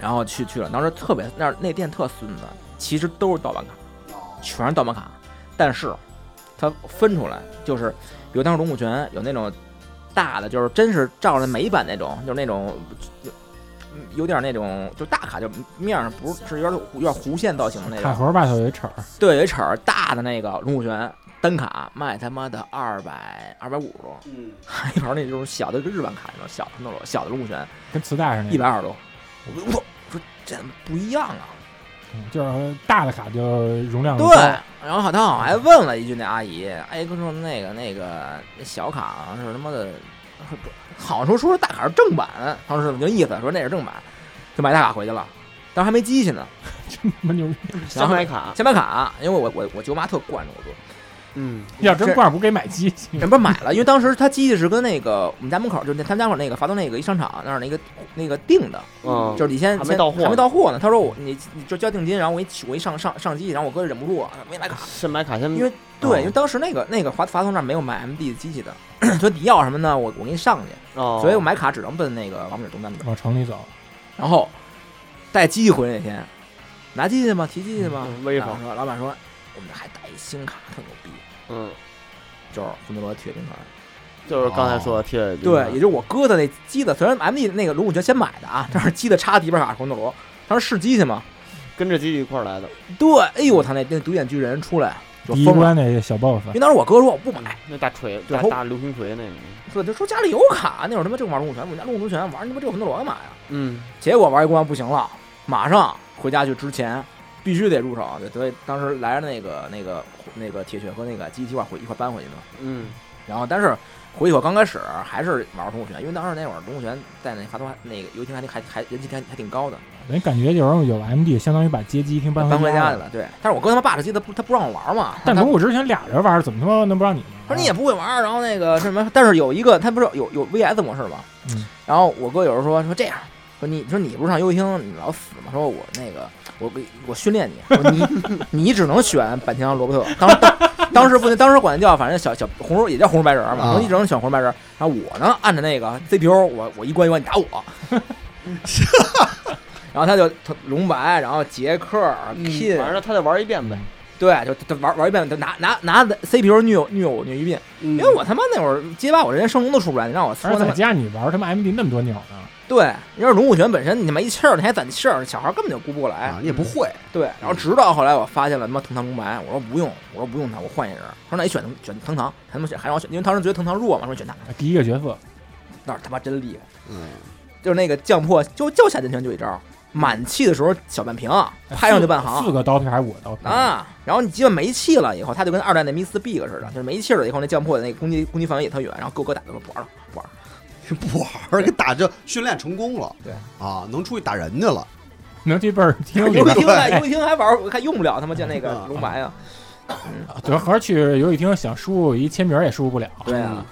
[SPEAKER 6] 然后去去了，当时特别那儿那店特孙子，其实都是盗版卡，全是盗版卡，但是它分出来就是有当时龙虎拳有那种大的，就是真是照着美版那种，就是那种有有点那种就大卡，就面上不是是有点有点弧线造型的那种
[SPEAKER 3] 卡，盒吧头有一嗯齿儿，
[SPEAKER 6] 对，有一场大的那个龙虎拳单卡卖他妈的二百二百五十多，
[SPEAKER 1] 嗯，
[SPEAKER 6] 还 有一盘那种小的跟日版卡那种小的那种小的龙虎拳
[SPEAKER 3] 跟磁带
[SPEAKER 1] 嗯
[SPEAKER 3] 似的，
[SPEAKER 6] 一百二十多，我说我说这不一样啊，
[SPEAKER 3] 嗯就是大的卡就
[SPEAKER 1] 嗯
[SPEAKER 3] 容量
[SPEAKER 6] 对
[SPEAKER 3] 高，，
[SPEAKER 6] 然后好他好像还问了一句那阿姨，阿姨跟我说那个那个那小卡好像是他妈的，好像说说是大卡是正版，当时有意思说那是正版，就买大卡回去了，当时还没机器呢，
[SPEAKER 3] 真他妈牛逼！
[SPEAKER 1] 先买卡，
[SPEAKER 6] 先买卡，因为我我我舅妈特惯着我哥。
[SPEAKER 1] 嗯，
[SPEAKER 3] 要真挂不给买机器，
[SPEAKER 6] 人不是买了，因为当时他机器是跟那个我们家门口，就是那他们家门口那个华东那个一商场那儿那个那个订的，
[SPEAKER 1] 嗯
[SPEAKER 6] 就是你先
[SPEAKER 1] 还没
[SPEAKER 6] 先
[SPEAKER 1] 到货
[SPEAKER 6] 还没到货呢。他说我你你就交定金，然后我一起我一上上上机，然后我哥忍不住了，没买卡。
[SPEAKER 1] 先买卡，先
[SPEAKER 6] 因为
[SPEAKER 1] 哦
[SPEAKER 6] 对，因为当时那个那个华华东那儿没有卖 MD 的机器的， 所以你要什么呢？我我给你上去，
[SPEAKER 1] 哦，
[SPEAKER 6] 所以我买卡只能奔那个王府井东单那边。
[SPEAKER 3] 往城里走，
[SPEAKER 6] 然后带机器回来那天，拿机器吗？提机器吗？
[SPEAKER 1] 嗯威风
[SPEAKER 6] 老板，说老板说我们这还带一新卡，特牛逼，
[SPEAKER 1] 嗯，
[SPEAKER 6] 就是魂斗罗铁兵团。
[SPEAKER 1] 就是刚才说的铁血军
[SPEAKER 6] 哦对，也就是我哥的那机子，虽然 M D 那个龙虎拳先买的啊，但是机子插迪巴卡红斗罗，当时试机去嘛。
[SPEAKER 1] 跟着机器一块儿来的，
[SPEAKER 6] 对，哎呦我操，那那独眼巨人出来就
[SPEAKER 3] 第一
[SPEAKER 6] 疯了，
[SPEAKER 3] 关那小 boss
[SPEAKER 6] 因为当时我哥说我不买，
[SPEAKER 1] 那大锤，
[SPEAKER 6] 对
[SPEAKER 1] 大
[SPEAKER 6] 后
[SPEAKER 1] 大流星锤那个，
[SPEAKER 6] 说就说家里有卡，那会儿他妈正玩龙虎拳，我们家龙虎拳玩他妈这魂斗罗干嘛呀？
[SPEAKER 1] 嗯，
[SPEAKER 6] 结果玩一关不行了，马上回家去之前必须得入手，对所以当时来着那个那个那个铁血和那个机器一块回一块搬回去嘛。
[SPEAKER 1] 嗯，
[SPEAKER 6] 然后但是回去我刚开始还是玩龙虎拳，因为当时那会儿龙虎拳在那华东还那个游戏厅还挺还还人气还还挺高的。
[SPEAKER 3] 人感觉就是有 MD，相当于把街机厅搬
[SPEAKER 6] 搬回家
[SPEAKER 3] 家
[SPEAKER 6] 去。了。对，但是我哥他妈爸这机他不他不让我玩嘛，
[SPEAKER 3] 但
[SPEAKER 6] 他
[SPEAKER 3] 龙虎之前俩人玩，怎么他妈能不让你呢？
[SPEAKER 6] 他说你也不会玩，然后那个什么，但是有一个他不是有有 VS 模式嘛，
[SPEAKER 3] 嗯
[SPEAKER 6] 然后我哥有时候说说这样。说你说你不是上游戏厅，你老死嘛？说我那个我给我训练你，说你你只能选板桥罗伯特。当当当时不当时管他叫反正小小红肉也叫红肉白人嘛，
[SPEAKER 2] 啊
[SPEAKER 6] 我一直能选红肉白人。然后我呢按着那个 CPU，我我一关一关你打我，然后他就他龙白，然后杰克、Kin，
[SPEAKER 1] 反正他再玩一遍呗，
[SPEAKER 6] 对，就就玩玩一遍，就拿拿拿 CPU 虐我虐我虐一遍，
[SPEAKER 2] 因
[SPEAKER 6] 因为我他妈那会儿街霸，我人家升龙都出不来，你让我说
[SPEAKER 3] 而且
[SPEAKER 6] 他
[SPEAKER 3] 在
[SPEAKER 6] 妈
[SPEAKER 3] 家你玩他妈 MD 那么多钮呢，
[SPEAKER 6] 对，要是龙武拳本身你他妈一气儿，你还攒气儿，小孩根本就顾不过来
[SPEAKER 2] 啊，。你也不会，
[SPEAKER 6] 对，
[SPEAKER 3] 嗯
[SPEAKER 6] 然后直到后来我发现了他妈藤堂公白，我说不用，我说不用他，我换一人。他说那你选选藤堂，他们选还让我选，因为当时觉得藤堂弱嘛，说选他，
[SPEAKER 3] 第一个角色
[SPEAKER 6] 那他妈真厉害，
[SPEAKER 2] 嗯，
[SPEAKER 6] 就是那个降破就就下定拳就一招，满气的时候小半平拍上就半
[SPEAKER 3] 哎四
[SPEAKER 6] 行
[SPEAKER 3] 个刀片还是五个刀片？
[SPEAKER 6] 啊，然后你基本没气了以后，他就跟二代那 Miss Big 似的，就是没气了以后那降破的那个攻击攻击范围也特远，然后给我哥打的时候不玩了不玩了，
[SPEAKER 2] 不玩儿，给打就训练成功了，
[SPEAKER 6] 对
[SPEAKER 2] 啊，能出去打人去了，
[SPEAKER 3] 能这辈儿听
[SPEAKER 6] 游戏
[SPEAKER 3] 着。
[SPEAKER 6] 厅啊游戏厅还玩儿还用不了他妈见那个龙白啊，
[SPEAKER 3] 对，合着去游戏厅想输入一签名也输入不了。
[SPEAKER 6] 对啊，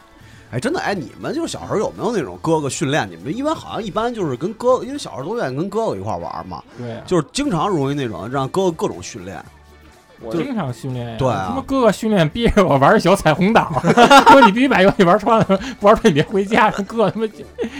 [SPEAKER 2] 哎，真的哎，你们就是小时候有没有那种哥哥训练？你们一般好像一般就是跟哥哥，因为小时候都愿意跟哥哥一块儿玩儿嘛，
[SPEAKER 3] 对啊，
[SPEAKER 2] 就是经常容易那种让哥哥各种训练。
[SPEAKER 6] 我
[SPEAKER 3] 经常训练呀。
[SPEAKER 2] 对啊
[SPEAKER 3] 他妈哥哥训练逼着我玩一宿彩虹 岛，说你必须把游戏玩穿了，不玩穿你别回家。哥他妈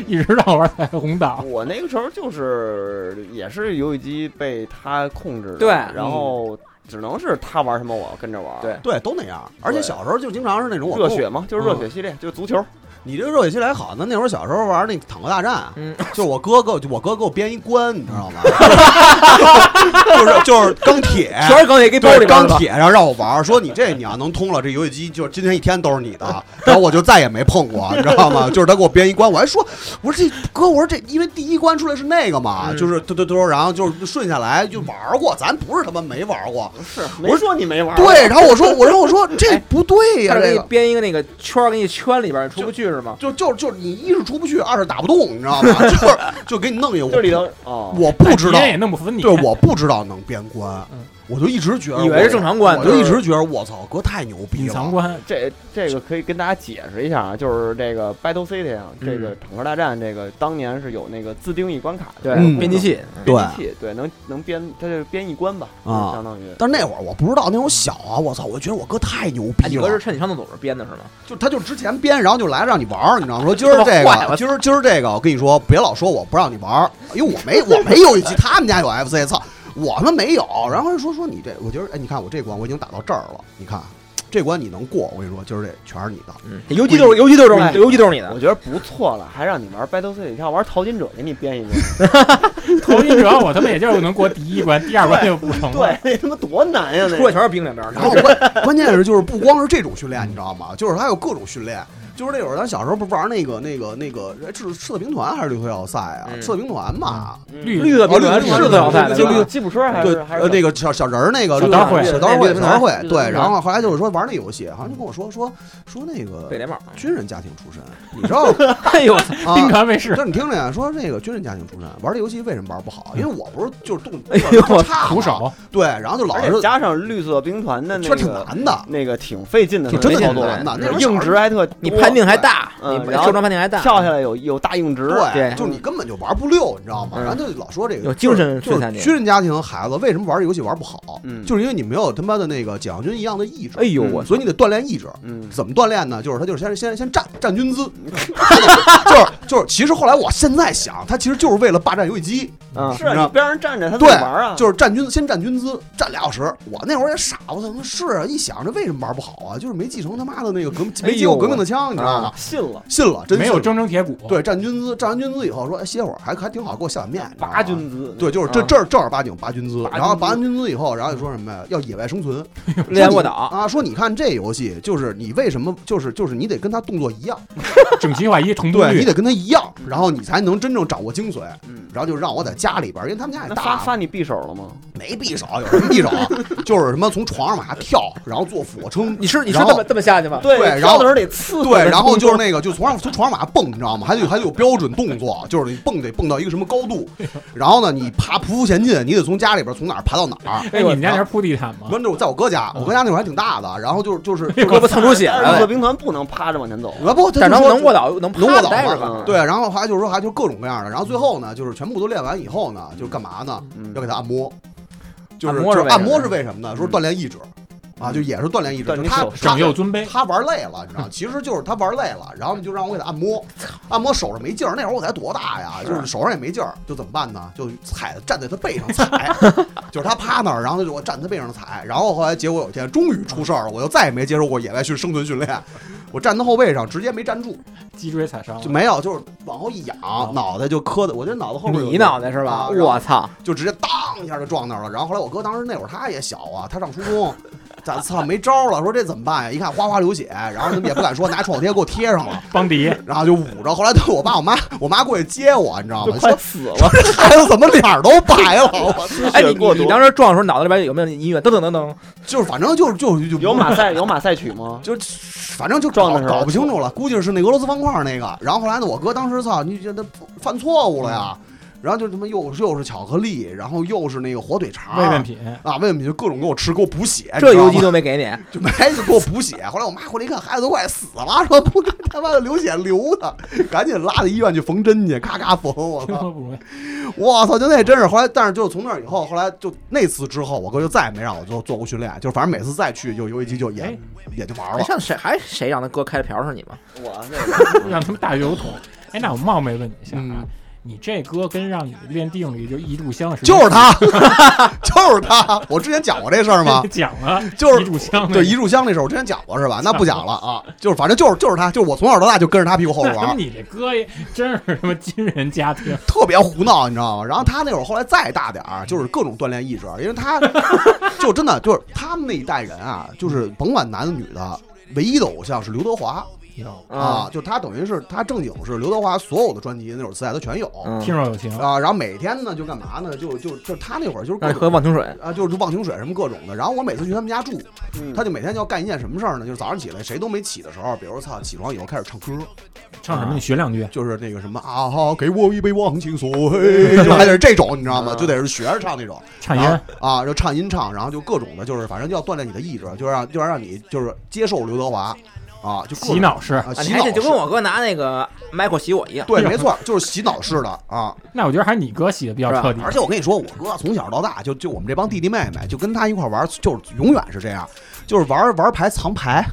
[SPEAKER 3] 一直让我玩彩虹
[SPEAKER 6] 嗯
[SPEAKER 3] 岛，
[SPEAKER 1] 我那个时候就是也是游戏机被他控制的，
[SPEAKER 6] 对
[SPEAKER 1] 然后只能是他玩什么我跟着玩，
[SPEAKER 6] 对
[SPEAKER 2] 对，都那样。而且小时候就经常是那种我
[SPEAKER 1] 热
[SPEAKER 2] 跟我
[SPEAKER 1] 血嘛，就是热血系
[SPEAKER 6] 嗯
[SPEAKER 1] 列，就是足球，
[SPEAKER 2] 你这个热血系来好啊呢，那会儿小时候玩那坦克大战，啊
[SPEAKER 6] 嗯
[SPEAKER 2] 就是我哥给我我哥给我编一关，你知道吗？ 就是就是钢铁，
[SPEAKER 6] 全是钢铁给包
[SPEAKER 2] 对
[SPEAKER 6] 里边儿
[SPEAKER 2] 钢
[SPEAKER 6] 了吧
[SPEAKER 2] 铁，然后让我玩儿，说你这你要能通了，这游戏机就是今天一天都是你的。然后我就再也没碰 过，你知道吗？就是他给我编一关，我还说，我说这哥，我说这因为第一关出来是那个嘛，
[SPEAKER 6] 嗯
[SPEAKER 2] 就是嘟嘟嘟，然后就是顺下来就玩儿过，咱不是他妈没玩儿过。哎
[SPEAKER 1] 是没说你没玩，
[SPEAKER 2] 对，，然后我说，我然后我 说这不对呀、
[SPEAKER 6] 他是
[SPEAKER 2] 这
[SPEAKER 6] 给
[SPEAKER 2] 个
[SPEAKER 6] 你编一个那个圈儿，给你圈里边儿出不去是吗？
[SPEAKER 2] 就就就是你一是出不去，二是打不动，你知 道吗？就是就给你弄一个，
[SPEAKER 1] 这里
[SPEAKER 2] 我
[SPEAKER 1] 头哦，
[SPEAKER 2] 我不知道
[SPEAKER 3] 别
[SPEAKER 6] 哎
[SPEAKER 3] 人，也弄不死你。
[SPEAKER 2] 对，我不知道能编关
[SPEAKER 3] 嗯，
[SPEAKER 2] 我就一直觉得
[SPEAKER 6] 啊以为是正常关
[SPEAKER 2] 我就一
[SPEAKER 6] 就是
[SPEAKER 2] 直觉得我操，哥太牛逼
[SPEAKER 3] 隐
[SPEAKER 2] 了，
[SPEAKER 3] 藏关
[SPEAKER 1] 这这个可以跟大家解释一下啊，就是这个 Battle City 啊，这
[SPEAKER 6] 嗯
[SPEAKER 1] 个坦克大战，这个当年是有那个自定义关卡的，
[SPEAKER 6] 对
[SPEAKER 2] 嗯，
[SPEAKER 6] 编辑器，
[SPEAKER 2] 对
[SPEAKER 1] 编辑器，对，能能编，它就是编一关吧，
[SPEAKER 2] 啊
[SPEAKER 1] 相当于
[SPEAKER 2] 但是那会儿我不知道，那会儿我小啊，我操，我觉得我哥太牛
[SPEAKER 6] 哎
[SPEAKER 2] 逼
[SPEAKER 6] 你哥是
[SPEAKER 2] 了，
[SPEAKER 6] 趁你上厕所时编的是吗？
[SPEAKER 2] 就他就之前编，然后就来让你玩儿，你知道吗？说今儿这
[SPEAKER 6] 这么坏
[SPEAKER 2] 个，
[SPEAKER 6] 我
[SPEAKER 2] 今儿今儿这个，我跟你说，别老说我不让你玩儿，因为我没我没游戏机，他们家有 FC，操，我们没有。然后人说说你这，我觉得哎，你看我这关我已经打到这儿了，你看这关你能过，我跟你说，今儿这全是你的。
[SPEAKER 6] 嗯，游戏都是游戏都是你的游戏都是你
[SPEAKER 2] 啊
[SPEAKER 1] 我
[SPEAKER 6] 的，
[SPEAKER 1] 觉得不错了，还让你玩 Battle City，你看玩淘金者给你编 一关，
[SPEAKER 3] 头晕者，我他妈也就是能过第一 关，第二关就不成了。
[SPEAKER 1] 对， 那他妈多难呀，那
[SPEAKER 6] 出来
[SPEAKER 1] 个
[SPEAKER 6] 全是冰两边儿。
[SPEAKER 2] 然后关关键是就是不光是这种训练，你知道吗？就是它有各种训练，就是那会儿咱小时候不玩那个那个那个哎赤赤色兵团还是绿色要塞啊？
[SPEAKER 6] 嗯
[SPEAKER 2] 赤色兵团嘛，
[SPEAKER 3] 绿
[SPEAKER 6] 绿色兵团
[SPEAKER 2] 哦绿
[SPEAKER 6] 是
[SPEAKER 2] 色
[SPEAKER 6] 赤色要塞
[SPEAKER 2] 对
[SPEAKER 6] 的，
[SPEAKER 2] 就绿
[SPEAKER 6] 对吧
[SPEAKER 1] 吉普车还
[SPEAKER 2] 对
[SPEAKER 1] 是，还
[SPEAKER 2] 呃
[SPEAKER 1] 是
[SPEAKER 2] 那个小小人儿那个
[SPEAKER 3] 小刀会
[SPEAKER 2] 小刀会
[SPEAKER 1] 对
[SPEAKER 2] 小
[SPEAKER 1] 对
[SPEAKER 2] 刀会
[SPEAKER 1] 对对
[SPEAKER 2] 对。
[SPEAKER 1] 对
[SPEAKER 2] 然后后来就是说玩那游戏，好像就跟我说说说那个
[SPEAKER 6] 北联网。
[SPEAKER 2] 军人家庭出身，你知道
[SPEAKER 6] 哎呦，
[SPEAKER 3] 兵
[SPEAKER 2] 啊？
[SPEAKER 3] 团卫士
[SPEAKER 2] 但是你听着呀，说这个军人家庭出身玩这游戏为什么玩不好？因为我不是就是动
[SPEAKER 6] 哎呦
[SPEAKER 2] 动差嘛
[SPEAKER 3] 徒手，
[SPEAKER 2] 对，然后就老
[SPEAKER 1] 而
[SPEAKER 2] 是
[SPEAKER 1] 且加上绿色兵团的那
[SPEAKER 2] 确实挺
[SPEAKER 1] 个
[SPEAKER 2] 难的，
[SPEAKER 1] 那个挺费劲的那
[SPEAKER 2] 就
[SPEAKER 1] 个
[SPEAKER 2] 真的
[SPEAKER 1] 操
[SPEAKER 2] 挺
[SPEAKER 1] 作，
[SPEAKER 2] 难的。那会儿小
[SPEAKER 1] 硬
[SPEAKER 2] 时候
[SPEAKER 1] 直还特多
[SPEAKER 6] 你判定还大，
[SPEAKER 1] 嗯
[SPEAKER 6] 你
[SPEAKER 1] 然后
[SPEAKER 6] 受伤判定还大，
[SPEAKER 1] 跳下来有有大硬直，
[SPEAKER 2] 对，
[SPEAKER 6] 对
[SPEAKER 2] 就是你根本就玩不溜，你知道吗？
[SPEAKER 6] 嗯
[SPEAKER 2] 然后就老说这个
[SPEAKER 6] 有精神
[SPEAKER 2] 就是
[SPEAKER 6] 摧
[SPEAKER 2] 就是
[SPEAKER 6] 残你
[SPEAKER 2] 军人家庭孩子为什么玩这游戏玩不好？
[SPEAKER 1] 嗯
[SPEAKER 2] 就是因为你没有他妈的那个解放军一样的意志。
[SPEAKER 6] 哎呦我，
[SPEAKER 2] 所以你得锻炼意志。
[SPEAKER 1] 嗯，
[SPEAKER 2] 怎么锻炼呢？就是他就是先先先站站军姿， 就是就是。其实后来我现在想，他其实就是为了霸占游戏机，
[SPEAKER 1] 嗯，是
[SPEAKER 2] 你
[SPEAKER 1] 啊
[SPEAKER 2] 知道
[SPEAKER 1] 你边上站着他怎
[SPEAKER 2] 对
[SPEAKER 1] 么玩啊？
[SPEAKER 2] 就是站军先站军姿，站俩小时。我那会儿也傻，我操，是啊，一想这为什么玩不好啊？就是没继承他妈的那个革命，没接过革命的枪，你知道吗？
[SPEAKER 1] 嗯信了，
[SPEAKER 2] 信了，真
[SPEAKER 3] 没
[SPEAKER 2] 信
[SPEAKER 3] 有
[SPEAKER 2] 了
[SPEAKER 3] 铮铮铁骨。
[SPEAKER 2] 对，站军姿，站完军姿以后说，哎，歇会儿，还还挺好，给我下碗面。你知道吗
[SPEAKER 1] 拔军姿，
[SPEAKER 2] 对，就是这
[SPEAKER 1] 啊
[SPEAKER 2] 正儿正儿八经拔军姿，
[SPEAKER 1] 拔军姿
[SPEAKER 2] 然后拔完军姿以后，然后就说什么呀？要野外生存，
[SPEAKER 6] 练
[SPEAKER 2] 过
[SPEAKER 6] 过岛，
[SPEAKER 2] 啊！说你看这游戏，就是你为什么就是就是你得跟他动作一样，
[SPEAKER 3] 整齐划一，重播
[SPEAKER 2] 对你
[SPEAKER 3] 率。
[SPEAKER 2] 得跟他一样，然后你才能真正掌握精髓。
[SPEAKER 1] 嗯，
[SPEAKER 2] 然后就让我在家里边，因为他们家也
[SPEAKER 1] 那发
[SPEAKER 2] 大，
[SPEAKER 1] 发你匕首了吗？
[SPEAKER 2] 没匕首，有什么匕首？就是什么从床上往下跳，然后做俯卧撑，
[SPEAKER 6] 你是你是
[SPEAKER 2] 然
[SPEAKER 6] 这
[SPEAKER 2] 后
[SPEAKER 6] 么这么下去吗？
[SPEAKER 1] 对
[SPEAKER 2] 对然
[SPEAKER 1] 跳
[SPEAKER 2] 后
[SPEAKER 1] 的时候得刺。
[SPEAKER 2] 对，然后就是那个，就从上从床上往下蹦，你知道吗？还得有还得有标准动作，就是你蹦得蹦到一个什么高度，然后呢，你爬匍匐前进，你得从家里边从哪儿爬到哪儿。
[SPEAKER 3] 哎，你们家那是铺地毯吗？
[SPEAKER 2] 关键我在我哥家，我哥家那会儿还挺大的，然后就是就是，
[SPEAKER 6] 胳膊蹭出血哎
[SPEAKER 1] 但是绿
[SPEAKER 6] 来
[SPEAKER 1] 色
[SPEAKER 6] 了，
[SPEAKER 1] 兵团不能趴着往前走，
[SPEAKER 2] 啊不，他
[SPEAKER 6] 但
[SPEAKER 2] 就
[SPEAKER 6] 能
[SPEAKER 2] 说
[SPEAKER 6] 能过岛能
[SPEAKER 2] 能过
[SPEAKER 6] 趴着
[SPEAKER 2] 岛
[SPEAKER 6] 待着
[SPEAKER 2] 嘛
[SPEAKER 6] 吧？
[SPEAKER 1] 嗯
[SPEAKER 2] 对，然后还就是说还就是各种各样的，然后最后呢，就是全部都练完以后呢，就是干嘛呢？
[SPEAKER 1] 嗯
[SPEAKER 2] 要给他按摩，就是嗯
[SPEAKER 6] 按摩为
[SPEAKER 2] 就是是
[SPEAKER 6] 什么
[SPEAKER 2] 按摩是为什么呢？说锻炼意志。啊，就也是锻炼意志。
[SPEAKER 1] 锻
[SPEAKER 2] 就
[SPEAKER 1] 炼
[SPEAKER 2] 是他
[SPEAKER 1] 手
[SPEAKER 3] 长幼尊卑，
[SPEAKER 2] 他玩累了，你知道，其实就是他玩累了，然后就让我给他按摩，按摩手上没劲儿，那会儿我才多大呀，就是手上也没劲儿，就怎么办呢？就踩站在他背上 踩，就是他趴那儿，然后就我站他背上踩，然后后来结果有一天终于出事儿了，我就再也没接受过野外训生存训练，我站他后背上直接没站住，
[SPEAKER 3] 脊椎踩伤
[SPEAKER 2] 就
[SPEAKER 3] 了。
[SPEAKER 2] 没有，就是往后一仰，脑袋就磕的，我觉得脑袋后面有
[SPEAKER 7] 哦你脑袋是吧？
[SPEAKER 2] 啊然后
[SPEAKER 7] 我操！
[SPEAKER 2] 就直接当一下就撞那儿了。然后后来我哥当时那会儿他也小啊，他上初 中，咱操没招了，说这怎么办呀？一看哗哗流血，然后他们也不敢说，拿创可贴给我贴上了，
[SPEAKER 3] 邦 迪，
[SPEAKER 2] 然后就捂着。后来都我爸我妈，我妈过去接我，你知道吗？说
[SPEAKER 1] 死了，
[SPEAKER 2] 这孩子怎么脸儿都白了？ 我操
[SPEAKER 6] 哎，你
[SPEAKER 1] 血过
[SPEAKER 6] 你
[SPEAKER 1] 多
[SPEAKER 6] 你当时撞的时候，脑子里边有没有音乐？噔噔噔噔，
[SPEAKER 2] 就是反正就是就就
[SPEAKER 1] 有马赛有马赛曲吗？
[SPEAKER 2] 就反正就
[SPEAKER 1] 撞
[SPEAKER 2] 搞
[SPEAKER 1] 的时候
[SPEAKER 2] 搞不清楚了，估计是那俄罗斯方块那个。然后后来呢，我哥当时操，你这他犯错误了呀。然后就他妈又又是巧克力，然后又是那个火腿肠，
[SPEAKER 3] 慰问品，
[SPEAKER 2] 啊，慰问品就各种给我吃，给我补血，
[SPEAKER 6] 这
[SPEAKER 2] 你知
[SPEAKER 6] 游
[SPEAKER 2] 道吗
[SPEAKER 6] 击都没给你，
[SPEAKER 2] 就没就给我补血。后来我妈回来一看，孩子都快死了，说不他妈的流血流的， 赶紧拉到医院去缝针去，咔咔缝。我
[SPEAKER 3] 听
[SPEAKER 2] 操
[SPEAKER 3] 说， 不 容易。
[SPEAKER 2] 我操，就那真是。后来，但是就从那儿以后，后来就那次之后，我哥就再也没让我做做过训练，就是反正每次再去就游戏机就也、
[SPEAKER 3] 哎
[SPEAKER 2] 也就玩
[SPEAKER 7] 哎，
[SPEAKER 2] 了。
[SPEAKER 7] 上次谁还谁让他哥开的瓢是你吗？
[SPEAKER 1] 我啊 那
[SPEAKER 3] 让他们大油桶。哎，那我冒昧问你一下啊
[SPEAKER 2] 嗯，
[SPEAKER 3] 你这歌跟让你练定力就一炷香是？
[SPEAKER 2] 就是他， 就是他。我之前讲过这事儿吗
[SPEAKER 3] 讲了，
[SPEAKER 2] 就是
[SPEAKER 3] 一炷香那个
[SPEAKER 2] 对，一炷香那事儿我之前讲过是吧？那不讲了啊，就是反正就是就是他，就是我从小到大就跟着他屁股后 边
[SPEAKER 3] 那
[SPEAKER 2] 玩
[SPEAKER 3] 他妈。你这歌也真是什么金人家庭，
[SPEAKER 2] 特别胡闹，你知道吗？然后他那会儿后来再大点儿，就是各种锻炼意志，因为他就真的就是他们那一代人啊，就是甭管男的女的，唯一的偶像是刘德华
[SPEAKER 6] 嗯
[SPEAKER 2] 啊，就他等于是他正经是刘德华所有的专辑那会儿磁带他全有
[SPEAKER 6] 嗯
[SPEAKER 3] 听，若有情，
[SPEAKER 2] 啊，然后每天呢就干嘛呢？就就就他那会儿就是
[SPEAKER 6] 让
[SPEAKER 2] 各
[SPEAKER 6] 你喝
[SPEAKER 2] 种。
[SPEAKER 6] 忘情水，
[SPEAKER 2] 啊，就是忘情水什么各种的，然后我每次去他们家住，
[SPEAKER 6] 嗯
[SPEAKER 1] 嗯
[SPEAKER 2] 他就每天就要干一件什么事儿呢？就是早上起来谁都没起的时候，比如说操，起床以后开始唱歌，
[SPEAKER 3] 唱什么？你学两句。
[SPEAKER 2] 就是那个什么啊，好给我一杯忘情 水，就还得是这种，你知道
[SPEAKER 6] 啊
[SPEAKER 2] 吗？就得是学着唱那种，
[SPEAKER 3] 唱音
[SPEAKER 2] 然后啊，就唱音唱，然后就各种的，就是反正就要锻炼你的意志，就让就要让你就是接受刘德华啊，就各种
[SPEAKER 3] 洗脑式。
[SPEAKER 2] 啊，
[SPEAKER 6] 啊，
[SPEAKER 2] 洗
[SPEAKER 6] 你
[SPEAKER 2] 脑
[SPEAKER 6] 还
[SPEAKER 2] 式
[SPEAKER 6] 得就跟我哥拿那个 Michael 洗我一样，
[SPEAKER 2] 对，没错，就是洗脑式的啊。
[SPEAKER 3] 那我觉得还是你哥洗的比较
[SPEAKER 6] 是吧
[SPEAKER 3] 彻底。
[SPEAKER 2] 而且我跟你说，我哥从小到大就就我们这帮弟弟妹妹，就跟他一块玩，就是永远是这样，就是玩玩牌藏牌。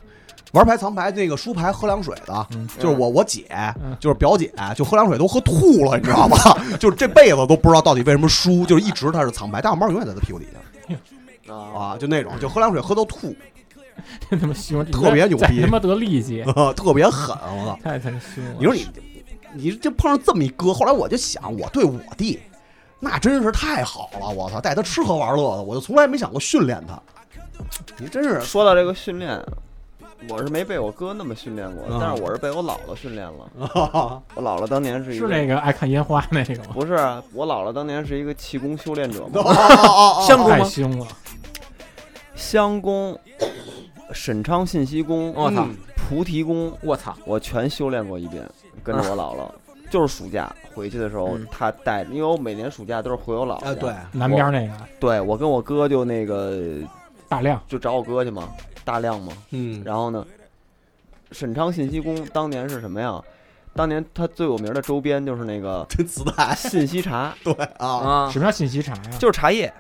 [SPEAKER 2] 玩牌藏牌，那个输牌喝凉水的，
[SPEAKER 3] 嗯
[SPEAKER 2] 就是我我姐，
[SPEAKER 3] 嗯
[SPEAKER 2] 就是表姐，就喝凉水都喝吐了，你知道吗？ 就是这辈子都不知道到底为什么输，就是一直她是藏牌，但我猫永远在她屁股底下
[SPEAKER 1] 个
[SPEAKER 2] 啊，就那种，就喝凉水喝到吐，
[SPEAKER 3] 这他妈凶，
[SPEAKER 2] 特别牛逼
[SPEAKER 3] 在他妈得痢疾，
[SPEAKER 2] 特别狠，我操！
[SPEAKER 3] 太他妈凶了。
[SPEAKER 2] 你说你，你这碰上这么一哥，后来我就想，我对我弟那真是太好了，我操，带他吃喝玩乐的，我就从来没想过训练他。你真是
[SPEAKER 1] 说到这个训练，我是没被我哥那么训练过
[SPEAKER 6] 啊
[SPEAKER 2] 嗯，
[SPEAKER 1] 但是我是被我姥姥训练 了。
[SPEAKER 6] 哦
[SPEAKER 1] 我姥姥当年是一
[SPEAKER 3] 是
[SPEAKER 1] 个，
[SPEAKER 3] 那个爱看烟花那个吗？
[SPEAKER 1] 不是啊我姥姥当年是一个气功修炼者
[SPEAKER 2] 哦
[SPEAKER 1] 嘛，
[SPEAKER 6] 相公
[SPEAKER 3] 太
[SPEAKER 6] 吗？
[SPEAKER 3] 凶了，
[SPEAKER 1] 香功、沈昌信息功、
[SPEAKER 6] 我操
[SPEAKER 1] 嗯菩提功，
[SPEAKER 6] 我操，
[SPEAKER 1] 我全修炼过一遍，跟着我姥姥。就是暑假回去的时候
[SPEAKER 6] 啊嗯，
[SPEAKER 1] 她带，因为我每年暑假都是回我姥姥家。
[SPEAKER 2] 啊，对，
[SPEAKER 3] 南边那个
[SPEAKER 1] 对我跟我哥就那个
[SPEAKER 3] 大亮，
[SPEAKER 1] 就找我哥去嘛，大亮嘛。
[SPEAKER 2] 嗯，
[SPEAKER 1] 然后呢，沈昌信息宫当年是什么呀？当年他最有名的周边就是那个啊
[SPEAKER 2] 这磁带，
[SPEAKER 1] 信息茶，
[SPEAKER 2] 对啊，
[SPEAKER 6] 啊
[SPEAKER 3] 什，么叫信息茶呀？
[SPEAKER 1] 就是茶叶，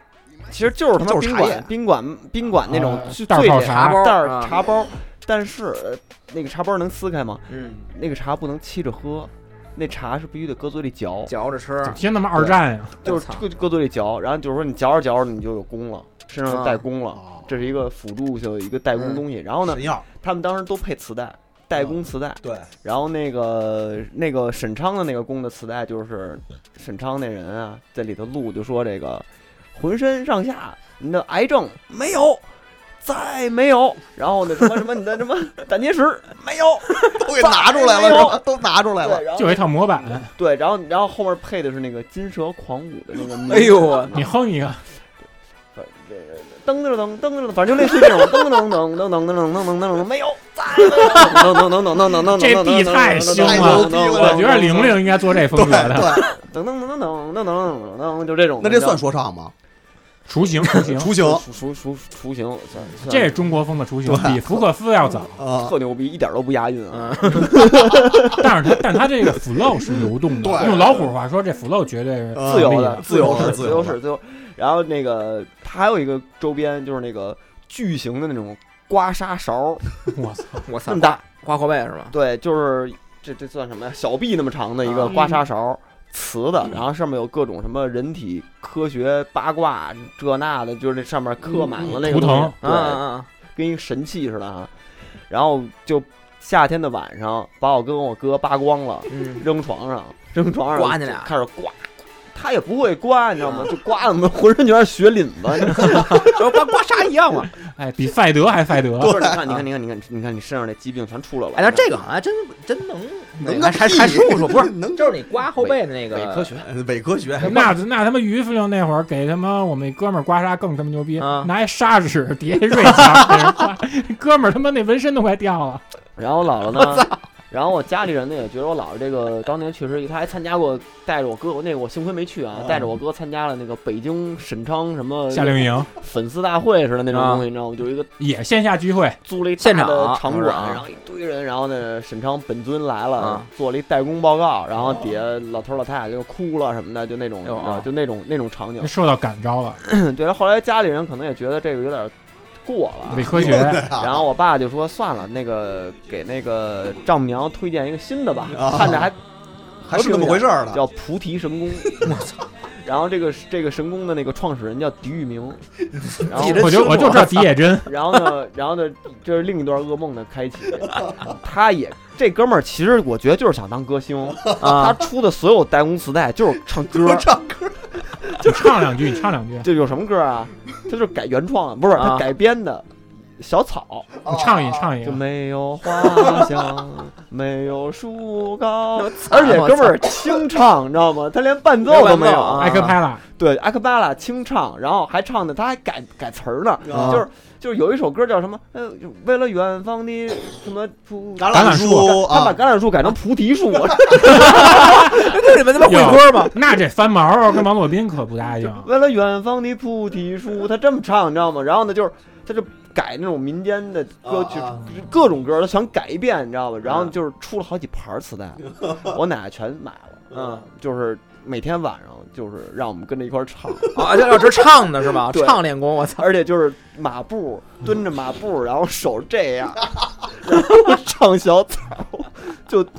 [SPEAKER 1] 其实就是他妈
[SPEAKER 2] 就是
[SPEAKER 1] 宾
[SPEAKER 2] 茶
[SPEAKER 1] 馆
[SPEAKER 2] 叶
[SPEAKER 1] 宾馆宾馆那种
[SPEAKER 3] 啊
[SPEAKER 1] 最
[SPEAKER 3] 袋儿
[SPEAKER 1] 最
[SPEAKER 3] 泡
[SPEAKER 1] 简
[SPEAKER 3] 茶
[SPEAKER 6] 包
[SPEAKER 1] 袋儿
[SPEAKER 6] 啊
[SPEAKER 1] 茶包，但是呃那个茶包能撕开吗？
[SPEAKER 6] 嗯，
[SPEAKER 1] 那个茶不能沏着喝，那茶是必须得搁嘴里嚼，
[SPEAKER 6] 嚼着吃，
[SPEAKER 3] 天他妈二战呀！
[SPEAKER 1] 就是
[SPEAKER 6] 我操
[SPEAKER 1] 搁搁嘴里嚼，然后就是说你嚼着嚼着你就有功了，身上
[SPEAKER 6] 啊
[SPEAKER 1] 就带功了，
[SPEAKER 2] 哦
[SPEAKER 1] 这是一个辅助性的一个代工
[SPEAKER 6] 嗯
[SPEAKER 1] 东西。然后呢
[SPEAKER 2] 神，药，
[SPEAKER 1] 他们当时都配磁带，代工磁带。
[SPEAKER 2] 对，
[SPEAKER 1] 然后那个那个沈昌的那个公的磁带，就是沈昌那人啊，在里头录就说这个浑身上下你的癌症没有，再没有，然后那什么什么你的什么胆结石没有，
[SPEAKER 2] 都给拿出来了，
[SPEAKER 1] 哎呦
[SPEAKER 2] 是吧都拿出来了
[SPEAKER 1] 对，，然后
[SPEAKER 3] 就有一套模板，
[SPEAKER 1] 对，然后然后后面配的是那个金蛇狂舞的那 个名，
[SPEAKER 6] 哎呦 我
[SPEAKER 3] 你哼一个，
[SPEAKER 1] 噔噔噔噔噔，反正就类似于这种噔噔噔噔噔噔噔噔噔噔，没有，再噔噔噔噔噔噔噔，
[SPEAKER 3] 我觉得玲玲应该做这风
[SPEAKER 2] 对
[SPEAKER 3] 格的，
[SPEAKER 2] 对，
[SPEAKER 1] 噔噔噔噔噔噔噔噔，就这种。
[SPEAKER 2] 那这算说唱吗？
[SPEAKER 3] 雏形雏形，
[SPEAKER 2] 雏形
[SPEAKER 1] 雏雏雏形，
[SPEAKER 3] 这是中国风的雏形，比福克斯要早，
[SPEAKER 2] 啊，
[SPEAKER 1] 特牛逼，一点都不押韵啊！
[SPEAKER 3] 但是它但它这个 flow 是流动的，
[SPEAKER 2] 对
[SPEAKER 3] 用老虎话说，这 flow 绝对是
[SPEAKER 1] 嗯自由
[SPEAKER 3] 厉
[SPEAKER 1] 的，
[SPEAKER 3] 害
[SPEAKER 1] 自由式，自由式，自由。然后那个他还有一个周边就是那个巨型的那种刮痧勺，
[SPEAKER 3] 我操，
[SPEAKER 7] 我
[SPEAKER 1] 那
[SPEAKER 7] 操
[SPEAKER 1] 么，大，
[SPEAKER 7] 刮后背是吧？
[SPEAKER 1] 对，就是这这算什么呀？小臂那么长的一个刮痧勺，瓷的，然后上面有各种什么人体科学八卦这那的，就是那上面刻满了那个
[SPEAKER 3] 图
[SPEAKER 1] 东西
[SPEAKER 7] 啊啊
[SPEAKER 3] 腾
[SPEAKER 7] 啊！
[SPEAKER 1] 嗯对，跟一个神器似的哈。然后就夏天的晚上，把我跟我哥扒光了，
[SPEAKER 7] 嗯，
[SPEAKER 1] 扔床上，扔床上
[SPEAKER 7] 刮你
[SPEAKER 1] 就
[SPEAKER 7] 俩
[SPEAKER 1] 开始刮。他也不会刮，你知道吗？就刮的我们浑身全是血淋巴。你知道吗
[SPEAKER 7] 就跟刮痧一样嘛。
[SPEAKER 3] 哎，比赛德还赛德，
[SPEAKER 1] 就是你看，你看，你看，你看，你看，你身上这疾病全出来了。
[SPEAKER 7] 哎，那这个好像还真真能，
[SPEAKER 2] 能
[SPEAKER 7] 还还还
[SPEAKER 2] 屁
[SPEAKER 7] 舒服，不是？
[SPEAKER 2] 能
[SPEAKER 7] 就是你刮后背的那个
[SPEAKER 1] 伪科学
[SPEAKER 2] 呃伪科 学，
[SPEAKER 3] 那那他妈于副令那会儿给他妈我们那哥们儿刮痧更他妈牛逼，
[SPEAKER 7] 啊
[SPEAKER 3] 拿一砂纸叠一瑞枪给人刮，哥们儿他妈那纹身都快掉了。
[SPEAKER 1] 然后我姥姥呢，然后我家里人呢也觉得我姥姥这个当年确实，他还参加过，带着我哥，那个我幸亏没去啊，带着我哥参加了那个北京沈昌什么
[SPEAKER 3] 夏令营
[SPEAKER 1] 粉丝大会似的那种
[SPEAKER 7] 啊
[SPEAKER 1] 东西，你知道吗？就是一个
[SPEAKER 3] 也线下聚会，
[SPEAKER 1] 租了一大
[SPEAKER 7] 现场啊
[SPEAKER 1] 的场
[SPEAKER 7] 是
[SPEAKER 1] 馆，
[SPEAKER 7] 吧
[SPEAKER 1] 然后一堆人，然后呢，沈昌本尊来了
[SPEAKER 7] 啊，
[SPEAKER 1] 做了一代工报告，然后底下老头老太太就哭了什么的，就那种，你
[SPEAKER 7] 哎
[SPEAKER 1] 知
[SPEAKER 7] 呦
[SPEAKER 1] 道
[SPEAKER 7] 啊
[SPEAKER 1] 就那种那种场景。
[SPEAKER 3] 受到感召了，
[SPEAKER 1] 对，然后后来家里人可能也觉得这个有点过了，啊
[SPEAKER 3] 伪科学。
[SPEAKER 2] 啊
[SPEAKER 1] 然后我爸就说算了，那个给那个丈母娘推荐一个新的吧，
[SPEAKER 2] 啊
[SPEAKER 1] 看着还
[SPEAKER 2] 还是那么回事儿呢。，
[SPEAKER 1] 叫菩提神功。我操！然后这个这个神功的那个创始人叫狄玉明，然后
[SPEAKER 7] 记人
[SPEAKER 3] 我就我就知道狄野真，
[SPEAKER 1] 然后呢，然后呢，这是另一段噩梦的开启。他也这哥们儿，其实我觉得就是想当歌星，他
[SPEAKER 7] 啊，
[SPEAKER 1] 出的所有代工磁带就是唱歌
[SPEAKER 2] 唱 歌
[SPEAKER 3] 你唱两句，你唱两句，
[SPEAKER 1] 这有什么歌啊？他就是改原创，不是他
[SPEAKER 7] 啊
[SPEAKER 1] 改编的。小草
[SPEAKER 3] 你唱一唱一
[SPEAKER 1] 哦就
[SPEAKER 3] 个。
[SPEAKER 1] 没有花香，没有树高， 而
[SPEAKER 7] 而
[SPEAKER 1] 且
[SPEAKER 7] 且
[SPEAKER 1] 哥们
[SPEAKER 7] 哥们
[SPEAKER 1] 儿
[SPEAKER 7] 儿
[SPEAKER 1] 清唱，你知道 吗？他连伴奏都没
[SPEAKER 7] 没伴
[SPEAKER 1] 有
[SPEAKER 7] 奏啊
[SPEAKER 3] 艾克拍了，
[SPEAKER 1] 对，阿克巴拉清唱，然后还唱的，他还改改词儿呢，
[SPEAKER 2] 啊
[SPEAKER 1] 就是就是有一首歌叫什么？呃，为了远方的什么菩，
[SPEAKER 2] 橄
[SPEAKER 3] 榄
[SPEAKER 2] 榄
[SPEAKER 3] 树
[SPEAKER 2] 树
[SPEAKER 1] 他 把
[SPEAKER 2] 啊，
[SPEAKER 1] 橄榄树改成菩提树，
[SPEAKER 7] 这里面他妈
[SPEAKER 3] 有
[SPEAKER 7] 会歌吗？
[SPEAKER 3] 那这翻毛啊跟王洛宾可不答应。
[SPEAKER 1] 为了远方的菩提 树，他这么唱，你知道吗？然后呢，就是他就改那种民间的歌曲，
[SPEAKER 2] 啊啊
[SPEAKER 1] 就是各种歌他想改一遍，你知道吧？然后就是出了好几盘儿磁 带，我奶奶全买了，
[SPEAKER 2] 啊
[SPEAKER 7] 嗯，
[SPEAKER 1] 就是每天晚上就是让我们跟着一块儿 唱。
[SPEAKER 7] 啊，要要这唱的是吧？
[SPEAKER 1] 对
[SPEAKER 7] 唱练功，我操！
[SPEAKER 1] 而且就是马步蹲着马步，然后手这样， 然后唱小草，就。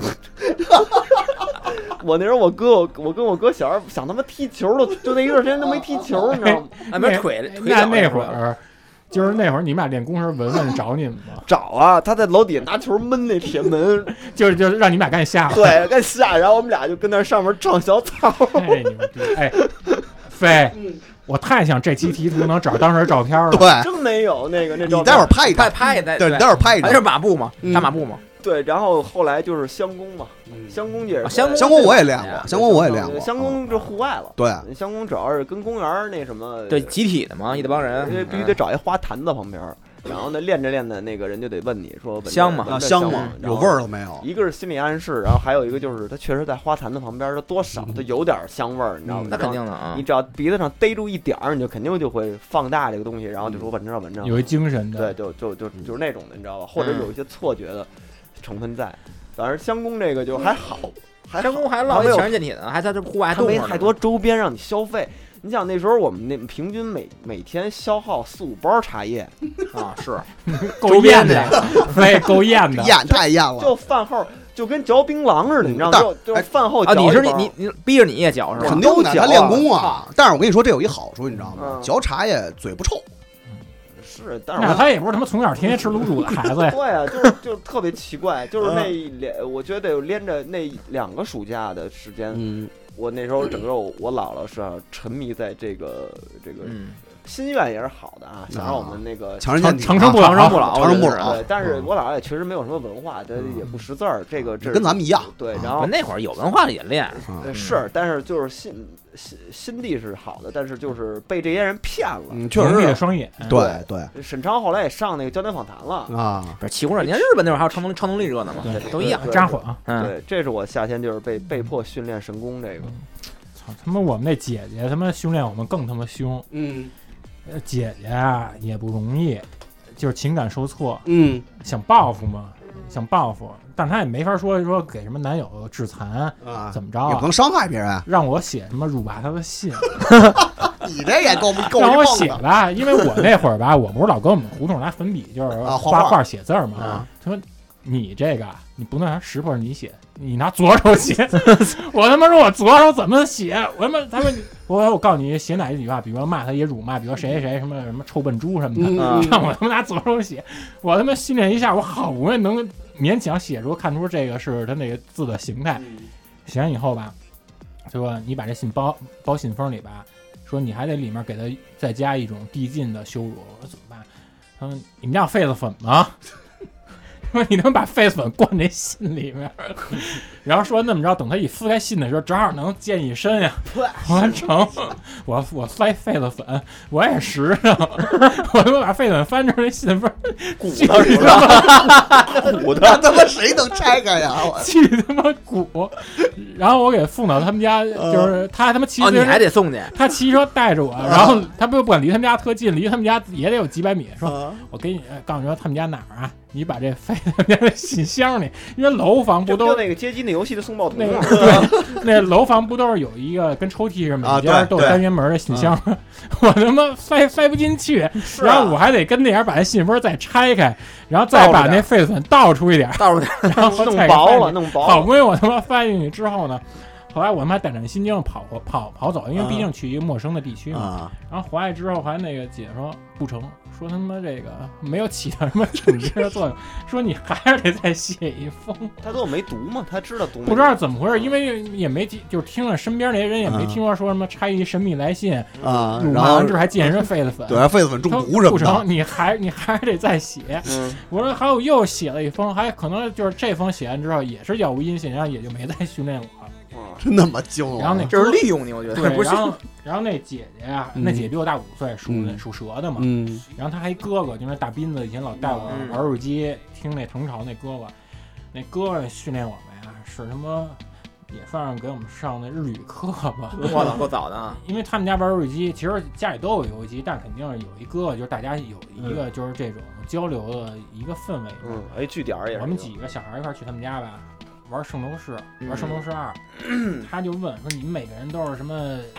[SPEAKER 1] 我那时候我哥我我跟我哥小时候想他妈踢球都就那一段时间都没踢球，你知道吗？
[SPEAKER 7] 那边腿腿
[SPEAKER 3] 那
[SPEAKER 7] 脚
[SPEAKER 3] 那
[SPEAKER 7] 也
[SPEAKER 3] 会
[SPEAKER 7] 会
[SPEAKER 3] 儿，就是那会儿你们俩练功时候，文文找你们吗？
[SPEAKER 1] 找啊，他在楼底下拿球闷那铁门，
[SPEAKER 3] 就是就是让你们俩赶紧
[SPEAKER 2] 啊
[SPEAKER 3] 下来。
[SPEAKER 1] 对，跟下，然后我们俩就跟那上面唱小 草。
[SPEAKER 3] 太牛逼！哎，飞，
[SPEAKER 7] 嗯
[SPEAKER 3] 我太想这期题图能找当时的照片了。
[SPEAKER 2] 对，
[SPEAKER 1] 真没有那个那
[SPEAKER 2] 你
[SPEAKER 1] 照
[SPEAKER 2] 待
[SPEAKER 1] 片
[SPEAKER 2] 会儿拍一
[SPEAKER 7] 拍
[SPEAKER 2] 张，
[SPEAKER 7] 拍的，
[SPEAKER 2] 对，你待会儿拍一
[SPEAKER 7] 还是
[SPEAKER 2] 张。
[SPEAKER 7] 马步嘛，
[SPEAKER 2] 嗯
[SPEAKER 7] 扎马步嘛，
[SPEAKER 1] 对，然后后来就是相公嘛，
[SPEAKER 2] 嗯
[SPEAKER 1] 相公也
[SPEAKER 7] 啊
[SPEAKER 1] 是
[SPEAKER 7] 相公
[SPEAKER 2] 相公我也练过，相公我也练过，
[SPEAKER 1] 啊相公就户外了，
[SPEAKER 2] 对，
[SPEAKER 1] 相公主要是跟公园儿那什么，
[SPEAKER 7] 对，集体的嘛，一大帮人
[SPEAKER 2] 嗯
[SPEAKER 7] 嗯
[SPEAKER 1] 因为，必须得找一花坛子旁边儿，然后呢练着练着，那个人就得问你说闻着
[SPEAKER 7] 香吗
[SPEAKER 1] 闻着
[SPEAKER 2] 啊，
[SPEAKER 1] 香
[SPEAKER 2] 香吗？
[SPEAKER 1] 然
[SPEAKER 2] 有
[SPEAKER 1] 后
[SPEAKER 2] 味儿了没有？
[SPEAKER 1] 一个是心理暗示，然后还有一个就是它确实在花坛子旁边儿，它多少
[SPEAKER 2] 嗯
[SPEAKER 1] 它有点香味儿，你知道吗？
[SPEAKER 7] 那肯。定的啊
[SPEAKER 1] 你。只要鼻子上逮住一点儿，你就肯定就会放大这个东西，然后
[SPEAKER 7] 嗯
[SPEAKER 1] 就说闻着闻着，
[SPEAKER 3] 有一精神
[SPEAKER 1] 对，
[SPEAKER 3] 的，
[SPEAKER 1] 就就就就是那种的，你知道吧？或者有一些错觉的成分在。反正香公这个就还好，还
[SPEAKER 7] 相
[SPEAKER 1] 好
[SPEAKER 7] 公还
[SPEAKER 1] 他
[SPEAKER 7] 落
[SPEAKER 1] 没
[SPEAKER 7] 一
[SPEAKER 1] 有
[SPEAKER 7] 全是健体呢，还在这户外
[SPEAKER 1] 它
[SPEAKER 7] 动会
[SPEAKER 1] 没
[SPEAKER 7] 儿呢
[SPEAKER 1] 太多周边让你消费。你想那时候我们那平均每每天消耗四五包茶叶，
[SPEAKER 7] 啊，是
[SPEAKER 3] 够艳的，飞够艳 的。
[SPEAKER 2] 艳太艳了，
[SPEAKER 1] 就饭后就跟嚼槟榔似的，你知道吗？哎
[SPEAKER 2] 但
[SPEAKER 1] 就就是饭后
[SPEAKER 7] 啊，
[SPEAKER 1] 嚼
[SPEAKER 7] 你
[SPEAKER 1] 一
[SPEAKER 7] 是你
[SPEAKER 1] 包
[SPEAKER 7] 你你逼着你也嚼是吧
[SPEAKER 2] 肯？定
[SPEAKER 1] 都
[SPEAKER 2] 的，
[SPEAKER 1] 嚼
[SPEAKER 2] 他
[SPEAKER 1] 啊
[SPEAKER 2] 练功啊。但是我跟你说，这有一好处，你知道吗？
[SPEAKER 1] 嗯
[SPEAKER 2] 嚼茶叶嘴不臭，
[SPEAKER 1] 是，但是
[SPEAKER 3] 那
[SPEAKER 1] 我
[SPEAKER 3] 他也不是他妈从小天天吃卤煮的孩 子呀。
[SPEAKER 1] 对啊，就是就是特别奇怪，
[SPEAKER 7] 嗯
[SPEAKER 1] 就是那连我觉得有连着那两个暑假的时间，
[SPEAKER 2] 嗯，
[SPEAKER 1] 我那时候整个我我姥姥是啊沉迷在这个这个
[SPEAKER 7] 嗯，
[SPEAKER 1] 心愿也是好的啊，想让我们那个
[SPEAKER 2] 强人健体啊，
[SPEAKER 3] 长长生不老长
[SPEAKER 2] 长生
[SPEAKER 3] 生不
[SPEAKER 7] 老
[SPEAKER 2] 长生不
[SPEAKER 7] 我觉得
[SPEAKER 2] 老啊嗯
[SPEAKER 1] 对，，但是我姥姥也确实没有什么文化，她也不识字儿，这个这
[SPEAKER 2] 跟嗯咱们一样。
[SPEAKER 1] 对，然
[SPEAKER 7] 不
[SPEAKER 1] 后
[SPEAKER 7] 那会儿有文化的也练，
[SPEAKER 1] 呃是，但是就是心心心地是好的，但是就是被这些人骗了。
[SPEAKER 2] 嗯，确实
[SPEAKER 3] 蒙蔽了
[SPEAKER 2] 是，
[SPEAKER 3] 双眼。
[SPEAKER 2] 对对
[SPEAKER 1] 沈昌后来也上那个焦点访谈了，
[SPEAKER 2] 啊，
[SPEAKER 7] 不是齐国热，你看日本那会儿还有超能超能力热呢嘛，
[SPEAKER 3] 对
[SPEAKER 7] 都一样。
[SPEAKER 1] 对
[SPEAKER 3] 扎啊谎。
[SPEAKER 7] 嗯，
[SPEAKER 1] 对，这是我夏天就是被被迫训练神功这个。
[SPEAKER 3] 操他妈！我们那姐姐他妈训练我们更他妈凶。
[SPEAKER 2] 嗯
[SPEAKER 3] 呃姐姐啊也不容易，就是情感受挫，
[SPEAKER 2] 嗯
[SPEAKER 3] 想报复嘛，想报复，但她也没法说说给什么男友致残
[SPEAKER 2] 啊，
[SPEAKER 3] 怎么着
[SPEAKER 2] 也不
[SPEAKER 3] 啊。
[SPEAKER 2] 能伤害别人。
[SPEAKER 3] 让我写什么辱骂她的信，
[SPEAKER 2] 你这也够 够
[SPEAKER 3] 让我
[SPEAKER 2] 蹦
[SPEAKER 3] 写
[SPEAKER 2] 的。
[SPEAKER 3] 吧，因为我那会儿吧，我不是老跟我们胡同拿粉笔就是
[SPEAKER 2] 啊画
[SPEAKER 3] 画
[SPEAKER 2] 画
[SPEAKER 3] 画写字儿嘛
[SPEAKER 2] 啊。
[SPEAKER 3] 他说你这个你不能拿石头你写，你拿左手 写。我他妈说我左手怎么写？我他妈他说你我我告诉你写哪一句话，比方骂他也辱骂，比方谁谁谁什么什么臭笨猪什么的，
[SPEAKER 1] 啊
[SPEAKER 2] 嗯，
[SPEAKER 3] 让我他妈拿左手写。我他妈训练一下，我好不容易能勉强写出看出这个是他那个字的形态。写完以后吧，就说你把这信包包信封里吧，说你还得里面给他再加一种递进的羞辱。我说怎么办？他说你们家有痱子粉吗？ 说你能把痱子粉灌这信里面， 然后说那么着，等他一撕开信的时候，正好能溅一身呀。我说成， 我我塞痱子粉，我也啊实诚， 我他妈把痱子粉翻出来，信 封
[SPEAKER 2] 嗯
[SPEAKER 3] 鼓
[SPEAKER 1] 当时的虎
[SPEAKER 2] 那
[SPEAKER 1] 的，
[SPEAKER 2] 他妈谁能拆开呀？我
[SPEAKER 3] 去他妈鼓，然后我给送到他们家，
[SPEAKER 2] 呃
[SPEAKER 3] 就是他他妈骑
[SPEAKER 7] 哦，
[SPEAKER 3] 自
[SPEAKER 7] 你
[SPEAKER 3] 行车
[SPEAKER 7] 还得送去，
[SPEAKER 3] 他骑车带着我，
[SPEAKER 2] 啊
[SPEAKER 3] 然后他不不管离他们家特近，离他们家也得有几百米，说
[SPEAKER 2] 啊
[SPEAKER 3] 我给你呃告诉你说他们家哪儿啊，你把这塞他们家的信箱里，因为楼房不
[SPEAKER 1] 就
[SPEAKER 3] 都
[SPEAKER 1] 就是那个街机那游戏的送报
[SPEAKER 3] 那
[SPEAKER 1] 筒
[SPEAKER 3] 个对，那楼房不都是有一个跟抽屉似的，
[SPEAKER 2] 啊
[SPEAKER 3] 每家
[SPEAKER 2] 对
[SPEAKER 3] 都有
[SPEAKER 2] 对嗯
[SPEAKER 3] 单元门的信箱 吗？我他妈塞塞不进去，然
[SPEAKER 1] 啊
[SPEAKER 3] 后我还得跟那样把那信封再拆开，然后再把那痱子粉倒出一点儿，
[SPEAKER 7] 到时候
[SPEAKER 3] 然后
[SPEAKER 1] 弄
[SPEAKER 3] 再
[SPEAKER 1] 薄
[SPEAKER 3] 给
[SPEAKER 1] 了，弄薄
[SPEAKER 3] 好
[SPEAKER 1] 了，
[SPEAKER 3] 不容易我他妈翻进去之后呢，后来我他妈胆战心惊地跑跑跑走，因为
[SPEAKER 2] 啊
[SPEAKER 3] 毕竟去一个陌生的地区嘛。
[SPEAKER 2] 啊，
[SPEAKER 3] 然后回来之后，还那个姐说不成，说他妈这个没有起到什么惩治的作用， 说你还是得再写一封，
[SPEAKER 2] 嗯
[SPEAKER 1] 他都没毒嘛，他知道毒没毒，
[SPEAKER 3] 不知道怎么回事，因为也没听，就是听了身边那些人也没听说说什么拆一神秘来信，
[SPEAKER 2] 啊，
[SPEAKER 3] 辱
[SPEAKER 2] 嗯然
[SPEAKER 3] 骂
[SPEAKER 2] 后
[SPEAKER 3] 完之后还溅人痱子粉。
[SPEAKER 2] 对，痱子粉中
[SPEAKER 3] 他说
[SPEAKER 2] 毒什
[SPEAKER 3] 不
[SPEAKER 2] 么的
[SPEAKER 3] 成，你还你还是得再写。
[SPEAKER 1] 嗯，
[SPEAKER 3] 我说还有又写了一封，还可能就是这封写完之后也是杳无音信，然后也就没再训练我。
[SPEAKER 1] 嗯
[SPEAKER 2] 真他妈惊
[SPEAKER 3] 然后那
[SPEAKER 2] 了。
[SPEAKER 7] 这是利用你，我觉得
[SPEAKER 3] 对，
[SPEAKER 7] 不是
[SPEAKER 3] 然。后然后那姐姐呀、
[SPEAKER 2] 嗯
[SPEAKER 3] 那姐姐比我大五岁，属、
[SPEAKER 2] 嗯
[SPEAKER 3] 属蛇的嘛。
[SPEAKER 2] 嗯，
[SPEAKER 3] 然后她还一哥哥，就那大斌子，以前老带我
[SPEAKER 7] 嗯
[SPEAKER 3] 玩手机，听那唐朝那哥哥，那哥哥训练我们呀、是他妈也算是给我们上那日语课吧。
[SPEAKER 6] 嗯
[SPEAKER 7] 我操，够早的啊！
[SPEAKER 3] 因为他们家玩游戏机，其实家里都有游戏机，但肯定是有一个，就是大家有一个就是这种交流的一个氛围嘛。
[SPEAKER 1] 嗯，哎，据点儿也是，
[SPEAKER 3] 我们几个小孩儿一块儿去他们家吧，玩圣斗士，玩
[SPEAKER 7] 嗯
[SPEAKER 3] 圣斗士二，他就问说你们每个人都是什么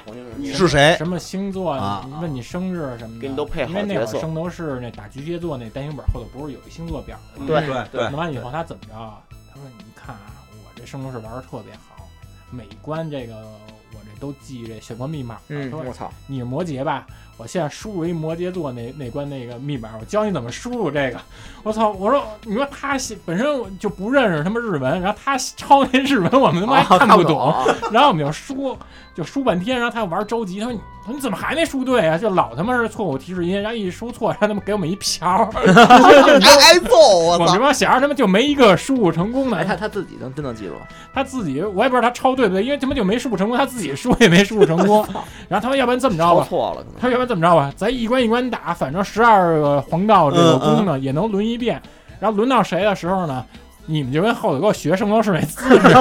[SPEAKER 1] 黄金人
[SPEAKER 2] 你是谁？
[SPEAKER 3] 什么星座
[SPEAKER 2] 哎啊
[SPEAKER 3] 你问你生日什么的，
[SPEAKER 1] 给你都配好
[SPEAKER 3] 因为那会
[SPEAKER 1] 角色
[SPEAKER 3] 儿圣斗士那打巨蟹座那单行本后头不是有一星座表吗？
[SPEAKER 1] 对
[SPEAKER 2] 嗯对对
[SPEAKER 3] 弄完以后他怎么着啊？他说你看啊，我这圣斗士玩的特别好，每一关这个我这都记这玄关密码了。
[SPEAKER 7] 嗯，
[SPEAKER 3] 说
[SPEAKER 7] 我操，
[SPEAKER 3] 你是摩羯吧？我现在输入一摩羯座那那关那个密码，我教你怎么输入这个。我操！我说，你说他写本身我就不认识他们日文，然后他抄那日文，我们他
[SPEAKER 1] 哦
[SPEAKER 3] 妈还
[SPEAKER 7] 啊
[SPEAKER 3] 看
[SPEAKER 7] 不
[SPEAKER 3] 不懂。
[SPEAKER 7] 啊
[SPEAKER 3] 然后我们就输，就输半天，然后他玩着急，他说你你怎么还没输对啊？就老他妈是错误提示音，然后一输错，然后他们给我们一瓢，
[SPEAKER 2] 还挨揍！我
[SPEAKER 3] 我们这
[SPEAKER 2] 操！
[SPEAKER 3] 帮小孩他们就没一个输成功
[SPEAKER 7] 哎，他
[SPEAKER 3] 的。
[SPEAKER 7] 他自己能真能记住，
[SPEAKER 3] 他自己我也不知道他抄对不对，因为他妈就没输成功，他自己输也没输成功。然后他们要不然这么着
[SPEAKER 1] 抄
[SPEAKER 3] 吧。
[SPEAKER 1] 错了，可能
[SPEAKER 3] 他要不然怎么着吧？咱一关一关打，反正十二个黄道这个功呢、也能轮一遍。然后轮到谁的时候呢？你们就跟后头给我学圣斗士那姿势。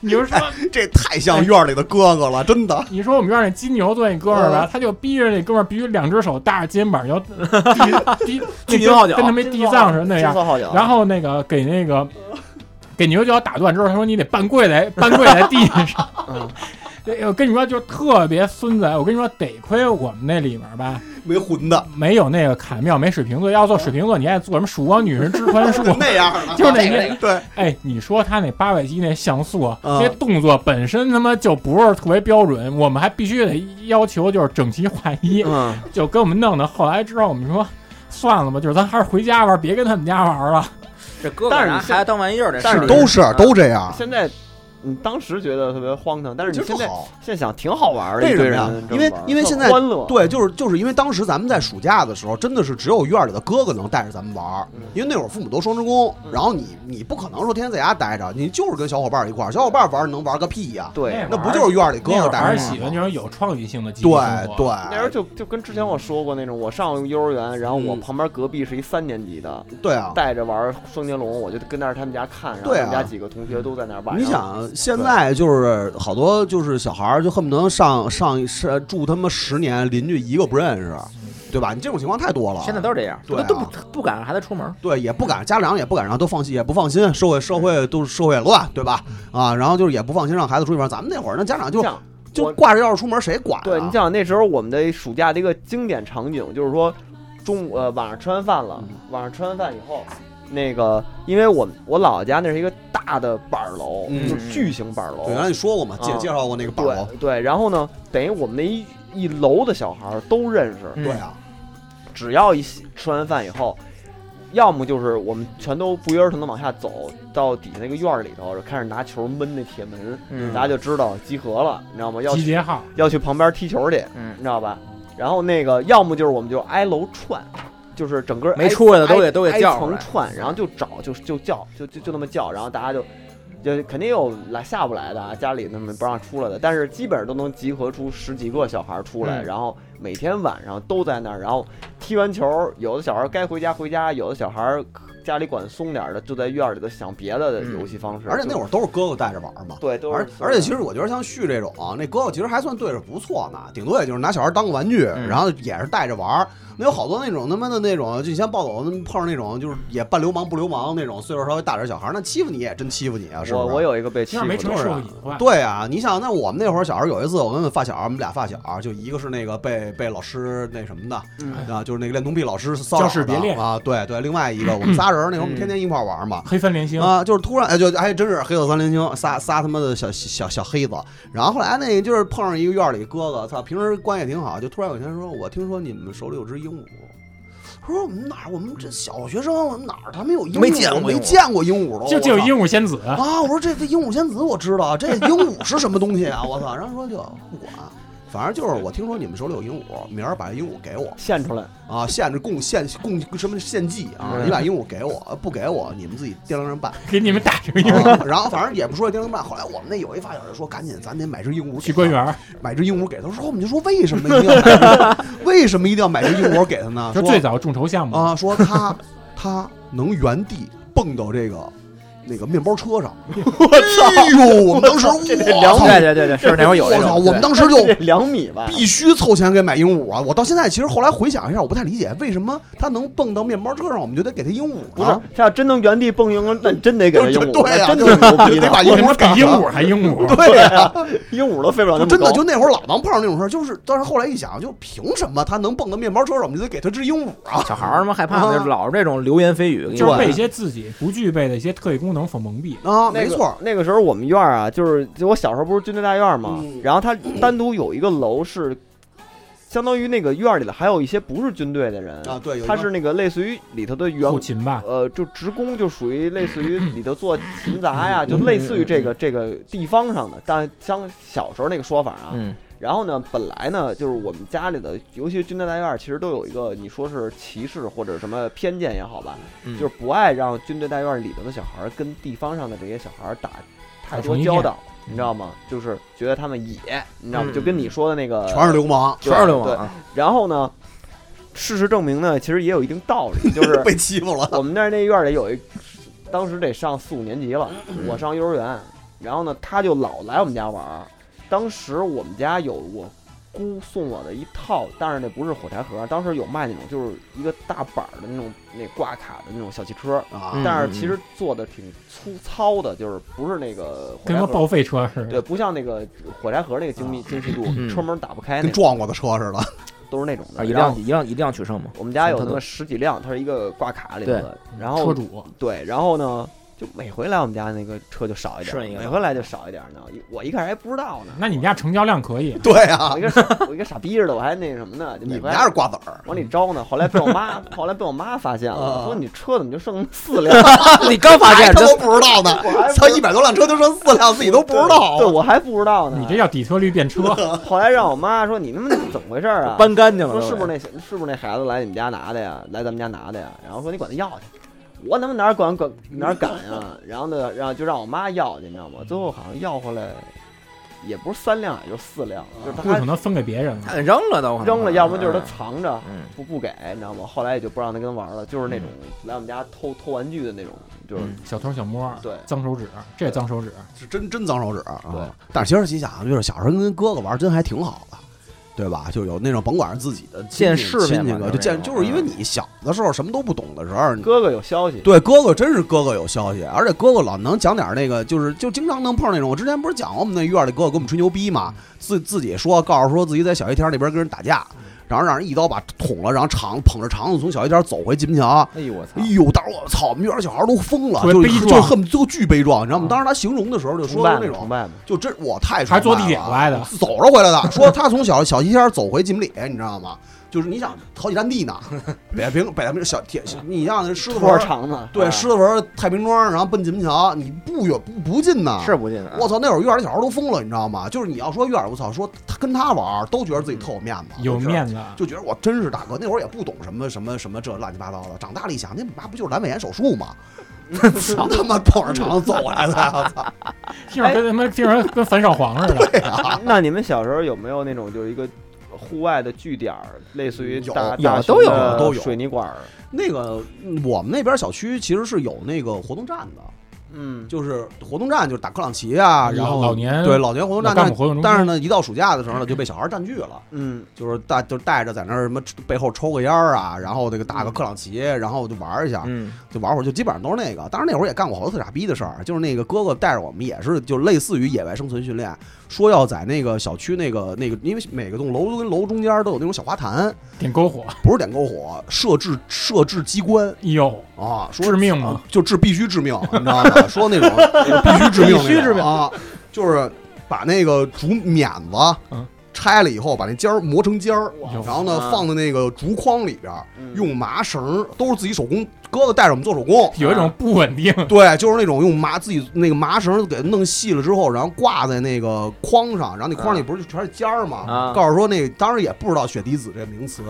[SPEAKER 3] 你就说
[SPEAKER 2] 这太像院里的哥哥了，真的。
[SPEAKER 3] 你说我们院儿那金牛座那哥们儿
[SPEAKER 1] 嗯
[SPEAKER 3] 吧，他就逼着那哥们儿必须两只手搭着肩膀，要低
[SPEAKER 7] 巨牛号角
[SPEAKER 3] 跟他们地藏似的那样
[SPEAKER 1] 金。色号角，
[SPEAKER 3] 然后那个给那个给牛角打断之后，他说你得半跪在半跪在地上。 哎我跟你说，就特别孙子。我跟你说，得亏我们那里面吧，
[SPEAKER 2] 没魂的，
[SPEAKER 3] 没有那个卡妙，没水瓶座。要做水瓶座，你还得做什么曙光女神之宽术
[SPEAKER 2] 就？ 那样的，
[SPEAKER 3] 就是那那
[SPEAKER 2] 对，
[SPEAKER 3] 哎，你说他那八百级那像素，
[SPEAKER 2] 嗯
[SPEAKER 3] 那动作本身他妈就不是特别标准，我们还必须得要求就是整齐划一，
[SPEAKER 1] 嗯，
[SPEAKER 3] 就跟我们弄的。后来之后我们说。算了吧，就是咱还是回家玩，别跟他们家玩了。
[SPEAKER 7] 这哥哥
[SPEAKER 1] 但是
[SPEAKER 7] 拿
[SPEAKER 1] 你现
[SPEAKER 7] 孩子当玩意儿这事
[SPEAKER 1] 但
[SPEAKER 7] 儿
[SPEAKER 1] 是
[SPEAKER 7] 里，
[SPEAKER 2] 都是都这样，
[SPEAKER 1] 现在你当时觉得特别荒唐，但是
[SPEAKER 2] 其
[SPEAKER 1] 你
[SPEAKER 2] 实
[SPEAKER 1] 现
[SPEAKER 2] 不
[SPEAKER 1] 在
[SPEAKER 2] 好。
[SPEAKER 1] 现在想挺好玩儿的，
[SPEAKER 2] 为
[SPEAKER 1] 一
[SPEAKER 2] 什
[SPEAKER 1] 堆
[SPEAKER 2] 么呀
[SPEAKER 1] 人这
[SPEAKER 2] 因
[SPEAKER 1] 么
[SPEAKER 2] 为
[SPEAKER 1] 玩儿
[SPEAKER 2] 因为
[SPEAKER 1] 特
[SPEAKER 2] 现在
[SPEAKER 1] 欢乐，
[SPEAKER 2] 对，就是就是因为当时咱们在暑假的时候，真的是只有院里的哥哥能带着咱们玩儿
[SPEAKER 1] 嗯，
[SPEAKER 2] 因为那会儿父母都双职工，然后你你不可能说天天在家待着，你就是跟小伙伴儿一块儿，小伙伴儿玩儿能玩个屁呀、
[SPEAKER 1] 对
[SPEAKER 3] 那
[SPEAKER 2] 那不就是院里哥
[SPEAKER 3] 那会
[SPEAKER 2] 哥
[SPEAKER 3] 儿还
[SPEAKER 2] 带
[SPEAKER 3] 是
[SPEAKER 2] 着
[SPEAKER 3] 喜
[SPEAKER 2] 你
[SPEAKER 3] 欢
[SPEAKER 2] 吗？
[SPEAKER 3] 那种有创意性的集体生活
[SPEAKER 2] 对。
[SPEAKER 1] 那时候
[SPEAKER 2] 对
[SPEAKER 1] 就就跟之前我说过那种，我上幼儿园，然后我
[SPEAKER 2] 嗯
[SPEAKER 1] 旁边隔壁是一三年级的，
[SPEAKER 2] 对啊！
[SPEAKER 1] 带着玩双截龙，我就跟那儿他们家看，然后
[SPEAKER 2] 对
[SPEAKER 1] 他
[SPEAKER 2] 啊
[SPEAKER 1] 们家几个同学都在那儿玩。
[SPEAKER 2] 你
[SPEAKER 7] 啊
[SPEAKER 2] 想啊现在就是好多就是小孩儿就恨不能上上上住他妈十年，邻居一个不认识，对吧？你这种情况太多了。
[SPEAKER 7] 现在都是这样，
[SPEAKER 2] 对啊
[SPEAKER 7] 都不不敢让孩子出门，
[SPEAKER 2] 对，也不敢，家长也不敢让，都放心，也不放心，社会社会都是社会乱，对吧？啊，然后就是也不放心让孩子出去玩。咱们那会儿，那家长就
[SPEAKER 1] 嗯像
[SPEAKER 2] 就
[SPEAKER 1] 我
[SPEAKER 2] 挂着钥匙出门，谁管、啊？
[SPEAKER 1] 对你想那时候我们的暑假的一个经典场景，就是说中午呃晚上吃完饭
[SPEAKER 2] 嗯
[SPEAKER 1] 了，晚上吃完饭以后，那个因为我我姥姥家那是一个大的板儿楼，
[SPEAKER 2] 嗯
[SPEAKER 1] 就是巨型板儿楼
[SPEAKER 2] 对，，原来你说过嘛，介
[SPEAKER 1] 啊
[SPEAKER 2] 介绍过那个板楼，
[SPEAKER 1] 对对，然后呢，等于我们那一一楼的小孩儿都认识，
[SPEAKER 2] 对啊，
[SPEAKER 1] 只要一吃完饭以后，要么就是我们全都不约而同的往下走到底下那个院儿里头，开始拿球闷那铁门，
[SPEAKER 7] 嗯
[SPEAKER 1] 大家就知道集合了，你知道吗？要
[SPEAKER 3] 集
[SPEAKER 1] 去
[SPEAKER 3] 结号，
[SPEAKER 1] 要去旁边踢球去，
[SPEAKER 7] 嗯
[SPEAKER 1] 你知道吧？然后那个要么就是我们就挨楼串，就是整个
[SPEAKER 7] 没
[SPEAKER 1] 挨
[SPEAKER 7] 出来的都给
[SPEAKER 1] 挨
[SPEAKER 7] 都给
[SPEAKER 1] 挨
[SPEAKER 7] 叫出
[SPEAKER 1] 层
[SPEAKER 7] 来
[SPEAKER 1] 串，然后就找就就叫就就就那么叫，然后大家就。就肯定有来下不来的啊，家里那么不让出来的，但是基本上都能集合出十几个小孩儿出来，
[SPEAKER 7] 嗯
[SPEAKER 1] 然后每天晚上都在那儿，然后踢完球，有的小孩儿该回家回家，有的小孩儿家里管得松点儿的就在院儿里头想别的
[SPEAKER 7] 嗯
[SPEAKER 1] 游戏方式。
[SPEAKER 2] 而且那会
[SPEAKER 1] 儿
[SPEAKER 2] 儿都是哥哥带着玩儿嘛。
[SPEAKER 1] 对，都是
[SPEAKER 2] 而而且其实我觉得像旭这种、啊那哥哥其实还算对着不错呢，顶多也就是拿小孩当个玩具，
[SPEAKER 7] 嗯
[SPEAKER 2] 然后也是带着玩儿。那有好多那种他妈的那种，就以前暴走碰上那种就是也半流氓不流氓那种岁数稍微大点儿小孩儿，那欺负你也真欺负你啊，是不
[SPEAKER 1] 我
[SPEAKER 2] 是？
[SPEAKER 1] 我有一个被欺
[SPEAKER 3] 那
[SPEAKER 1] 负
[SPEAKER 3] 没
[SPEAKER 1] 的，
[SPEAKER 3] 成社会隐患。
[SPEAKER 2] 对啊，你想，那我们那会儿小时候有一次，我跟我发小，我们俩发小，就一个是那个被被老师那什么的，啊，就是那个恋童癖老师
[SPEAKER 3] 嗯
[SPEAKER 2] 骚
[SPEAKER 3] 教室
[SPEAKER 2] 扰
[SPEAKER 3] 别嗯
[SPEAKER 2] 的
[SPEAKER 3] 恋
[SPEAKER 2] 啊，对对，另外一个我们仨人儿那会儿我们天天一块儿玩儿嘛，
[SPEAKER 3] 黑三连星，
[SPEAKER 2] 啊，就是突然哎，就哎，真是黑色三连星，仨仨他妈的小小小黑子。然后后来那个就是碰上一个院儿里哥哥，操，平时关系也挺好，就突然有一天说，我听说你们手里有只鹦鹉。我说我们哪儿？我们这小学生，我们哪儿他妈有鹦鹉？
[SPEAKER 7] 没见过
[SPEAKER 2] 没
[SPEAKER 7] 鹦鹉
[SPEAKER 2] 见过鹦鹉了。
[SPEAKER 3] 就
[SPEAKER 2] 我
[SPEAKER 3] 就有
[SPEAKER 2] 操
[SPEAKER 3] 鹦鹉仙 子，
[SPEAKER 2] 啊！我说这这鹦鹉仙子我知道，啊这鹦鹉是什么东西啊？我操！然后说就不管，反正就是我听说你们手里有鹦鹉，明儿把鹦鹉给我
[SPEAKER 1] 献出来。
[SPEAKER 2] 啊，限制供献供什么献祭啊！
[SPEAKER 3] 嗯
[SPEAKER 2] 你把鹦鹉给我，不给我你们自己掂量着办。
[SPEAKER 3] 给你们打成鹦鹉。
[SPEAKER 2] 啊然后反正也不说电灯办。后来我们那有一发小就说，赶紧咱得买只鹦鹉给他
[SPEAKER 3] 去官园，儿，
[SPEAKER 2] 买只鹦鹉给他。说我们就说为什么一定要买 为什么一定要买只鹦鹉给他呢？
[SPEAKER 3] 就
[SPEAKER 2] 说
[SPEAKER 3] 最早众筹项目，
[SPEAKER 2] 啊，说他他能原地蹦到这个。那个面包车上，我操！哎呦， 我们当时我操，
[SPEAKER 7] 对对对对，是那会儿有
[SPEAKER 2] 我
[SPEAKER 7] 这
[SPEAKER 2] 操！
[SPEAKER 7] 种，
[SPEAKER 2] 我们当时就
[SPEAKER 1] 这两米吧，
[SPEAKER 2] 必须凑钱给买鹦鹉啊！我到现在其实后来回想一下，我不太理解为什么他能蹦到面包车上，我们就得给他鹦鹉呢？
[SPEAKER 1] 啊不是，他要真能原地蹦鹦鹉，那你真得给他鹦鹉，
[SPEAKER 2] 对呀
[SPEAKER 1] 那真的是牛逼
[SPEAKER 2] 就得把
[SPEAKER 1] 的，
[SPEAKER 2] 鹦
[SPEAKER 3] 我他妈
[SPEAKER 2] 鹉
[SPEAKER 3] 比鹦鹉还鹦鹉，
[SPEAKER 2] 对呀、
[SPEAKER 1] 鹦鹉都飞不了那
[SPEAKER 2] 就
[SPEAKER 1] 么
[SPEAKER 2] 真的
[SPEAKER 1] 高。
[SPEAKER 2] 就那会儿老能碰上那种事儿，就是，但是后来一想，就凭什么他能蹦到面包车上，我们就得给他只鹦鹉 啊？
[SPEAKER 7] 小孩儿他妈害怕
[SPEAKER 2] 啊
[SPEAKER 7] 的，就是老是这种流言蜚语，给
[SPEAKER 3] 就
[SPEAKER 7] 你
[SPEAKER 3] 是被一些自己不具备的一些特异功能所蒙蔽。
[SPEAKER 1] 那
[SPEAKER 2] 啊，没
[SPEAKER 1] 个
[SPEAKER 2] 错儿，
[SPEAKER 1] 那个时候我们院儿啊，就是就我小时候不是军队大院儿嘛，
[SPEAKER 2] 嗯
[SPEAKER 1] 然后它单独有一个楼是，相当于那个院儿里的还有一些不是军队的人，
[SPEAKER 2] 啊，对，有一
[SPEAKER 1] 他
[SPEAKER 2] 帮
[SPEAKER 1] 是那个类似于里头的员
[SPEAKER 3] 后勤
[SPEAKER 2] 啊
[SPEAKER 3] 吧，
[SPEAKER 1] 呃，就职工就属于类似于里头做勤杂呀，就类似于这个这个地方上的，但像小时候那个说法啊，
[SPEAKER 7] 嗯
[SPEAKER 1] 然后呢，本来呢，就是我们家里的，尤其是军队大院儿，其实都有一个你说是歧视或者什么偏见也好吧，
[SPEAKER 7] 嗯
[SPEAKER 1] 就是不爱让军队大院儿里头的小孩儿跟地方上的这些小孩儿打太
[SPEAKER 3] 打
[SPEAKER 1] 多
[SPEAKER 3] 成一
[SPEAKER 1] 交
[SPEAKER 3] 片
[SPEAKER 1] 道，你知道吗？就是觉得他们野，你知道吗？
[SPEAKER 7] 嗯
[SPEAKER 1] 就跟你说的那个
[SPEAKER 2] 全是流氓，
[SPEAKER 1] 对
[SPEAKER 7] 全是流氓
[SPEAKER 1] 对
[SPEAKER 7] 啊，
[SPEAKER 1] 然后呢，事实证明呢，其实也有一定道理，就是
[SPEAKER 2] 被欺负 了。
[SPEAKER 1] 我们那儿那院儿里有一，当时得上四五年级了，
[SPEAKER 7] 嗯
[SPEAKER 1] 我上幼儿园，然后呢，他就老来我们家玩儿。当时我们家有我姑送我的一套，但是那不是火柴盒，当时有卖那种就是一个大板儿的那种那挂卡的那种小汽车，
[SPEAKER 2] 啊
[SPEAKER 7] 嗯，
[SPEAKER 1] 但是其实做的挺粗糙的，就是不是那个火
[SPEAKER 3] 跟
[SPEAKER 1] 柴
[SPEAKER 3] 个
[SPEAKER 1] 盒，
[SPEAKER 3] 报废车似
[SPEAKER 1] 对，
[SPEAKER 3] 的。
[SPEAKER 1] 不像那个火柴盒那个精密精细度，
[SPEAKER 7] 嗯
[SPEAKER 1] 车门打不开那
[SPEAKER 2] 跟
[SPEAKER 1] 种，
[SPEAKER 2] 撞过的车似的，
[SPEAKER 1] 都是那种
[SPEAKER 7] 啊
[SPEAKER 1] 的。
[SPEAKER 7] 一
[SPEAKER 1] 然
[SPEAKER 7] 辆
[SPEAKER 1] 后
[SPEAKER 7] 一辆一辆 取胜嘛，
[SPEAKER 1] 我们家有
[SPEAKER 7] 它
[SPEAKER 1] 那
[SPEAKER 7] 都
[SPEAKER 1] 么十几辆，它是一个挂卡里头的，然后
[SPEAKER 3] 车主
[SPEAKER 1] 对，然后呢，就每回来我们家那个车就少一点
[SPEAKER 7] 顺一
[SPEAKER 1] 儿，
[SPEAKER 7] 个
[SPEAKER 1] 每回来就少一点儿呢。我一开始还不知道呢，
[SPEAKER 3] 那你们家成交量可 以，
[SPEAKER 2] 对啊
[SPEAKER 1] 我一，个傻我一个傻逼似的，我还那什么呢，就
[SPEAKER 2] 你
[SPEAKER 1] 每
[SPEAKER 2] 们
[SPEAKER 1] 回
[SPEAKER 2] 家是瓜子儿，
[SPEAKER 1] 往里招呢。后来被我妈，后来被我妈发现了，
[SPEAKER 2] 啊
[SPEAKER 1] 说你车怎么就剩四辆？
[SPEAKER 7] 你刚发
[SPEAKER 2] 还
[SPEAKER 7] 现
[SPEAKER 2] 他
[SPEAKER 7] 这
[SPEAKER 2] 妈不知道 呢，操，一百多辆车就剩四辆，自己都不知道
[SPEAKER 1] 对，我还不知道呢。
[SPEAKER 3] 你这叫底特律变车。
[SPEAKER 1] 后来让我妈说你们怎么回事儿啊？
[SPEAKER 7] 搬干净了
[SPEAKER 1] 说
[SPEAKER 7] 都得，
[SPEAKER 1] 是不是那小是不是那孩子来你们家拿的呀？来咱们家拿的呀？然后说你管他要去，我他妈哪儿管管哪儿敢呀？然后呢，然后就让我妈要去，你知道吗？最后好像要回来也不是三辆，也就四辆，
[SPEAKER 2] 啊
[SPEAKER 1] 就是
[SPEAKER 3] 不
[SPEAKER 1] 他
[SPEAKER 3] 可能分给别人了。
[SPEAKER 7] 他给哎扔了都，啊
[SPEAKER 1] 扔了，要不就是他藏着
[SPEAKER 7] 嗯，
[SPEAKER 1] 不不给，你知道吗？后来也就不让他跟他玩了，就是那种
[SPEAKER 2] 嗯
[SPEAKER 1] 来我们家偷偷玩具的那种，就是
[SPEAKER 7] 嗯
[SPEAKER 3] 小偷小摸，
[SPEAKER 1] 对
[SPEAKER 3] 脏手指，这也脏手指，
[SPEAKER 2] 是真真脏手指啊
[SPEAKER 1] 对。
[SPEAKER 2] 啊但是其实你想，就是小时候跟哥哥玩，真还挺好的。对吧？就有那种甭管是自己的
[SPEAKER 7] 见
[SPEAKER 2] 亲戚
[SPEAKER 7] 世面
[SPEAKER 2] 亲戚
[SPEAKER 7] 嘛
[SPEAKER 2] 哥，就
[SPEAKER 7] 就是
[SPEAKER 2] 见
[SPEAKER 7] 那种嗯
[SPEAKER 2] 就是因为你小的时候什么都不懂的时候，你
[SPEAKER 1] 哥哥有消息，
[SPEAKER 2] 对哥哥真是哥哥有消息，而且哥哥老能讲点那个，就是就经常能碰那种。我之前不是讲过我们那院里哥哥给我们吹牛逼嘛，自自己说告诉说自己在小黑天那边跟人打架，然后让人一刀把捅了，然后肠捧着肠子从小黑天走回金门桥。
[SPEAKER 6] 哎呦我操
[SPEAKER 2] 哎！呦，当时我操，我们院儿小孩都疯了，
[SPEAKER 3] 啊特别
[SPEAKER 2] 就
[SPEAKER 3] 悲壮嗯
[SPEAKER 2] 就恨就巨悲壮，你知道吗？当时他形容的时候就
[SPEAKER 1] 崇
[SPEAKER 2] 说的
[SPEAKER 1] 拜
[SPEAKER 2] 那
[SPEAKER 1] 嘛崇
[SPEAKER 2] 种，
[SPEAKER 1] 拜嘛，
[SPEAKER 2] 就真我太崇拜
[SPEAKER 3] 还坐地铁
[SPEAKER 2] 了
[SPEAKER 3] 回来的
[SPEAKER 2] 走着回来的，说他从小小西天走回金里，你知道吗？就是你想好几站地呢， 北平北平小铁，你像那狮子
[SPEAKER 1] 多少
[SPEAKER 2] 坟，
[SPEAKER 1] 肠子？
[SPEAKER 2] 对狮子坟太平庄，然后奔金门桥，你不远不不近呐。
[SPEAKER 7] 是不进啊。
[SPEAKER 2] 我操，那会儿院里小孩都疯了，你知道吗？就是你要说院里，我操，说他跟他玩儿都觉得自己特有面子，
[SPEAKER 3] 有
[SPEAKER 2] 就是
[SPEAKER 3] 面子啊，
[SPEAKER 2] 就觉得我真是大哥，那会儿也不懂什么什么什么这乱七八糟的。长大了一想，那妈不就是阑尾炎手术 吗？操他妈捧着肠子走过 来的，我操！
[SPEAKER 3] 听着跟他妈听着跟樊少皇似的。
[SPEAKER 1] 那你们小时候有没有那种就是一个户外的据点儿，类似于
[SPEAKER 2] 有
[SPEAKER 1] 大
[SPEAKER 2] 有
[SPEAKER 1] 大
[SPEAKER 2] 都有
[SPEAKER 1] 型的
[SPEAKER 2] 都有
[SPEAKER 1] 水泥管儿？
[SPEAKER 2] 那个嗯我们那边小区其实是有那个活动站的，
[SPEAKER 1] 嗯，
[SPEAKER 2] 就是活动站就是打克朗棋啊，然后
[SPEAKER 3] 老老年
[SPEAKER 2] 对老年活
[SPEAKER 3] 老
[SPEAKER 2] 动站，
[SPEAKER 3] 干
[SPEAKER 2] 但
[SPEAKER 3] 部活动中心
[SPEAKER 2] 但是呢，一到暑假的时候呢，就被小孩占据了。
[SPEAKER 1] 嗯，
[SPEAKER 2] 就是带就带着在那儿什么背后抽个烟儿啊，然后这个打个克朗棋，然后就玩一下，
[SPEAKER 7] 嗯，
[SPEAKER 2] 就玩会儿，就基本上都是那个。当然那会儿也干过好多特傻逼的事儿，就是那个哥哥带着我们也是，就类似于野外生存训练，说要在那个小区那个那个，因为每个栋楼跟楼中间都有那种小花坛，
[SPEAKER 3] 点篝火，
[SPEAKER 2] 不是点篝火，设置设置机关
[SPEAKER 3] 哟，
[SPEAKER 2] 啊，说
[SPEAKER 3] 致命吗？
[SPEAKER 2] 就致必须致命，你知道吗？说 那种必须致命，必须致命啊，就是把那个竹碾子
[SPEAKER 3] 嗯
[SPEAKER 2] 拆了以后，把那尖儿磨成尖儿，
[SPEAKER 3] 哇
[SPEAKER 2] 然后呢
[SPEAKER 1] 啊
[SPEAKER 2] 放在那个竹筐里边儿，
[SPEAKER 1] 嗯
[SPEAKER 2] 用麻绳儿都是自己手工，哥哥带着我们做手工。
[SPEAKER 3] 有一种不稳定，
[SPEAKER 2] 对，就是那种用麻自己那个麻绳儿给弄细了之后，然后挂在那个筐上，然后那筐里不是就全是尖儿吗
[SPEAKER 7] 啊？
[SPEAKER 2] 告诉说那当时也不知道血滴子这个名词，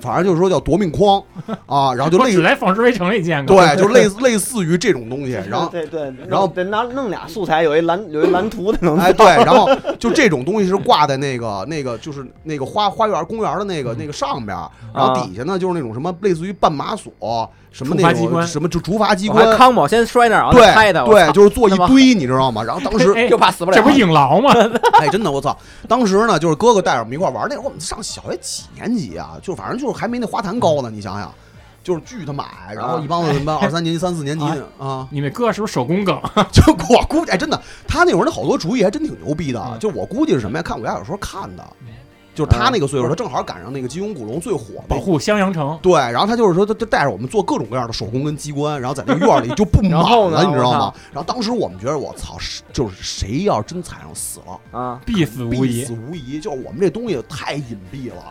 [SPEAKER 2] 反正就是说叫夺命筐啊，然后就
[SPEAKER 3] 我
[SPEAKER 2] 类
[SPEAKER 3] 只在纺织围城里见过。
[SPEAKER 2] 对，就类似类似于这种东西，然后
[SPEAKER 1] 对对，
[SPEAKER 2] 然后
[SPEAKER 1] 得拿弄俩素材，有一蓝有一蓝图的能
[SPEAKER 2] 哎，对，然后就这种东西是挂在那个那个就是那个花花园公园的那个那个上边儿，然后底下呢就是那种什么类似于绊马索什么
[SPEAKER 3] 竹筏
[SPEAKER 2] 那
[SPEAKER 3] 机
[SPEAKER 2] 种
[SPEAKER 3] 关
[SPEAKER 2] 什么就竹筏机
[SPEAKER 7] 我还
[SPEAKER 2] 关，
[SPEAKER 7] 康宝先摔那儿，然后再拍
[SPEAKER 2] 对
[SPEAKER 7] 他，我
[SPEAKER 2] 对，
[SPEAKER 7] 操
[SPEAKER 2] 就是做一堆，你知道吗？然后当时
[SPEAKER 3] 哎，
[SPEAKER 7] 就怕死不了。
[SPEAKER 6] 啊
[SPEAKER 3] 这不是影牢吗？
[SPEAKER 2] 哎，真的，我操！当时呢，就是哥哥带着我们一块儿玩儿，那会儿我们上小学几年级啊？就反正就是还没那花坛高呢，你想想，就是巨他妈矮，然后
[SPEAKER 7] 啊
[SPEAKER 2] 一帮 子什么二三年级、三四年级的啊，
[SPEAKER 3] 你们哥是不是手工梗？
[SPEAKER 2] 就我估计，哎，真的，他那会儿那好多主意还真挺牛逼的
[SPEAKER 3] 嗯。
[SPEAKER 2] 就我估计是什么呀？看武侠小说看的，
[SPEAKER 7] 嗯
[SPEAKER 2] 就是他那个岁数，他正好赶上那个金庸古龙最火
[SPEAKER 3] 保
[SPEAKER 2] 那。
[SPEAKER 3] 护襄阳城，
[SPEAKER 2] 对，然后他就是说，他就带着我们做各种各样的手工跟机关，然后在那个院儿里就不 满
[SPEAKER 7] 然后呢
[SPEAKER 2] 了，你知道
[SPEAKER 7] 我
[SPEAKER 2] 吗
[SPEAKER 7] 操？
[SPEAKER 2] 然后当时我们觉得，我操，是就是谁要真踩上死了，
[SPEAKER 7] 啊，
[SPEAKER 3] 必死无
[SPEAKER 2] 必
[SPEAKER 3] 疑
[SPEAKER 2] 死。无疑。就是我们这东西太隐蔽了。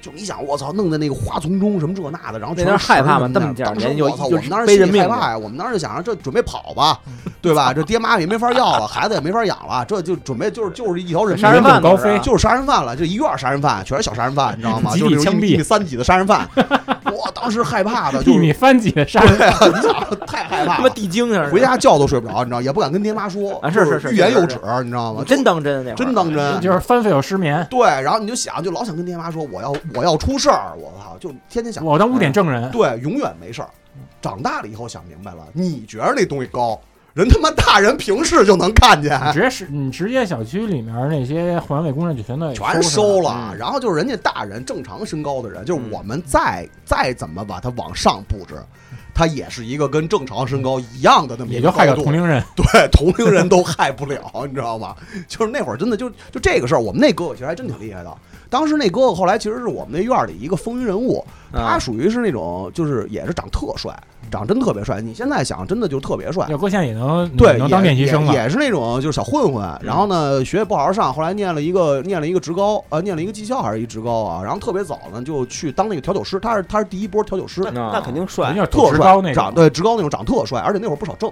[SPEAKER 2] 就是你想，我操，弄在那个花丛中什么这那的，然后全
[SPEAKER 7] 那阵
[SPEAKER 2] 是
[SPEAKER 7] 儿害怕吗
[SPEAKER 2] 绳儿什么的
[SPEAKER 7] 这么点儿
[SPEAKER 2] 当时
[SPEAKER 7] 人就
[SPEAKER 2] 我操，我
[SPEAKER 7] 就
[SPEAKER 2] 们当时
[SPEAKER 7] 背着
[SPEAKER 2] 心里害
[SPEAKER 7] 命
[SPEAKER 2] 怕呀，我们当时就想着这准备跑吧，对吧？这爹妈也没法要了，孩子也没法养了，这就准备就是就是一条人
[SPEAKER 7] 杀人
[SPEAKER 2] 命
[SPEAKER 7] 犯
[SPEAKER 3] 高
[SPEAKER 7] 呢
[SPEAKER 3] 飞
[SPEAKER 7] 是吧
[SPEAKER 2] 就是杀人犯了，就一院儿杀人犯，全是小杀人犯，你知道吗？
[SPEAKER 3] 集
[SPEAKER 2] 就
[SPEAKER 3] 体
[SPEAKER 2] 是那种
[SPEAKER 3] 枪
[SPEAKER 2] 一
[SPEAKER 3] 毙
[SPEAKER 2] 米一米三几的杀人犯，我当时害怕 的，啊 就
[SPEAKER 3] 一
[SPEAKER 2] 是
[SPEAKER 3] 米三几的杀人
[SPEAKER 2] 对啊，你想太害怕
[SPEAKER 7] 他妈
[SPEAKER 2] 了，
[SPEAKER 7] 地精似的。
[SPEAKER 2] 回家觉都睡不着，你知道，也不敢跟爹妈说，
[SPEAKER 7] 啊是是
[SPEAKER 2] 就是欲言
[SPEAKER 7] 是
[SPEAKER 2] 又
[SPEAKER 7] 是
[SPEAKER 2] 止，你知道吗？
[SPEAKER 7] 真当真那会儿
[SPEAKER 2] 真当真，
[SPEAKER 3] 就是翻肺有失眠，
[SPEAKER 2] 对，然后你就想，就老想跟爹妈说，我要我要出事儿，我操，就天天想，哎
[SPEAKER 3] 我当污点证人。
[SPEAKER 2] 嗯对，永远没事儿。长大了以后想明白了，你觉得那东西高，人他妈大人平视就能看 见，
[SPEAKER 3] 你直接是，你直接小区里面那些环卫工人就全都
[SPEAKER 2] 全收
[SPEAKER 3] 了。
[SPEAKER 2] 了。然后就是人家大人正常身高的人，就是我
[SPEAKER 3] 嗯
[SPEAKER 2] 们再再怎么把它往上布置，它也是一个跟正常身高一样的那么
[SPEAKER 3] 嗯
[SPEAKER 2] 一
[SPEAKER 3] 也就害
[SPEAKER 2] 高
[SPEAKER 3] 个
[SPEAKER 2] 度
[SPEAKER 3] 同龄人，
[SPEAKER 2] 对，同龄人都害不了，你知道吗？就是那会儿真的就就这个事儿，我们那哥哥其实还真挺厉害的。当时那哥哥后来其实是我们那院儿里一个风云人物，
[SPEAKER 3] 嗯
[SPEAKER 2] 他属于是那种就是也是长特帅，长真特别帅。你现在想真的就特别帅，
[SPEAKER 3] 要搁现在也能
[SPEAKER 2] 对，
[SPEAKER 3] 能
[SPEAKER 2] 也
[SPEAKER 3] 当练习生
[SPEAKER 2] 也
[SPEAKER 3] 了。嗯
[SPEAKER 2] 也是那种就是小混混。然后呢，学业不好好上，后来念了一个念了一个职高，呃，念了一个技校还是一职高啊。然后特别早呢就去当那个调酒师，他是他是第一波调酒师，
[SPEAKER 1] 那肯定
[SPEAKER 3] 有
[SPEAKER 1] 帅，啊
[SPEAKER 3] 点
[SPEAKER 2] 特
[SPEAKER 3] 职
[SPEAKER 2] 帅，
[SPEAKER 3] 高那
[SPEAKER 2] 长
[SPEAKER 3] 种，
[SPEAKER 2] 对职高那种长特帅，而且那会儿不少挣，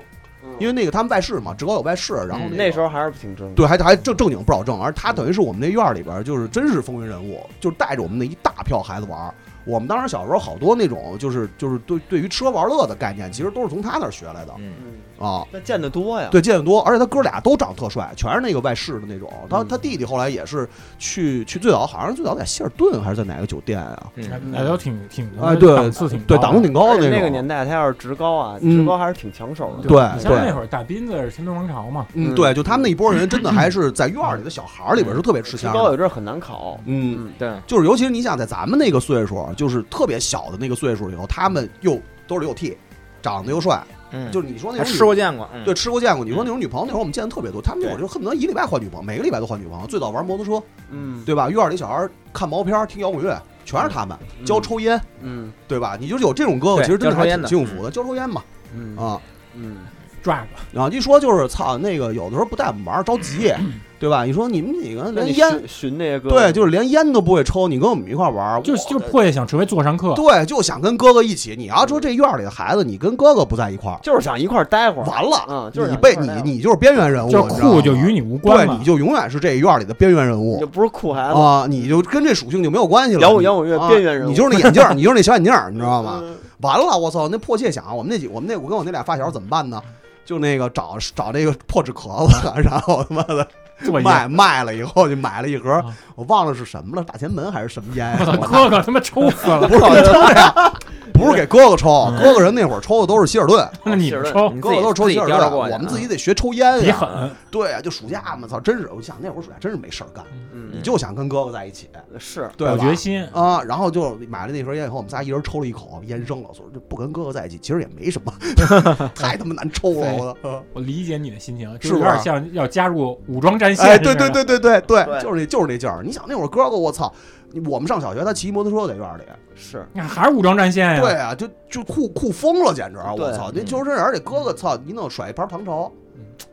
[SPEAKER 1] 为
[SPEAKER 2] 因为那个他们外事嘛，职高有外事，然后
[SPEAKER 7] 嗯
[SPEAKER 2] 个
[SPEAKER 1] 嗯那时候还是挺正。
[SPEAKER 2] 对，还还正正经不少挣，而他等于是我们那院儿里边儿就是真是风云人物，就是带着我们那一大票孩子玩儿，我们当时小时候好多那种就是就是对对于吃喝玩乐的概念，其实都是从他那儿学来的
[SPEAKER 6] 嗯，
[SPEAKER 1] 嗯，
[SPEAKER 2] 啊。
[SPEAKER 1] 那见得多呀。
[SPEAKER 2] 对，见得多，而且他哥俩都长得特帅，全是那个外事的那种。
[SPEAKER 1] 嗯
[SPEAKER 2] 他他弟弟后来也是去去最早好像是最早在希尔顿还是在哪个酒店啊？
[SPEAKER 6] 嗯
[SPEAKER 3] 那都挺挺
[SPEAKER 2] 哎对
[SPEAKER 3] 档次挺
[SPEAKER 2] 对，
[SPEAKER 3] 高的
[SPEAKER 2] 档次挺高
[SPEAKER 1] 而
[SPEAKER 2] 的
[SPEAKER 1] 且
[SPEAKER 2] 那
[SPEAKER 1] 哎那个
[SPEAKER 2] 种
[SPEAKER 1] 年代，他要是职高啊，
[SPEAKER 2] 嗯
[SPEAKER 1] 职高还是挺抢手的。
[SPEAKER 2] 对
[SPEAKER 3] 你像那
[SPEAKER 2] 对，
[SPEAKER 3] 会儿大斌子是天东王朝嘛，
[SPEAKER 2] 嗯
[SPEAKER 1] 嗯
[SPEAKER 2] 对，就他们那一波人真的还是在院儿里的小孩儿里边是特别吃
[SPEAKER 1] 职
[SPEAKER 2] 香
[SPEAKER 1] 高
[SPEAKER 2] 的。
[SPEAKER 1] 有阵儿很难考，
[SPEAKER 2] 嗯，
[SPEAKER 1] 嗯，
[SPEAKER 6] 对，
[SPEAKER 2] 就是尤其是你想在咱们那个岁数，就是特别小的那个岁数以后，他们又都是有 T，长得又帅，
[SPEAKER 6] 嗯，
[SPEAKER 2] 就是你说那
[SPEAKER 6] 还
[SPEAKER 2] 种
[SPEAKER 6] 吃
[SPEAKER 2] 女
[SPEAKER 6] 过见过，嗯
[SPEAKER 2] 对，吃过见过，你说那种女朋友那会儿我们见的特别多，他们那会儿就恨不得一礼拜换女朋友，每个礼拜都换女朋友。最早玩摩托车，
[SPEAKER 1] 嗯，
[SPEAKER 2] 对吧？院儿里小孩儿看毛片儿、听摇滚乐，全是他们
[SPEAKER 1] 嗯
[SPEAKER 2] 教，抽烟，
[SPEAKER 1] 嗯
[SPEAKER 2] 对吧？你就是有这种哥哥，
[SPEAKER 6] 对
[SPEAKER 2] 其实真的
[SPEAKER 6] 教抽
[SPEAKER 2] 还
[SPEAKER 6] 烟
[SPEAKER 2] 挺
[SPEAKER 6] 的
[SPEAKER 2] 幸福的，教抽烟嘛
[SPEAKER 1] 嗯
[SPEAKER 2] 啊。
[SPEAKER 1] 嗯，
[SPEAKER 3] 抓个
[SPEAKER 2] 然后一说就是操，那个有的时候不带我们玩儿着急，
[SPEAKER 6] 嗯
[SPEAKER 2] 对吧？你说你们几个
[SPEAKER 1] 那你
[SPEAKER 2] 连烟
[SPEAKER 1] 寻寻那些歌，
[SPEAKER 2] 对，就是连烟都不会抽，你跟我们一块儿玩儿，
[SPEAKER 3] 就
[SPEAKER 2] 我
[SPEAKER 3] 是就是破也想成为座上客，
[SPEAKER 2] 对，就想跟哥哥一起。你要说这院儿里的孩子，你跟哥哥不在一块儿，
[SPEAKER 1] 就是想一块儿待会儿。
[SPEAKER 2] 完了，
[SPEAKER 1] 嗯就是
[SPEAKER 2] 你
[SPEAKER 1] 想
[SPEAKER 2] 被
[SPEAKER 1] 一块儿
[SPEAKER 2] 你
[SPEAKER 1] 待会儿
[SPEAKER 2] 你就是边缘人物，
[SPEAKER 3] 就是
[SPEAKER 2] 你知道
[SPEAKER 3] 酷
[SPEAKER 2] 吗
[SPEAKER 3] 就与你无关
[SPEAKER 2] 对，
[SPEAKER 3] 嘛
[SPEAKER 2] 你。就永远是这院儿里的边缘人
[SPEAKER 1] 你
[SPEAKER 2] 物
[SPEAKER 1] 就不是酷孩子，
[SPEAKER 2] 啊，你就跟这属性就没有关系了。
[SPEAKER 1] 摇滚
[SPEAKER 2] 你
[SPEAKER 1] 摇滚乐
[SPEAKER 2] 啊
[SPEAKER 1] 边缘人物
[SPEAKER 2] 你就是那眼镜儿，你就是那小眼镜儿，你知道吗？
[SPEAKER 1] 嗯？
[SPEAKER 2] 完了，我操，那迫切想，我们那几我们那我跟我那俩发小怎么办呢？就那个找找这个破纸壳子， 然后他妈的
[SPEAKER 3] 做
[SPEAKER 2] 卖卖了以后就买了一盒
[SPEAKER 3] 啊，
[SPEAKER 2] 我忘了是什么了，大前门还是什么烟啊？
[SPEAKER 3] 我 操，哥哥他妈抽死了！
[SPEAKER 2] 不是给抽呀，不是给哥哥抽，
[SPEAKER 3] 嗯
[SPEAKER 2] 哥哥人那会儿抽的都是希尔顿，
[SPEAKER 3] 那你们抽
[SPEAKER 6] 你自
[SPEAKER 2] 哥哥
[SPEAKER 6] 己
[SPEAKER 2] 都是抽
[SPEAKER 6] 自己
[SPEAKER 2] 希尔
[SPEAKER 6] 叼
[SPEAKER 2] 顿
[SPEAKER 6] 着，过去，嗯
[SPEAKER 2] 我
[SPEAKER 7] 啊
[SPEAKER 2] 们自己得学抽烟
[SPEAKER 3] 你
[SPEAKER 2] 呀。
[SPEAKER 3] 狠，
[SPEAKER 2] 对啊呀，就暑假嘛，操，真是我想那会儿暑假真是没事儿干，你
[SPEAKER 1] 嗯，
[SPEAKER 2] 就想跟哥哥在一起，
[SPEAKER 1] 是
[SPEAKER 2] 对吧
[SPEAKER 3] 有决心。
[SPEAKER 2] 啊，然后就买了那盒烟以后，我们仨一人抽了一口，烟扔了，说这不跟哥哥在一起，其实也没什么， 太他妈难抽了，我嗯操！
[SPEAKER 3] 我理解你的心情，啊
[SPEAKER 2] 是
[SPEAKER 3] 就有
[SPEAKER 2] 吧
[SPEAKER 3] 点像要加入武装战线
[SPEAKER 2] 哎，
[SPEAKER 3] 似的。
[SPEAKER 2] 对对对对对对，
[SPEAKER 1] 对
[SPEAKER 2] 就是那就是那劲儿。你想那会儿哥哥，我操，我们上小学，他骑摩托车在院里，
[SPEAKER 1] 是，
[SPEAKER 3] 那还是武装战哎线呀。
[SPEAKER 2] 对啊，就就酷酷疯了，简直！啊我
[SPEAKER 1] 对
[SPEAKER 2] 操，那求生人，而且哥哥操一弄甩一盘糖潮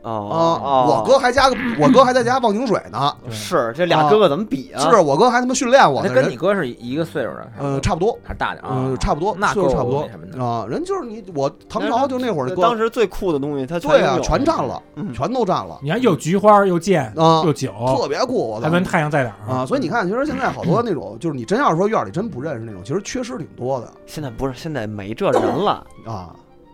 [SPEAKER 2] 啊！
[SPEAKER 1] 哦
[SPEAKER 2] 我哥还加个，我哥还在家忘情水呢，
[SPEAKER 3] 对
[SPEAKER 1] 是这俩哥哥怎么比啊？
[SPEAKER 2] 是我哥还他妈训练我
[SPEAKER 6] 那
[SPEAKER 2] 呢，
[SPEAKER 6] 跟你
[SPEAKER 2] 人
[SPEAKER 6] 哥是一个岁数的，
[SPEAKER 2] 呃差不多，
[SPEAKER 6] 还是大点儿啊
[SPEAKER 2] 嗯，差不多，
[SPEAKER 6] 那
[SPEAKER 2] 岁数
[SPEAKER 6] 够
[SPEAKER 2] 差不多
[SPEAKER 6] 那什么的
[SPEAKER 2] 啊，人就是你我唐朝就那会儿
[SPEAKER 1] 那
[SPEAKER 2] 哥
[SPEAKER 1] 当时最酷的东西，他
[SPEAKER 2] 对啊，
[SPEAKER 1] 有
[SPEAKER 2] 全占了，
[SPEAKER 1] 嗯
[SPEAKER 2] 全都占了
[SPEAKER 3] 你看又菊花又剑
[SPEAKER 2] 啊，
[SPEAKER 3] 又酒，
[SPEAKER 2] 特别酷，我
[SPEAKER 3] 哦还闻
[SPEAKER 2] 操
[SPEAKER 3] 太阳在哪儿
[SPEAKER 2] 啊！所以你看，其实现在好多那种，就是你真要是说院里真不认识那种，其实缺失挺多的
[SPEAKER 1] 现在不是，现在没这人了。
[SPEAKER 2] 啊。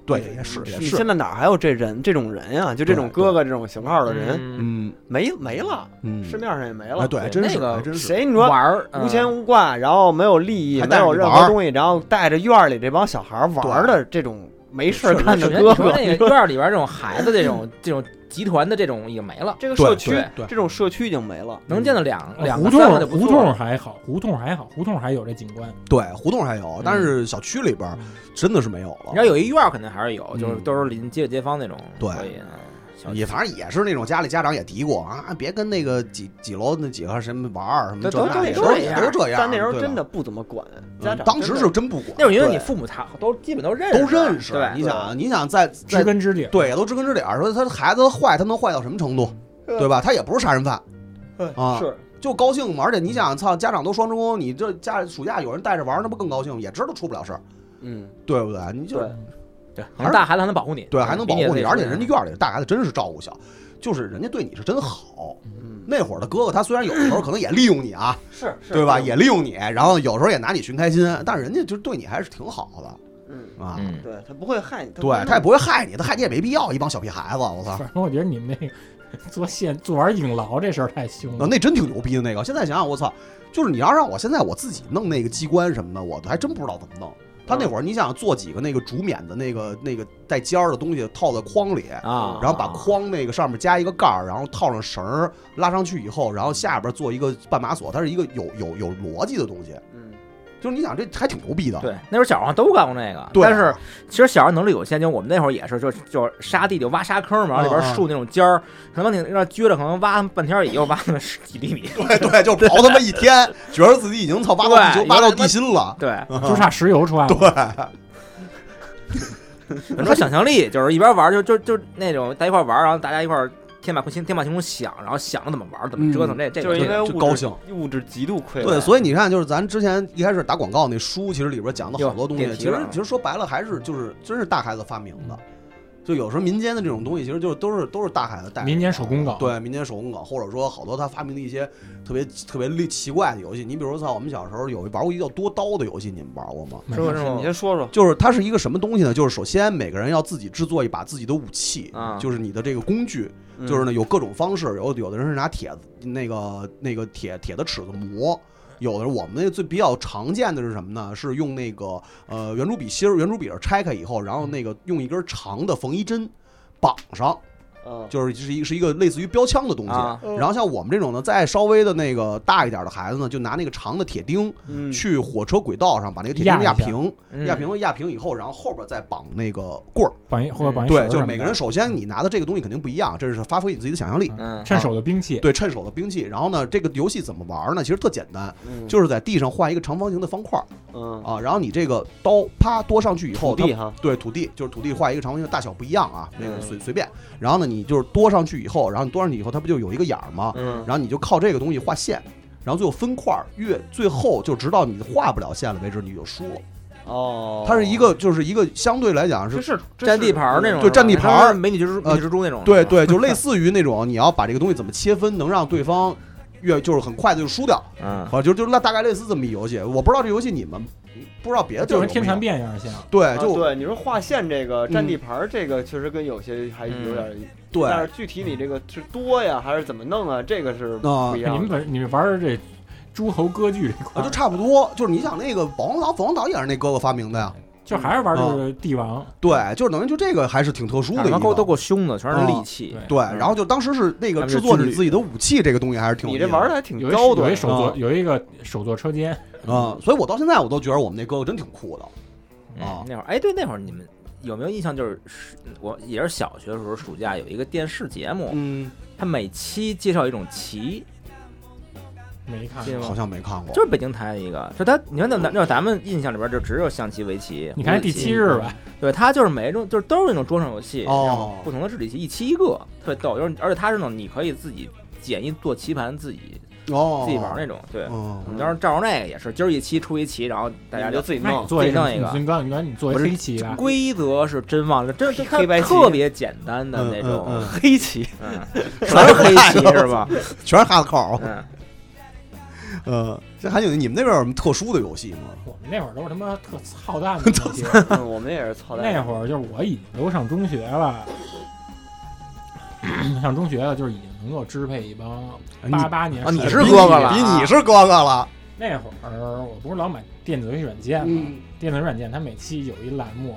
[SPEAKER 2] 对，也是也
[SPEAKER 1] 你
[SPEAKER 2] 是
[SPEAKER 1] 现，在哪还有这人这种人呀、就这种
[SPEAKER 2] 对
[SPEAKER 1] 哥哥这种型号的人，
[SPEAKER 6] 嗯，
[SPEAKER 2] 嗯
[SPEAKER 1] 没没了，
[SPEAKER 2] 嗯，
[SPEAKER 1] 市面上也没了。
[SPEAKER 2] 哎，对，真是
[SPEAKER 6] 那个
[SPEAKER 2] 还真是。
[SPEAKER 1] 谁你
[SPEAKER 6] 玩
[SPEAKER 1] 说
[SPEAKER 6] 儿嗯
[SPEAKER 1] 无牵无挂，然后没有利益，
[SPEAKER 2] 还
[SPEAKER 1] 没
[SPEAKER 2] 带着
[SPEAKER 1] 有
[SPEAKER 2] 你
[SPEAKER 1] 任
[SPEAKER 2] 玩
[SPEAKER 1] 何
[SPEAKER 2] 儿
[SPEAKER 1] 东西，然后带着院儿里这帮小孩玩儿的这种没事儿
[SPEAKER 2] 确实
[SPEAKER 1] 干
[SPEAKER 6] 首
[SPEAKER 1] 的
[SPEAKER 6] 先
[SPEAKER 1] 哥
[SPEAKER 6] 你说
[SPEAKER 1] 哥，
[SPEAKER 6] 那个院儿里边这种孩子这 种这种集团的这种已经没了，
[SPEAKER 1] 这个社
[SPEAKER 2] 对
[SPEAKER 1] 区
[SPEAKER 6] 对
[SPEAKER 2] 对
[SPEAKER 1] 这种社区已经没了。
[SPEAKER 6] 能见到两两
[SPEAKER 3] 嗯呃胡
[SPEAKER 6] 个三个就
[SPEAKER 3] 同
[SPEAKER 6] 不
[SPEAKER 3] 胡
[SPEAKER 6] 错
[SPEAKER 3] 同
[SPEAKER 6] 了。
[SPEAKER 3] 还好，胡同还好，胡同还有这景观。
[SPEAKER 2] 对，胡同还有，但是小区里边儿真的是没有了。
[SPEAKER 6] 你要有一院儿肯定还是有，就是
[SPEAKER 2] 嗯
[SPEAKER 6] 都是邻街街坊那种，
[SPEAKER 2] 对
[SPEAKER 6] 所以呢小
[SPEAKER 2] 也反正也是那种家里家长也嘀咕啊，别跟那个几几楼那几个什么玩儿什么
[SPEAKER 6] 对
[SPEAKER 2] 这
[SPEAKER 6] 都
[SPEAKER 2] 那
[SPEAKER 6] 都这
[SPEAKER 2] 的，都
[SPEAKER 6] 样
[SPEAKER 2] 都这样。
[SPEAKER 1] 但那时候
[SPEAKER 2] 对吧
[SPEAKER 1] 真的不怎么管
[SPEAKER 2] 嗯
[SPEAKER 1] 家长，
[SPEAKER 2] 当时是真不管，
[SPEAKER 6] 那会儿因为你
[SPEAKER 2] 对
[SPEAKER 6] 父母他都基本都认识，
[SPEAKER 2] 都认识，
[SPEAKER 6] 对，
[SPEAKER 2] 你想，你想在在
[SPEAKER 3] 知根知底。
[SPEAKER 2] 对，都知根知底儿，说他孩子坏，他能坏到什么程度，对吧？他也不是杀人犯，啊，
[SPEAKER 1] 是
[SPEAKER 2] 就高兴嘛。而且你想，操，家长都双职工，你这家暑假有人带着玩儿，那不更高兴？也知道出不了事儿，
[SPEAKER 1] 嗯，
[SPEAKER 2] 对不对？你就
[SPEAKER 1] 对
[SPEAKER 6] 对，可能大孩子还能保护你，
[SPEAKER 2] 对，还能保护
[SPEAKER 6] 比
[SPEAKER 2] 你，
[SPEAKER 6] 也
[SPEAKER 2] 而且人家院儿里的大孩子真是照顾小，就是人家对你是真好。
[SPEAKER 1] 嗯
[SPEAKER 2] 那会儿的哥哥，他虽然有的时候可能也利用你啊，
[SPEAKER 1] 是是
[SPEAKER 2] 对吧？也利用你，然后有时候也拿你寻开心，但是人家就对你还是挺好
[SPEAKER 1] 嗯，
[SPEAKER 2] 的啊。
[SPEAKER 6] 嗯，
[SPEAKER 1] 对他不会害你，
[SPEAKER 2] 对
[SPEAKER 1] 会
[SPEAKER 2] 他也
[SPEAKER 1] 弄
[SPEAKER 2] 不会害你，他害你也没必要，一帮小屁孩子，我操！
[SPEAKER 3] 反正我觉得你们那个 做线做玩影牢这事儿太凶
[SPEAKER 2] 啊，
[SPEAKER 3] 了。
[SPEAKER 2] 那真挺牛逼的那个。现在想想，我操，就是你要让我现在我自己弄那个机关什么的，我还真不知道怎么弄。他那会儿，你想做几个那个竹免的那个那个带尖儿的东西套在筐里，
[SPEAKER 6] 啊，
[SPEAKER 2] 然后把筐那个上面加一个盖儿，然后套上绳儿拉上去以后，然后下边做一个绊马索，它是一个有有有逻辑的东西。
[SPEAKER 1] 嗯
[SPEAKER 2] 就是你想这还挺牛逼的，
[SPEAKER 6] 对，那时候小时候都干过那个，
[SPEAKER 2] 对啊
[SPEAKER 6] 但是其实小时候能力有限，就我们那会儿也是，就就沙地就挖沙坑嘛，往里边
[SPEAKER 2] 嗯嗯
[SPEAKER 6] 竖那种尖儿，可能你让撅着，可能挖半天儿也就挖那么十几厘米。
[SPEAKER 2] 对对，就刨他妈一天，觉得自己已经操挖到地球
[SPEAKER 6] 对
[SPEAKER 2] 挖到地心了，
[SPEAKER 6] 对，
[SPEAKER 3] 就差石油出来了。
[SPEAKER 6] 很多想象力就是一边玩儿就就就那种在一块儿玩儿，然后大家一块儿天马行空天马行空想，然后想着怎么玩儿怎么折
[SPEAKER 2] 嗯
[SPEAKER 6] 腾，这这
[SPEAKER 1] 就是
[SPEAKER 6] 个
[SPEAKER 1] 因为
[SPEAKER 2] 就
[SPEAKER 1] 物质
[SPEAKER 2] 高兴，
[SPEAKER 1] 物质极度匮
[SPEAKER 2] 对，
[SPEAKER 1] 乏，
[SPEAKER 2] 所以你看，就是咱之前一开始打广告那书，其实里边讲的好
[SPEAKER 6] 哟
[SPEAKER 2] 多东西，
[SPEAKER 6] 电
[SPEAKER 2] 其
[SPEAKER 6] 梯
[SPEAKER 2] 实
[SPEAKER 6] 了啊
[SPEAKER 2] 其实说白了还是就是真是大孩子发明的，就有时候民间的这种东西，其实就是都是都是大海的带来的
[SPEAKER 3] 民间手工稿
[SPEAKER 2] 对民间手工稿，或者说好多他发明的一些特别特别厉奇怪的游戏。你比如说，操，我们小时候有玩过一个叫多刀的游戏，你们玩过吗？
[SPEAKER 1] 是不是？你先说说，
[SPEAKER 2] 就是它是一个什么东西呢？就是首先每个人要自己制作一把自己的武器，
[SPEAKER 1] 啊
[SPEAKER 2] 就是你的这个工具，
[SPEAKER 1] 嗯
[SPEAKER 2] 就是呢有各种方式，有有的人是拿铁子那个那个铁铁的尺子磨。有的我们那最比较常见的是什么呢？是用那个呃圆珠笔芯儿，圆珠笔儿拆开以后，然后那个用一根长的缝衣针绑上，
[SPEAKER 1] 嗯，
[SPEAKER 2] 就是是一是一个类似于标枪的东西。
[SPEAKER 6] 啊
[SPEAKER 2] 然后像我们这种呢，再稍微的那个大一点的孩子呢，就拿那个长的铁钉，
[SPEAKER 1] 嗯
[SPEAKER 2] 去火车轨道上把那个铁
[SPEAKER 3] 压
[SPEAKER 2] 钉
[SPEAKER 3] 一
[SPEAKER 2] 压
[SPEAKER 3] 下
[SPEAKER 2] 平，
[SPEAKER 6] 嗯
[SPEAKER 2] 压平了嗯压平以后，然后后边再绑那个棍儿。
[SPEAKER 3] 绑一或者绑一绳
[SPEAKER 2] 对，
[SPEAKER 3] 儿
[SPEAKER 2] 就是
[SPEAKER 3] 哎什么
[SPEAKER 2] 每个
[SPEAKER 3] 的
[SPEAKER 2] 人首先你拿的这个东西肯定不一样，这是发挥你自己的想象力。
[SPEAKER 6] 嗯
[SPEAKER 3] 趁手的兵器，
[SPEAKER 2] 对，趁手的兵器。然后呢，这个游戏怎么玩呢？其实特简单，
[SPEAKER 1] 嗯
[SPEAKER 2] 就是在地上画一个长方形的方块儿
[SPEAKER 1] 嗯，
[SPEAKER 2] 啊，然后你这个刀啪多上去以后，
[SPEAKER 1] 土
[SPEAKER 2] 它
[SPEAKER 1] 地哈，
[SPEAKER 2] 对，土地就是土地画一个长方形，大小不一样啊，那个
[SPEAKER 1] 嗯
[SPEAKER 2] 随随便。然后呢，你就是多上去以后，然后你多上去以后，它不就有一个眼儿吗？
[SPEAKER 1] 嗯
[SPEAKER 2] 然后你就靠这个东西画线，然后最后分块儿，越最后就直到你画不了线了为止，你就输了。
[SPEAKER 1] 哦，
[SPEAKER 2] 它是一个就是一个相对来讲
[SPEAKER 1] 这
[SPEAKER 2] 是。
[SPEAKER 1] 是这
[SPEAKER 6] 占
[SPEAKER 1] 是
[SPEAKER 6] 地盘儿那种，
[SPEAKER 2] 对占地盘儿呃
[SPEAKER 7] 美女蜘蛛、美女蜘蛛那种，
[SPEAKER 2] 对对，就类似于那种你要把这个东西怎么切分，能让对方越就是很快的就输掉，
[SPEAKER 7] 啊
[SPEAKER 6] 嗯，
[SPEAKER 2] 好，就就那大概类似这么一游戏。我不知道这游戏你们不知道别的地
[SPEAKER 3] 就
[SPEAKER 2] 儿有
[SPEAKER 3] 跟
[SPEAKER 2] 没有
[SPEAKER 3] 天蚕变一样像。
[SPEAKER 2] 对，
[SPEAKER 1] 啊
[SPEAKER 2] 就
[SPEAKER 1] 对，你说划线这个
[SPEAKER 2] 嗯
[SPEAKER 1] 占地盘儿这个，确实跟有些还有点，
[SPEAKER 2] 对
[SPEAKER 1] 但是具体你这个是多呀，还是怎么弄啊？这个是
[SPEAKER 2] 啊
[SPEAKER 1] 不一
[SPEAKER 3] 你
[SPEAKER 1] 样
[SPEAKER 3] 们
[SPEAKER 1] 的。
[SPEAKER 3] 本你们玩儿这诸侯割据这块
[SPEAKER 2] 啊，就
[SPEAKER 3] 儿，
[SPEAKER 2] 差不多。就是你想那个保王岛，保王岛也是那哥哥发明的呀。
[SPEAKER 7] 嗯
[SPEAKER 3] 就还是玩儿
[SPEAKER 2] 啊
[SPEAKER 3] 就是帝王，
[SPEAKER 2] 对，就是等于就这个还是挺特殊的
[SPEAKER 7] 他
[SPEAKER 2] 一
[SPEAKER 7] 妈够啊都
[SPEAKER 2] 个。
[SPEAKER 7] 够凶的，全是
[SPEAKER 2] 啊
[SPEAKER 7] 利器。
[SPEAKER 2] 对，然后就当时是那个
[SPEAKER 7] 他们
[SPEAKER 2] 制
[SPEAKER 7] 是
[SPEAKER 2] 作
[SPEAKER 7] 军
[SPEAKER 2] 你
[SPEAKER 7] 旅
[SPEAKER 2] 自己的武器，这个东西还是挺有
[SPEAKER 1] 你
[SPEAKER 2] 意
[SPEAKER 1] 这
[SPEAKER 2] 思的
[SPEAKER 1] 玩儿的还挺
[SPEAKER 3] 有一
[SPEAKER 1] 高
[SPEAKER 3] 有
[SPEAKER 1] 端
[SPEAKER 3] 一，手座
[SPEAKER 2] 啊
[SPEAKER 3] 有一个手座车间，
[SPEAKER 2] 啊，所以我到现在我都觉得我们那哥哥真挺酷的。
[SPEAKER 7] 嗯
[SPEAKER 2] 啊
[SPEAKER 7] 那会儿，哎，对，那会儿你们有没有印象？就是暑我也是小学的时候，暑假有一个电视节目，
[SPEAKER 2] 嗯，
[SPEAKER 7] 它每期介绍一种棋，
[SPEAKER 3] 没看
[SPEAKER 7] 记。得吗
[SPEAKER 2] 好像没看过
[SPEAKER 7] 就。是北京台的一个，就它，你看那那那咱们印象里边就只有象棋、围棋。
[SPEAKER 3] 你看
[SPEAKER 7] 五子
[SPEAKER 3] 第
[SPEAKER 7] 棋
[SPEAKER 3] 七日吧，
[SPEAKER 7] 对，它就是每一种就是都是那种桌上游戏，
[SPEAKER 2] 哦
[SPEAKER 7] 然后不同的智力棋，一棋一个，特别逗。就是而且它是那种你可以自己简易做棋盘，自己
[SPEAKER 2] 哦，
[SPEAKER 7] 自己玩那种。对，
[SPEAKER 2] 嗯
[SPEAKER 7] 我们当时照着那个也是，今儿一棋出一棋，然后大家
[SPEAKER 1] 你就
[SPEAKER 7] 就
[SPEAKER 1] 自己
[SPEAKER 3] 那
[SPEAKER 6] 嗯
[SPEAKER 1] 弄
[SPEAKER 3] 你。哎做一
[SPEAKER 7] 弄一个
[SPEAKER 3] 你刚你刚你做一
[SPEAKER 7] 不是
[SPEAKER 3] 黑棋 吧，
[SPEAKER 7] 规则是真忘了，真是它
[SPEAKER 1] 黑白棋
[SPEAKER 7] 特别简单的那
[SPEAKER 2] 嗯嗯
[SPEAKER 7] 种，
[SPEAKER 1] 黑棋，
[SPEAKER 7] 嗯，全是黑棋是吧？
[SPEAKER 2] 全是哈子扣。
[SPEAKER 7] 嗯，
[SPEAKER 2] 呃，这还有你们那边有什么特殊的游戏吗？
[SPEAKER 3] 我们那会儿都是他妈特操蛋的那些。
[SPEAKER 1] 嗯我们也是操
[SPEAKER 3] 那
[SPEAKER 1] 蛋。
[SPEAKER 3] 会儿就是我已经都上中学了， 上中学了就是已经能够支配一帮八八年
[SPEAKER 7] 啊你
[SPEAKER 3] 生
[SPEAKER 7] 是哥哥了
[SPEAKER 2] 比
[SPEAKER 7] 啊
[SPEAKER 2] 你是哥哥了。
[SPEAKER 3] 那会儿我不是老买电子游戏软件吗？
[SPEAKER 2] 嗯，
[SPEAKER 3] 电子软件它每期有一栏目，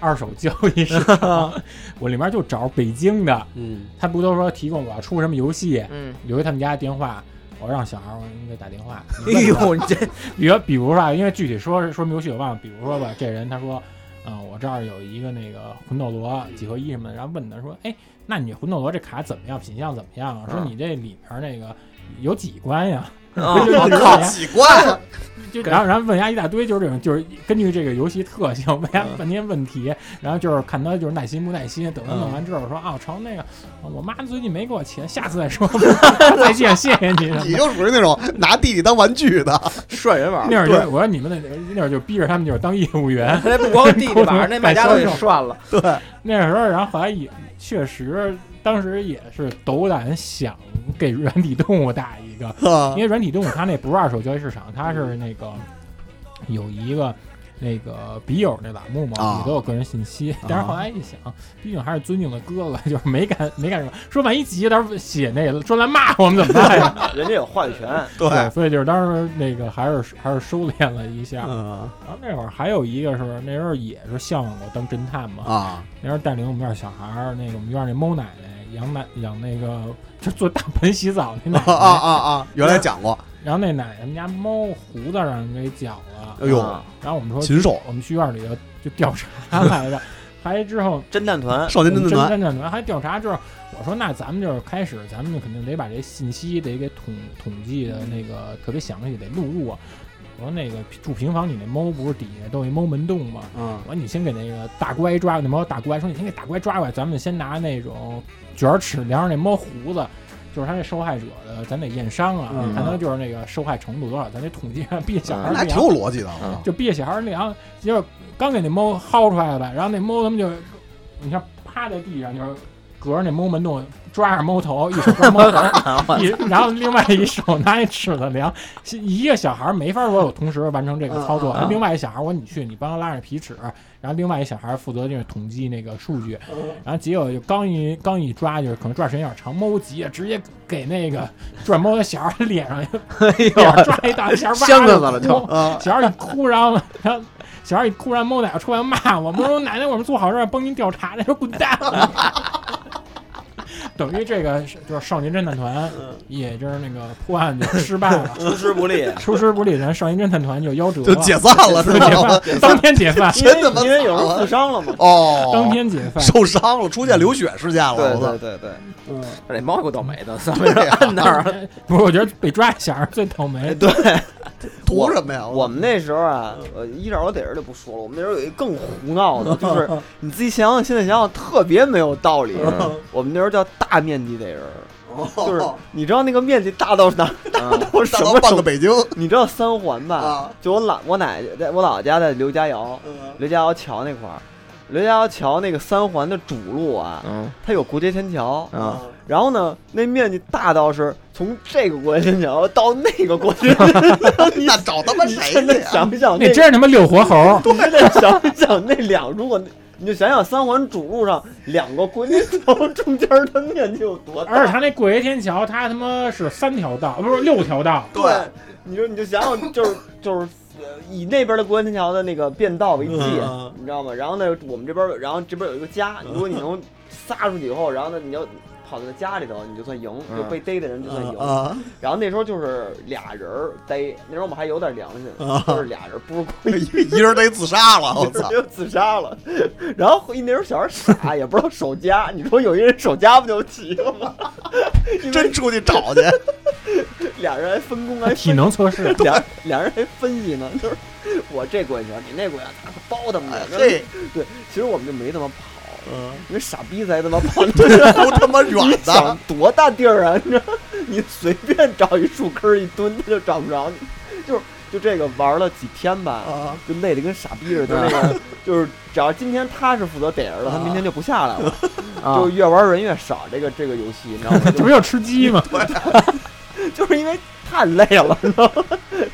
[SPEAKER 3] 二手交易市场，我里面就找北京的，
[SPEAKER 2] 嗯，
[SPEAKER 3] 他不都说提供我要出什么游戏，
[SPEAKER 7] 嗯，
[SPEAKER 3] 留下他们家电话。我让小孩儿，我给你打 电话。你
[SPEAKER 7] 哎
[SPEAKER 3] 问他
[SPEAKER 7] 呦，你这
[SPEAKER 3] 比如比如吧，因为具体说说明游戏我忘了，比如说吧，这人他说，嗯、我这儿有一个那个魂斗罗几合一什么的，然后问他说，哎，那你魂斗罗这卡怎么样？品相怎么样啊？说
[SPEAKER 7] 嗯
[SPEAKER 3] 你这里面那个有几关呀？
[SPEAKER 7] 啊，
[SPEAKER 3] 就是人家
[SPEAKER 2] 奇怪，
[SPEAKER 3] 就然后然后问人家一大堆，就是这种，就是根据这个游戏特性问
[SPEAKER 2] 嗯
[SPEAKER 3] 人家半天问题，然后就是看他就是耐心不耐心。等他弄
[SPEAKER 2] 嗯
[SPEAKER 3] 完之后说啊，我成那个，我妈最近没给我钱，下次再说吧， 再见，谢谢你什 么的。
[SPEAKER 2] 你就属于那种拿弟弟当玩具的。
[SPEAKER 7] 涮人玩
[SPEAKER 3] 那
[SPEAKER 7] 儿。
[SPEAKER 3] 会儿就我说你们那那会儿就逼着他们就是当业务员，
[SPEAKER 2] 嗯
[SPEAKER 7] 那不光弟弟玩 儿，那卖家都给涮了。
[SPEAKER 3] 那时候，然后后来也确实，当时也是斗胆想给软体动物打一个，因为软体动物它那不是二手交易市场，它是那个有一个那个笔友那栏目嘛
[SPEAKER 2] 啊，
[SPEAKER 3] 也都有个人信息。 但是后来一想，毕竟还是尊敬的哥哥，就是没敢没敢说，说万一急到时候写那个专栏骂我们怎么办呀？
[SPEAKER 1] 人家有话语权，
[SPEAKER 2] 对，
[SPEAKER 3] 所以就是当时那个还是还是收敛了一下。
[SPEAKER 2] 嗯
[SPEAKER 3] 然后那会儿还有一个是那时候也是向往过当侦探嘛，
[SPEAKER 2] 啊，
[SPEAKER 3] 那时候带领我们院儿小孩儿，那个我们院儿那猫奶奶养奶养那个就做大盆洗澡那奶
[SPEAKER 2] 啊啊
[SPEAKER 3] 奶，
[SPEAKER 2] 啊啊！原来讲过，
[SPEAKER 3] 然后那奶奶他们家猫胡子让人给绞了，
[SPEAKER 2] 哎呦，
[SPEAKER 1] 啊
[SPEAKER 3] 然后我们说
[SPEAKER 2] 禽兽，
[SPEAKER 3] 我们去院儿里头就调查来 着，还之后
[SPEAKER 1] 侦探团，
[SPEAKER 2] 少
[SPEAKER 3] 我
[SPEAKER 2] 年
[SPEAKER 3] 们
[SPEAKER 2] 侦
[SPEAKER 3] 侦
[SPEAKER 2] 探团，
[SPEAKER 3] 探团还调查之后，我说那咱们就是开始，咱们就肯定得把这信息得给统统计的那个特别详细，得录入啊。我说那个住平房，你那猫不是底下都有一猫门洞吗？
[SPEAKER 2] 嗯
[SPEAKER 3] 我说你先给那个大乖抓，那猫大乖说你先给大乖抓过来，咱们先拿那种卷尺量上那猫胡子，就是它那受害者的，咱得验伤啊，
[SPEAKER 2] 嗯
[SPEAKER 3] 看它就是那个受害程度多少，咱得统计上毕业小孩
[SPEAKER 2] 那还挺
[SPEAKER 3] 量，
[SPEAKER 2] 有逻辑的。
[SPEAKER 6] 嗯
[SPEAKER 3] 就毕业小孩量，结果刚给那猫薅出来了，然后那猫他们就，你看啪趴在地上，就是隔着那猫门洞抓着猫头，一手抓猫 头，一然后另外一手拿一尺子量。一个小孩没法说我同时完成这个操作，
[SPEAKER 2] 啊
[SPEAKER 6] 嗯嗯嗯
[SPEAKER 3] 另外一小孩我说你去，你帮他拉上皮尺，然后另外一小孩负责就是统计那个数据，然后结果就刚一刚一抓，就是可能抓时间有点长，猫急啊，直接给那个转猫的小孩脸上脸
[SPEAKER 2] 哎
[SPEAKER 3] 上抓一大小孩，
[SPEAKER 2] 香着了就
[SPEAKER 3] 哭小孩一哭，然后然后小孩一哭，然后猫奶奶出来骂我，猫说奶奶，我们做好事儿帮您调查，那说滚蛋。等于这个是就是少年侦探团，也就是那个破案就失败了，
[SPEAKER 1] 出师不 利。
[SPEAKER 3] 出师不利，咱少年侦探团就夭折
[SPEAKER 2] 就
[SPEAKER 3] 了，
[SPEAKER 2] 解散了，
[SPEAKER 3] 就
[SPEAKER 2] 知
[SPEAKER 3] 解
[SPEAKER 2] 道吗？
[SPEAKER 3] 散，当天解散，
[SPEAKER 2] 真的吗
[SPEAKER 1] 因为有人负伤了嘛。
[SPEAKER 2] 哦，
[SPEAKER 3] 当天解散，
[SPEAKER 2] 受伤了，出现流血事件了，
[SPEAKER 1] 对
[SPEAKER 2] 我操
[SPEAKER 1] 对！对对，
[SPEAKER 3] 嗯，
[SPEAKER 6] 这猫也够倒霉的，咱们摁那儿了。
[SPEAKER 3] 不是，我觉得被抓小孩最倒霉。对，
[SPEAKER 2] 图什么呀？
[SPEAKER 1] 我们那时候啊，呃，依照我逮着就不说了。我们那时候有一更胡闹 的，就是你自己想想，现在想想特别没有道理。
[SPEAKER 2] 嗯
[SPEAKER 1] 我们那时候叫大面积逮人，
[SPEAKER 2] 哦
[SPEAKER 1] 就是你知道那个面积大到 哪？大到什
[SPEAKER 2] 大
[SPEAKER 1] 么
[SPEAKER 2] 到
[SPEAKER 1] 程
[SPEAKER 2] 半个
[SPEAKER 1] 度？
[SPEAKER 2] 北京
[SPEAKER 1] 你知道三环吧？
[SPEAKER 2] 啊！嗯
[SPEAKER 1] 就我姥我奶奶在我姥姥家在刘家窑，刘家窑桥那块儿，刘家窑桥那个三环的主路啊，
[SPEAKER 6] 嗯
[SPEAKER 1] 它有国界天桥，
[SPEAKER 6] 嗯，
[SPEAKER 1] 然后呢，那面积大到是从这个国界天桥到那个国界天桥，
[SPEAKER 2] 那找他妈
[SPEAKER 1] 你
[SPEAKER 2] 谁
[SPEAKER 1] 现在
[SPEAKER 2] 去啊呀？
[SPEAKER 1] 想想
[SPEAKER 3] 那
[SPEAKER 1] 那，
[SPEAKER 3] 真是他妈遛活猴，
[SPEAKER 1] 你现在想想那两，如果你就想想三环主路上两个国界天桥中间的面积有多
[SPEAKER 3] 而且
[SPEAKER 1] 大？
[SPEAKER 3] 他那过街天桥，他他妈是三条道，不是六条道，
[SPEAKER 1] 对，你说你就想想，就是就是。呃以那边的国界天桥的那个变道为界，
[SPEAKER 2] 嗯
[SPEAKER 1] 你知道吗？然后呢，我们这边，然后这边有一个家，如果你能撒出去以后，然后呢，你要跑到他家里头，你就算赢，
[SPEAKER 6] 嗯
[SPEAKER 1] 就被逮的人就算赢。
[SPEAKER 2] 啊
[SPEAKER 1] 然后那时候就是俩人儿逮，那时候我们还有点良心，
[SPEAKER 2] 啊
[SPEAKER 1] 就是俩人不是故意
[SPEAKER 2] 一一人得自杀 了，我操！
[SPEAKER 1] 就自杀了。然后那时候小孩傻，也不知道守家， 你说有一人守家不就齐了吗？ 因为
[SPEAKER 2] 真出去找去，
[SPEAKER 1] 俩人还分工还
[SPEAKER 3] 体
[SPEAKER 1] 分。
[SPEAKER 3] 能测试
[SPEAKER 1] 俩俩人还分析呢， 就是我这鬼行，你那鬼行，他包他们俩。
[SPEAKER 2] 嘿，
[SPEAKER 1] 对，其实我们就没他妈跑，
[SPEAKER 2] 哎嗯，
[SPEAKER 1] 因为傻逼才他妈 跑。
[SPEAKER 2] 都他妈远
[SPEAKER 1] 你
[SPEAKER 2] 的
[SPEAKER 1] 想，多大地儿啊？你知道， 你随便找一树根儿一蹲，它就找不着你。就是就这个玩了几天吧，
[SPEAKER 2] 啊嗯
[SPEAKER 1] 就累得跟傻逼似的。就是那个，就是只要今天他是负责逮人的，他明天就不下来了。
[SPEAKER 6] 啊
[SPEAKER 1] 就越玩人越少，这个这个游戏，你知道 吗？
[SPEAKER 3] 这不叫吃鸡吗？
[SPEAKER 1] 就就是因为太累了， 你知道吗？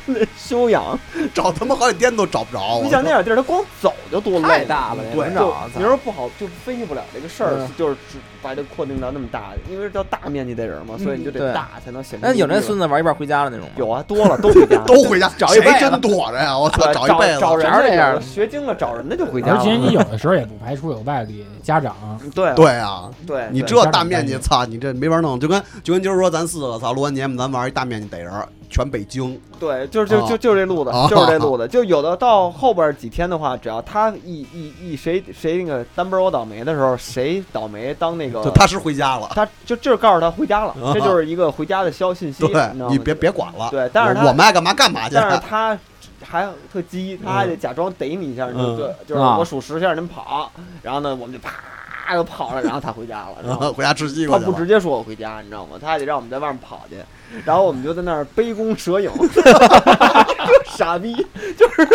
[SPEAKER 1] 那修养，
[SPEAKER 2] 找他妈好几天都找不着。，
[SPEAKER 1] 你想那点地儿，他光走就多累，
[SPEAKER 6] 太大了，
[SPEAKER 1] 对，
[SPEAKER 6] 那
[SPEAKER 1] 就
[SPEAKER 6] 脑子
[SPEAKER 1] 你说不好，就分析不了这个事儿
[SPEAKER 3] 嗯，
[SPEAKER 1] 就是只把这扩定到那么大，因为叫大面积的人嘛，所以你就得
[SPEAKER 6] 对
[SPEAKER 1] 大才能显出
[SPEAKER 6] 那
[SPEAKER 1] 你
[SPEAKER 6] 有
[SPEAKER 1] 力
[SPEAKER 6] 那
[SPEAKER 1] 来
[SPEAKER 6] 孙子玩一半回家了那种吗？
[SPEAKER 1] 有啊，多 了都回家
[SPEAKER 2] 都回家，
[SPEAKER 6] 找一
[SPEAKER 2] 谁
[SPEAKER 6] 辈子
[SPEAKER 2] 真躲着呀？我操，
[SPEAKER 1] 对
[SPEAKER 2] 找
[SPEAKER 1] 找
[SPEAKER 2] 一辈子，
[SPEAKER 1] 啊找人
[SPEAKER 6] 全是
[SPEAKER 1] 的
[SPEAKER 6] 这样的
[SPEAKER 1] 学精了找人的就回家
[SPEAKER 3] 而
[SPEAKER 1] 了。
[SPEAKER 3] 且你有的时候也不排除有外力 家长，
[SPEAKER 1] 对
[SPEAKER 2] 对啊，
[SPEAKER 1] 对，
[SPEAKER 2] 你
[SPEAKER 1] 对
[SPEAKER 2] 这大面积，操，你这没法弄，就跟就跟今儿说咱四个操，录完节目咱玩一大面积逮人，全北京
[SPEAKER 1] 对，就是就就就这路子
[SPEAKER 2] 啊，
[SPEAKER 1] 就是这路子。就有的到后边几天的话，只要他一一一谁谁那个单边我倒霉的时候，谁倒霉当那个
[SPEAKER 2] 就踏实回家了。
[SPEAKER 1] 他就就是告诉他回家了
[SPEAKER 2] 啊，
[SPEAKER 1] 这就是一个回家的消信息，知道
[SPEAKER 2] 对，
[SPEAKER 1] 吗
[SPEAKER 2] 你别别管了，
[SPEAKER 1] 对但是他
[SPEAKER 2] 我我们爱干嘛干嘛去。啊
[SPEAKER 1] 但是他还特鸡，他还得假装逮你一下，
[SPEAKER 2] 嗯
[SPEAKER 1] 就就就是
[SPEAKER 6] 啊
[SPEAKER 1] 我数十下您跑，然后呢我们就啪就跑了，然后他回家了，然
[SPEAKER 2] 然
[SPEAKER 1] 后
[SPEAKER 2] 后 回家吃西瓜
[SPEAKER 1] 他
[SPEAKER 2] 啊去
[SPEAKER 1] 不
[SPEAKER 2] 了
[SPEAKER 1] 直。接说我回家，你知道吗？他还得让我们在外面跑去，然后我们就在那儿杯弓蛇 影， 这傻逼就是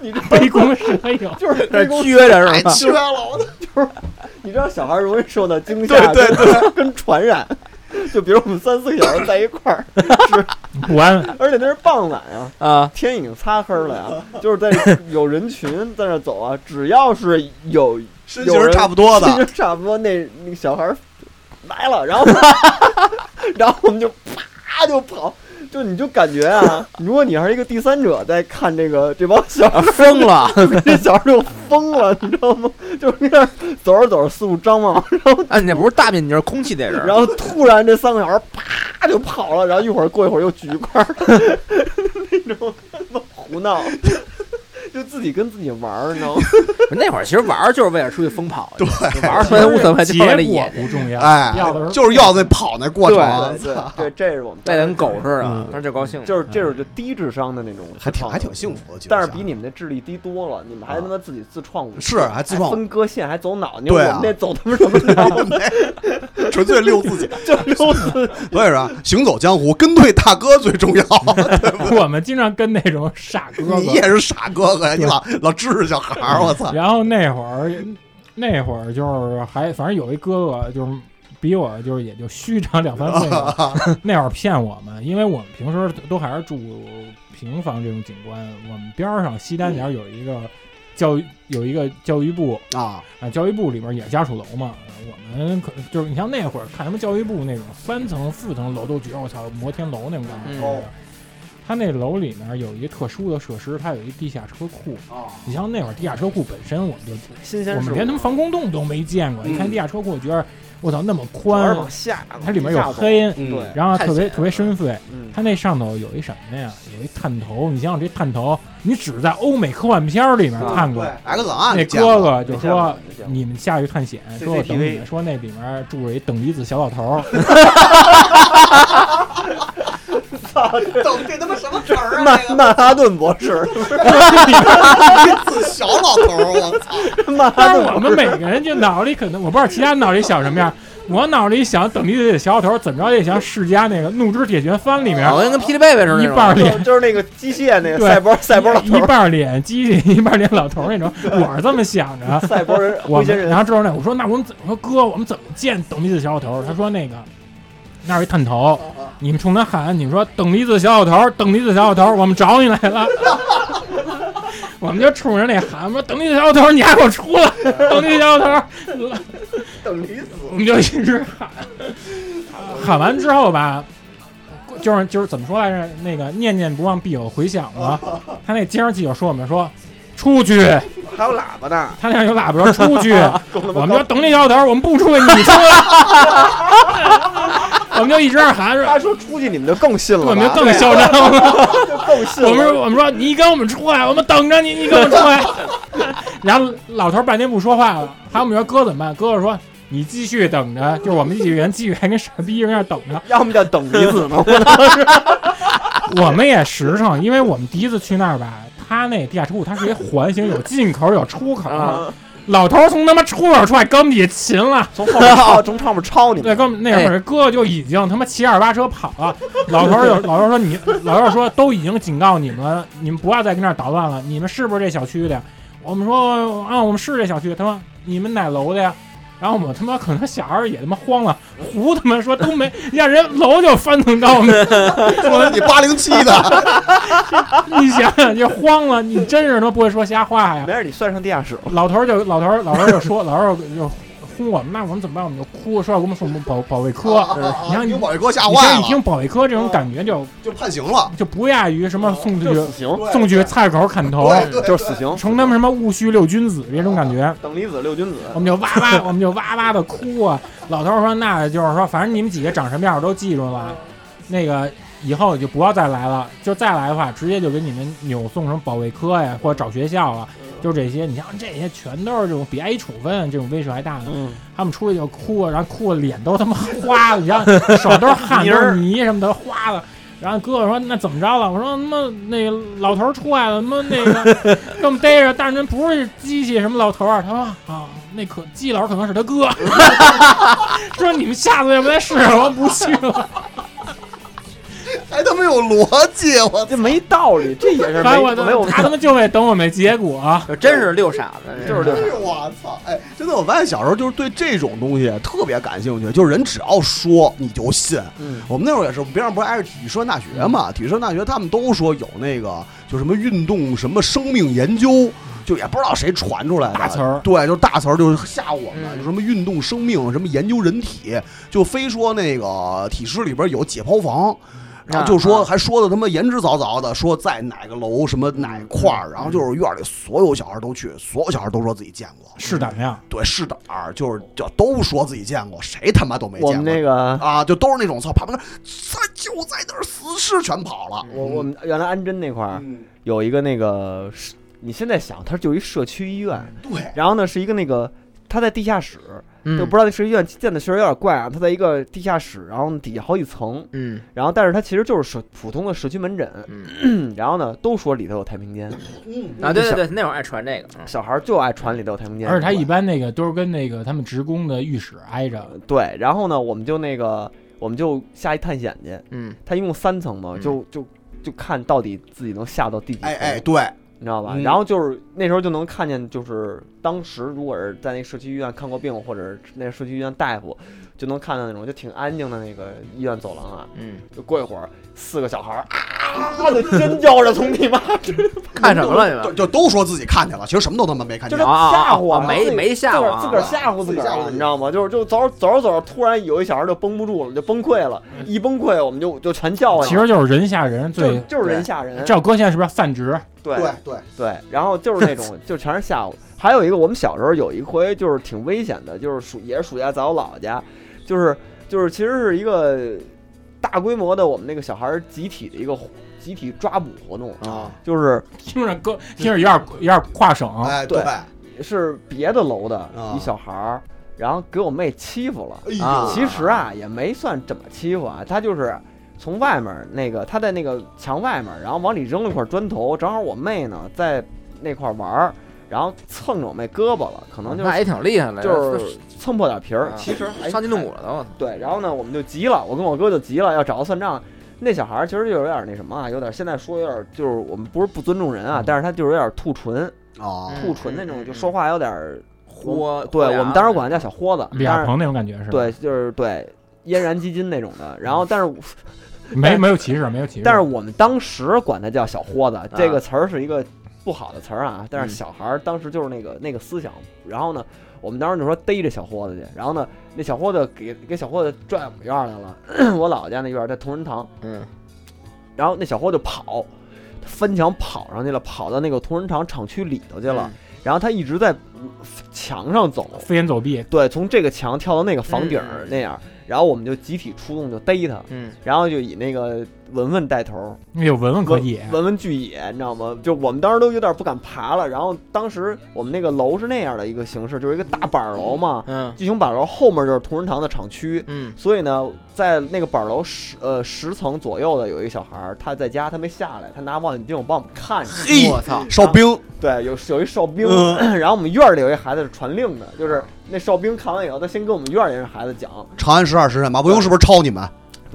[SPEAKER 1] 你知道，
[SPEAKER 3] 杯弓蛇影
[SPEAKER 1] 就是
[SPEAKER 2] 哎
[SPEAKER 1] 杯 弓，
[SPEAKER 6] 撅着
[SPEAKER 2] 太
[SPEAKER 1] 啊
[SPEAKER 6] 是吧？
[SPEAKER 2] 缺了，我操！
[SPEAKER 1] 你知道小孩容易受到惊吓，
[SPEAKER 2] 对
[SPEAKER 1] 对， 跟传染。就比如我们三四个小时在一块儿，
[SPEAKER 3] 不安。
[SPEAKER 1] 而且那是傍晚啊，
[SPEAKER 6] 啊，
[SPEAKER 1] 天已经擦黑了呀，就是 在有人群在那走啊，只要是有
[SPEAKER 2] 身
[SPEAKER 1] 有
[SPEAKER 2] 形
[SPEAKER 1] 人
[SPEAKER 2] 差不多
[SPEAKER 1] 其
[SPEAKER 2] 的，
[SPEAKER 1] 实差不多那那个小孩儿来了， 然后 然后我们就啪就跑，就你就感觉啊，如果你还是一个第三者在看这个这帮小孩儿，
[SPEAKER 6] 啊疯了，
[SPEAKER 1] 这小孩儿就疯了，你知道吗？就是那样走着走着四处张望，
[SPEAKER 6] 啊，你那不是大面积，你是空气逮人
[SPEAKER 1] 然。后突然这三个小孩儿啪就跑了，然后一会儿过一会儿又举一块儿， 那种胡闹， 就自己跟自己玩儿，你知道吗？
[SPEAKER 6] 那会儿其实玩儿就是为了出去疯跑，
[SPEAKER 2] 对，
[SPEAKER 6] 玩儿出来无所谓，就
[SPEAKER 3] 结
[SPEAKER 6] 放在那
[SPEAKER 3] 果
[SPEAKER 6] 野，
[SPEAKER 3] 不重要，
[SPEAKER 2] 哎
[SPEAKER 3] 要的时，候
[SPEAKER 2] 就是要那跑那过程
[SPEAKER 1] 对，对对，这是我们
[SPEAKER 6] 带的跟狗似的
[SPEAKER 2] 嗯，
[SPEAKER 6] 当时就高兴。
[SPEAKER 1] 就是这种就低智商的那种，
[SPEAKER 2] 还挺还挺幸福的。其实
[SPEAKER 1] 但是比你们那智力低多了，你们还他妈自己啊自创武器，
[SPEAKER 2] 是还自创
[SPEAKER 1] 分割线，还走脑筋，我
[SPEAKER 2] 对啊
[SPEAKER 1] 们那走他妈什么 脑？
[SPEAKER 2] 纯粹溜自己。
[SPEAKER 1] 就溜死。
[SPEAKER 2] 所以说啊，行走江湖，跟对大哥最 重要。对吧
[SPEAKER 3] 我们经常跟那种傻哥
[SPEAKER 2] 你
[SPEAKER 3] 哥
[SPEAKER 2] 也是傻哥哥呀，你老老支着小孩儿，我操！
[SPEAKER 3] 然后那会儿那会儿就是还反正有一哥哥就是比我就是也就虚长两三岁吧，那会儿骗我们，因为我们平时都还是住平房这种景观，我们边儿上西单角有一个教育有一个教育部
[SPEAKER 2] 啊，
[SPEAKER 3] 啊，教育部里面也是家属楼嘛，我们可就是你像那会儿看什么教育部那种三层四层楼都觉得我操摩天楼那种感觉。
[SPEAKER 2] 嗯
[SPEAKER 3] 他那楼里面有一特殊的设施，它有一地下车库。
[SPEAKER 2] 哦
[SPEAKER 3] 你像那会儿地下车库本身，我们就
[SPEAKER 1] 新鲜
[SPEAKER 3] 我
[SPEAKER 1] 事
[SPEAKER 3] 们
[SPEAKER 1] 物嗯
[SPEAKER 3] 连他们防空洞都没见过。一看地下车库，觉得我操那么
[SPEAKER 1] 玩儿
[SPEAKER 3] 宽
[SPEAKER 1] 往，下，
[SPEAKER 3] 它里面有
[SPEAKER 1] 往下走，
[SPEAKER 3] 黑，
[SPEAKER 2] 嗯
[SPEAKER 1] 对，
[SPEAKER 3] 然后
[SPEAKER 6] 太
[SPEAKER 3] 特别
[SPEAKER 6] 险
[SPEAKER 3] 特别深邃。
[SPEAKER 1] 嗯，
[SPEAKER 3] 它那上头有一什么呀？有一探头。你想想这探头，你只在欧美科幻片儿里面
[SPEAKER 1] 啊
[SPEAKER 3] 看过。
[SPEAKER 2] X 档案
[SPEAKER 3] 那
[SPEAKER 2] 见过
[SPEAKER 3] 哥哥嗯就
[SPEAKER 1] 没见过
[SPEAKER 3] 说
[SPEAKER 1] 没见：“过
[SPEAKER 3] 你们下去探险，说我等你
[SPEAKER 1] CCTV
[SPEAKER 3] 们，说那里面住着一等离子小老头 儿。
[SPEAKER 2] 等这他妈什么词儿啊？
[SPEAKER 1] 曼曼哈顿博士，
[SPEAKER 2] 这个小老头儿，我操！
[SPEAKER 1] 曼哈
[SPEAKER 3] 但
[SPEAKER 1] 顿
[SPEAKER 3] 是我们每个人就脑里可能，我不知道其他脑里想什么样。我脑里想等离子小老头儿怎么着也像世嘉那个《怒之铁拳三》里面
[SPEAKER 1] 哦
[SPEAKER 6] 好像跟霹雳贝贝似
[SPEAKER 3] 一
[SPEAKER 6] 的那种，
[SPEAKER 3] 半儿脸
[SPEAKER 1] 就就是那个机械那个
[SPEAKER 3] 对
[SPEAKER 1] 赛博赛博老
[SPEAKER 3] 一
[SPEAKER 1] 头儿，
[SPEAKER 3] 半儿脸机器，一半儿脸老头儿那种。我是这么想着。
[SPEAKER 1] 赛博人
[SPEAKER 3] 我
[SPEAKER 1] 啊灰仙
[SPEAKER 3] 们
[SPEAKER 1] 人
[SPEAKER 3] 然后之后呢，我说那我们怎么说哥，我们怎么见等离子小老头儿？他说那个那儿有一探头，
[SPEAKER 1] 哦
[SPEAKER 3] 你们冲他喊，你们说等离子小老头儿，等离子小老头儿，我们找你来了。 我们就冲着那喊，我说等离子小老头儿，你还给我出来！等离子小老头儿，
[SPEAKER 1] 等离子，
[SPEAKER 3] 我们就一直喊，喊完之后吧，就是就是怎么说来着？那个念念不忘必有回响嘛。
[SPEAKER 1] 哦
[SPEAKER 3] 他那监视器就说我们说出去，
[SPEAKER 1] 还有喇叭呢，
[SPEAKER 3] 他那有喇叭说出去，
[SPEAKER 1] 够他妈
[SPEAKER 3] 我们
[SPEAKER 1] 高
[SPEAKER 3] 就等你小头，我们不出去，你出来。 我们就一直喊说，
[SPEAKER 1] 他说出去你们就更信了吧，啊
[SPEAKER 3] 我们就更嚣张了。
[SPEAKER 1] 就更信了。
[SPEAKER 3] 我们说我们说你给我们出来，我们等着你，你给我们出来。 然后老头儿半天不说话了，还有我们说哥怎么办？哥哥说你继续等着，就是我们几个人继续还跟傻逼一样等着。
[SPEAKER 1] 要么叫等离子嘛，
[SPEAKER 3] 我们也实诚，因为我们第一次去那儿吧，他那地下车库它是一环形，有进口有出口。
[SPEAKER 1] 啊
[SPEAKER 3] 老头儿从他妈出口出来，哥们也勤了。
[SPEAKER 1] 从后面抄，啊从上面抄你
[SPEAKER 3] 对，
[SPEAKER 1] 们，
[SPEAKER 3] 哥们那会儿哥就已经他妈骑二八车跑了。 老头儿就老头儿说你，老头儿说都已经警告你们了，你们不要再跟这儿捣乱了。你们是不是这小区的呀？我们说啊，我们是这小区。他说你们哪楼的呀？然后我们他妈可能小孩儿也他妈慌了，胡他妈说都没，让人楼就翻腾到我们
[SPEAKER 2] 你八零七的，
[SPEAKER 3] 你想想，就慌了，你真是他妈不会说瞎话呀
[SPEAKER 1] 没！事，你算上地下室了，
[SPEAKER 3] 老头儿就老头儿老头儿就说，老头儿就轰我们，那我们怎么办？我们就哭，说要给我们送保保卫科。你看
[SPEAKER 2] 哦你
[SPEAKER 3] 你
[SPEAKER 2] 把这哥吓
[SPEAKER 3] 你
[SPEAKER 2] 坏
[SPEAKER 3] 这
[SPEAKER 2] 了，
[SPEAKER 3] 一听保卫科这种感觉就
[SPEAKER 2] 就判刑了。
[SPEAKER 3] 就不亚于什么送去
[SPEAKER 1] 就死刑，
[SPEAKER 2] 对
[SPEAKER 3] 送去菜市口砍头，
[SPEAKER 2] 哦哎对对，
[SPEAKER 1] 就是死刑，
[SPEAKER 3] 成他们什么戊戌六君子这种感觉。
[SPEAKER 1] 等离子六君子，
[SPEAKER 3] 我们就哇哇，我们就哇哇的哭啊！老头儿说，那就是说，反正你们几个长什么样我都记住了，那个以后就不要再来了，就再来的话，直接就给你们扭送成保卫科呀，或者找学校啊，
[SPEAKER 1] 嗯
[SPEAKER 3] 就这些。你像这些全都是这种比挨一处分这种威势还大呢。
[SPEAKER 1] 嗯，
[SPEAKER 3] 他们出去就哭，啊然后哭的脸都他妈花了，你像手都是 汗，
[SPEAKER 1] 泥
[SPEAKER 3] 都
[SPEAKER 1] 儿
[SPEAKER 3] 是泥什么的花了。然后哥哥说：“那怎么着了？”我说：“他妈那个老头儿出来了，他妈那个给我们逮着，但是人不是机器什么老头儿。”他说：“啊，那可季老师可能是他哥。” 说：“你们下次要不再试试，我不去了。
[SPEAKER 2] 还他妈有逻辑，我
[SPEAKER 1] 这没道理，这也”是
[SPEAKER 3] 反正
[SPEAKER 1] 没
[SPEAKER 3] 哎我
[SPEAKER 1] 没有
[SPEAKER 3] 都他他妈就为等我没结果啊。
[SPEAKER 6] 就真是六傻子，
[SPEAKER 1] 就是
[SPEAKER 2] 真
[SPEAKER 1] 这
[SPEAKER 2] 是我操！哎，真的，我发现小时候就是对这种东西特别感兴趣，就是人只要说你就信。
[SPEAKER 1] 嗯
[SPEAKER 2] 我们那会儿也是，我们边上不是挨着体育社大学
[SPEAKER 3] 嗯
[SPEAKER 2] 嘛？体育社大学他们都说有那个，就什么运动什么生命研究，就也不知道谁传出来的
[SPEAKER 3] 大词儿嗯
[SPEAKER 2] 对，就是大词儿，就是吓我们，就什么运动生命，什么研究人体，就非说那个体室里边有解剖房。然后就
[SPEAKER 1] 啊
[SPEAKER 2] 说，还说的他妈言之凿凿的，说在哪个楼什么哪块儿，然后就是院里所有小孩都去，所有小孩都说自己见过，
[SPEAKER 3] 是胆量，
[SPEAKER 2] 对，是的啊，就是就都说自己见过，谁他妈都没见过。
[SPEAKER 1] 我们那个
[SPEAKER 2] 啊，就都是那种操，旁边在就在那儿死尸全跑了。
[SPEAKER 1] 我我们原来安贞那块儿
[SPEAKER 2] 嗯，
[SPEAKER 1] 有一个那个是，你现在想，它就一社区医院，
[SPEAKER 2] 对，
[SPEAKER 1] 然后呢是一个那个。它在地下室，
[SPEAKER 6] 嗯
[SPEAKER 1] 就不知道那社区医院建的确实有点怪啊。它在一个地下室，然后底下好几层，
[SPEAKER 6] 嗯
[SPEAKER 1] 然后但是它其实就是社普通的社区门诊，
[SPEAKER 6] 嗯
[SPEAKER 1] 然后呢都说里头有太平间，
[SPEAKER 6] 啊，对对对，那会儿爱传这个，嗯
[SPEAKER 1] 小孩儿就爱传里头有太平间，
[SPEAKER 3] 而且他一般那个都是跟那个他们职工的浴室挨着，
[SPEAKER 1] 对，然后呢，我们就那个，我们就下一探险去。
[SPEAKER 6] 嗯，
[SPEAKER 1] 他一共三层嘛，
[SPEAKER 6] 嗯
[SPEAKER 1] 就就就看到底自己能下到第几层，
[SPEAKER 2] 哎哎，对，
[SPEAKER 1] 你知道吧？
[SPEAKER 2] 嗯
[SPEAKER 1] 然后就是那时候就能看见，就是当时如果是在那社区医院看过病，或者是那社区医院大夫，就能看到那种就挺安静的那个医院走廊啊，
[SPEAKER 6] 嗯，
[SPEAKER 1] 就过一会儿四个小孩儿 啊的尖叫着从你妈这
[SPEAKER 6] 看什么了你
[SPEAKER 2] 就
[SPEAKER 6] 们？
[SPEAKER 2] 就都说自己看见了，其实什么都他妈没看
[SPEAKER 1] 就
[SPEAKER 2] 见
[SPEAKER 1] 是。
[SPEAKER 6] 啊啊啊
[SPEAKER 1] 吓唬我
[SPEAKER 6] 啊
[SPEAKER 1] 们，
[SPEAKER 6] 没
[SPEAKER 1] 自己
[SPEAKER 6] 没吓
[SPEAKER 1] 自个
[SPEAKER 6] 唬啊
[SPEAKER 1] 儿自个儿吓唬自个
[SPEAKER 2] 自己吓唬
[SPEAKER 1] 儿
[SPEAKER 2] 自己
[SPEAKER 1] 你知道吗？就是就走着走着走着，突然有一小孩就绷不住了，就崩溃了，一崩溃我们就就全叫唤
[SPEAKER 3] 其
[SPEAKER 1] 了，
[SPEAKER 3] 实就是人吓人，
[SPEAKER 1] 就
[SPEAKER 3] 最
[SPEAKER 1] 就是人吓人，
[SPEAKER 3] 这首歌现在是不是要散值？
[SPEAKER 1] 对
[SPEAKER 2] 对对，
[SPEAKER 1] 对，然后就是那 种就全是吓唬。还有一个，我们小时候有一回就是挺危险的，就是暑也是暑假在我姥姥家，就是就是其实是一个大规模的我们那个小孩儿集体的一个集体抓捕活动，
[SPEAKER 2] 啊，
[SPEAKER 1] 就是
[SPEAKER 3] 听着歌，听着有点有点跨省，
[SPEAKER 2] 哎
[SPEAKER 1] 对
[SPEAKER 2] 对，哎
[SPEAKER 1] 是别的楼的
[SPEAKER 2] 啊哎
[SPEAKER 1] 一小孩儿，然后给我妹欺负了。
[SPEAKER 2] 呦
[SPEAKER 6] 啊，
[SPEAKER 1] 其实啊，也没算怎么欺负啊，他就是从外面儿那个，他在那个墙外面儿，然后往里扔了块砖头，正好我妹呢在那块儿玩儿，然后蹭着我妹胳膊了，可能就是、
[SPEAKER 6] 啊那也挺厉害的，
[SPEAKER 1] 就是蹭破点皮儿。
[SPEAKER 6] 啊
[SPEAKER 1] 其实哎
[SPEAKER 6] 伤筋动骨了都，我操！
[SPEAKER 1] 对，然后呢，我们就急了，我跟我哥就急了，要找他算账。那小孩儿其实就有点那什么啊，有点现在说有点就是我们不是不尊重人
[SPEAKER 6] 嗯
[SPEAKER 1] 啊，但是他就是有点吐唇，
[SPEAKER 2] 哦，
[SPEAKER 1] 吐唇那种，就说话有点儿
[SPEAKER 6] 豁，
[SPEAKER 1] 对
[SPEAKER 6] 豁牙
[SPEAKER 1] 我们当时管他叫小豁子，
[SPEAKER 3] 李
[SPEAKER 1] 但
[SPEAKER 3] 亚
[SPEAKER 1] 是
[SPEAKER 3] 鹏那种感觉是吧？嗯
[SPEAKER 1] 对，，就是对嫣然基金那种的。然后，但是
[SPEAKER 3] 没没有歧视，没有歧视。
[SPEAKER 1] 但是我们当时管它叫小豁子，这个词儿是一个不好的词儿啊。
[SPEAKER 3] 嗯
[SPEAKER 1] 但是小孩儿当时就是那个那个思想，然后呢，我们当时就说逮着小豁子去，然后呢，那小豁子给给小豁子拽我们院儿来了， 我姥姥家那院儿在同仁堂，
[SPEAKER 6] 嗯，
[SPEAKER 1] 然后那小豁就跑，他翻墙跑上去了，跑到那个同仁堂厂区里头去了，
[SPEAKER 6] 嗯
[SPEAKER 1] 然后他一直在墙上走，
[SPEAKER 3] 飞檐走壁，
[SPEAKER 1] 对，从这个墙跳到那个房顶儿
[SPEAKER 6] 嗯
[SPEAKER 1] 那样儿，然后我们就集体出动就逮他，
[SPEAKER 6] 嗯，
[SPEAKER 1] 然后就以那个文文带头儿。
[SPEAKER 3] 那有文文可
[SPEAKER 1] 文
[SPEAKER 3] 以。啊
[SPEAKER 1] 文文俱野，你知道吗？就我们当时都有点不敢爬了。然后当时我们那个楼是那样的一个形式，就是一个大板楼嘛，
[SPEAKER 6] 嗯
[SPEAKER 1] 巨型板楼后面就是同仁堂的厂区。
[SPEAKER 6] 嗯
[SPEAKER 1] 所以呢，在那个板楼十呃十层左右的有一个小孩儿，他在家，他没下来，他拿望远镜我帮我们看着。
[SPEAKER 2] 嘿
[SPEAKER 6] 我操，
[SPEAKER 2] 哨兵，
[SPEAKER 1] 对，有有一哨兵，
[SPEAKER 2] 嗯
[SPEAKER 1] 然后我们院儿里有一孩子是传令的，就是那哨兵看完以后，他先跟我们院儿里人孩子讲，
[SPEAKER 2] 长安十二时辰，马伯庸是不是抄你们？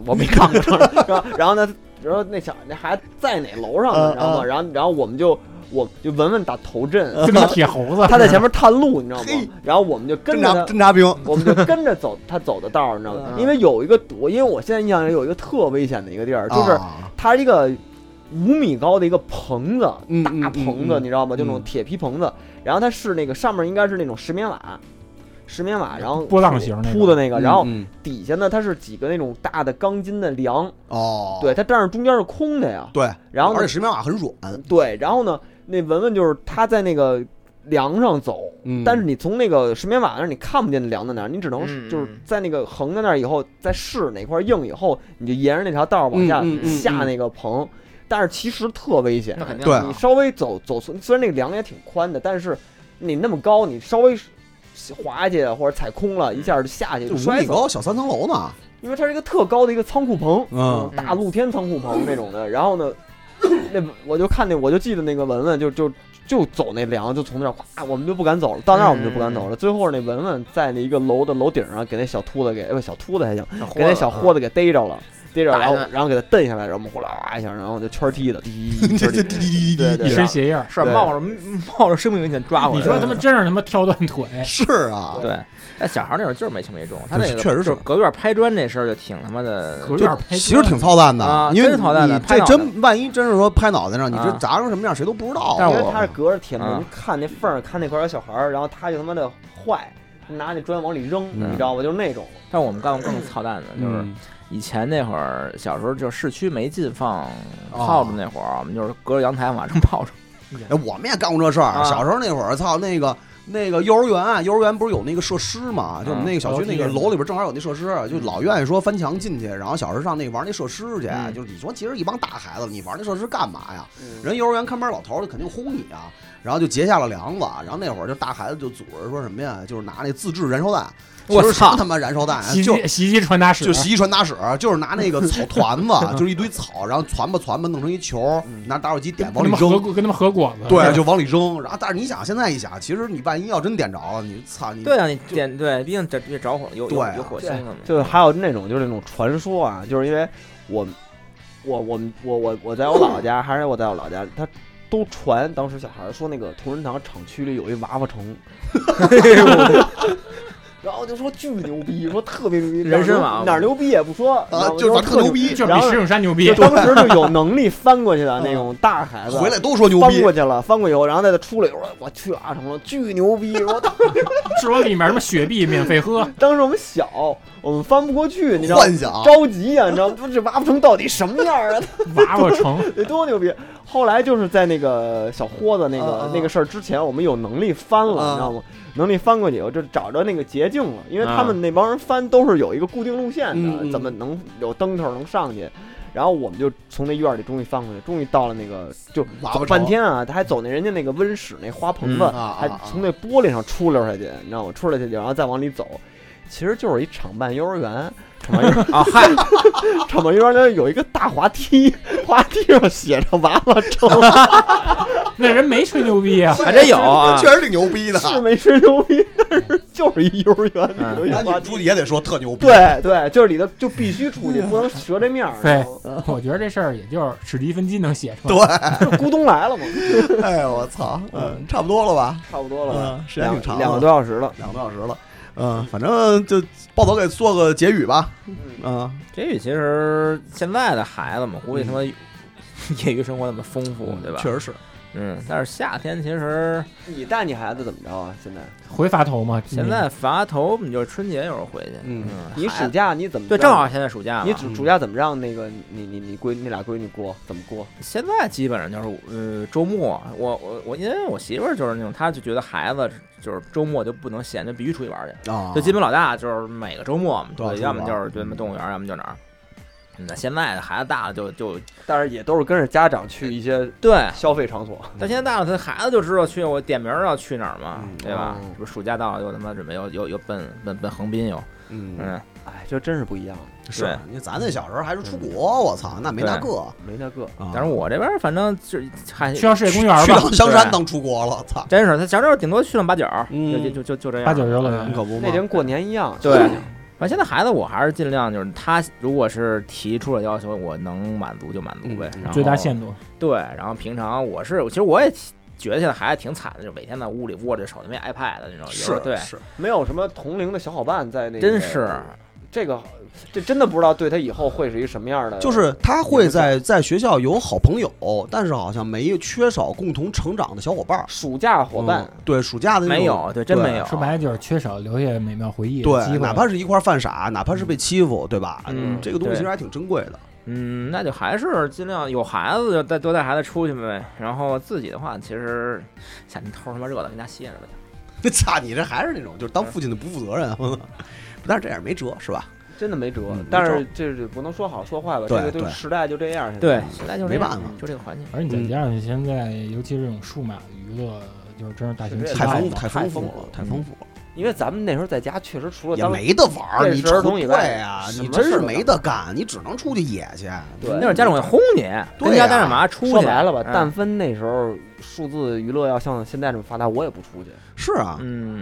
[SPEAKER 1] 我没看过，然后 然后呢，然后那小那孩子在哪楼上呢？
[SPEAKER 2] 嗯
[SPEAKER 1] 然后嘛，
[SPEAKER 2] 嗯
[SPEAKER 1] 然后然后我们就我就文文打头阵，
[SPEAKER 3] 跟那铁猴子，
[SPEAKER 1] 他在前面探路，你知道
[SPEAKER 2] 嘿
[SPEAKER 1] 吗？然后我们就跟
[SPEAKER 2] 侦
[SPEAKER 1] 着
[SPEAKER 2] 察
[SPEAKER 1] 他，
[SPEAKER 2] 侦察兵，
[SPEAKER 1] 我们就跟着走他走的道儿，你知道吗？
[SPEAKER 6] 嗯
[SPEAKER 1] 因为有一个我，因为我现在印象里有一个特危险的一个地儿，就是
[SPEAKER 2] 啊
[SPEAKER 1] 它是一个五米高的一个棚子，
[SPEAKER 2] 嗯嗯
[SPEAKER 1] 大
[SPEAKER 2] 嗯
[SPEAKER 1] 棚子，
[SPEAKER 2] 嗯
[SPEAKER 1] 你知道吗？就那种
[SPEAKER 2] 嗯
[SPEAKER 1] 铁皮棚子，然后它是那个上面应该是那种石棉瓦。石棉
[SPEAKER 2] 呃
[SPEAKER 1] 瓦，然后
[SPEAKER 3] 波浪形那种
[SPEAKER 1] 铺的那个，然后
[SPEAKER 2] 嗯嗯
[SPEAKER 1] 底下呢，它是几个那种大的钢筋的梁，
[SPEAKER 2] 哦，
[SPEAKER 1] 对，它但是中间是空的呀。
[SPEAKER 2] 对，
[SPEAKER 1] 然后
[SPEAKER 2] 而
[SPEAKER 1] 呢
[SPEAKER 2] 且，石棉瓦很软，
[SPEAKER 1] 对，然后呢，那文文就是他在那个梁上走，
[SPEAKER 2] 嗯
[SPEAKER 1] 但是你从那个石棉瓦那儿你看不见梁在哪儿，你只能
[SPEAKER 6] 嗯嗯
[SPEAKER 1] 就是在那个横在那儿以后，再试哪块硬以后，你就沿着那条道儿往下
[SPEAKER 2] 嗯嗯嗯
[SPEAKER 1] 下
[SPEAKER 2] 嗯
[SPEAKER 1] 那个棚，但是其实特危险
[SPEAKER 6] 那，肯定
[SPEAKER 2] 对
[SPEAKER 6] 的
[SPEAKER 1] 你稍微走走错，虽然那个梁也挺宽的，但是你那么高，你稍微滑下去或者踩空了一下就下去就
[SPEAKER 2] 就五
[SPEAKER 1] 摔
[SPEAKER 2] 米
[SPEAKER 1] 死了，
[SPEAKER 2] 高小三层楼呢，
[SPEAKER 1] 因为它是一个特高的一个仓库棚，
[SPEAKER 2] 嗯
[SPEAKER 1] 大露天仓库棚那种的。然后呢，那我就看那，我就记得那个文文就就就走那梁，就从那儿哗，我们就不敢走了。到那儿我们就不敢走了。最后那文文在那一个楼的楼顶上给那小秃子给，哎不小秃子还行，给那
[SPEAKER 6] 啊
[SPEAKER 1] 小豁子给逮着了。逮着，
[SPEAKER 6] 打
[SPEAKER 1] 然后
[SPEAKER 6] 一顿
[SPEAKER 1] 然后给他蹬下来，然后我们呼啦一下，然后就圈踢的，滴
[SPEAKER 2] 这
[SPEAKER 1] 圈
[SPEAKER 2] 这
[SPEAKER 1] 踢
[SPEAKER 2] 滴滴滴
[SPEAKER 1] 对
[SPEAKER 2] 滴
[SPEAKER 1] 对
[SPEAKER 3] 一身鞋印儿。
[SPEAKER 6] 是啊
[SPEAKER 1] 对
[SPEAKER 6] 冒着冒着生命危险抓过
[SPEAKER 3] 你
[SPEAKER 6] 来。
[SPEAKER 3] 说他妈真是他妈挑断腿，
[SPEAKER 2] 是 啊，
[SPEAKER 6] 对，但小孩那种就是没轻没重，他
[SPEAKER 2] 对
[SPEAKER 6] 那个
[SPEAKER 2] 确实是
[SPEAKER 6] 就是隔院拍砖这事儿就挺他妈的
[SPEAKER 3] 可有点拍
[SPEAKER 2] 其实挺操蛋的
[SPEAKER 6] 啊，
[SPEAKER 2] 因为
[SPEAKER 6] 真操蛋的
[SPEAKER 2] 你
[SPEAKER 6] 拍
[SPEAKER 2] 这
[SPEAKER 6] 脑袋
[SPEAKER 2] 真万一真是说拍脑袋上，你这
[SPEAKER 6] 啊
[SPEAKER 2] 砸成什么样谁都不知道。
[SPEAKER 6] 但
[SPEAKER 1] 因
[SPEAKER 6] 我
[SPEAKER 1] 为他是隔着铁门
[SPEAKER 6] 啊
[SPEAKER 1] 看那缝儿，看那块儿有小孩儿，然后他就他妈的坏，拿那砖往里扔，
[SPEAKER 2] 嗯
[SPEAKER 1] 你知道吗？就是那种，
[SPEAKER 6] 但我们干过更操蛋的，就是
[SPEAKER 2] 嗯
[SPEAKER 6] 以前那会儿小时候就市区没禁放
[SPEAKER 2] 哦
[SPEAKER 6] 炮竹那会儿，我们就是隔着阳台往上扔炮 竹。
[SPEAKER 2] 哎，我们也干过这事儿。
[SPEAKER 6] 啊
[SPEAKER 2] 小时候那会儿，操那个那个幼儿园啊，幼儿园不是有那个设施嘛？就我们
[SPEAKER 6] 啊
[SPEAKER 2] 那个小区那个楼里边正好有那设施，就老愿意说翻墙进去，然后小时候上那玩那设施去。
[SPEAKER 6] 嗯
[SPEAKER 2] 就是你说其实一帮大孩子，你玩那设施干嘛呀？
[SPEAKER 1] 嗯
[SPEAKER 2] 人幼儿园看门老头儿就肯定轰你啊，然后就结下了梁子。然后那会儿就大孩子就组织说什么呀，就是拿那自制燃烧弹，
[SPEAKER 6] 我
[SPEAKER 2] 其实
[SPEAKER 6] 操
[SPEAKER 2] 什么他妈燃烧弹啊，
[SPEAKER 3] 袭
[SPEAKER 2] 就
[SPEAKER 3] 击袭击传达室
[SPEAKER 2] 就，洗衣传达室，就是拿那个草团 子，就是一堆草，然后攒吧攒吧弄成一球，拿打火机点
[SPEAKER 3] 跟
[SPEAKER 2] 往
[SPEAKER 3] 他
[SPEAKER 2] 里
[SPEAKER 3] 们
[SPEAKER 2] 扔
[SPEAKER 3] 合，跟他们合果子。
[SPEAKER 2] 对，就往里扔。然后，但是你想，现在一想，其实你万一要真点着了，你操你
[SPEAKER 6] 对啊，你点对，毕竟这这着火有有
[SPEAKER 2] 对啊
[SPEAKER 6] 有火星了嘛。
[SPEAKER 1] 就是还有那种就是那种传说啊，就是因为我我我们我我我在我姥姥家，还是我在我姥姥家，他都传当时小孩儿说那个同仁堂厂区里有一娃娃城， 然后就说巨牛逼，说特别牛逼，
[SPEAKER 6] 人参娃娃
[SPEAKER 1] 哪儿牛逼也不说，
[SPEAKER 2] 啊
[SPEAKER 1] 然，后
[SPEAKER 2] 就是
[SPEAKER 1] 说
[SPEAKER 2] 反正特牛逼，
[SPEAKER 3] 就是
[SPEAKER 1] 然
[SPEAKER 3] 比
[SPEAKER 1] 后
[SPEAKER 3] 石景山牛逼
[SPEAKER 1] 就。当时就有能力翻过去的那 种大孩子，
[SPEAKER 2] 回来都说牛
[SPEAKER 1] 翻
[SPEAKER 2] 逼
[SPEAKER 1] 过，去了，翻过去以后，然后在他出来，我说我去阿城了，巨牛逼！我当
[SPEAKER 3] 是说里面什么雪碧免费喝，
[SPEAKER 1] 当时我们小，我们翻不过去，你知道吗
[SPEAKER 2] 幻想
[SPEAKER 1] 着急啊呀、你知道 吗？这挖不成到底什么样 啊？
[SPEAKER 3] 娃娃城。
[SPEAKER 1] 得多牛逼！后来就是在那个小豁子那个、
[SPEAKER 2] 啊啊
[SPEAKER 1] 那个事儿之前，我们有能力翻了，
[SPEAKER 2] 啊
[SPEAKER 1] 你知道吗？能力翻过去以后，就找着那个捷径了，因为他们那帮人翻都是有一个固定路线的，
[SPEAKER 2] 嗯嗯
[SPEAKER 1] 怎么能有灯头能上去？然后我们就从那院儿里终于翻过去，终于到了那个，就
[SPEAKER 2] 娃
[SPEAKER 1] 走
[SPEAKER 2] 娃
[SPEAKER 1] 半
[SPEAKER 2] 城
[SPEAKER 1] 天啊，他还走那人家那个温室那花棚
[SPEAKER 6] 嗯
[SPEAKER 1] 子，
[SPEAKER 2] 啊啊
[SPEAKER 1] 还
[SPEAKER 2] 啊
[SPEAKER 1] 从那玻璃上出溜下去，你知道吗？出溜下去，然后再往里走，其实就是一厂办幼儿园。厂办幼儿啊嗨，厂办幼儿园有一个大滑梯， 滑梯上写着娃娃城，
[SPEAKER 3] 那人没吹牛逼 啊，
[SPEAKER 6] 还真有 啊
[SPEAKER 2] 确实挺牛逼的。
[SPEAKER 1] 是没吹牛逼，但是就是一幼儿园里
[SPEAKER 5] 嗯
[SPEAKER 1] 头一
[SPEAKER 2] 那
[SPEAKER 1] 滑
[SPEAKER 2] 你
[SPEAKER 1] 梯。
[SPEAKER 5] 啊
[SPEAKER 2] 出去也得说特牛逼，
[SPEAKER 1] 对对，就是里头就必须出去，不能折这面儿。呃
[SPEAKER 3] 对
[SPEAKER 1] 你知道吗
[SPEAKER 3] 我觉得这事儿也就是史蒂芬金能写出来。
[SPEAKER 2] 对，
[SPEAKER 1] 就是咕咚来了嘛，
[SPEAKER 2] 哎呦我操，嗯，差不多了吧？
[SPEAKER 1] 差不多了，
[SPEAKER 2] 嗯，时间挺长的，
[SPEAKER 1] 两个多小时了。
[SPEAKER 2] 两个多小时了。嗯，反正就暴走给做个结语吧。嗯，
[SPEAKER 6] 这语其实现在的孩子嘛，估计他妈 业余生活那么丰富，对吧？
[SPEAKER 2] 嗯确实是，
[SPEAKER 6] 嗯，但是夏天其实
[SPEAKER 1] 你带你孩子怎么着啊？现在
[SPEAKER 3] 回发头嘛，今
[SPEAKER 6] 现
[SPEAKER 3] 年
[SPEAKER 2] 嗯
[SPEAKER 6] 在伐头，我们就是春节有时候回去。
[SPEAKER 1] 嗯你
[SPEAKER 6] 你
[SPEAKER 1] 暑假你怎么啊
[SPEAKER 6] 对，
[SPEAKER 1] 让
[SPEAKER 6] 正好现在暑假嘛
[SPEAKER 1] 你暑暑假怎么让那个你你你闺那俩闺女过？怎么过？
[SPEAKER 6] 现在基本上就是呃周末，我我我，因为我媳妇儿就是那种，她就觉得孩子就是周末就不能闲着，必须出去玩去。
[SPEAKER 2] 啊，
[SPEAKER 6] 就基本老大就是每个周末嘛，
[SPEAKER 2] 都要
[SPEAKER 6] 对，
[SPEAKER 2] 出去
[SPEAKER 6] 要么
[SPEAKER 2] 玩嗯
[SPEAKER 6] 就是对动物园，要么就哪儿。嗯那现在孩子大了就就
[SPEAKER 1] 但是也都是跟着家长去一些
[SPEAKER 6] 对，
[SPEAKER 1] 消费场所。
[SPEAKER 6] 但现在大了，他孩子就知道去我点名儿要去哪儿嘛
[SPEAKER 1] 嗯，
[SPEAKER 6] 对吧
[SPEAKER 1] 哦？
[SPEAKER 6] 这不暑假到了又他妈准备又又又奔奔奔横滨又，
[SPEAKER 1] 嗯，
[SPEAKER 6] 嗯，
[SPEAKER 1] 哎，这真是不一样，
[SPEAKER 2] 是你呃咱那小时候还是出国，我操，那没那个。
[SPEAKER 1] 没那个。
[SPEAKER 2] 啊
[SPEAKER 6] 但是我这边儿反正就是还
[SPEAKER 3] 去嗯趟世界公园
[SPEAKER 2] 去
[SPEAKER 3] 吧，
[SPEAKER 2] 趟香山当出国了，操，
[SPEAKER 6] 真是他小时候顶多去趟八角儿，
[SPEAKER 2] 嗯
[SPEAKER 6] 就就就就就这样。
[SPEAKER 3] 八九游乐园
[SPEAKER 2] 你可不嘛
[SPEAKER 1] 那跟过年一样，
[SPEAKER 6] 对， 反正现在孩子我还是尽量就是他如果是提出了要求，我能满足就满足呗
[SPEAKER 2] 嗯，
[SPEAKER 6] 然后
[SPEAKER 3] 最大限度。
[SPEAKER 6] 对，然后平常我是其实我也觉得现在孩子挺惨的，就每天在屋里握着手机没 iPad 的那种，有时候
[SPEAKER 2] 是
[SPEAKER 6] 对，
[SPEAKER 2] 是，
[SPEAKER 1] 没有什么同龄的小伙伴在那个。
[SPEAKER 6] 真是
[SPEAKER 1] 这个，这真的不知道对他以后会是一个什么样的。
[SPEAKER 2] 就是他会在在学校有好朋友，但是好像没缺少共同成长的小伙伴儿
[SPEAKER 1] 暑假伙伴
[SPEAKER 2] 嗯，对暑假的那种
[SPEAKER 6] 没有，对，真没有。
[SPEAKER 3] 说白了就是缺少留下美妙回忆的机
[SPEAKER 2] 对，
[SPEAKER 3] 会，
[SPEAKER 2] 哪怕是一块儿犯傻，哪怕是被欺负，对吧？
[SPEAKER 6] 嗯
[SPEAKER 2] 这个东西
[SPEAKER 6] 对
[SPEAKER 2] 其实还挺珍贵的。
[SPEAKER 6] 嗯，那就还是尽量有孩子就带多带孩子出去呗。然后自己的话，其实夏天偷他妈热的，跟家歇着呗。
[SPEAKER 2] 那操，你这还是那种就是当父亲的不负责任，我操但是这样没辙，是吧？
[SPEAKER 1] 真的没辙
[SPEAKER 2] 嗯。
[SPEAKER 1] 但是这是不能说好说坏吧，这
[SPEAKER 2] 对
[SPEAKER 1] 个就
[SPEAKER 2] 对
[SPEAKER 1] 时代就这样。现在
[SPEAKER 6] 对，现在就
[SPEAKER 2] 没
[SPEAKER 6] 这样
[SPEAKER 2] 办法
[SPEAKER 6] 就这个环境。
[SPEAKER 3] 而你
[SPEAKER 2] 嗯
[SPEAKER 3] 再加上现在，尤其是这种数码娱乐，就是真是大行
[SPEAKER 1] 是
[SPEAKER 3] 其
[SPEAKER 1] 这
[SPEAKER 2] 太
[SPEAKER 1] 样
[SPEAKER 3] 道
[SPEAKER 2] 丰
[SPEAKER 1] 了
[SPEAKER 3] 嘛
[SPEAKER 2] 富，太丰富了，太
[SPEAKER 3] 太
[SPEAKER 2] 丰
[SPEAKER 3] 丰
[SPEAKER 2] 富了，
[SPEAKER 1] 因为咱们那时候在家确实除了
[SPEAKER 2] 也
[SPEAKER 1] 当
[SPEAKER 2] 没得玩儿，
[SPEAKER 1] 对
[SPEAKER 2] 你
[SPEAKER 1] 十二
[SPEAKER 2] 愁
[SPEAKER 1] 冬以外
[SPEAKER 2] 对啊，
[SPEAKER 1] 什
[SPEAKER 2] 你
[SPEAKER 1] 么
[SPEAKER 2] 真
[SPEAKER 1] 事
[SPEAKER 2] 是
[SPEAKER 1] 儿都
[SPEAKER 2] 没
[SPEAKER 1] 干
[SPEAKER 2] 得干，你只能出去野去。
[SPEAKER 1] 对
[SPEAKER 6] 那会儿家长会轰你，跟
[SPEAKER 2] 对
[SPEAKER 6] 家
[SPEAKER 2] 呀
[SPEAKER 6] 待着嘛，出去。
[SPEAKER 1] 说白了吧，
[SPEAKER 6] 嗯
[SPEAKER 1] 但分那时候数字娱乐要像现在这么发达，我也不出去。
[SPEAKER 2] 是啊，
[SPEAKER 6] 嗯，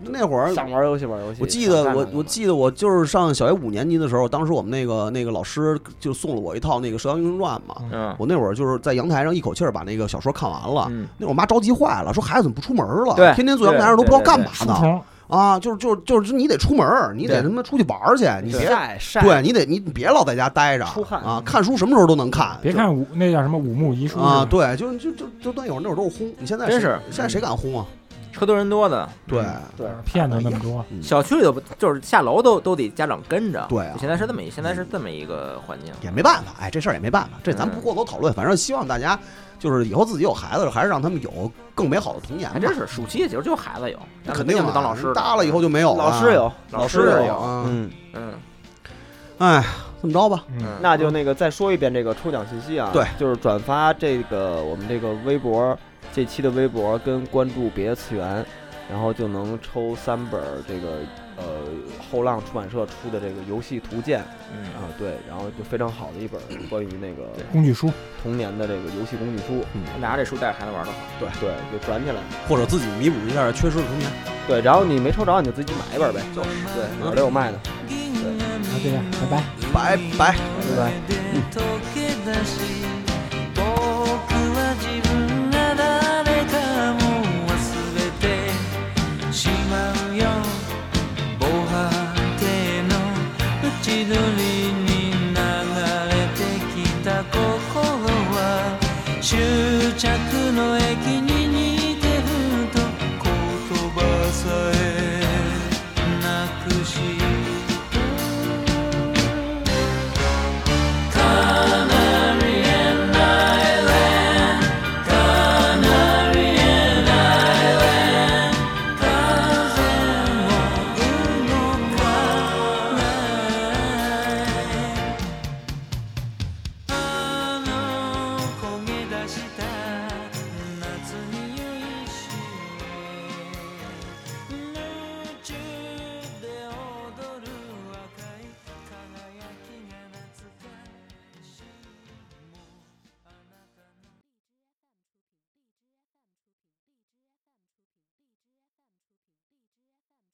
[SPEAKER 1] 嗯，
[SPEAKER 2] 那会儿
[SPEAKER 1] 想玩游戏玩游戏。
[SPEAKER 2] 我记
[SPEAKER 1] 想
[SPEAKER 2] 得
[SPEAKER 1] 干嘛
[SPEAKER 2] 我
[SPEAKER 1] 干嘛
[SPEAKER 2] 我记得我就是上小学五年级的时候，当时我们那个那个老师就送了我一套那个《射雕英雄传》嘛。
[SPEAKER 6] 嗯
[SPEAKER 2] 我那会儿就是在阳台上一口气儿把那个小说看完了。
[SPEAKER 6] 嗯，
[SPEAKER 2] 那会儿我妈着急坏了，说孩子怎么不出门了？
[SPEAKER 6] 对
[SPEAKER 2] 天天坐阳台上都不知道干嘛
[SPEAKER 3] 书
[SPEAKER 2] 呢。
[SPEAKER 3] 虫
[SPEAKER 2] 啊，就是就是就是你得出门儿，你得
[SPEAKER 6] 对
[SPEAKER 2] 他妈出去玩儿去，你别
[SPEAKER 1] 晒晒，
[SPEAKER 2] 对你得你别老在家待着，
[SPEAKER 1] 出汗
[SPEAKER 2] 啊，看书什么时候都能看，
[SPEAKER 3] 别
[SPEAKER 2] 就
[SPEAKER 3] 看五那叫什么五木遗书
[SPEAKER 2] 啊，，对，就就就就那会儿那会儿都是轰，你现在
[SPEAKER 6] 真
[SPEAKER 2] 谁
[SPEAKER 6] 是
[SPEAKER 2] 现在谁
[SPEAKER 3] 嗯
[SPEAKER 2] 敢轰啊？
[SPEAKER 6] 车多人多的，
[SPEAKER 2] 对，
[SPEAKER 1] 对，
[SPEAKER 3] 骗子那么多，
[SPEAKER 6] 小区里头不就是下楼都都得家长跟着。
[SPEAKER 2] 对啊
[SPEAKER 6] 现在是这么一现在是这么一个环境。
[SPEAKER 2] 也没办法，哎，这事儿也没办法，这
[SPEAKER 3] 嗯
[SPEAKER 2] 咱不过多讨论，反正希望大家就是以后自己有孩子，还是让他们有更美好的童年吧
[SPEAKER 6] 哎还。真是暑期其实就孩子有，
[SPEAKER 2] 那肯定
[SPEAKER 6] 不
[SPEAKER 2] 啊
[SPEAKER 6] 当老师的
[SPEAKER 2] 大了以后就没有了啊
[SPEAKER 1] 老师，有，
[SPEAKER 6] 老
[SPEAKER 1] 师
[SPEAKER 6] 师
[SPEAKER 2] 有
[SPEAKER 6] 也有
[SPEAKER 2] 啊。
[SPEAKER 1] 嗯，
[SPEAKER 6] 嗯
[SPEAKER 2] 哎，这么着吧，
[SPEAKER 6] 嗯，
[SPEAKER 1] 那就那个再说一遍这个抽奖信息啊，
[SPEAKER 2] 对，
[SPEAKER 1] 就是转发这个我们这个微博这期的微博跟关注别的次元，然后就能抽三本儿这个呃后浪出版社出的这个游戏图鉴
[SPEAKER 6] 嗯
[SPEAKER 1] 啊，对，然后就非常好的一本儿关于那个
[SPEAKER 3] 工具书，
[SPEAKER 1] 童年的这个游戏工具书，
[SPEAKER 6] 拿着这书带着孩子玩的好。
[SPEAKER 1] 嗯对，就转起来。
[SPEAKER 2] 或者自己弥补一下缺失的童年。
[SPEAKER 1] 对，然后你没抽着，你就自己买一本呗。就是，对，哪儿都有卖的。啊
[SPEAKER 3] 那这样，拜拜。
[SPEAKER 2] 拜拜。
[SPEAKER 1] 拜拜
[SPEAKER 5] 溶け出し僕は自分まうよ防波堤の縁取りに流れてきた心は終着の駅に似てふと言葉さえなくして